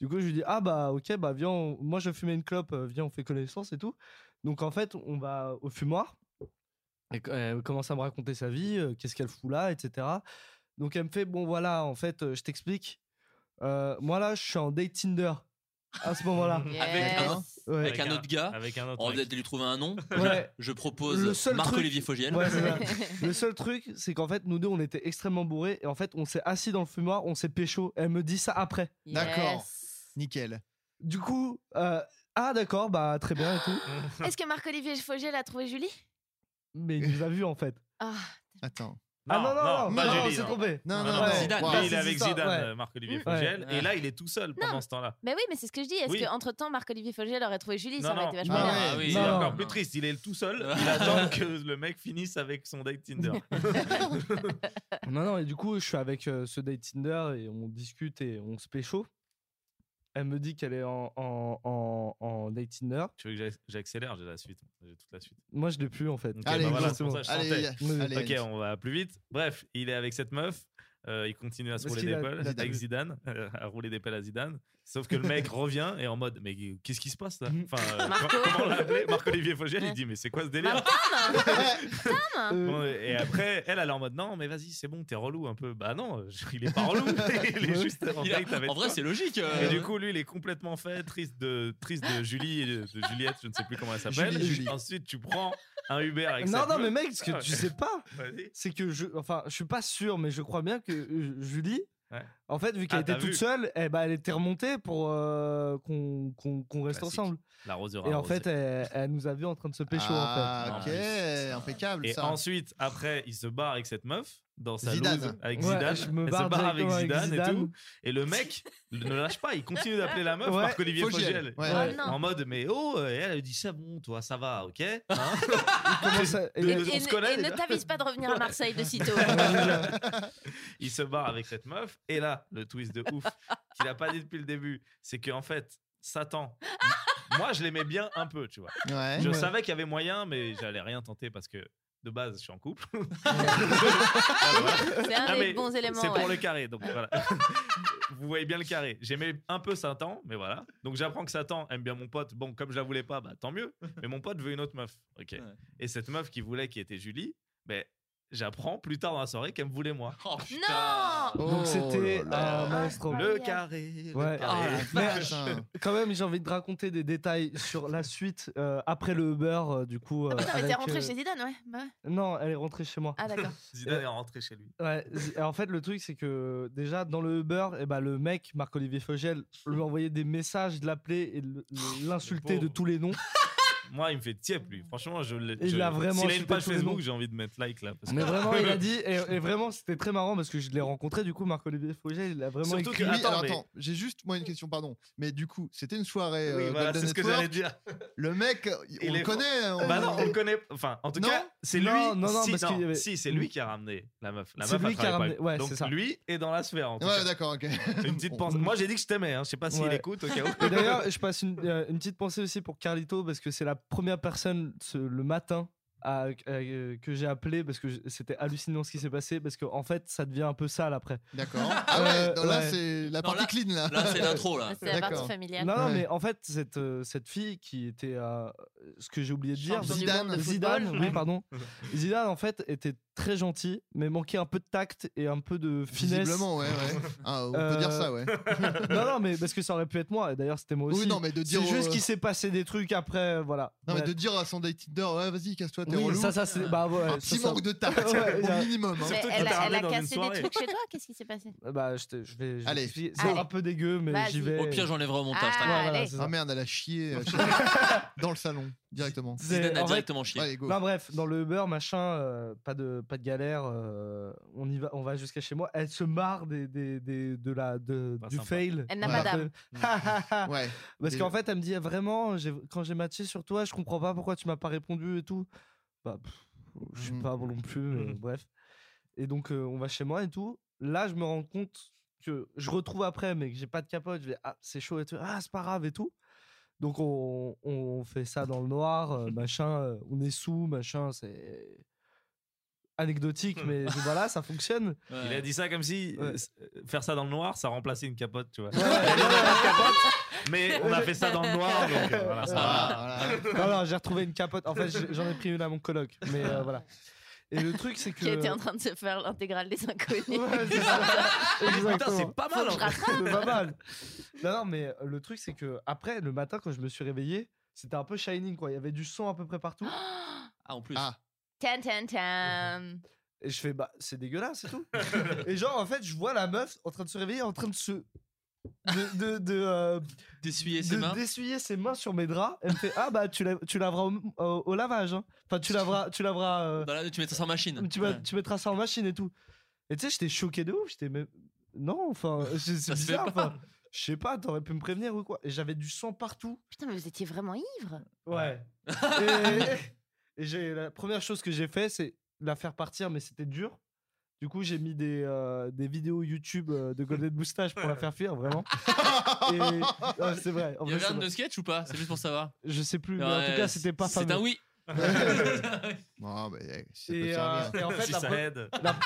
[SPEAKER 8] du coup, je lui dis Ah, bah, ok, bah, viens, on- moi, je vais fumer une clope, euh, viens, on fait connaissance et tout. Donc, en fait, on va au fumoir. Et qu- elle commence à me raconter sa vie, euh, qu'est-ce qu'elle fout là, etc. Donc, elle me fait Bon, voilà, en fait, euh, je t'explique. Euh, moi, là, je suis en date Tinder à ce moment-là.
[SPEAKER 4] Avec, un,
[SPEAKER 8] Ouais.
[SPEAKER 4] avec un autre gars. on
[SPEAKER 8] mec.
[SPEAKER 4] va peut-être lui trouver un nom.
[SPEAKER 8] Ouais.
[SPEAKER 4] Je, je propose
[SPEAKER 8] Le seul
[SPEAKER 4] Marc-Olivier
[SPEAKER 8] truc-
[SPEAKER 4] Fogiel.
[SPEAKER 8] Ouais, c'est ça. le seul truc, c'est qu'en fait, nous deux, on était extrêmement bourrés. Et en fait, on s'est assis dans le fumoir, on s'est pécho. Elle me dit ça après.
[SPEAKER 5] D'accord. Nickel.
[SPEAKER 8] Du coup, euh, ah d'accord, bah très bien et tout.
[SPEAKER 6] Est-ce que Marc-Olivier Fogiel a trouvé Julie
[SPEAKER 8] Mais il nous a vus en fait.
[SPEAKER 6] Ah,
[SPEAKER 5] Attends.
[SPEAKER 8] ah non, non, non,
[SPEAKER 7] pas
[SPEAKER 8] non,
[SPEAKER 7] Julie,
[SPEAKER 8] on s'est
[SPEAKER 7] non.
[SPEAKER 8] trompé.
[SPEAKER 7] Non, non, non,
[SPEAKER 8] Ouais.
[SPEAKER 7] Zidane.
[SPEAKER 8] Ouais,
[SPEAKER 7] Lui, il est
[SPEAKER 8] c'est
[SPEAKER 7] avec
[SPEAKER 8] ça,
[SPEAKER 7] Zidane,
[SPEAKER 8] ouais.
[SPEAKER 7] euh, Marc-Olivier
[SPEAKER 8] Mm.
[SPEAKER 7] Fogiel.
[SPEAKER 8] Ouais.
[SPEAKER 7] Et là, il est tout seul pendant ce temps-là.
[SPEAKER 6] Hmm. Mais oui, mais c'est ce que je dis. Est-ce
[SPEAKER 7] Oui.
[SPEAKER 6] qu'entre temps, Marc-Olivier Fogiel aurait trouvé Julie Ça
[SPEAKER 7] Non,
[SPEAKER 6] aurait
[SPEAKER 7] non.
[SPEAKER 6] été vachement bien.
[SPEAKER 7] Ah
[SPEAKER 8] bien.
[SPEAKER 7] oui, c'est
[SPEAKER 8] Non.
[SPEAKER 7] encore plus triste. Il est tout seul. Il attend que le mec finisse avec son date Tinder.
[SPEAKER 8] Non, non, et du coup, je suis avec euh, ce date Tinder et on discute et on se pécho. Elle me dit qu'elle est en, en, en, en date Tinder.
[SPEAKER 7] Tu veux que j'ac- j'accélère J'ai la suite. J'ai toute la suite.
[SPEAKER 8] Moi, je l'ai plus en fait.
[SPEAKER 7] Ok,
[SPEAKER 8] Allez,
[SPEAKER 7] bah voilà, c'est
[SPEAKER 8] justement.
[SPEAKER 7] pour ça que je sentais. ok, on va plus vite. Bref, il est avec cette meuf. euh, il continue à se
[SPEAKER 8] Parce
[SPEAKER 7] rouler
[SPEAKER 8] qu'il
[SPEAKER 7] des
[SPEAKER 8] a-
[SPEAKER 7] pelles
[SPEAKER 8] il a
[SPEAKER 7] avec
[SPEAKER 8] des-
[SPEAKER 7] Zidane, euh, à rouler des pelles à Zidane. Sauf que le mec revient et en mode mais qu'est-ce qui se passe là
[SPEAKER 8] Mhm.
[SPEAKER 7] Enfin, euh,
[SPEAKER 6] Marco.
[SPEAKER 7] comment l'appeler Marc Olivier Fogel, il dit mais c'est quoi ce délire Bon, Et après, elle, elle est en mode non mais vas-y c'est bon t'es relou un peu. Bah non, je- il est pas relou. il est juste en
[SPEAKER 4] Il a-
[SPEAKER 7] date avec
[SPEAKER 4] en vrai,
[SPEAKER 7] toi.
[SPEAKER 4] c'est logique, euh.
[SPEAKER 7] Et du coup lui il est complètement fait triste de triste de Julie et de, de Juliette, je ne sais plus comment elle s'appelle.
[SPEAKER 8] Julie, Julie.
[SPEAKER 7] Ensuite tu prends un Uber avec
[SPEAKER 8] Non,
[SPEAKER 7] cette
[SPEAKER 8] non,
[SPEAKER 7] meuf.
[SPEAKER 8] mais mec, ce que
[SPEAKER 7] Ah
[SPEAKER 8] tu
[SPEAKER 7] ouais.
[SPEAKER 8] sais pas,
[SPEAKER 7] Vas-y.
[SPEAKER 8] c'est que je. Enfin, je suis pas sûr, mais je crois bien que euh, Julie,
[SPEAKER 7] Ouais.
[SPEAKER 8] en fait, vu qu'elle
[SPEAKER 7] Ah,
[SPEAKER 8] était
[SPEAKER 7] t'as
[SPEAKER 8] toute
[SPEAKER 7] vu.
[SPEAKER 8] seule, eh ben, elle était remontée pour euh, qu'on qu'on- qu'on reste
[SPEAKER 7] Classique.
[SPEAKER 8] ensemble.
[SPEAKER 7] L'arroseur
[SPEAKER 8] Et en
[SPEAKER 7] arrosé.
[SPEAKER 8] fait, elle, elle nous a vu en train de se pécho,
[SPEAKER 5] Ah,
[SPEAKER 8] en
[SPEAKER 5] ok,
[SPEAKER 8] fait.
[SPEAKER 5] impeccable
[SPEAKER 7] Et
[SPEAKER 5] ça.
[SPEAKER 7] ensuite, après, il se barre avec cette meuf dans sa
[SPEAKER 5] Zidane.
[SPEAKER 7] loose avec
[SPEAKER 8] Ouais,
[SPEAKER 7] Zidane.
[SPEAKER 8] je me
[SPEAKER 7] elle
[SPEAKER 8] barre
[SPEAKER 7] se barre avec
[SPEAKER 8] directement avec
[SPEAKER 7] Zidane, et
[SPEAKER 8] Zidane.
[SPEAKER 7] tout. Et le mec ne lâche pas, il continue d'appeler la meuf
[SPEAKER 8] Ouais.
[SPEAKER 7] Marc-Olivier
[SPEAKER 5] Fogiel.
[SPEAKER 7] Fogiel.
[SPEAKER 5] Ouais. Ah
[SPEAKER 6] non.
[SPEAKER 7] en mode, mais oh, et elle elle dit ça bon, toi, ça va, ok hein
[SPEAKER 8] Il commence à-
[SPEAKER 7] De-
[SPEAKER 6] Et,
[SPEAKER 7] Euh, on
[SPEAKER 6] et
[SPEAKER 7] se
[SPEAKER 6] ne-
[SPEAKER 7] connaît
[SPEAKER 6] et ne
[SPEAKER 7] déjà.
[SPEAKER 6] t'avise pas de revenir à Marseille de sitôt.
[SPEAKER 7] Il se barre avec cette meuf. Et là, le twist de ouf qu'il a pas dit depuis le début, c'est qu'en fait, Satan. Moi, je l'aimais bien un peu, tu vois.
[SPEAKER 5] Ouais.
[SPEAKER 7] Je
[SPEAKER 8] Ouais.
[SPEAKER 7] savais qu'il y avait moyen, mais j'allais rien tenter parce que de base, je suis en couple.
[SPEAKER 6] C'est un
[SPEAKER 7] Ah,
[SPEAKER 6] des
[SPEAKER 7] mais
[SPEAKER 6] bons éléments.
[SPEAKER 7] C'est pour
[SPEAKER 6] ouais.
[SPEAKER 7] le carré, donc voilà. Vous voyez bien le carré. J'aimais un peu Satan, mais voilà. Donc j'apprends que Satan aime bien mon pote. Bon, comme je la voulais pas, bah tant mieux. Mais mon pote veut une autre meuf. Ok. Et cette meuf qui voulait, qui était Julie, ben j'apprends plus tard dans la soirée qu'elle me voulait moi.
[SPEAKER 4] Oh, putain.
[SPEAKER 6] Non
[SPEAKER 8] Donc, c'était
[SPEAKER 5] Oh là là.
[SPEAKER 7] euh,
[SPEAKER 8] un monstre.
[SPEAKER 7] Le carré. le
[SPEAKER 8] Ouais.
[SPEAKER 7] carré.
[SPEAKER 4] Ah,
[SPEAKER 8] Mais
[SPEAKER 5] Putain.
[SPEAKER 8] quand même, j'ai envie de raconter des détails sur la suite euh, après le Uber, euh, du coup. euh,
[SPEAKER 6] Attends, mais t'es
[SPEAKER 8] avec,
[SPEAKER 6] rentré
[SPEAKER 8] euh,
[SPEAKER 6] chez Zidane, ouais. bah ouais.
[SPEAKER 8] Non, elle est rentrée chez moi.
[SPEAKER 6] Ah, d'accord.
[SPEAKER 7] Zidane est rentré chez lui.
[SPEAKER 8] Ouais, zi- et en fait, le truc, c'est que déjà, dans le Uber, eh ben, le mec, Marc-Olivier Fogel, lui envoyait des messages, de l'appeler et le- le- l'insulter de
[SPEAKER 7] Oh, pauvre.
[SPEAKER 8] tous les noms.
[SPEAKER 7] Moi, il me fait tiep lui. Franchement, je l'ai.
[SPEAKER 8] Il
[SPEAKER 7] je-
[SPEAKER 8] l'a vraiment
[SPEAKER 7] S'il a une
[SPEAKER 8] insulté
[SPEAKER 7] page
[SPEAKER 8] tous les
[SPEAKER 7] Facebook,
[SPEAKER 8] noms.
[SPEAKER 7] j'ai envie de mettre like là. Parce que...
[SPEAKER 8] Mais vraiment, il a dit, et, et vraiment, c'était très marrant parce que je l'ai rencontré, du coup, Marc-Olivier Fogel, il a vraiment
[SPEAKER 7] Surtout
[SPEAKER 8] écrit.
[SPEAKER 7] que-
[SPEAKER 5] Oui,
[SPEAKER 7] Attends,
[SPEAKER 5] alors,
[SPEAKER 7] mais-
[SPEAKER 5] attends, j'ai juste moi une question, pardon. Mais du coup, c'était une
[SPEAKER 7] Oui,
[SPEAKER 5] soirée. euh,
[SPEAKER 7] voilà,
[SPEAKER 5] Golden
[SPEAKER 7] c'est ce que
[SPEAKER 5] Network.
[SPEAKER 7] j'allais dire.
[SPEAKER 5] Le mec, on
[SPEAKER 7] Il
[SPEAKER 5] le
[SPEAKER 7] est-
[SPEAKER 5] connaît. hein, on-
[SPEAKER 7] Bah non, on le connaît. Enfin, en tout
[SPEAKER 5] Non.
[SPEAKER 7] cas, c'est lui.
[SPEAKER 8] Euh, Non, non, non,
[SPEAKER 7] si,
[SPEAKER 8] parce qu'il y avait-
[SPEAKER 7] si, c'est lui qui a ramené la meuf. La
[SPEAKER 8] C'est
[SPEAKER 7] meuf a
[SPEAKER 8] lui qui a ramené-
[SPEAKER 7] travaillé pas
[SPEAKER 8] ouais,
[SPEAKER 7] avec- Donc
[SPEAKER 8] c'est ça.
[SPEAKER 7] lui est dans la sphère. En tout
[SPEAKER 5] Ouais,
[SPEAKER 7] cas.
[SPEAKER 5] d'accord, ok.
[SPEAKER 7] Une petite
[SPEAKER 5] Bon.
[SPEAKER 7] pensée. Moi, j'ai dit que je t'aimais. Hein. Je sais pas s'il
[SPEAKER 8] Ouais.
[SPEAKER 7] écoute. Au cas où.
[SPEAKER 8] Et d'ailleurs, je passe une, euh, une petite pensée aussi pour Carlito parce que c'est la première personne ce- le matin à- à- euh, que j'ai appelé parce que j- c'était hallucinant ce qui s'est passé parce qu'en en fait, ça devient un peu sale après.
[SPEAKER 5] D'accord. Ah ouais,
[SPEAKER 7] Euh,
[SPEAKER 8] Ouais,
[SPEAKER 5] non, là
[SPEAKER 8] ouais.
[SPEAKER 5] c'est la partie
[SPEAKER 4] là-
[SPEAKER 5] clean là.
[SPEAKER 4] Là, c'est l'intro, là.
[SPEAKER 6] Ah, C'est la partie
[SPEAKER 5] D'accord.
[SPEAKER 6] familiale.
[SPEAKER 8] Non, non,
[SPEAKER 5] Ouais.
[SPEAKER 8] mais en fait, cette, euh, cette fille qui était, euh, ce que j'ai oublié de dire,
[SPEAKER 6] Champion
[SPEAKER 5] du Zidane. monde de
[SPEAKER 8] Zidane,
[SPEAKER 6] football.
[SPEAKER 8] oui, pardon. Zidane, en fait, était très gentil, mais manquait un peu de tact et un peu de finesse.
[SPEAKER 5] Visiblement, ouais, ouais. Ah, on peut
[SPEAKER 8] Euh,
[SPEAKER 5] dire ça, ouais.
[SPEAKER 8] non, non, mais parce que ça aurait pu être moi, et d'ailleurs, c'était moi aussi.
[SPEAKER 5] Oui, non, mais de dire.
[SPEAKER 8] C'est juste
[SPEAKER 5] au-
[SPEAKER 8] qu'il s'est passé des trucs après, euh, voilà.
[SPEAKER 5] Non, mais de
[SPEAKER 8] Bref.
[SPEAKER 5] dire à son date Tinder, ouais, vas-y, casse-toi, t'es
[SPEAKER 8] Oui,
[SPEAKER 5] relou.
[SPEAKER 8] ça, ça, c'est. Bah, ouais,
[SPEAKER 5] un
[SPEAKER 8] ça,
[SPEAKER 5] petit
[SPEAKER 8] ça-
[SPEAKER 5] manque de tact,
[SPEAKER 8] Ouais, il y
[SPEAKER 5] au
[SPEAKER 8] a-
[SPEAKER 5] minimum. hein.
[SPEAKER 6] Mais
[SPEAKER 7] Surtout
[SPEAKER 6] elle,
[SPEAKER 7] qu'il t'a
[SPEAKER 6] a- elle
[SPEAKER 7] ramené
[SPEAKER 6] a
[SPEAKER 7] dans une
[SPEAKER 6] cassé des
[SPEAKER 7] soirée.
[SPEAKER 6] trucs chez toi Qu'est-ce qui s'est passé
[SPEAKER 8] Bah, je, te- je vais. je vais
[SPEAKER 5] Allez.
[SPEAKER 8] t'expliquer. C'est
[SPEAKER 6] Allez.
[SPEAKER 8] un peu dégueu, Ah, mais
[SPEAKER 6] Vas-y.
[SPEAKER 8] j'y vais.
[SPEAKER 4] Au pire, j'enlèverai au montage.
[SPEAKER 6] Ah,
[SPEAKER 8] Ouais,
[SPEAKER 4] t'inquiète.
[SPEAKER 8] voilà,
[SPEAKER 6] allez.
[SPEAKER 8] c'est ça.
[SPEAKER 5] Ah merde, elle a chié euh, chez- dans le salon directement.
[SPEAKER 8] C'est-
[SPEAKER 4] Zidane a
[SPEAKER 8] en fait-
[SPEAKER 4] directement chié.
[SPEAKER 5] Allez, go.
[SPEAKER 8] Non, bref, dans le Uber, machin, euh, pas, de, pas de galère, euh, on, y va, on va jusqu'à chez moi. Elle se marre des, des, des- de la, de,
[SPEAKER 7] Pas
[SPEAKER 8] du
[SPEAKER 7] sympa. Mm.
[SPEAKER 8] fail.
[SPEAKER 6] Elle n'a
[SPEAKER 5] pas
[SPEAKER 8] Parce que-
[SPEAKER 5] Ouais.
[SPEAKER 8] Parce
[SPEAKER 5] Et-
[SPEAKER 8] qu'en fait, elle me dit vraiment, j'ai- quand j'ai matché sur toi, je comprends pas pourquoi tu m'as pas répondu et tout. Bah, pff, je suis
[SPEAKER 7] Mm.
[SPEAKER 5] Mhm.
[SPEAKER 8] pas bon non plus, mais
[SPEAKER 7] Mhm.
[SPEAKER 8] bref. Et donc, euh, on va chez moi et tout. Là, je me rends compte que je retrouve après, mais que j'ai pas de capote. Je vais, ah, c'est chaud et tout. Ah, c'est pas grave et tout. Donc on, on fait ça dans le noir, euh, machin, euh, on est sous, machin, c'est anecdotique, mais voilà, ça fonctionne.
[SPEAKER 7] Il a dit ça comme si euh, s- euh, faire ça dans le noir, ça remplaçait une capote, tu vois. mais on a fait ça dans le noir, donc euh, voilà, ça
[SPEAKER 8] Ah.
[SPEAKER 7] va.
[SPEAKER 8] Non, non, j'ai retrouvé une capote. En fait, j'ai- j'en ai pris une à mon coloc, mais euh, voilà. Et le truc, c'est que.
[SPEAKER 6] Qui était en train de se faire l'intégrale des inconnus.
[SPEAKER 8] Exactement.
[SPEAKER 6] Faut que je rattrape.
[SPEAKER 8] C'est pas mal. Non, non, mais euh, le truc, c'est que après, le matin, quand je me suis réveillé, c'était un peu shining, quoi. Il y avait du son à peu près partout.
[SPEAKER 4] Ah, en plus.
[SPEAKER 6] Tam, tam, tam.
[SPEAKER 8] Et je fais, bah, c'est dégueulasse, c'est tout. et genre, en fait, je vois la meuf en train de se réveiller, en train de se. de. de. de, euh,
[SPEAKER 4] D'essuyer
[SPEAKER 8] de-
[SPEAKER 4] ses mains.
[SPEAKER 8] D'essuyer ses mains sur mes draps. Elle me fait, ah, bah, tu, la- tu laveras au, au- au lavage. hein. Enfin, tu laveras. Tu laveras euh,
[SPEAKER 4] Dans la- Bah tu mets ça en machine.
[SPEAKER 8] tu, vas-
[SPEAKER 4] Ouais.
[SPEAKER 8] tu mettras ça en machine et tout. Et tu sais, j'étais choqué de ouf. J'étais, mais non, enfin, c'est c'est
[SPEAKER 4] Ça se fait
[SPEAKER 8] bizarre.
[SPEAKER 4] pas.
[SPEAKER 8] enfin. Je sais pas, t'aurais pu me prévenir ou quoi. Et j'avais du sang partout.
[SPEAKER 6] Putain, mais vous étiez vraiment ivre.
[SPEAKER 8] Ouais. et et j'ai la première chose que j'ai fait, c'est la faire partir, mais c'était dur. Du coup, j'ai mis des, euh, des vidéos YouTube euh, de Golden Moustache pour la faire fuir, vraiment. Et... non, c'est vrai. en
[SPEAKER 4] Il y
[SPEAKER 8] vrai, c'est
[SPEAKER 4] avait un
[SPEAKER 8] vrai.
[SPEAKER 4] de sketch ou pas C'est juste pour savoir.
[SPEAKER 8] Je sais plus, mais en
[SPEAKER 4] Ouais,
[SPEAKER 8] tout cas, c'était pas
[SPEAKER 4] C'est
[SPEAKER 8] fameux.
[SPEAKER 4] un oui.
[SPEAKER 5] Non, mais si ça peut
[SPEAKER 8] Et, euh,
[SPEAKER 5] servir.
[SPEAKER 8] et en fait,
[SPEAKER 7] Si
[SPEAKER 8] la
[SPEAKER 7] ça
[SPEAKER 8] pre-
[SPEAKER 7] aide.
[SPEAKER 8] la-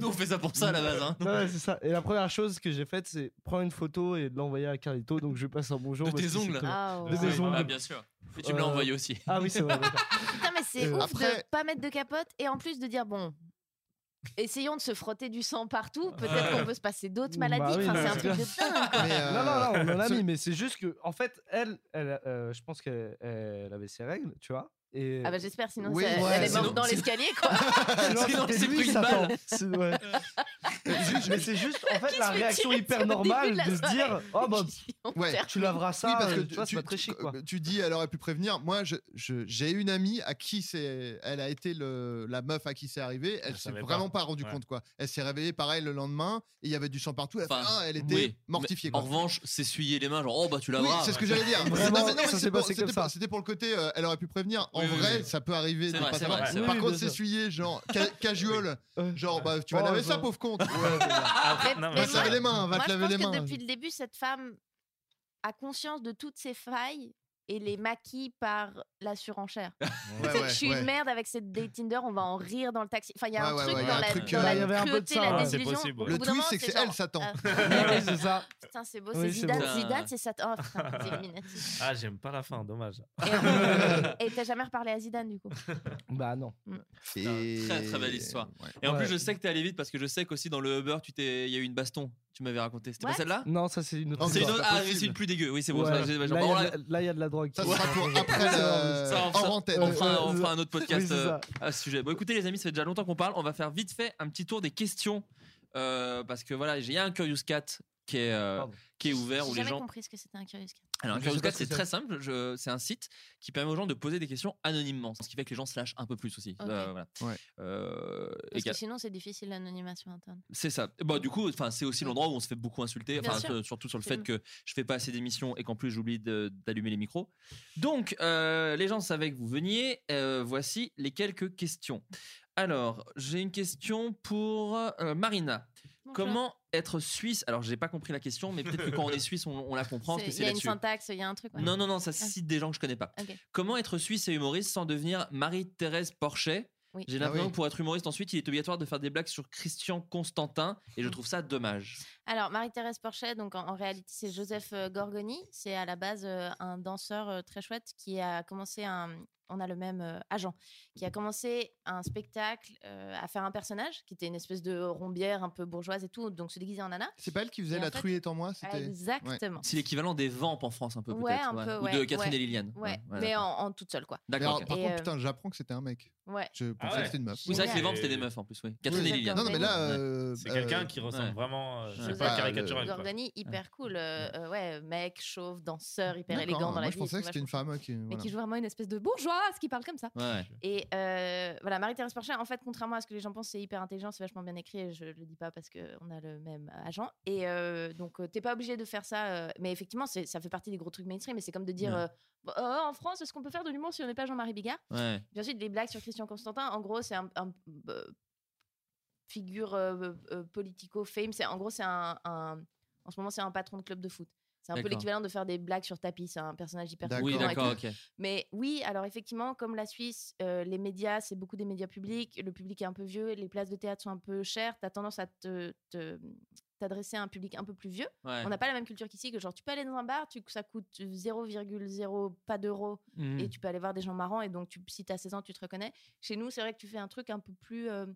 [SPEAKER 4] Nous, on fait ça pour ça à la base. Hein.
[SPEAKER 8] Ouais, ouais, c'est ça. Et la première chose que j'ai faite, c'est prendre une photo et de l'envoyer à Carlito. Donc je lui passe un bonjour.
[SPEAKER 4] De
[SPEAKER 8] parce
[SPEAKER 4] tes
[SPEAKER 8] que c'est
[SPEAKER 4] ongles.
[SPEAKER 8] que-
[SPEAKER 6] Ah
[SPEAKER 8] De
[SPEAKER 6] ouais.
[SPEAKER 8] mes ongles.
[SPEAKER 4] Ah, bien sûr. Et tu me l'as
[SPEAKER 8] Euh,
[SPEAKER 4] envoyé aussi.
[SPEAKER 8] Ah oui, c'est vrai. d'accord.
[SPEAKER 6] Putain, mais c'est
[SPEAKER 8] Euh,
[SPEAKER 6] ouf de
[SPEAKER 5] après-
[SPEAKER 6] pas mettre de capote et en plus de dire bon. Essayons de se frotter du sang partout. Peut-être qu'on peut se passer d'autres
[SPEAKER 8] Bah
[SPEAKER 6] maladies.
[SPEAKER 8] oui,
[SPEAKER 6] Enfin,
[SPEAKER 8] bah
[SPEAKER 6] c'est un
[SPEAKER 8] c'est
[SPEAKER 6] truc de dingue. quoi.
[SPEAKER 5] Mais, euh,
[SPEAKER 8] Non, non, non, on en a
[SPEAKER 5] ce-
[SPEAKER 8] mis, mais c'est juste que, en fait, elle, elle euh, je pense qu'elle elle avait ses règles, tu vois. Et
[SPEAKER 6] Ah bah j'espère, sinon
[SPEAKER 5] Oui,
[SPEAKER 6] ça-
[SPEAKER 5] ouais,
[SPEAKER 6] elle est
[SPEAKER 4] sinon-
[SPEAKER 6] morte dans l'escalier quoi.
[SPEAKER 4] Sinon,
[SPEAKER 8] c'était
[SPEAKER 4] c'est
[SPEAKER 8] lui,
[SPEAKER 4] pris une
[SPEAKER 8] Satan.
[SPEAKER 4] balle.
[SPEAKER 8] C'est- ouais. Juste- mais c'est juste, en fait,
[SPEAKER 6] Qui
[SPEAKER 8] la
[SPEAKER 6] se fait
[SPEAKER 8] réaction
[SPEAKER 6] tirer
[SPEAKER 8] hyper
[SPEAKER 6] dessus au début de
[SPEAKER 8] normale
[SPEAKER 6] la
[SPEAKER 8] de se dire,
[SPEAKER 6] soirée.
[SPEAKER 8] oh bah,
[SPEAKER 5] Ouais.
[SPEAKER 8] tu laveras ça,
[SPEAKER 5] oui, parce que
[SPEAKER 8] euh,
[SPEAKER 5] tu-
[SPEAKER 8] tu vois, c'est
[SPEAKER 5] tu-
[SPEAKER 8] pas très chic, quoi.
[SPEAKER 5] tu- tu dis, elle aurait pu prévenir. Moi, je- je- j'ai une amie à qui c'est, elle a été le- la meuf à qui c'est arrivé. Elle
[SPEAKER 7] Elle
[SPEAKER 5] s'est
[SPEAKER 7] savait
[SPEAKER 5] vraiment
[SPEAKER 7] pas.
[SPEAKER 5] pas, rendue
[SPEAKER 7] Ouais.
[SPEAKER 5] compte, quoi. Elle s'est réveillée pareil le lendemain et il y avait du sang partout. Elle, a fait,
[SPEAKER 4] Enfin,
[SPEAKER 5] Ah, elle était
[SPEAKER 4] oui,
[SPEAKER 5] mortifiée.
[SPEAKER 4] En
[SPEAKER 5] Quoi.
[SPEAKER 4] revanche, s'essuyer les mains, genre, oh bah tu
[SPEAKER 5] oui,
[SPEAKER 4] laveras.
[SPEAKER 5] c'est ce que j'allais dire.
[SPEAKER 8] Vraiment,
[SPEAKER 5] Non, mais non, mais
[SPEAKER 8] ça
[SPEAKER 5] c'est
[SPEAKER 8] s'est
[SPEAKER 5] pour-
[SPEAKER 8] passé
[SPEAKER 5] c'était
[SPEAKER 8] comme
[SPEAKER 5] pour,
[SPEAKER 8] ça.
[SPEAKER 5] c'était pour le côté, euh, elle aurait pu prévenir. En
[SPEAKER 4] Oui, oui,
[SPEAKER 5] vrai,
[SPEAKER 4] oui.
[SPEAKER 5] ça peut arriver.
[SPEAKER 4] C'est
[SPEAKER 5] de
[SPEAKER 4] vrai,
[SPEAKER 5] pas
[SPEAKER 4] c'est
[SPEAKER 5] savoir.
[SPEAKER 4] vrai, c'est
[SPEAKER 5] Par
[SPEAKER 8] vrai.
[SPEAKER 5] contre,
[SPEAKER 8] Oui, bien sûr.
[SPEAKER 5] s'essuyer, genre ca- casual,
[SPEAKER 8] Ouais.
[SPEAKER 5] genre bah tu vas
[SPEAKER 8] Oh,
[SPEAKER 5] laver
[SPEAKER 8] je
[SPEAKER 5] ça,
[SPEAKER 8] vois.
[SPEAKER 5] pauvre con. Va
[SPEAKER 7] Après,
[SPEAKER 6] Mais-
[SPEAKER 7] non,
[SPEAKER 6] mais
[SPEAKER 7] mais
[SPEAKER 5] te
[SPEAKER 6] moi-
[SPEAKER 5] laver les mains, va
[SPEAKER 6] Moi,
[SPEAKER 5] te
[SPEAKER 6] je
[SPEAKER 5] laver
[SPEAKER 6] pense
[SPEAKER 5] les
[SPEAKER 6] que
[SPEAKER 5] mains. hein.
[SPEAKER 6] depuis le début, cette femme a conscience de toutes ses failles et les maquille par la surenchère.
[SPEAKER 5] Ouais,
[SPEAKER 6] Tu sais,
[SPEAKER 5] ouais,
[SPEAKER 6] je suis
[SPEAKER 5] ouais.
[SPEAKER 6] une merde avec cette date Tinder, on va en rire dans le taxi. Enfin, il y a
[SPEAKER 5] Ouais,
[SPEAKER 6] un
[SPEAKER 5] ouais,
[SPEAKER 6] truc
[SPEAKER 5] ouais, il y a
[SPEAKER 6] dans
[SPEAKER 5] un
[SPEAKER 6] la,
[SPEAKER 5] truc,
[SPEAKER 6] dans
[SPEAKER 5] euh,
[SPEAKER 6] la
[SPEAKER 8] il y avait un peu de
[SPEAKER 6] cruauté,
[SPEAKER 8] ça, hein.
[SPEAKER 6] la
[SPEAKER 8] ouais.
[SPEAKER 7] C'est
[SPEAKER 6] désillusion.
[SPEAKER 7] possible,
[SPEAKER 6] Au
[SPEAKER 7] ouais.
[SPEAKER 5] Le
[SPEAKER 6] bout d'un
[SPEAKER 5] twist,
[SPEAKER 6] moment,
[SPEAKER 5] c'est que c'est
[SPEAKER 6] genre,
[SPEAKER 5] elle, Satan.
[SPEAKER 6] ah,
[SPEAKER 8] Ouais, c'est ça.
[SPEAKER 6] putain, c'est beau,
[SPEAKER 8] Oui,
[SPEAKER 6] c'est
[SPEAKER 8] c'est
[SPEAKER 6] Zidane,
[SPEAKER 8] beau.
[SPEAKER 6] Zidane, c'est Satan. Oh, putain, c'est Illuminati.
[SPEAKER 7] Ah, j'aime pas la fin, dommage.
[SPEAKER 6] Et t'as jamais reparlé à Zidane, du coup
[SPEAKER 8] Bah non.
[SPEAKER 5] Et-
[SPEAKER 4] Très, très belle histoire.
[SPEAKER 5] Ouais.
[SPEAKER 4] Et en
[SPEAKER 8] Ouais.
[SPEAKER 4] plus, je sais que t'es allé vite parce que je sais qu'aussi dans le Uber, tu t'es, il y a eu une baston. Tu m'avais raconté. C'était pas
[SPEAKER 6] What
[SPEAKER 4] celle-là
[SPEAKER 8] Non, ça, c'est une autre
[SPEAKER 5] Non,
[SPEAKER 4] C'est une
[SPEAKER 5] pas
[SPEAKER 8] histoire.
[SPEAKER 4] autre. Ah,
[SPEAKER 5] possible.
[SPEAKER 4] c'est une plus dégueu. Oui, c'est bon.
[SPEAKER 8] Ouais.
[SPEAKER 4] ça, j'ai- genre, bah,
[SPEAKER 8] Là, il y
[SPEAKER 4] bon,
[SPEAKER 8] a
[SPEAKER 4] là,
[SPEAKER 8] de la- là, il y a de la drogue.
[SPEAKER 5] Ça
[SPEAKER 8] qui
[SPEAKER 5] sera
[SPEAKER 8] sort.
[SPEAKER 5] pour après le-
[SPEAKER 4] Ça, on fera-
[SPEAKER 5] hors antenne.
[SPEAKER 4] on fera,
[SPEAKER 8] Euh,
[SPEAKER 4] on fera un autre
[SPEAKER 8] Oui,
[SPEAKER 4] podcast
[SPEAKER 8] c'est
[SPEAKER 4] euh,
[SPEAKER 8] ça.
[SPEAKER 4] à ce sujet. Bon, écoutez, les amis, ça fait déjà longtemps qu'on parle. On va faire vite fait un petit tour des questions. euh, parce que voilà, j'ai- il y a un Curious Cat qui est, euh,
[SPEAKER 8] Pardon.
[SPEAKER 4] qui est ouvert où les
[SPEAKER 6] J'ai jamais
[SPEAKER 4] gens.
[SPEAKER 6] compris ce que c'était un curious cat.
[SPEAKER 4] Alors,
[SPEAKER 8] Je
[SPEAKER 4] Curious
[SPEAKER 8] sais pas
[SPEAKER 4] Cat,
[SPEAKER 8] ce
[SPEAKER 4] c'est
[SPEAKER 8] que c'est.
[SPEAKER 4] très simple. je- C'est un site qui permet aux gens de poser des questions anonymement. Ce qui fait que les gens se lâchent un peu plus aussi.
[SPEAKER 6] Ok.
[SPEAKER 4] Euh, voilà.
[SPEAKER 5] Ouais.
[SPEAKER 4] Euh, et
[SPEAKER 6] Parce
[SPEAKER 4] qu'à-
[SPEAKER 6] que sinon, c'est difficile l'anonymation interne.
[SPEAKER 4] C'est ça. Bah, du coup, enfin, c'est aussi l'endroit où on se fait beaucoup insulter,
[SPEAKER 6] Bien
[SPEAKER 4] enfin,
[SPEAKER 6] sûr.
[SPEAKER 4] sur- surtout sur le fait
[SPEAKER 6] Absolument.
[SPEAKER 4] que je fais pas assez d'émissions et qu'en plus j'oublie de- d'allumer les micros. Donc, euh, les gens savaient que vous veniez. Euh, voici les quelques questions. Alors, j'ai une question pour euh, Marina.
[SPEAKER 6] Bonjour.
[SPEAKER 4] Comment être suisse Alors, j'ai pas compris la question, mais peut-être que quand on est suisse, on, on la comprend parce
[SPEAKER 6] C'est-
[SPEAKER 4] que
[SPEAKER 6] Il
[SPEAKER 4] c'est
[SPEAKER 6] y a une
[SPEAKER 4] là-dessus.
[SPEAKER 6] syntaxe, il y a un truc. ouais. Ah.
[SPEAKER 4] Non, non, non, ça cite des gens que je connais pas.
[SPEAKER 6] Ok.
[SPEAKER 4] Comment être suisse et humoriste sans devenir Marie-Thérèse Porchet
[SPEAKER 6] Oui.
[SPEAKER 4] J'ai
[SPEAKER 5] Ah
[SPEAKER 4] l'impression
[SPEAKER 5] oui.
[SPEAKER 4] que pour être humoriste ensuite, il est obligatoire de faire des blagues sur Christian Constantin et
[SPEAKER 6] Mm.
[SPEAKER 4] je trouve ça dommage.
[SPEAKER 6] Alors, Marie-Thérèse Porchet, donc en, en réalité, c'est Joseph euh, Gorgoni. C'est à la base euh, un danseur euh, très chouette qui a commencé un. On a le même euh, agent qui a commencé un spectacle euh, à faire un personnage qui était une espèce de rombière un peu bourgeoise et tout, donc se déguiser en nana.
[SPEAKER 5] C'est pas elle qui faisait
[SPEAKER 6] Et en
[SPEAKER 5] la
[SPEAKER 6] fait-
[SPEAKER 5] truie étant moi, c'était.
[SPEAKER 6] Exactement.
[SPEAKER 4] C'est l'équivalent des vampes en France un peu
[SPEAKER 6] Ouais,
[SPEAKER 4] peut-être
[SPEAKER 6] un peu,
[SPEAKER 4] ou de
[SPEAKER 6] ouais,
[SPEAKER 4] Catherine
[SPEAKER 6] ouais.
[SPEAKER 4] et Liliane.
[SPEAKER 6] Ouais,
[SPEAKER 4] ouais,
[SPEAKER 6] mais en,
[SPEAKER 4] d'accord.
[SPEAKER 6] en toute seule quoi.
[SPEAKER 5] Mais
[SPEAKER 4] D'accord.
[SPEAKER 5] alors,
[SPEAKER 4] ok.
[SPEAKER 5] par
[SPEAKER 6] Et,
[SPEAKER 5] contre,
[SPEAKER 6] euh,
[SPEAKER 5] putain, j'apprends que c'était un mec.
[SPEAKER 6] Ouais.
[SPEAKER 5] Je pensais
[SPEAKER 7] ouais.
[SPEAKER 5] que c'était une meuf.
[SPEAKER 4] Oui, c'est vrai que les
[SPEAKER 7] Génial.
[SPEAKER 4] vampes
[SPEAKER 5] euh,
[SPEAKER 4] c'était des meufs en plus, oui. Catherine
[SPEAKER 6] Oui.
[SPEAKER 4] et Liliane.
[SPEAKER 5] Non, non, mais là,
[SPEAKER 4] Ouais.
[SPEAKER 5] euh,
[SPEAKER 7] C'est quelqu'un
[SPEAKER 5] euh,
[SPEAKER 7] qui ressemble
[SPEAKER 4] ouais.
[SPEAKER 7] vraiment. euh,
[SPEAKER 6] Joseph
[SPEAKER 7] C'est pas
[SPEAKER 5] euh,
[SPEAKER 7] caricatural. quoi.
[SPEAKER 6] Gorgoni, hyper cool. euh, euh, ouais, mec, chauve, danseur, hyper
[SPEAKER 5] d'accord,
[SPEAKER 6] élégant dans
[SPEAKER 5] moi,
[SPEAKER 6] la
[SPEAKER 5] Je
[SPEAKER 6] vie. et
[SPEAKER 5] pensais
[SPEAKER 6] tout,
[SPEAKER 5] que c'était une
[SPEAKER 6] vachement chouette.
[SPEAKER 5] femme qui.
[SPEAKER 6] Mais
[SPEAKER 5] voilà.
[SPEAKER 6] qui joue vraiment une espèce de bourgeoise qui parle comme ça.
[SPEAKER 4] Ouais, ouais.
[SPEAKER 6] Et euh, voilà, Marie-Thérèse Porchet, en fait, contrairement à ce que les gens pensent, c'est hyper intelligent, c'est vachement bien écrit, et je le dis pas parce qu'on a le même agent. Et euh, donc, euh, t'es pas obligé de faire ça, euh, mais effectivement, c'est- ça fait partie des gros trucs mainstream, mais c'est comme de dire,
[SPEAKER 4] Ouais.
[SPEAKER 6] euh, Bah, euh, en France, est-ce qu'on peut faire de l'humour si on n'est pas Jean-Marie Bigard
[SPEAKER 4] Ouais.
[SPEAKER 6] Puis ensuite, les blagues sur Christian Constantin, en gros, c'est un... un- euh, figure euh, euh, politico-fame, c'est en gros, c'est un, un- En ce moment, c'est un patron de club de foot. C'est un peu
[SPEAKER 4] D'accord.
[SPEAKER 6] l'équivalent de faire des blagues sur tapis. C'est un personnage hyper
[SPEAKER 4] D'accord. Oui,
[SPEAKER 6] flippant et
[SPEAKER 4] d'accord,
[SPEAKER 6] tout.
[SPEAKER 4] ok.
[SPEAKER 6] Mais oui, alors effectivement, comme la Suisse, euh, les médias, c'est beaucoup des médias publics. Le public est un peu vieux. Les places de théâtre sont un peu chères. Tu as tendance à te. te- t'adresser à un public un peu plus vieux.
[SPEAKER 9] Ouais.
[SPEAKER 6] On n'a pas la même culture qu'ici, que genre tu peux aller dans un bar, tu, ça coûte 0,0 pas d'euros
[SPEAKER 4] Mm.
[SPEAKER 9] Mhm.
[SPEAKER 4] Mmh.
[SPEAKER 6] et tu peux aller voir des gens marrants et donc tu, si t'as 16 ans, tu te reconnais. Chez nous, c'est vrai que tu fais un truc un peu plus... euh,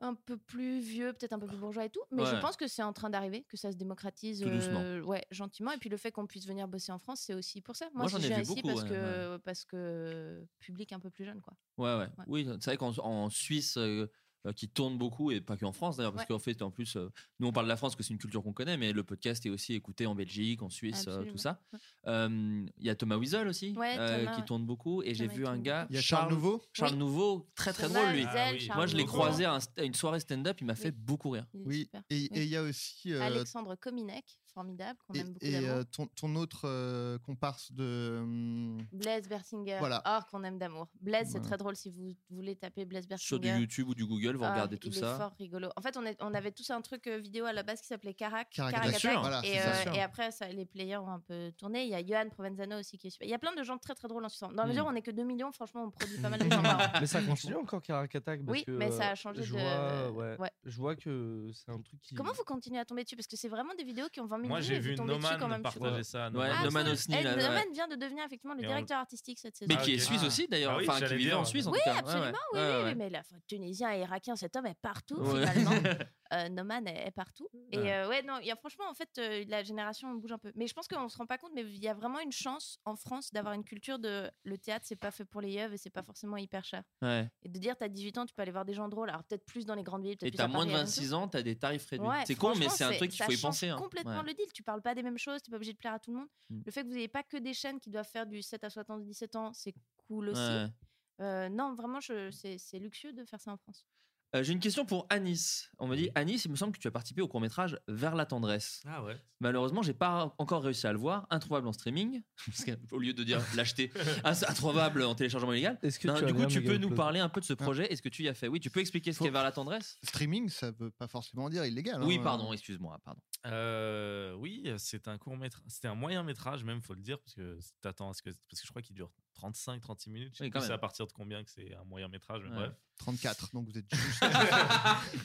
[SPEAKER 6] un peu plus vieux, peut-être un peu plus bourgeois et tout, mais je
[SPEAKER 9] Ouais.
[SPEAKER 6] pense que c'est en train d'arriver, que ça se démocratise euh,
[SPEAKER 9] Tout doucement.
[SPEAKER 6] ouais, gentiment. Et puis le fait qu'on puisse venir bosser en France, c'est aussi pour ça. Moi,
[SPEAKER 4] Moi,
[SPEAKER 6] si
[SPEAKER 4] j'en ai
[SPEAKER 6] je viens
[SPEAKER 4] vu
[SPEAKER 6] ici
[SPEAKER 4] beaucoup,
[SPEAKER 6] parce,
[SPEAKER 4] ouais,
[SPEAKER 6] que, parce que public un peu plus jeune, quoi.
[SPEAKER 4] Ouais, ouais. Oui, c'est vrai qu'en en Suisse, euh, euh, qui tourne beaucoup, et pas qu'en France d'ailleurs, parce
[SPEAKER 6] Ouais.
[SPEAKER 4] qu'en fait, en plus, euh, nous on parle de la France parce que c'est une culture qu'on connaît, mais le podcast est aussi écouté en Belgique, en Suisse, euh, tout
[SPEAKER 6] Absolument.
[SPEAKER 4] ça. Euh, Il y a Thomas Wiesel aussi, euh,
[SPEAKER 6] Ouais, Thomas,
[SPEAKER 4] qui
[SPEAKER 6] ouais.
[SPEAKER 4] tourne beaucoup, et j'ai
[SPEAKER 6] Thomas, il
[SPEAKER 4] vu un
[SPEAKER 6] tourne
[SPEAKER 4] gars.
[SPEAKER 6] beaucoup. Il y a Charles Nouveau
[SPEAKER 4] Charles
[SPEAKER 6] Oui.
[SPEAKER 4] Nouveau, très très
[SPEAKER 6] Thomas
[SPEAKER 4] drôle lui.
[SPEAKER 6] Wiesel, Ah oui. Charles
[SPEAKER 4] Moi je l'ai
[SPEAKER 6] Nouveau.
[SPEAKER 4] croisé à, un st- à une soirée stand-up, il m'a fait beaucoup rire.
[SPEAKER 6] Il est
[SPEAKER 5] Oui,
[SPEAKER 6] super.
[SPEAKER 5] et et il
[SPEAKER 6] Oui.
[SPEAKER 5] y a aussi. euh,
[SPEAKER 6] Alexandre Kominek, formidable, qu'on
[SPEAKER 5] et
[SPEAKER 6] aime beaucoup
[SPEAKER 5] et,
[SPEAKER 6] d'amour.
[SPEAKER 5] euh, ton, ton autre euh, comparse de. hum,
[SPEAKER 6] Blaise Bersinger,
[SPEAKER 5] Voilà.
[SPEAKER 6] or qu'on aime d'amour. Blaise, c'est
[SPEAKER 5] Voilà.
[SPEAKER 6] très drôle si vous voulez taper Blaise Bersinger.
[SPEAKER 4] Sur du YouTube ou du Google, vous
[SPEAKER 6] Ah,
[SPEAKER 4] regardez tout
[SPEAKER 6] il
[SPEAKER 4] ça.
[SPEAKER 6] est fort rigolo. En fait, on, est- on avait tous un truc euh, vidéo à la base qui s'appelait Carac.
[SPEAKER 4] Carac
[SPEAKER 6] Carac
[SPEAKER 4] Attack. Bien sûr,
[SPEAKER 6] Attack.
[SPEAKER 4] voilà,
[SPEAKER 6] et,
[SPEAKER 4] c'est ça.
[SPEAKER 6] euh, et après, ça, les players ont un peu tourné. Il y a Johan Provenzano aussi qui est super. Il y a plein de gens très très drôles en Suisse. Dans la
[SPEAKER 8] Mm.
[SPEAKER 6] mesure
[SPEAKER 4] Hmm.
[SPEAKER 6] où on est que 2 millions, franchement, on produit pas mal de gens. marrants.
[SPEAKER 8] mais ça continue encore Carac Attack parce
[SPEAKER 6] Oui,
[SPEAKER 8] que,
[SPEAKER 6] mais ça a
[SPEAKER 8] euh,
[SPEAKER 6] changé
[SPEAKER 8] je
[SPEAKER 6] de-
[SPEAKER 8] vois, ouais,
[SPEAKER 6] ouais.
[SPEAKER 8] je vois que c'est un truc qui
[SPEAKER 6] Comment vous continuez à tomber dessus Parce que c'est vraiment des vidéos qui ont 20 000
[SPEAKER 8] Moi,
[SPEAKER 6] vues
[SPEAKER 8] j'ai
[SPEAKER 6] et vous
[SPEAKER 8] vu
[SPEAKER 6] tombez dessus
[SPEAKER 8] Noman
[SPEAKER 6] quand même. je suis
[SPEAKER 8] partager
[SPEAKER 6] contente.
[SPEAKER 8] ça, Noman. Ah,
[SPEAKER 4] Noman
[SPEAKER 8] cool.
[SPEAKER 4] Osni,
[SPEAKER 6] Eh,
[SPEAKER 4] là, ouais.
[SPEAKER 6] Noman vient de devenir effectivement le
[SPEAKER 4] Et on-
[SPEAKER 6] directeur artistique cette saison.
[SPEAKER 4] Mais qui est suisse aussi d'ailleurs,
[SPEAKER 7] Ah oui,
[SPEAKER 4] enfin qui
[SPEAKER 7] j'allais
[SPEAKER 4] vivait
[SPEAKER 7] dire,
[SPEAKER 4] en
[SPEAKER 7] ouais.
[SPEAKER 4] Suisse en
[SPEAKER 6] oui,
[SPEAKER 4] tout cas. Ouais,
[SPEAKER 6] absolument,
[SPEAKER 4] ouais.
[SPEAKER 6] oui,
[SPEAKER 4] Ouais,
[SPEAKER 6] oui,
[SPEAKER 4] ouais.
[SPEAKER 6] mais la enfin, Tunisien et Irakien, cet homme est partout,
[SPEAKER 4] Ouais.
[SPEAKER 6] finalement. Euh, Noman est, est partout. Et
[SPEAKER 9] Ouais.
[SPEAKER 6] euh, ouais, non, il y a, franchement, en fait, euh, la génération bouge un peu. Mais je pense qu'on se rend pas compte, mais il y a vraiment une chance en France d'avoir une culture de le théâtre, c'est pas fait pour les yeux et c'est pas forcément hyper cher.
[SPEAKER 4] Ouais.
[SPEAKER 6] Et de dire, t'as 18 ans, tu peux aller voir des gens drôles, alors peut-être plus dans les grandes villes.
[SPEAKER 4] Et t'as moins de 26 ans, t'as des tarifs réduits.
[SPEAKER 6] Ouais,
[SPEAKER 4] c'est con, mais
[SPEAKER 6] franchement,
[SPEAKER 4] c'est un truc qu'il
[SPEAKER 6] ça
[SPEAKER 4] faut y
[SPEAKER 6] change
[SPEAKER 4] penser. hein.
[SPEAKER 6] complètement
[SPEAKER 4] Ouais.
[SPEAKER 6] le deal. Tu parles pas des mêmes choses, t'es pas obligé de plaire à tout le monde.
[SPEAKER 4] Mm.
[SPEAKER 6] Le fait que vous n'ayez pas que des chaînes qui doivent faire du 7 à 77 ans, c'est cool aussi.
[SPEAKER 4] Ouais.
[SPEAKER 6] Euh, non, vraiment, je- c'est c'est luxueux de faire ça en France.
[SPEAKER 4] Euh, J'ai une question pour Anis. On me dit Anis, il me semble que tu as participé au court métrage Vers la tendresse.
[SPEAKER 7] Ah ouais.
[SPEAKER 4] Malheureusement, j'ai pas encore réussi à le voir, introuvable en streaming, parce que, au lieu de dire l'acheter, ah, c'est introuvable en téléchargement illégal.
[SPEAKER 8] Est-ce que
[SPEAKER 4] Non,
[SPEAKER 8] tu as
[SPEAKER 4] du coup,
[SPEAKER 8] bien
[SPEAKER 4] tu peux
[SPEAKER 8] méga
[SPEAKER 4] nous
[SPEAKER 8] upload
[SPEAKER 4] parler un peu de ce projet Est-ce que tu y as fait Oui, tu peux expliquer ce qu'est Vers la tendresse
[SPEAKER 5] Streaming, ça veut pas forcément dire illégal.
[SPEAKER 4] Oui,
[SPEAKER 5] hein.
[SPEAKER 4] pardon, excuse-moi, pardon.
[SPEAKER 7] Euh, oui, c'est un court métrage, c'était un moyen métrage même, faut le dire, parce que t'attends à ce que, parce que je crois qu'il dure 35-36 minutes. Je sais
[SPEAKER 5] Oui,
[SPEAKER 7] plus
[SPEAKER 5] quand
[SPEAKER 7] c'est
[SPEAKER 5] même.
[SPEAKER 7] à partir de combien que c'est un moyen métrage, mais
[SPEAKER 5] Ouais.
[SPEAKER 7] bref.
[SPEAKER 5] 34, donc vous êtes juste.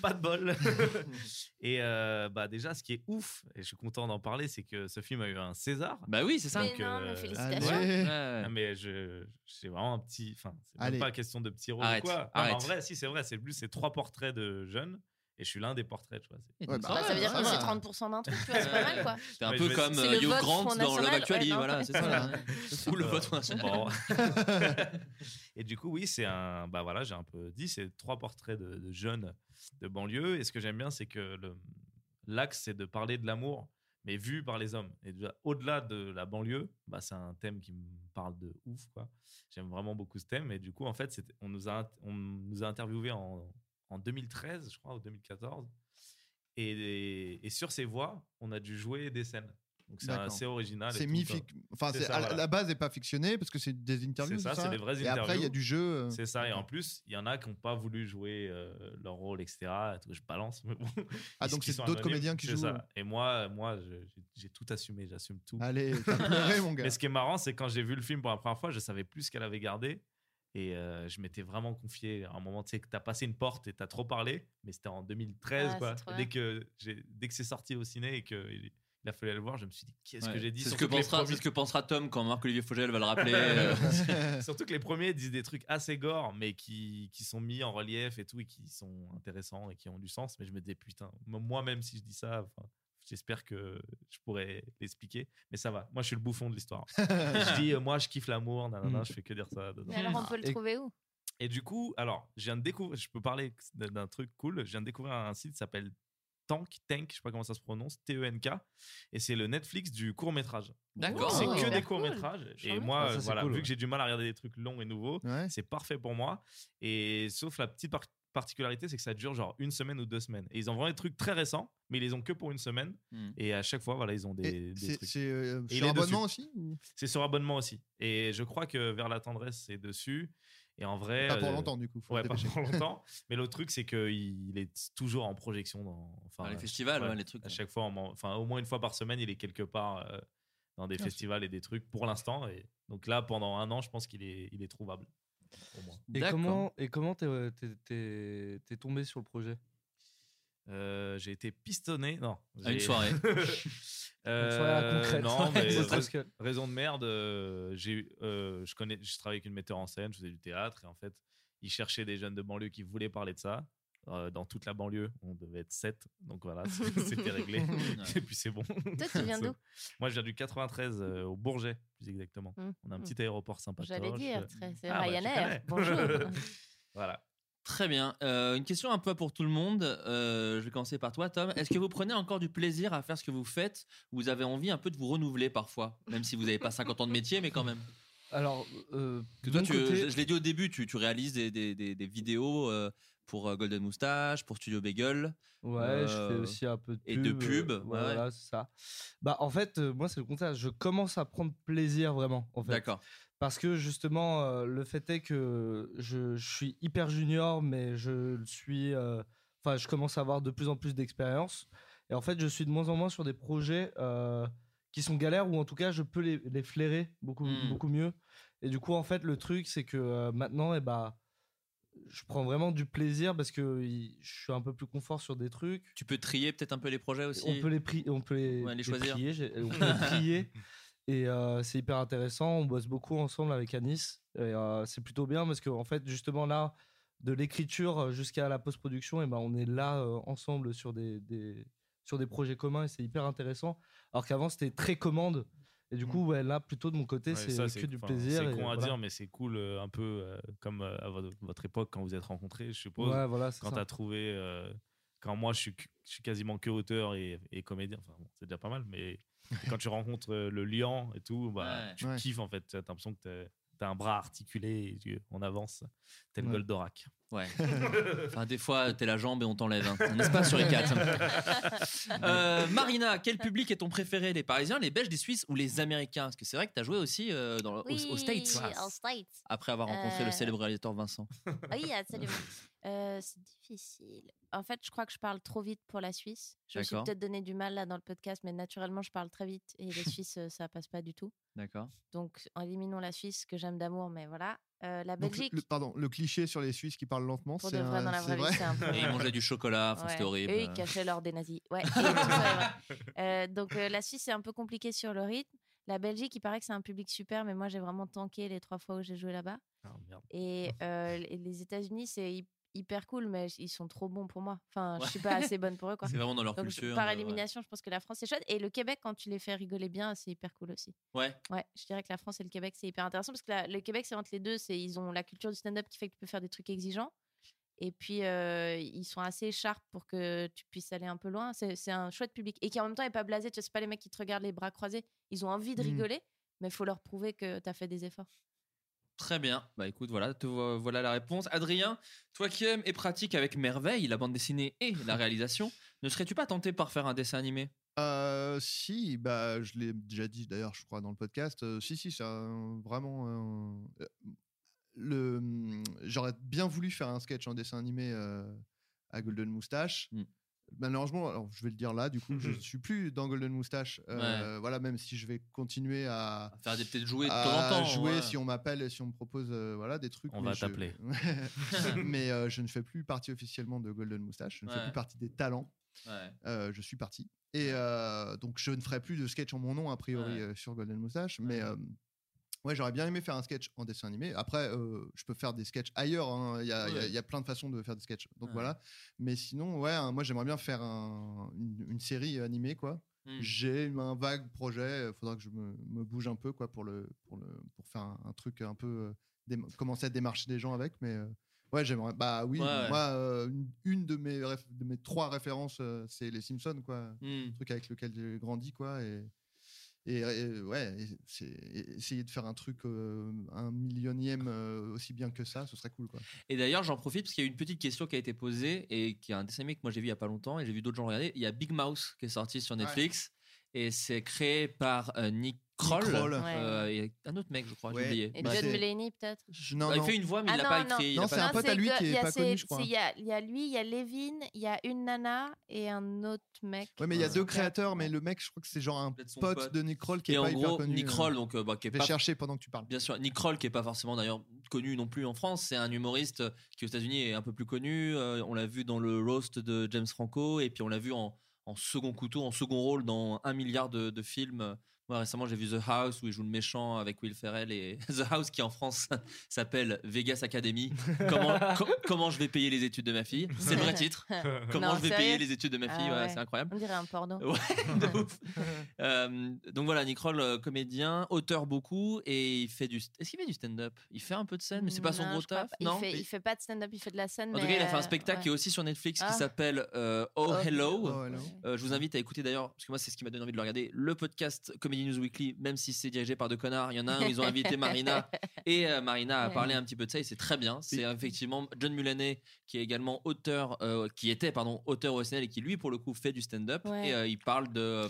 [SPEAKER 7] pas de bol. et euh, bah déjà, ce qui est ouf, et je suis content d'en parler, c'est que ce film a eu un César.
[SPEAKER 4] Bah oui, c'est ça. Mais
[SPEAKER 7] Donc,
[SPEAKER 4] non, mais
[SPEAKER 7] euh,
[SPEAKER 4] félicitations.
[SPEAKER 7] ouais.
[SPEAKER 4] Allez.
[SPEAKER 7] Ah, mais je, j'ai vraiment un petit, enfin, c'est même
[SPEAKER 4] Allez.
[SPEAKER 7] pas question de petit rôle ou
[SPEAKER 4] Arrête,
[SPEAKER 7] quoi. Non, mais en
[SPEAKER 4] arrête.
[SPEAKER 7] vrai, si c'est vrai, c'est plus c'est trois portraits de jeunes. Et je suis l'un des portraits, tu vois. c'est-
[SPEAKER 6] Bah, ça veut dire
[SPEAKER 7] Ah,
[SPEAKER 6] que c'est 30% d'un truc, tu vois, c'est pas mal quoi.
[SPEAKER 7] C'est un
[SPEAKER 4] Ouais,
[SPEAKER 7] peu
[SPEAKER 4] je-
[SPEAKER 7] comme
[SPEAKER 4] C'est
[SPEAKER 7] euh,
[SPEAKER 4] le
[SPEAKER 7] Hugh
[SPEAKER 4] vote
[SPEAKER 7] Grant
[SPEAKER 4] Front
[SPEAKER 7] dans
[SPEAKER 4] National,
[SPEAKER 7] Love Actually,
[SPEAKER 4] ouais, non,
[SPEAKER 7] voilà,
[SPEAKER 4] mais-
[SPEAKER 7] c'est ça.
[SPEAKER 4] Voilà.
[SPEAKER 7] Ou le
[SPEAKER 4] Euh,
[SPEAKER 7] vote Front National.
[SPEAKER 4] bon.
[SPEAKER 7] Et du coup, oui, c'est un. Bah voilà, j'ai un peu dit, c'est trois portraits de, de jeunes de banlieue. Et ce que j'aime bien, c'est que le- l'axe, c'est de parler de l'amour, mais vu par les hommes. Et déjà, au-delà de la banlieue, bah, c'est un thème qui me parle de ouf, quoi. J'aime vraiment beaucoup ce thème. Et du coup, en fait, c'était- on nous a, on nous a interviewés en, en 2013, je crois, ou 2014. Et, et sur ces voix, on a dû jouer des scènes. Donc c'est
[SPEAKER 5] D'accord.
[SPEAKER 7] assez original. et
[SPEAKER 5] C'est
[SPEAKER 7] tout,
[SPEAKER 5] mi
[SPEAKER 7] quoi.
[SPEAKER 5] Enfin,
[SPEAKER 7] hein. C'est
[SPEAKER 5] c'est-
[SPEAKER 7] ça,
[SPEAKER 5] à-
[SPEAKER 7] voilà.
[SPEAKER 5] la base n'est pas fictionnée parce que c'est des interviews.
[SPEAKER 7] C'est ça, c'est des vraies
[SPEAKER 5] Et
[SPEAKER 7] interviews.
[SPEAKER 5] après, il y a du jeu. euh,
[SPEAKER 7] C'est ça, et en plus, il y en a qui n'ont pas voulu jouer euh, leur rôle, etc. Je balance, mais bon.
[SPEAKER 5] Ah,
[SPEAKER 7] Ils-
[SPEAKER 5] donc
[SPEAKER 7] ils
[SPEAKER 5] c'est
[SPEAKER 7] sont
[SPEAKER 5] d'autres
[SPEAKER 7] anonymes,
[SPEAKER 5] comédiens qui
[SPEAKER 7] c'est
[SPEAKER 5] jouent. Ah,
[SPEAKER 7] ça. Et moi, moi je- j'ai- j'ai tout assumé, j'assume tout.
[SPEAKER 5] Allez, t'as pleuré, mon gars.
[SPEAKER 7] Mais ce qui est marrant, c'est quand j'ai vu le film pour la première fois, je savais plus ce qu'elle avait gardé. Et euh, je m'étais vraiment confié. À un moment, tu sais, que t'as passé une porte et t'as trop parlé, mais c'était en 2013,
[SPEAKER 4] Ah,
[SPEAKER 7] quoi.
[SPEAKER 4] c'est trop bien.
[SPEAKER 7] Dès que, j'ai- dès que c'est sorti au ciné et qu'il il a fallu aller le voir, je me suis dit, qu'est-ce que
[SPEAKER 4] Ouais.
[SPEAKER 7] j'ai dit
[SPEAKER 4] C'est ce
[SPEAKER 7] Surtout
[SPEAKER 4] que
[SPEAKER 7] les
[SPEAKER 4] pensera, c'est
[SPEAKER 7] premiers-
[SPEAKER 4] ce que pensera Tom quand Marc-Olivier Fogel va le rappeler. euh.
[SPEAKER 7] Surtout que les premiers disent des trucs assez gore, mais qui, qui sont mis en relief et tout, et qui sont intéressants et qui ont du sens. Mais je me disais, putain, m- moi, même si je dis ça, enfin, j'espère que je pourrais l'expliquer. Mais ça va, moi, je suis le bouffon de l'histoire. je dis, euh, moi, je kiffe l'amour, nanana,
[SPEAKER 8] Mm.
[SPEAKER 7] je fais que dire ça. dedans.
[SPEAKER 6] Mais alors, on peut le
[SPEAKER 7] Et-
[SPEAKER 6] trouver où
[SPEAKER 7] et du coup, alors, je viens de découvrir, je peux parler d'un truc cool. Je viens de découvrir un site qui s'appelle Tank, Tank, je sais pas comment ça se prononce, T-E-N-K. Et c'est le Netflix du court métrage.
[SPEAKER 4] D'accord.
[SPEAKER 7] C'est
[SPEAKER 4] Oh,
[SPEAKER 7] que
[SPEAKER 4] super
[SPEAKER 7] des
[SPEAKER 4] cool.
[SPEAKER 7] courts métrages. Et
[SPEAKER 4] Charmant.
[SPEAKER 7] moi, euh,
[SPEAKER 4] Ah, ça, c'est
[SPEAKER 7] voilà,
[SPEAKER 4] cool,
[SPEAKER 7] vu
[SPEAKER 4] ouais.
[SPEAKER 7] que j'ai du mal à regarder des trucs longs et nouveaux, c'est parfait pour moi. Et sauf la petite par- particularité, c'est que ça dure genre une semaine ou deux semaines. Et ils ont vraiment des trucs très récents, mais ils les ont que pour une semaine.
[SPEAKER 4] Mm.
[SPEAKER 7] Et à chaque fois, voilà, ils ont des, des
[SPEAKER 5] c'est-
[SPEAKER 7] trucs.
[SPEAKER 5] c'est, euh,
[SPEAKER 7] Et
[SPEAKER 5] sur
[SPEAKER 7] il est
[SPEAKER 5] abonnement
[SPEAKER 7] dessus.
[SPEAKER 5] aussi ou-
[SPEAKER 7] C'est sur abonnement aussi. Et je crois que Vers la tendresse, c'est dessus. Et en vrai.
[SPEAKER 5] Pas pour
[SPEAKER 7] euh,
[SPEAKER 5] longtemps, du coup, faut
[SPEAKER 7] Ouais,
[SPEAKER 5] le
[SPEAKER 7] pas
[SPEAKER 5] dépêcher.
[SPEAKER 7] pour longtemps. Mais le truc, c'est qu'il est toujours en projection dans,
[SPEAKER 4] Dans
[SPEAKER 7] enfin,
[SPEAKER 4] les
[SPEAKER 7] à chaque
[SPEAKER 4] festivals,
[SPEAKER 7] fois,
[SPEAKER 4] ouais, les trucs,
[SPEAKER 7] À
[SPEAKER 4] ouais.
[SPEAKER 7] chaque fois, on m'en- enfin, au moins une fois par semaine, il est quelque part euh, dans des
[SPEAKER 4] Bien sûr.
[SPEAKER 7] festivals et des trucs pour l'instant. Et donc là, pendant un an, je pense qu'il est, il est trouvable. Au moins.
[SPEAKER 8] Et comment et comment t'es euh, t'es- t'es- t'es tombé sur le projet
[SPEAKER 7] Euh, j'ai été pistonné. Non.
[SPEAKER 8] À une
[SPEAKER 7] j'ai- Euh,
[SPEAKER 8] soirée. Une soirée à la concrète.
[SPEAKER 7] Non, mais
[SPEAKER 8] C'est
[SPEAKER 7] rais-
[SPEAKER 8] parce que-
[SPEAKER 7] raison de merde. euh, j'ai, eu- euh, je connais, je travaillais avec une metteur en scène, je faisais du théâtre et en fait, ils cherchaient des jeunes de banlieue qui voulaient parler de ça. Euh, dans toute la banlieue, on devait être 7 donc voilà, c'est- c'était réglé. Et puis c'est bon.
[SPEAKER 6] Toi, tu viens d'où
[SPEAKER 7] Moi, je viens du 93, euh, au Bourget, plus exactement.
[SPEAKER 6] Mm,
[SPEAKER 7] On a un
[SPEAKER 6] mm.
[SPEAKER 7] petit euh. aéroport sympa. Ah,
[SPEAKER 6] J'allais dire, très- c'est Ryanair, bonjour.
[SPEAKER 7] bah, voilà.
[SPEAKER 4] Très bien. Euh, une question un peu pour tout le monde. Euh, je vais commencer par toi, Tom. Est-ce que vous prenez encore du plaisir à faire ce que vous faites ou Vous avez envie un peu de vous renouveler parfois, même si vous n'avez pas 50 ans de métier, mais quand même.
[SPEAKER 8] Alors, euh, de
[SPEAKER 4] Que toi,
[SPEAKER 8] mon
[SPEAKER 4] tu-
[SPEAKER 8] côté-
[SPEAKER 4] je, je l'ai dit au début, tu, tu réalises des, des- des- des vidéos euh, pour euh, Golden Moustache, pour Studio Bagel.
[SPEAKER 8] Ouais, je fais
[SPEAKER 4] euh,
[SPEAKER 8] aussi un peu de
[SPEAKER 4] Et
[SPEAKER 8] pub.
[SPEAKER 4] de
[SPEAKER 8] euh,
[SPEAKER 4] pub.
[SPEAKER 8] ouais,
[SPEAKER 4] ouais, ouais.
[SPEAKER 8] voilà, c'est ça. Bah, en fait, euh, moi, c'est le contraire. Je commence à prendre plaisir vraiment. En fait.
[SPEAKER 4] D'accord.
[SPEAKER 8] Parce que justement, euh, le fait est que je, je suis hyper junior, mais je le suis. euh, Enfin, je commence à avoir de plus en plus d'expérience. Et en fait, je suis de moins en moins sur des projets euh, qui sont galères, ou en tout cas, je peux les, les flairer beaucoup,
[SPEAKER 4] Mm.
[SPEAKER 8] beaucoup mieux. Et du coup, en fait, le truc, c'est que euh, maintenant, eh bah, je prends vraiment du plaisir parce que il- je suis un peu plus confort sur des trucs.
[SPEAKER 4] Tu peux trier peut-être un peu les projets aussi.
[SPEAKER 8] On peut les pri- on peut les,
[SPEAKER 4] Ouais, les choisir.
[SPEAKER 8] prier, j'ai- on peut les prier. Et euh, c'est hyper intéressant. On bosse beaucoup ensemble avec Anis. Et euh, c'est plutôt bien parce qu'en en fait, justement là, de l'écriture jusqu'à la post-production, et ben on est là euh, ensemble sur des, des- sur des projets communs et c'est hyper intéressant. Alors qu'avant c'était très commande. Et du coup, ouais, là, plutôt de mon côté,
[SPEAKER 7] Ouais,
[SPEAKER 8] c'est
[SPEAKER 7] ça,
[SPEAKER 8] que du
[SPEAKER 7] enfin,
[SPEAKER 8] plaisir.
[SPEAKER 7] C'est
[SPEAKER 8] et
[SPEAKER 7] con à
[SPEAKER 8] voilà.
[SPEAKER 7] dire, mais c'est cool euh, un peu euh, comme euh, à votre, votre époque quand vous êtes rencontrés, je suppose.
[SPEAKER 8] Ouais, voilà, c'est
[SPEAKER 7] quand
[SPEAKER 8] ça.
[SPEAKER 7] tu as trouvé. euh, quand moi, je suis, que- je suis quasiment que auteur et, et comédien. Enfin, bon, c'est déjà pas mal, mais quand tu rencontres euh, le lion et tout, bah,
[SPEAKER 4] Ouais.
[SPEAKER 7] tu
[SPEAKER 4] Ouais.
[SPEAKER 7] kiffes en fait. Tu as l'impression que tu as un bras articulé et tu- on avance. Tel
[SPEAKER 4] Ouais.
[SPEAKER 7] Goldorak.
[SPEAKER 4] Ouais. enfin, des fois, t'es la jambe et on t'enlève. hein. On n'est pas sur les quatre. Euh, Marina, quel public est ton préféré Les Parisiens, les Belges, les Suisses ou les Américains Parce que c'est vrai que t'as joué aussi euh, dans, le-
[SPEAKER 6] Oui,
[SPEAKER 4] aux, aux States.
[SPEAKER 6] aux States.
[SPEAKER 4] Après avoir rencontré
[SPEAKER 6] Euh,
[SPEAKER 4] le célèbre réalisateur Vincent.
[SPEAKER 6] Oui, absolument. Euh, c'est difficile. En fait, je crois que je parle trop vite pour la Suisse. Je me suis
[SPEAKER 4] D'accord.
[SPEAKER 6] peut-être donné du mal là dans le podcast, mais naturellement, je parle très vite et les Suisses, euh, ça passe pas du tout.
[SPEAKER 4] D'accord.
[SPEAKER 6] Donc, éliminons la Suisse que j'aime d'amour, mais voilà. Euh, la
[SPEAKER 5] Donc,
[SPEAKER 6] Belgique.
[SPEAKER 5] le, pardon, le cliché sur les Suisses qui parlent lentement,
[SPEAKER 6] Pour
[SPEAKER 5] c'est
[SPEAKER 6] de vrai,
[SPEAKER 5] un-
[SPEAKER 6] dans la
[SPEAKER 5] c'est
[SPEAKER 6] vraie vie, c'est un
[SPEAKER 8] Ah,
[SPEAKER 6] peu-
[SPEAKER 4] Et ils mangeaient du chocolat, Ah, enfin,
[SPEAKER 6] Ouais.
[SPEAKER 4] c'était horrible.
[SPEAKER 6] Eux, ils cachaient l'or des nazis. Ouais. et tout ça, ouais. Euh, donc euh, la Suisse, c'est un peu compliqué sur le rythme. La Belgique, il paraît que c'est un public super, mais moi, j'ai vraiment tanké les trois fois où j'ai joué là-bas. Et euh, les- les États-Unis, c'est hy- hyper cool, mais ils sont trop bons pour moi. Enfin, je suis pas
[SPEAKER 4] Ouais.
[SPEAKER 6] assez bonne pour eux. quoi.
[SPEAKER 4] C'est vraiment dans leur
[SPEAKER 6] Donc,
[SPEAKER 4] culture,
[SPEAKER 6] Par
[SPEAKER 4] euh, ouais.
[SPEAKER 6] élimination, je pense que la France, c'est chouette. Et le Québec, quand tu les fais rigoler bien, c'est hyper cool aussi.
[SPEAKER 4] Ouais.
[SPEAKER 6] Ouais, je dirais que la France et le Québec, c'est hyper intéressant parce que la- le Québec, c'est entre les deux. C'est ils ont la culture du stand-up qui fait que tu peux faire des trucs exigeants. Et puis euh, ils sont assez écharpes pour que tu puisses aller un peu loin. C'est c'est un chouette public et qui en même temps est pas blasé. Tu sais, c'est pas les mecs qui te regardent les bras croisés. Ils ont envie de
[SPEAKER 4] Mhm.
[SPEAKER 6] rigoler, mais faut leur prouver que tu as fait des efforts.
[SPEAKER 4] Très bien. Bah écoute, voilà, te vo- voilà la réponse. Adrien, toi qui aimes et pratique avec merveille la bande dessinée et la réalisation, ne serais-tu pas tenté par faire un dessin animé
[SPEAKER 5] Euh, si, bah, je l'ai déjà dit d'ailleurs, je crois, dans le podcast. Euh, si, si, c'est un- vraiment. un- euh, le, hum, j'aurais bien voulu faire un sketch en dessin animé euh, à Golden Moustache.
[SPEAKER 4] Mmh.
[SPEAKER 5] Malheureusement, alors je vais le dire là, du coup, je suis plus dans Golden Moustache. Euh, Voilà, même si je vais continuer à
[SPEAKER 4] Faire des petites jouets de
[SPEAKER 5] à
[SPEAKER 4] temps hein. en temps,
[SPEAKER 5] Ah, jouer
[SPEAKER 4] ouais.
[SPEAKER 5] si on m'appelle et si on me propose euh, voilà des trucs.
[SPEAKER 7] On
[SPEAKER 5] mais
[SPEAKER 7] va
[SPEAKER 5] je-
[SPEAKER 7] t'appeler.
[SPEAKER 5] mais euh, je ne fais plus partie officiellement de Golden Moustache. Je ne fais
[SPEAKER 4] Ouais.
[SPEAKER 5] plus partie des talents.
[SPEAKER 4] Ouais.
[SPEAKER 5] Euh, je suis parti. Et euh, donc, je ne ferai plus de sketch en mon nom, a priori,
[SPEAKER 4] Ouais.
[SPEAKER 5] euh, sur Golden Moustache. Mais euh, ouais, j'aurais bien aimé faire un sketch en dessin animé. Après, euh, je peux faire des sketchs ailleurs. hein. Il y, a, il y a-
[SPEAKER 4] Ouais.
[SPEAKER 5] il y a plein de façons de faire des sketchs. Donc
[SPEAKER 4] Ouais.
[SPEAKER 5] voilà. Mais sinon, ouais, hein, moi, j'aimerais bien faire un- une, une série animée, quoi.
[SPEAKER 4] Hmm.
[SPEAKER 6] Mmh.
[SPEAKER 5] J'ai un vague projet. Il faudra que je me, me bouge un peu, quoi, pour, le, pour, le, pour faire un, un truc un peu. euh, dé- commencer à démarcher des gens avec. Mais. euh, Ouais, j'aimerais. Bah oui,
[SPEAKER 4] Ouais, ouais.
[SPEAKER 5] moi, euh, une, une de, mes réf- de mes trois références, euh, c'est les Simpsons, quoi.
[SPEAKER 4] Hmm.
[SPEAKER 6] Mmh.
[SPEAKER 5] Le truc avec lequel j'ai grandi, quoi. Et, et, et, ouais, et c'est- et essayer de faire un truc euh, un millionième euh, aussi bien que ça, ce serait cool, quoi.
[SPEAKER 4] Et d'ailleurs, j'en profite parce qu'il y a une petite question qui a été posée et qui est un dessin animé que moi j'ai vu il y a pas longtemps et j'ai vu d'autres gens regarder. Il y a Big Mouse qui est sorti sur Netflix et c'est créé par euh, Nick Kroll,
[SPEAKER 5] Kroll.
[SPEAKER 4] euh, et un autre mec je crois, j'ai oublié.
[SPEAKER 6] Et John Mulaney, peut-être
[SPEAKER 4] Ah, il fait une voix mais
[SPEAKER 6] Ah
[SPEAKER 4] Bah, il n'a
[SPEAKER 6] non,
[SPEAKER 4] pas
[SPEAKER 6] non.
[SPEAKER 4] écrit. il a
[SPEAKER 5] Non,
[SPEAKER 4] pas-
[SPEAKER 5] c'est un pote à lui
[SPEAKER 6] que-
[SPEAKER 5] qui
[SPEAKER 6] il y
[SPEAKER 5] est
[SPEAKER 6] a
[SPEAKER 5] pas
[SPEAKER 6] ces-
[SPEAKER 5] connu, je crois.
[SPEAKER 6] c'est- Il y, a- il y a lui, il y a Levin, il y a une nana et un autre mec.
[SPEAKER 5] Ouais, mais il y a
[SPEAKER 6] qui
[SPEAKER 5] deux
[SPEAKER 6] sont pas-
[SPEAKER 5] créateurs, mais le mec, je crois que c'est genre un
[SPEAKER 4] son
[SPEAKER 5] pote,
[SPEAKER 4] pote.
[SPEAKER 5] de Nick Kroll qui
[SPEAKER 4] et
[SPEAKER 5] est
[SPEAKER 4] en
[SPEAKER 5] pas hyper
[SPEAKER 4] gros,
[SPEAKER 5] connu.
[SPEAKER 4] Nick
[SPEAKER 5] euh.
[SPEAKER 4] Kroll, donc, euh, bah, qui est
[SPEAKER 5] Je vais
[SPEAKER 4] pas-
[SPEAKER 5] chercher pendant que tu parles.
[SPEAKER 4] Bien sûr, Nick Kroll, qui est pas forcément d'ailleurs connu non plus en France, c'est un humoriste euh, qui aux États-Unis est un peu plus connu. Euh, on l'a vu dans le roast de James Franco, et puis on l'a vu en, en second couteau, en second rôle dans un milliard de, de films. Euh, Moi récemment, j'ai vu The House où il joue le méchant avec Will Ferrell et The House qui en France s'appelle Vegas Academy. Comment, co- comment je vais payer les études de ma fille C'est le vrai titre. Comment
[SPEAKER 6] Non,
[SPEAKER 4] je vais
[SPEAKER 6] sérieux
[SPEAKER 4] payer les études de ma fille
[SPEAKER 6] Ah
[SPEAKER 4] Ouais,
[SPEAKER 6] ouais.
[SPEAKER 4] C'est incroyable.
[SPEAKER 6] On dirait un porno.
[SPEAKER 4] Ouais, de ouf. Euh, donc voilà, Nick Kroll, euh, comédien, auteur beaucoup, et il fait du. Est-ce qu'il fait du stand-up Il fait un peu de scène, mais c'est pas son
[SPEAKER 6] Non,
[SPEAKER 4] gros
[SPEAKER 6] je crois
[SPEAKER 4] taf.
[SPEAKER 6] pas.
[SPEAKER 4] Non.
[SPEAKER 6] il fait, il fait pas de stand-up, il fait de la scène.
[SPEAKER 4] En tout
[SPEAKER 6] mais,
[SPEAKER 4] cas, il a fait un
[SPEAKER 6] euh,
[SPEAKER 4] spectacle qui est
[SPEAKER 6] ouais.
[SPEAKER 4] aussi sur Netflix
[SPEAKER 6] Ah.
[SPEAKER 4] qui s'appelle euh, Oh
[SPEAKER 6] Oh,
[SPEAKER 4] Hello.
[SPEAKER 5] Oh, hello.
[SPEAKER 4] Euh, je vous invite à écouter d'ailleurs, parce que moi c'est ce qui m'a donné envie de le regarder, le podcast Comedy News Weekly, même si c'est dirigé par deux connards. Il y en a un où hein. ils ont invité Marina et euh, Marina a parlé un petit peu de ça et c'est très bien. C'est effectivement John Mulaney qui est également auteur, euh, qui était pardon auteur au SNL et qui lui pour le coup fait du stand-up
[SPEAKER 6] Ouais.
[SPEAKER 4] et euh, il parle de euh,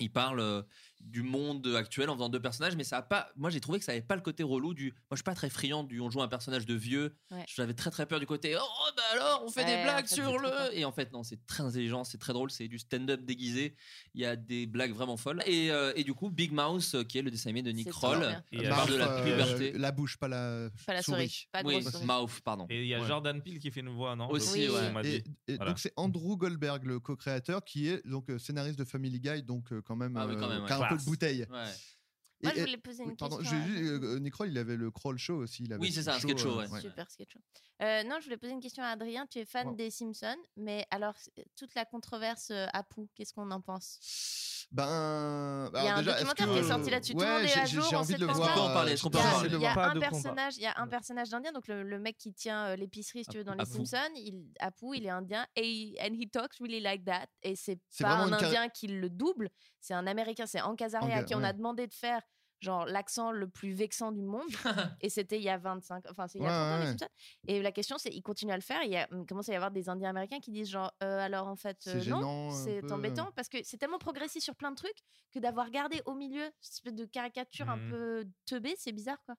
[SPEAKER 4] il parle euh, du monde actuel en faisant deux personnages, mais ça a pas. Moi, j'ai trouvé que ça avait pas le côté relou du. Moi, je suis pas très friand du. On joue un personnage de vieux.
[SPEAKER 6] Ouais.
[SPEAKER 4] J'avais très très peur du côté. Oh, bah alors, on fait
[SPEAKER 6] Ouais,
[SPEAKER 4] des
[SPEAKER 6] en
[SPEAKER 4] blagues
[SPEAKER 6] fait, hein.
[SPEAKER 4] sur
[SPEAKER 6] c'est trop
[SPEAKER 4] le. Et en fait, non, c'est très intelligent, c'est très drôle, c'est du stand-up déguisé. Il y a des blagues vraiment folles. Et, euh, et du coup, Big Mouse, euh, qui est le dessin animé de Nick
[SPEAKER 6] C'est
[SPEAKER 4] Kroll,
[SPEAKER 6] trop bien.
[SPEAKER 7] Et
[SPEAKER 4] euh,
[SPEAKER 7] la
[SPEAKER 4] parle de
[SPEAKER 5] Marf,
[SPEAKER 4] la
[SPEAKER 5] euh,
[SPEAKER 4] puberté.
[SPEAKER 5] La bouche, pas la,
[SPEAKER 6] Pas la souris. Pas de
[SPEAKER 4] oui,
[SPEAKER 6] grosse souris.
[SPEAKER 4] Mouth, pardon.
[SPEAKER 7] Et il y a
[SPEAKER 4] Ouais.
[SPEAKER 7] Jordan Peele qui fait une voix, non
[SPEAKER 4] Aussi,
[SPEAKER 7] Je-
[SPEAKER 4] ouais.
[SPEAKER 7] on m'a
[SPEAKER 5] Et,
[SPEAKER 7] dit.
[SPEAKER 5] et
[SPEAKER 7] Voilà.
[SPEAKER 5] donc c'est Andrew Goldberg, le co-créateur, qui est donc euh, scénariste de Family Guy, donc euh, quand même,
[SPEAKER 4] Ah oui, quand
[SPEAKER 5] euh,
[SPEAKER 4] même, ouais.
[SPEAKER 5] qui a un peu de
[SPEAKER 7] Classe.
[SPEAKER 5] bouteille.
[SPEAKER 4] Ouais.
[SPEAKER 6] Moi,
[SPEAKER 5] Et-
[SPEAKER 6] je
[SPEAKER 5] et-
[SPEAKER 6] voulais poser une
[SPEAKER 5] oui, pardon,
[SPEAKER 6] question.
[SPEAKER 5] j'ai
[SPEAKER 6] à-
[SPEAKER 5] vu, euh, Nick Kroll, il avait le Kroll Show aussi. il avait
[SPEAKER 4] Oui, c'est
[SPEAKER 5] son
[SPEAKER 4] ça, un sketch show, ouais.
[SPEAKER 6] Super sketch. show. Euh, non, je voulais poser une question à Adrien. Tu es fan
[SPEAKER 5] Wow.
[SPEAKER 6] des Simpsons, mais alors c- toute la controverse euh, Apu, qu'est-ce qu'on en pense
[SPEAKER 5] Ben,
[SPEAKER 6] Il y a
[SPEAKER 5] alors
[SPEAKER 6] un
[SPEAKER 5] déjà, est-ce
[SPEAKER 6] documentaire qui est
[SPEAKER 5] que-
[SPEAKER 6] sorti là-dessus. Tout le
[SPEAKER 5] Ouais,
[SPEAKER 6] monde est
[SPEAKER 5] j'ai-
[SPEAKER 6] à
[SPEAKER 5] j'ai-
[SPEAKER 6] jour.
[SPEAKER 5] J'ai
[SPEAKER 6] on
[SPEAKER 5] envie
[SPEAKER 6] sait
[SPEAKER 5] de le
[SPEAKER 6] pas.
[SPEAKER 4] On peut en
[SPEAKER 5] voir.
[SPEAKER 4] parler,
[SPEAKER 5] euh,
[SPEAKER 4] est-ce qu'on
[SPEAKER 6] Il
[SPEAKER 4] peut
[SPEAKER 6] y
[SPEAKER 4] en
[SPEAKER 6] a,
[SPEAKER 4] parler
[SPEAKER 6] il y a
[SPEAKER 8] Pas
[SPEAKER 6] un
[SPEAKER 8] de combat.
[SPEAKER 6] personnage, il y a un personnage d'Indien, donc le, le mec qui tient euh, l'épicerie, si tu veux, dans les
[SPEAKER 4] Apu.
[SPEAKER 6] Simpsons, il, Apu, il est Indien et and he talks really like that. Et c'est
[SPEAKER 5] C'est
[SPEAKER 6] pas
[SPEAKER 5] vraiment
[SPEAKER 6] un
[SPEAKER 5] une car-
[SPEAKER 6] Indien qui le double, c'est un Américain, c'est Hank Azaria
[SPEAKER 5] Hank,
[SPEAKER 6] à qui on a
[SPEAKER 5] ouais.
[SPEAKER 6] demandé de faire genre l'accent le plus vexant du monde. et c'était il y a 25, enfin c'est il y a
[SPEAKER 5] Ouais,
[SPEAKER 6] 30 ans les
[SPEAKER 5] ouais.
[SPEAKER 6] Simpsons. Et la question, c'est, ils continuent à le faire. Il y a, hum, commence à y avoir des Indiens américains qui disent genre, Euh, alors en fait,
[SPEAKER 5] C'est
[SPEAKER 6] euh,
[SPEAKER 5] gênant,
[SPEAKER 6] non,
[SPEAKER 5] un
[SPEAKER 6] c'est
[SPEAKER 5] peu. euh».
[SPEAKER 6] embêtant parce que c'est tellement progressé sur plein de trucs que d'avoir gardé au milieu cette espèce de caricature un
[SPEAKER 5] Mmh.
[SPEAKER 7] Mhm.
[SPEAKER 6] peu teubée, c'est bizarre quoi.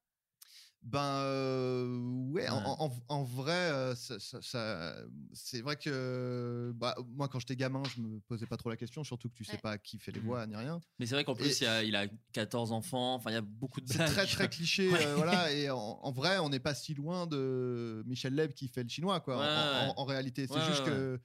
[SPEAKER 5] Ben euh, ouais, en-
[SPEAKER 4] Ouais.
[SPEAKER 5] En, en- en vrai, euh, ça, ça- ça- c'est vrai que bah, moi quand j'étais gamin, je me posais pas trop la question, surtout que tu sais
[SPEAKER 6] Ouais.
[SPEAKER 5] pas qui fait les voix ni rien.
[SPEAKER 4] Mais c'est vrai qu'en plus,
[SPEAKER 5] Et-
[SPEAKER 4] il, y a, il a 14 enfants, enfin, il y a beaucoup de
[SPEAKER 5] C'est
[SPEAKER 4] blagues.
[SPEAKER 5] très très cliché,
[SPEAKER 4] Ouais.
[SPEAKER 5] euh, voilà. Et en, en vrai, on n'est pas si loin de Michel Leb qui fait le chinois, quoi. en-
[SPEAKER 4] Ouais,
[SPEAKER 5] en,
[SPEAKER 4] ouais.
[SPEAKER 5] en- en réalité, c'est
[SPEAKER 4] Ouais,
[SPEAKER 5] juste
[SPEAKER 4] ouais,
[SPEAKER 5] que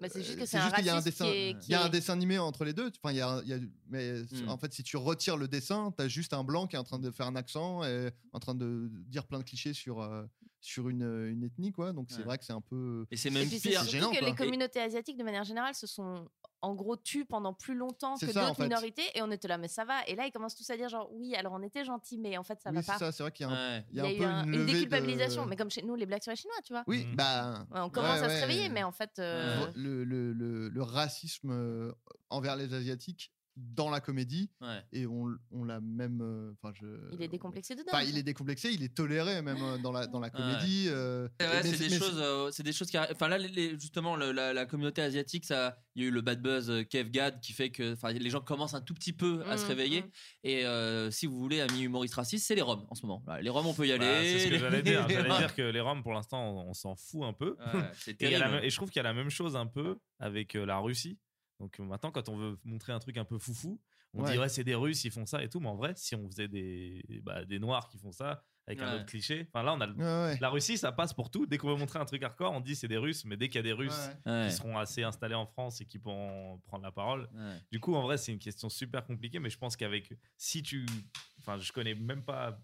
[SPEAKER 6] Bah, c'est juste
[SPEAKER 5] Euh,
[SPEAKER 6] que c'est un
[SPEAKER 5] juste qu'il y a un
[SPEAKER 6] raciste
[SPEAKER 5] dessin-
[SPEAKER 6] qui est- qui
[SPEAKER 5] il y a
[SPEAKER 6] est-
[SPEAKER 5] un dessin animé entre les deux. Enfin, il y a, il y a- mais
[SPEAKER 4] Hmm.
[SPEAKER 5] en fait, si tu retires le dessin, t'as juste un blanc qui est en train de faire un accent et en train de dire plein de clichés sur euh, sur une, euh, une ethnie, quoi. Donc
[SPEAKER 4] Ouais.
[SPEAKER 5] c'est vrai que c'est un peu
[SPEAKER 4] Et c'est
[SPEAKER 6] Et
[SPEAKER 4] même
[SPEAKER 6] puis c'est
[SPEAKER 4] pire.
[SPEAKER 6] surtout
[SPEAKER 5] gênant,
[SPEAKER 6] que
[SPEAKER 5] quoi.
[SPEAKER 6] les communautés asiatiques, de manière générale, se sont en gros tues pendant plus longtemps
[SPEAKER 5] C'est
[SPEAKER 6] que
[SPEAKER 5] ça, en
[SPEAKER 6] d'autres
[SPEAKER 5] fait.
[SPEAKER 6] minorités. Et on était là, mais ça va. Et là, ils commencent tous à dire genre, oui, alors on était gentils, mais en fait, ça
[SPEAKER 5] oui,
[SPEAKER 6] va
[SPEAKER 5] c'est
[SPEAKER 6] pas.
[SPEAKER 5] ça. C'est vrai qu'il y a, un,
[SPEAKER 4] Ouais.
[SPEAKER 5] il y a un
[SPEAKER 6] eu
[SPEAKER 5] peu
[SPEAKER 6] un-
[SPEAKER 5] une,
[SPEAKER 6] une
[SPEAKER 5] levée de-
[SPEAKER 6] déculpabilisation, mais comme chez nous, les blagues sur les Chinois, tu vois.
[SPEAKER 5] Oui,
[SPEAKER 4] Hmm.
[SPEAKER 7] Mhm.
[SPEAKER 5] bah.
[SPEAKER 6] Ouais, on commence
[SPEAKER 5] ouais,
[SPEAKER 6] à
[SPEAKER 5] ouais.
[SPEAKER 6] se réveiller, mais en fait, euh,
[SPEAKER 4] Ouais.
[SPEAKER 5] Le, le- le- le racisme euh, envers les asiatiques dans la comédie
[SPEAKER 4] Ouais.
[SPEAKER 5] et on, on l'a même. euh, Enfin, je.
[SPEAKER 6] il est décomplexé dedans.
[SPEAKER 5] Enfin, il est décomplexé, il est toléré même euh, dans la dans la
[SPEAKER 4] Ouais.
[SPEAKER 5] comédie. euh,
[SPEAKER 4] C'est vrai,
[SPEAKER 5] mais
[SPEAKER 4] c'est des
[SPEAKER 5] mais
[SPEAKER 4] choses, euh, c'est des choses qui, arri- enfin là, les- les- justement, le- la, la communauté asiatique, ça, il y a eu le bad buzz euh, Kev Gad qui fait que, enfin, les gens commencent un tout petit peu à se
[SPEAKER 6] Mm,
[SPEAKER 4] réveiller.
[SPEAKER 6] mm.
[SPEAKER 4] Et euh, si vous voulez, amis humoristes racistes, c'est les Roms en ce moment. Voilà, les Roms, on peut y aller.
[SPEAKER 7] Bah, c'est ce
[SPEAKER 4] les-
[SPEAKER 7] que j'allais dire.
[SPEAKER 4] les-
[SPEAKER 7] J'allais dire que les Roms, pour l'instant, on, on s'en fout un peu.
[SPEAKER 4] Ouais, c'est
[SPEAKER 7] Et, il y a la
[SPEAKER 4] terrible.
[SPEAKER 7] même- et je trouve qu'il y a la même chose un peu avec euh, la Russie. Donc euh, maintenant, quand on veut montrer un truc un peu foufou, on
[SPEAKER 5] Ouais.
[SPEAKER 7] dit ouais, c'est des Russes, ils font ça et tout. Mais en vrai, si on faisait des, bah, des Noirs qui font ça avec un
[SPEAKER 4] Ouais.
[SPEAKER 7] autre cliché, enfin là, on a le-
[SPEAKER 5] Ouais,
[SPEAKER 4] euh,
[SPEAKER 5] ouais.
[SPEAKER 7] la Russie, ça passe pour tout. Dès qu'on veut montrer un truc hardcore, on dit c'est des Russes. Mais dès qu'il y a des Russes
[SPEAKER 5] Ouais.
[SPEAKER 4] Ouais,
[SPEAKER 7] qui seront assez installés en France et qui pourront prendre la parole,
[SPEAKER 4] ouais.
[SPEAKER 7] du coup, en vrai, c'est une question super compliquée, mais je pense qu'avec. Si tu. Enfin, je connais même pas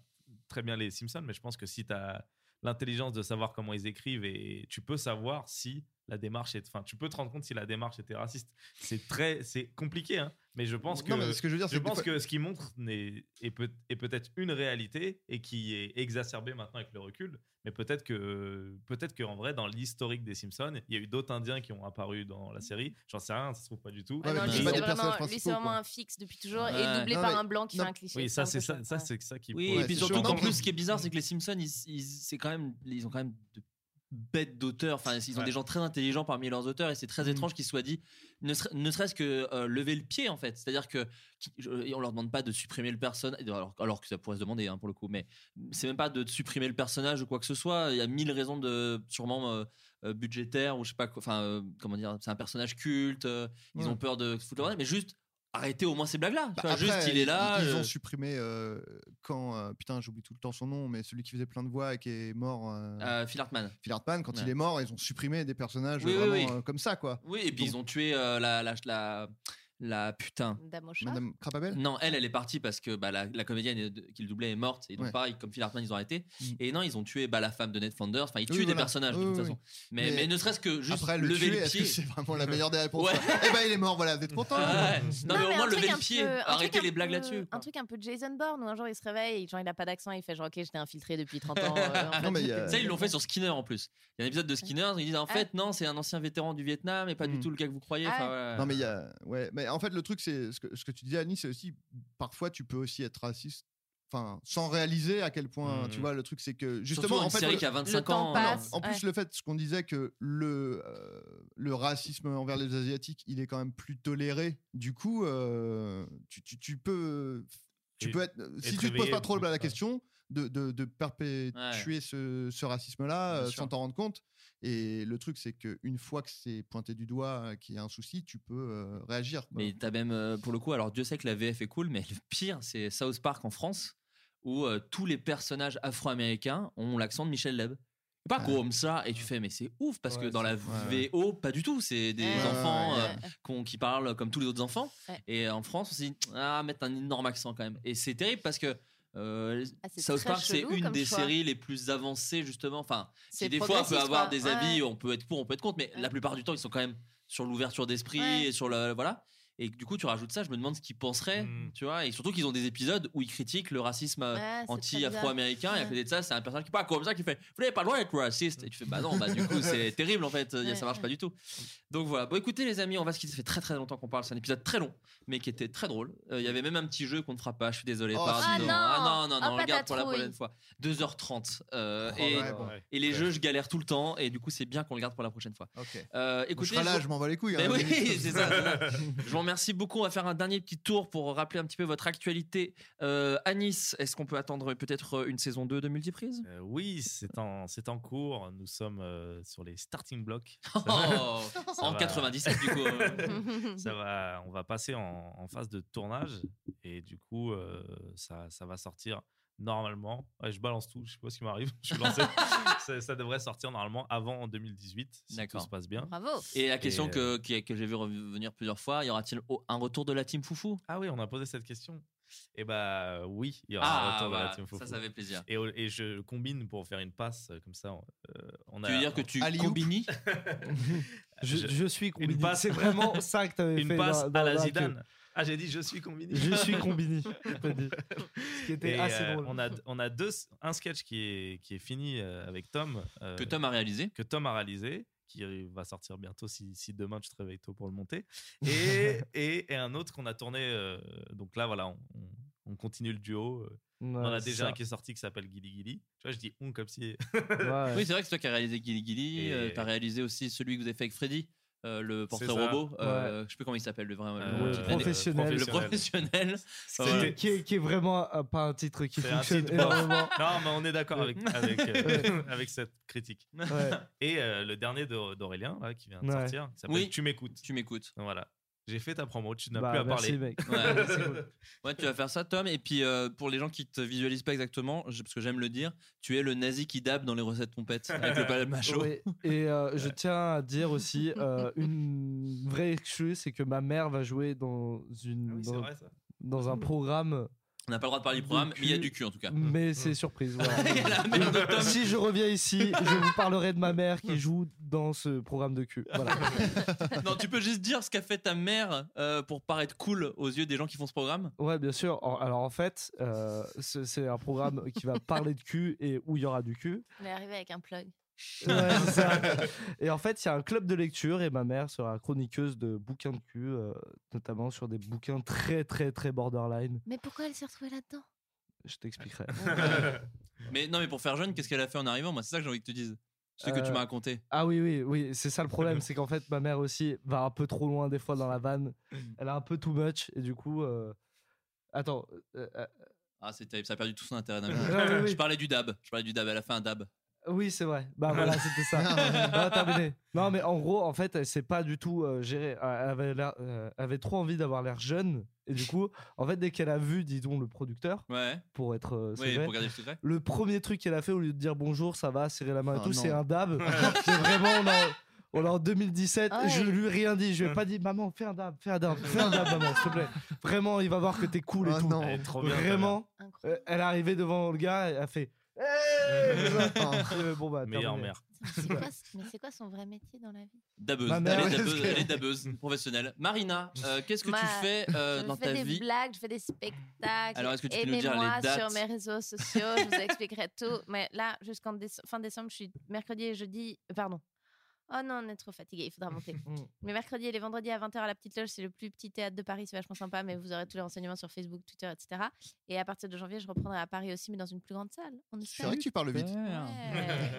[SPEAKER 7] très bien les Simpsons, mais je pense que si tu as l'intelligence de savoir comment ils écrivent et tu peux savoir si la démarche est. Enfin, tu peux te rendre compte si la démarche était raciste. C'est très. C'est compliqué, hein, mais je pense que.
[SPEAKER 5] Non, mais ce que je veux dire,
[SPEAKER 7] je
[SPEAKER 5] c'est des
[SPEAKER 7] pense
[SPEAKER 5] fois-
[SPEAKER 7] que ce qu'ils montrent n'est- est, peut- est peut-être une réalité et qui est exacerbée maintenant avec le recul. Mais peut-être que peut-être qu'en vrai, dans l'historique des Simpsons, il y a eu d'autres Indiens qui ont apparu dans la série. J'en sais rien, ça se trouve pas du tout.
[SPEAKER 6] Ah non,
[SPEAKER 5] Ouais, mais
[SPEAKER 6] lui,
[SPEAKER 5] c'est pas
[SPEAKER 6] c'est
[SPEAKER 5] des
[SPEAKER 6] vraiment,
[SPEAKER 5] personnages
[SPEAKER 6] lui, c'est
[SPEAKER 5] principaux,
[SPEAKER 6] vraiment
[SPEAKER 5] quoi.
[SPEAKER 6] un fixe depuis toujours
[SPEAKER 4] Ouais.
[SPEAKER 6] et doublé
[SPEAKER 5] Non,
[SPEAKER 6] par
[SPEAKER 5] mais-
[SPEAKER 6] un blanc qui
[SPEAKER 5] non.
[SPEAKER 6] fait un cliché.
[SPEAKER 7] Oui, ça
[SPEAKER 6] un peu
[SPEAKER 7] c'est ça,
[SPEAKER 6] chaud.
[SPEAKER 7] ça
[SPEAKER 6] Ouais.
[SPEAKER 7] c'est ça qui.
[SPEAKER 4] Oui,
[SPEAKER 7] prouve
[SPEAKER 4] et puis
[SPEAKER 7] que-
[SPEAKER 5] c'est
[SPEAKER 4] surtout
[SPEAKER 5] choquant.
[SPEAKER 4] qu'en plus, ce qui est bizarre, c'est que les Simpsons, ils, ils- c'est quand même, ils ont quand même de- bêtes d'auteurs. Enfin, ils ont
[SPEAKER 7] Ouais.
[SPEAKER 4] des gens très intelligents parmi leurs auteurs et c'est
[SPEAKER 5] Mmh.
[SPEAKER 4] très étrange qu'ils soient dit, ne, ser- ne serait-ce que euh, lever le pied en fait. C'est-à-dire que qui- je- et on leur demande pas de supprimer le personnage, alors, alors que ça pourrait se demander hein, pour le coup, mais c'est même pas de supprimer le personnage ou quoi que ce soit. Il y a mille raisons de sûrement euh, euh, budgétaires ou je sais pas quoi. Enfin, euh, comment dire, c'est un personnage culte. euh, Ils
[SPEAKER 5] Ouais.
[SPEAKER 4] ont peur de se foutre leur gueule, mais juste arrêtez au moins ces blagues là.
[SPEAKER 5] Bah, après,
[SPEAKER 4] juste il est là.
[SPEAKER 5] Ils, ils
[SPEAKER 4] euh,
[SPEAKER 5] ont supprimé euh, quand. euh, putain, j'oublie tout le temps son nom, mais celui qui faisait plein de voix et qui est mort. euh,
[SPEAKER 4] euh, Phil Hartman.
[SPEAKER 5] Phil Hartman, quand il
[SPEAKER 4] Ouais.
[SPEAKER 5] est mort, ils ont supprimé des personnages
[SPEAKER 4] Oui, oui,
[SPEAKER 5] vraiment
[SPEAKER 4] oui.
[SPEAKER 5] euh, comme ça, quoi.
[SPEAKER 4] Oui, et puis
[SPEAKER 5] Donc,
[SPEAKER 4] ils ont tué euh, la, la, la, la putain.
[SPEAKER 5] Madame Crapabelle
[SPEAKER 4] Non, elle, elle est partie parce que bah, la, la comédienne euh, de- qui le doublait est morte. Et donc,
[SPEAKER 5] Ouais. Mm.
[SPEAKER 4] pareil, comme Phil Hartman, ils ont arrêté. Et non, ils ont tué bah, la femme de Ned Flanders. Enfin, ils tuent
[SPEAKER 5] Oui,
[SPEAKER 4] des
[SPEAKER 5] voilà.
[SPEAKER 4] personnages,
[SPEAKER 5] Oui,
[SPEAKER 4] de toute
[SPEAKER 5] oui,
[SPEAKER 4] façon.
[SPEAKER 5] oui.
[SPEAKER 4] Mais, mais, ne serait-ce que juste
[SPEAKER 5] Après, le
[SPEAKER 4] lever
[SPEAKER 5] tuer,
[SPEAKER 4] le
[SPEAKER 5] est-ce
[SPEAKER 4] pied.
[SPEAKER 5] que c'est vraiment la meilleure des réponses
[SPEAKER 4] Ouais.
[SPEAKER 5] quoi Eh ben, il est mort, voilà, vous êtes content
[SPEAKER 4] Ouais. Non, mais au moins
[SPEAKER 6] un
[SPEAKER 4] lever
[SPEAKER 6] truc
[SPEAKER 4] le
[SPEAKER 6] un
[SPEAKER 4] pied.
[SPEAKER 6] peu- un truc
[SPEAKER 4] Arrêtez
[SPEAKER 6] un
[SPEAKER 4] les blagues
[SPEAKER 6] peu-
[SPEAKER 4] là-dessus.
[SPEAKER 6] Un truc un peu Jason Bourne où un jour il se réveille et genre il a pas d'accent et il fait genre ok j'étais infiltré depuis 30 ans. euh, en
[SPEAKER 4] Non,
[SPEAKER 6] fait,
[SPEAKER 4] mais il y
[SPEAKER 6] j'étais-
[SPEAKER 4] a- Ça, ils l'ont fait sur Skinner en plus. Il y a un épisode de Skinner où ils disent en fait, non, c'est un ancien vétéran du Vietnam et pas du tout le gars que vous croyez. Enfin, voilà.
[SPEAKER 5] Mm. Non, mais il y a. Ouais, mais en fait, le truc, c'est ce que, ce que tu disais, Annie, c'est aussi. Parfois, tu peux aussi être raciste. Enfin, sans réaliser à quel point,
[SPEAKER 4] Mm.
[SPEAKER 5] tu vois, le truc, c'est que justement,
[SPEAKER 4] Surtout une
[SPEAKER 5] en fait,
[SPEAKER 4] série
[SPEAKER 5] le-
[SPEAKER 4] qui a 25 Le temps ans, hein. passe,
[SPEAKER 5] en plus
[SPEAKER 4] ouais.
[SPEAKER 5] le fait, ce qu'on disait que le euh, le racisme envers les asiatiques, il est quand même plus toléré. Du coup, euh, tu, tu, tu peux tu
[SPEAKER 7] Et-
[SPEAKER 5] peux être euh,
[SPEAKER 7] être
[SPEAKER 5] si tu te poses
[SPEAKER 7] éveillé,
[SPEAKER 5] pas trop la
[SPEAKER 7] ouais.
[SPEAKER 5] question de, de, de perpétuer
[SPEAKER 7] Ouais.
[SPEAKER 5] ce, ce racisme-là
[SPEAKER 7] Bien
[SPEAKER 5] euh,
[SPEAKER 7] sûr.
[SPEAKER 5] sans t'en rendre compte. Et le truc, c'est que une fois que c'est pointé du doigt, euh, qu'il y a un souci, tu peux euh, réagir. quoi.
[SPEAKER 4] Mais t'as même, euh, pour le coup, alors Dieu sait que la VF est cool, mais le pire, c'est South Park en France, où euh, tous les personnages afro-américains ont l'accent de Michel Leb. Pas comme ça, et tu fais, mais c'est ouf, parce que dans la
[SPEAKER 7] ouais.
[SPEAKER 4] VO, pas du tout. C'est des
[SPEAKER 7] Ouais,
[SPEAKER 4] enfants
[SPEAKER 7] ouais,
[SPEAKER 4] euh,
[SPEAKER 7] ouais.
[SPEAKER 4] qu'on- qui parlent comme tous les autres enfants.
[SPEAKER 7] Ouais.
[SPEAKER 4] Et euh, en France, on s'est dit, ah, mettre un énorme accent quand même. Et c'est terrible parce que. euh,
[SPEAKER 7] Ah, c'est
[SPEAKER 4] South
[SPEAKER 7] très
[SPEAKER 4] Park, c'est
[SPEAKER 7] chelou
[SPEAKER 4] une
[SPEAKER 7] comme
[SPEAKER 4] des
[SPEAKER 7] choix.
[SPEAKER 4] séries les plus avancées, justement. Enfin, qui
[SPEAKER 7] C'est
[SPEAKER 4] des fois peut
[SPEAKER 7] progressiste,
[SPEAKER 4] avoir
[SPEAKER 7] quoi.
[SPEAKER 4] des
[SPEAKER 7] Ouais.
[SPEAKER 4] avis, on peut être pour, on peut être contre, mais la plupart du temps, ils sont quand même sur l'ouverture d'esprit
[SPEAKER 7] Ouais.
[SPEAKER 4] et sur le. Voilà. Et du coup, tu rajoutes ça, je me demande ce qu'ils penseraient,
[SPEAKER 7] Hmm.
[SPEAKER 4] tu vois. Et surtout qu'ils ont des épisodes où ils critiquent le racisme euh,
[SPEAKER 7] Ouais, c'est
[SPEAKER 4] anti-afro-américain.
[SPEAKER 7] très
[SPEAKER 4] Et à côté de ça, c'est un personnage qui parle comme ça qui fait Vous n'avez pas le droit d'être raciste. Et tu fais Bah non, bah du coup, c'est terrible en fait,
[SPEAKER 7] Ouais,
[SPEAKER 4] ça marche pas du tout. Donc voilà. Bon, écoutez, les amis, on va se quitter. Ça fait très très longtemps qu'on parle. C'est un épisode très long, mais qui était très drôle. Euh, Il y avait même un petit jeu qu'on ne fera pas. Je suis désolé.
[SPEAKER 7] Oh,
[SPEAKER 4] pardon.
[SPEAKER 7] si.
[SPEAKER 4] Ah
[SPEAKER 7] Ah
[SPEAKER 4] non, non,
[SPEAKER 7] non,
[SPEAKER 4] non, on
[SPEAKER 7] un
[SPEAKER 4] le garde pour la
[SPEAKER 7] patatrouille.
[SPEAKER 4] prochaine fois. 2h30. euh,
[SPEAKER 7] Oh,
[SPEAKER 4] et,
[SPEAKER 7] ouais, bon.
[SPEAKER 4] et les jeux, je galère tout le temps. Et du coup, c'est bien qu'on le garde pour la prochaine fois.
[SPEAKER 5] Ok.
[SPEAKER 4] Euh,
[SPEAKER 5] Bon,
[SPEAKER 4] écoutez,
[SPEAKER 5] je serai là, je m'en bats les couilles,
[SPEAKER 4] Mais
[SPEAKER 5] hein,
[SPEAKER 4] oui,
[SPEAKER 5] limite.
[SPEAKER 4] c'est ça, c'est ça. Je vous remercie beaucoup. On va faire un dernier petit tour pour rappeler un petit peu votre actualité. Euh, à Nice, est-ce qu'on peut attendre peut-être euh, une saison 2 de Multiprise
[SPEAKER 7] Euh, oui, c'est en, c'est en cours. Nous sommes euh, sur les starting blocks.
[SPEAKER 4] Oh, en 97, du coup, euh.
[SPEAKER 7] ça va, on va passer en, en phase de tournage et du coup, euh, ça, ça va sortir normalement. Ouais, je balance tout, je sais pas ce qui m'arrive. Je suis lancé. ça, ça devrait sortir normalement avant en 2018, si tout se passe bien.
[SPEAKER 4] Et la question
[SPEAKER 7] Et, euh.
[SPEAKER 4] que, qui- que j'ai vu revenir plusieurs fois, y aura-t-il au- un retour de la team Foufou
[SPEAKER 7] Ah oui, on a posé cette question. Et bah oui, il y aura
[SPEAKER 4] Ah,
[SPEAKER 7] un retour de
[SPEAKER 4] voilà,
[SPEAKER 7] la Team
[SPEAKER 4] ça,
[SPEAKER 7] Fofo.
[SPEAKER 4] ça fait plaisir.
[SPEAKER 7] Et, et je combine pour faire une passe euh, comme ça. on- euh, on
[SPEAKER 4] Tu
[SPEAKER 7] a-
[SPEAKER 4] veux dire que tu
[SPEAKER 7] Alley-oop.
[SPEAKER 4] combini
[SPEAKER 8] Euh, Je- je suis Combini.
[SPEAKER 7] Une passe,
[SPEAKER 8] C'est vraiment ça que t'avais
[SPEAKER 7] Une
[SPEAKER 8] fait
[SPEAKER 7] passe
[SPEAKER 8] dans- dans-
[SPEAKER 7] à la
[SPEAKER 8] dans la
[SPEAKER 7] Zidane.
[SPEAKER 8] queue.
[SPEAKER 7] Ah, j'ai dit je suis combini.
[SPEAKER 8] Je suis Combini, on peut dire. Ce qui était
[SPEAKER 7] Et,
[SPEAKER 8] assez
[SPEAKER 7] euh,
[SPEAKER 8] drôle.
[SPEAKER 7] On a, on a deux, un sketch qui est, qui est fini euh, avec Tom. euh,
[SPEAKER 4] Que Tom a réalisé.
[SPEAKER 7] Que Tom a réalisé, qui va sortir bientôt si, si demain tu te réveilles tôt pour le monter. Et, et, et un autre qu'on a tourné. euh, donc là, voilà, on, on- on continue le duo. euh. on en
[SPEAKER 8] Ouais,
[SPEAKER 7] a
[SPEAKER 8] c'est
[SPEAKER 7] déjà
[SPEAKER 8] ça.
[SPEAKER 7] un qui est sorti qui s'appelle Gilly Gilly. Tu vois, je dis on comme si.
[SPEAKER 4] Oui, c'est vrai que c'est toi qui as réalisé Gilly Gilly.
[SPEAKER 7] Et-
[SPEAKER 4] euh, T'as réalisé aussi celui que vous avez fait avec Freddy. euh, le portrait
[SPEAKER 7] ça.
[SPEAKER 4] robot, euh,
[SPEAKER 8] Ouais.
[SPEAKER 4] je sais plus comment il s'appelle, le vrai
[SPEAKER 8] Euh,
[SPEAKER 4] titre.
[SPEAKER 8] professionnel.
[SPEAKER 4] Le professionnel.
[SPEAKER 8] Qui, qui est, qui est vraiment euh, pas un titre qui
[SPEAKER 7] C'est un
[SPEAKER 8] fonctionne
[SPEAKER 7] titre bof.
[SPEAKER 8] énormément.
[SPEAKER 7] Non, mais on est d'accord avec, avec, euh, avec cette critique.
[SPEAKER 8] Ouais.
[SPEAKER 7] Et euh, le dernier d'Au- d'Aurélien, là, qui vient de
[SPEAKER 8] Ouais.
[SPEAKER 7] sortir, qui s'appelle
[SPEAKER 4] Oui.
[SPEAKER 7] Tu m'écoutes.
[SPEAKER 4] Tu m'écoutes.
[SPEAKER 7] Voilà. J'ai fait ta promo, tu n'as
[SPEAKER 8] Bah,
[SPEAKER 7] plus à
[SPEAKER 8] merci,
[SPEAKER 7] parler.
[SPEAKER 8] mec.
[SPEAKER 4] Ouais, c'est cool. Ah Ouais, tu vas faire ça, Tom. Et puis, euh, pour les gens qui te visualisent pas exactement, je- parce que j'aime le dire, tu es le nazi qui dab dans les recettes pompettes avec le palais macho.
[SPEAKER 8] Oui, Et euh, je tiens à dire aussi euh, une vraie chose, c'est que ma mère va jouer dans une
[SPEAKER 7] c'est
[SPEAKER 8] dans,
[SPEAKER 7] vrai, ça.
[SPEAKER 8] dans un programme.
[SPEAKER 4] On n'a pas le droit de parler du programme, mais il y a du cul en tout cas.
[SPEAKER 8] Mais c'est surprise. voilà.
[SPEAKER 4] Il y a la mère de Tom.
[SPEAKER 8] si je reviens ici, je vous parlerai de ma mère qui joue dans ce programme de cul. Voilà.
[SPEAKER 4] non, tu peux juste dire ce qu'a fait ta mère euh, pour paraître cool aux yeux des gens qui font ce programme.
[SPEAKER 8] Ouais, bien sûr. En- Alors en fait, euh, ce- c'est un programme qui va parler de cul et où il y aura du cul.
[SPEAKER 6] Il est arrivé avec un plug.
[SPEAKER 8] Ouais, c'est ça. Et en fait, il y a un club de lecture et ma mère sera chroniqueuse de bouquins de cul, euh, notamment sur des bouquins très très très borderline.
[SPEAKER 6] Mais pourquoi elle s'est retrouvée là-dedans
[SPEAKER 8] Je t'expliquerai.
[SPEAKER 4] mais non, mais pour faire jeune, qu'est-ce qu'elle a fait en arrivant Moi, c'est ça que j'ai envie que tu dises. Ce que tu
[SPEAKER 8] Euh,
[SPEAKER 4] m'as raconté.
[SPEAKER 8] Ah oui, oui, oui, c'est ça le problème, c'est qu'en fait, ma mère aussi va un peu trop loin des fois dans la vanne. Elle a un peu too much, et du coup. euh, Attends. euh, euh,
[SPEAKER 4] Ah, c'est terrible, ça a perdu tout son intérêt. d'un
[SPEAKER 8] Ah, oui,
[SPEAKER 4] coup.
[SPEAKER 8] oui.
[SPEAKER 4] Je parlais du dab. Je parlais du dab. Elle a fait un dab.
[SPEAKER 8] Oui, c'est vrai. Bah voilà, c'était ça. Ah, terminé. Non, mais en gros, en fait, elle s'est pas du tout euh, gérée. Euh, Elle avait, l'air- euh, elle avait trop envie d'avoir l'air jeune. Et du coup, en fait, dès qu'elle a vu, disons, le producteur,
[SPEAKER 4] Ouais.
[SPEAKER 8] pour être euh,
[SPEAKER 4] Oui,
[SPEAKER 8] secret,
[SPEAKER 4] pour garder le secret.
[SPEAKER 8] le premier truc qu'elle a fait, au lieu de dire bonjour, ça va, serrer
[SPEAKER 7] Bah,
[SPEAKER 8] la main et
[SPEAKER 4] Ah,
[SPEAKER 8] tout, c'est
[SPEAKER 4] non.
[SPEAKER 8] un dab. c'est vraiment, on est en- on est en 2017,
[SPEAKER 6] Ah
[SPEAKER 4] Ouais.
[SPEAKER 8] je lui ai rien dit. Je lui ai pas dit, maman, fais un dab, fais un dab, fais un dab, maman, s'il te plaît. Vraiment, il va voir que t'es cool et tout.
[SPEAKER 5] Ah non. Elle est trop bien, ta
[SPEAKER 8] Vraiment, euh, elle est arrivée devant le gars, elle a fait.
[SPEAKER 5] Ah.
[SPEAKER 8] Hey Euh, bon, bah,
[SPEAKER 7] Meilleure
[SPEAKER 8] terminé.
[SPEAKER 7] mère.
[SPEAKER 6] C'est quoi- Mais c'est quoi son vrai métier dans la vie
[SPEAKER 4] Dabeuse.
[SPEAKER 8] Ma mère,
[SPEAKER 4] elle, est
[SPEAKER 8] ouais,
[SPEAKER 4] dabeuse
[SPEAKER 8] parce que-
[SPEAKER 4] elle est dabeuse professionnelle. Marina, euh, qu'est-ce que
[SPEAKER 6] Moi,
[SPEAKER 4] tu fais euh,
[SPEAKER 6] Bah, je
[SPEAKER 4] dans
[SPEAKER 6] fais
[SPEAKER 4] ta
[SPEAKER 6] des
[SPEAKER 4] vie
[SPEAKER 6] blagues, je fais des spectacles.
[SPEAKER 4] Alors, est-ce que tu peux nous dire
[SPEAKER 6] Aimez-moi
[SPEAKER 4] les dates
[SPEAKER 6] sur mes réseaux sociaux, je vous expliquerai tout. Mais là, jusqu'en déce- fin décembre, je suis mercredi et jeudi. euh, Pardon. Oh non, on est trop fatigué, il faudra monter. mais mercredi et les vendredis à 20h à la Petite Loge, c'est le plus petit théâtre de Paris, c'est vachement sympa, mais vous aurez tous les renseignements sur Facebook, Twitter, etc. Et à partir de janvier, je reprendrai à Paris aussi, mais dans une plus grande salle. On
[SPEAKER 5] C'est vrai que tu parles vite.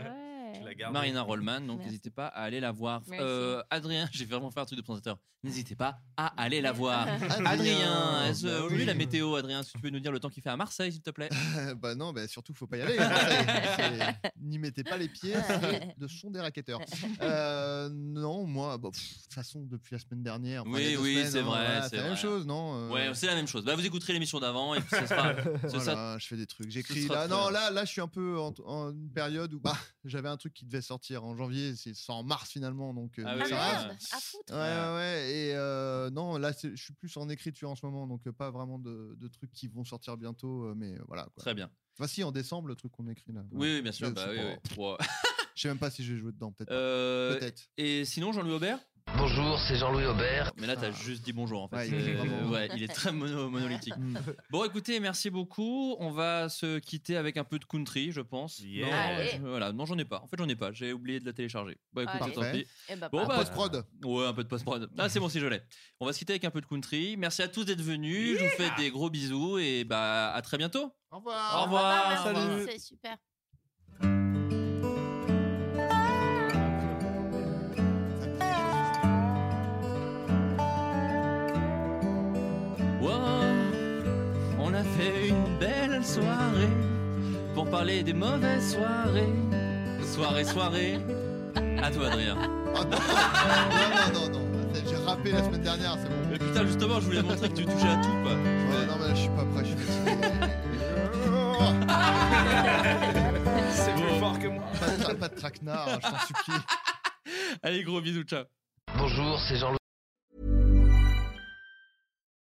[SPEAKER 4] Marina Rollman, donc
[SPEAKER 6] Merci.
[SPEAKER 4] n'hésitez pas à aller la voir.
[SPEAKER 6] Merci.
[SPEAKER 4] Euh, Adrien, j'ai vraiment fait un truc de présentateur. N'hésitez pas à aller la voir.
[SPEAKER 5] Adrien.
[SPEAKER 4] Adrien, est-ce
[SPEAKER 5] Bah
[SPEAKER 4] aujourd'hui
[SPEAKER 5] oui.
[SPEAKER 4] la météo, Adrien, si tu peux nous dire le temps qu'il fait à Marseille, s'il te plaît
[SPEAKER 5] bah non, bah surtout faut pas y aller. hein. C'est- N'y mettez pas les pieds, c'est- ce sont des racketeurs. Euh, non, moi, bah, pff, de toute façon, depuis la semaine dernière. enfin, il
[SPEAKER 4] Oui,
[SPEAKER 5] y a deux
[SPEAKER 4] oui,
[SPEAKER 5] semaines,
[SPEAKER 4] c'est
[SPEAKER 5] hein,
[SPEAKER 4] vrai.
[SPEAKER 5] voilà,
[SPEAKER 4] c'est
[SPEAKER 5] c'est la même
[SPEAKER 4] vrai.
[SPEAKER 5] chose, non euh,
[SPEAKER 4] Ouais, c'est la même chose. Bah, vous écouterez l'émission d'avant et puis ce sera. ce
[SPEAKER 5] Voilà,
[SPEAKER 4] sera-
[SPEAKER 5] je fais des trucs.
[SPEAKER 4] ce
[SPEAKER 5] J'écris.
[SPEAKER 4] sera
[SPEAKER 5] Là,
[SPEAKER 4] très
[SPEAKER 5] non,
[SPEAKER 4] bien.
[SPEAKER 5] là, là, je suis un peu en, en une période où bah, j'avais un truc qui devait sortir en janvier, c'est sort en mars finalement, donc. euh,
[SPEAKER 4] Ah
[SPEAKER 5] donc
[SPEAKER 4] oui,
[SPEAKER 5] ça
[SPEAKER 4] oui,
[SPEAKER 5] rase.
[SPEAKER 4] merde, à foutre.
[SPEAKER 5] Ouais, ouais, ouais, Et euh, non, là, c'est- je suis plus en écriture en ce moment, donc euh, pas vraiment de, de trucs qui vont sortir bientôt, euh, mais euh, voilà. Quoi.
[SPEAKER 4] Très bien.
[SPEAKER 5] Voici en décembre le truc qu'on écrit là.
[SPEAKER 4] Oui, oui, bien sûr.
[SPEAKER 5] Je
[SPEAKER 4] bah
[SPEAKER 5] sais
[SPEAKER 4] oui,
[SPEAKER 5] pas.
[SPEAKER 4] oui. Pour-
[SPEAKER 5] Je sais même pas si je vais jouer dedans, peut-être. pas.
[SPEAKER 4] Euh,
[SPEAKER 5] Peut-être.
[SPEAKER 4] Et sinon, Jean-Louis Aubert
[SPEAKER 3] Bonjour, c'est Jean-Louis Aubert.
[SPEAKER 4] Mais là, t'as juste dit bonjour en fait.
[SPEAKER 5] Ouais,
[SPEAKER 4] C'est-
[SPEAKER 5] il est vraiment-
[SPEAKER 4] ouais, il est très mono- monolithique.
[SPEAKER 5] Hmm.
[SPEAKER 4] bon, écoutez, merci beaucoup. On va se quitter avec un peu de country, je pense. Non,
[SPEAKER 3] Allez.
[SPEAKER 4] je- voilà, non, j'en ai pas. En fait, j'en ai pas. J'ai oublié de la télécharger. Bah écoutez,
[SPEAKER 3] Allez.
[SPEAKER 4] tant
[SPEAKER 3] Parfait.
[SPEAKER 4] pis.
[SPEAKER 3] Eh ben,
[SPEAKER 5] Ah,
[SPEAKER 4] Bon,
[SPEAKER 3] Un
[SPEAKER 4] bah,
[SPEAKER 3] post-prod.
[SPEAKER 4] Ouais, un peu de post-prod. Ah, c'est bon, si je l'ai. On va se quitter avec un peu de country. Merci à tous d'être venus. Je vous fais des gros bisous et bah à très bientôt.
[SPEAKER 5] Au revoir.
[SPEAKER 4] Au revoir.
[SPEAKER 6] merci,
[SPEAKER 4] Salut.
[SPEAKER 6] C'est super.
[SPEAKER 4] Wow, on a fait une belle soirée pour parler des mauvaises soirées. Soirée, soirée. À toi, Adrien.
[SPEAKER 5] Ah, non, non, non, non, non. J'ai rappé la semaine dernière, c'est bon.
[SPEAKER 4] Mais putain, justement, je voulais montrer que tu touchais à tout, quoi.
[SPEAKER 5] Ouais, non, mais là, je suis pas prêt, je suis fatigué.
[SPEAKER 4] C'est plus fort
[SPEAKER 5] que moi. Pas de, tra- pas de traquenard, hein, je t'en supplie.
[SPEAKER 4] Allez, gros bisous, ciao.
[SPEAKER 3] Bonjour, c'est Jean-Louis.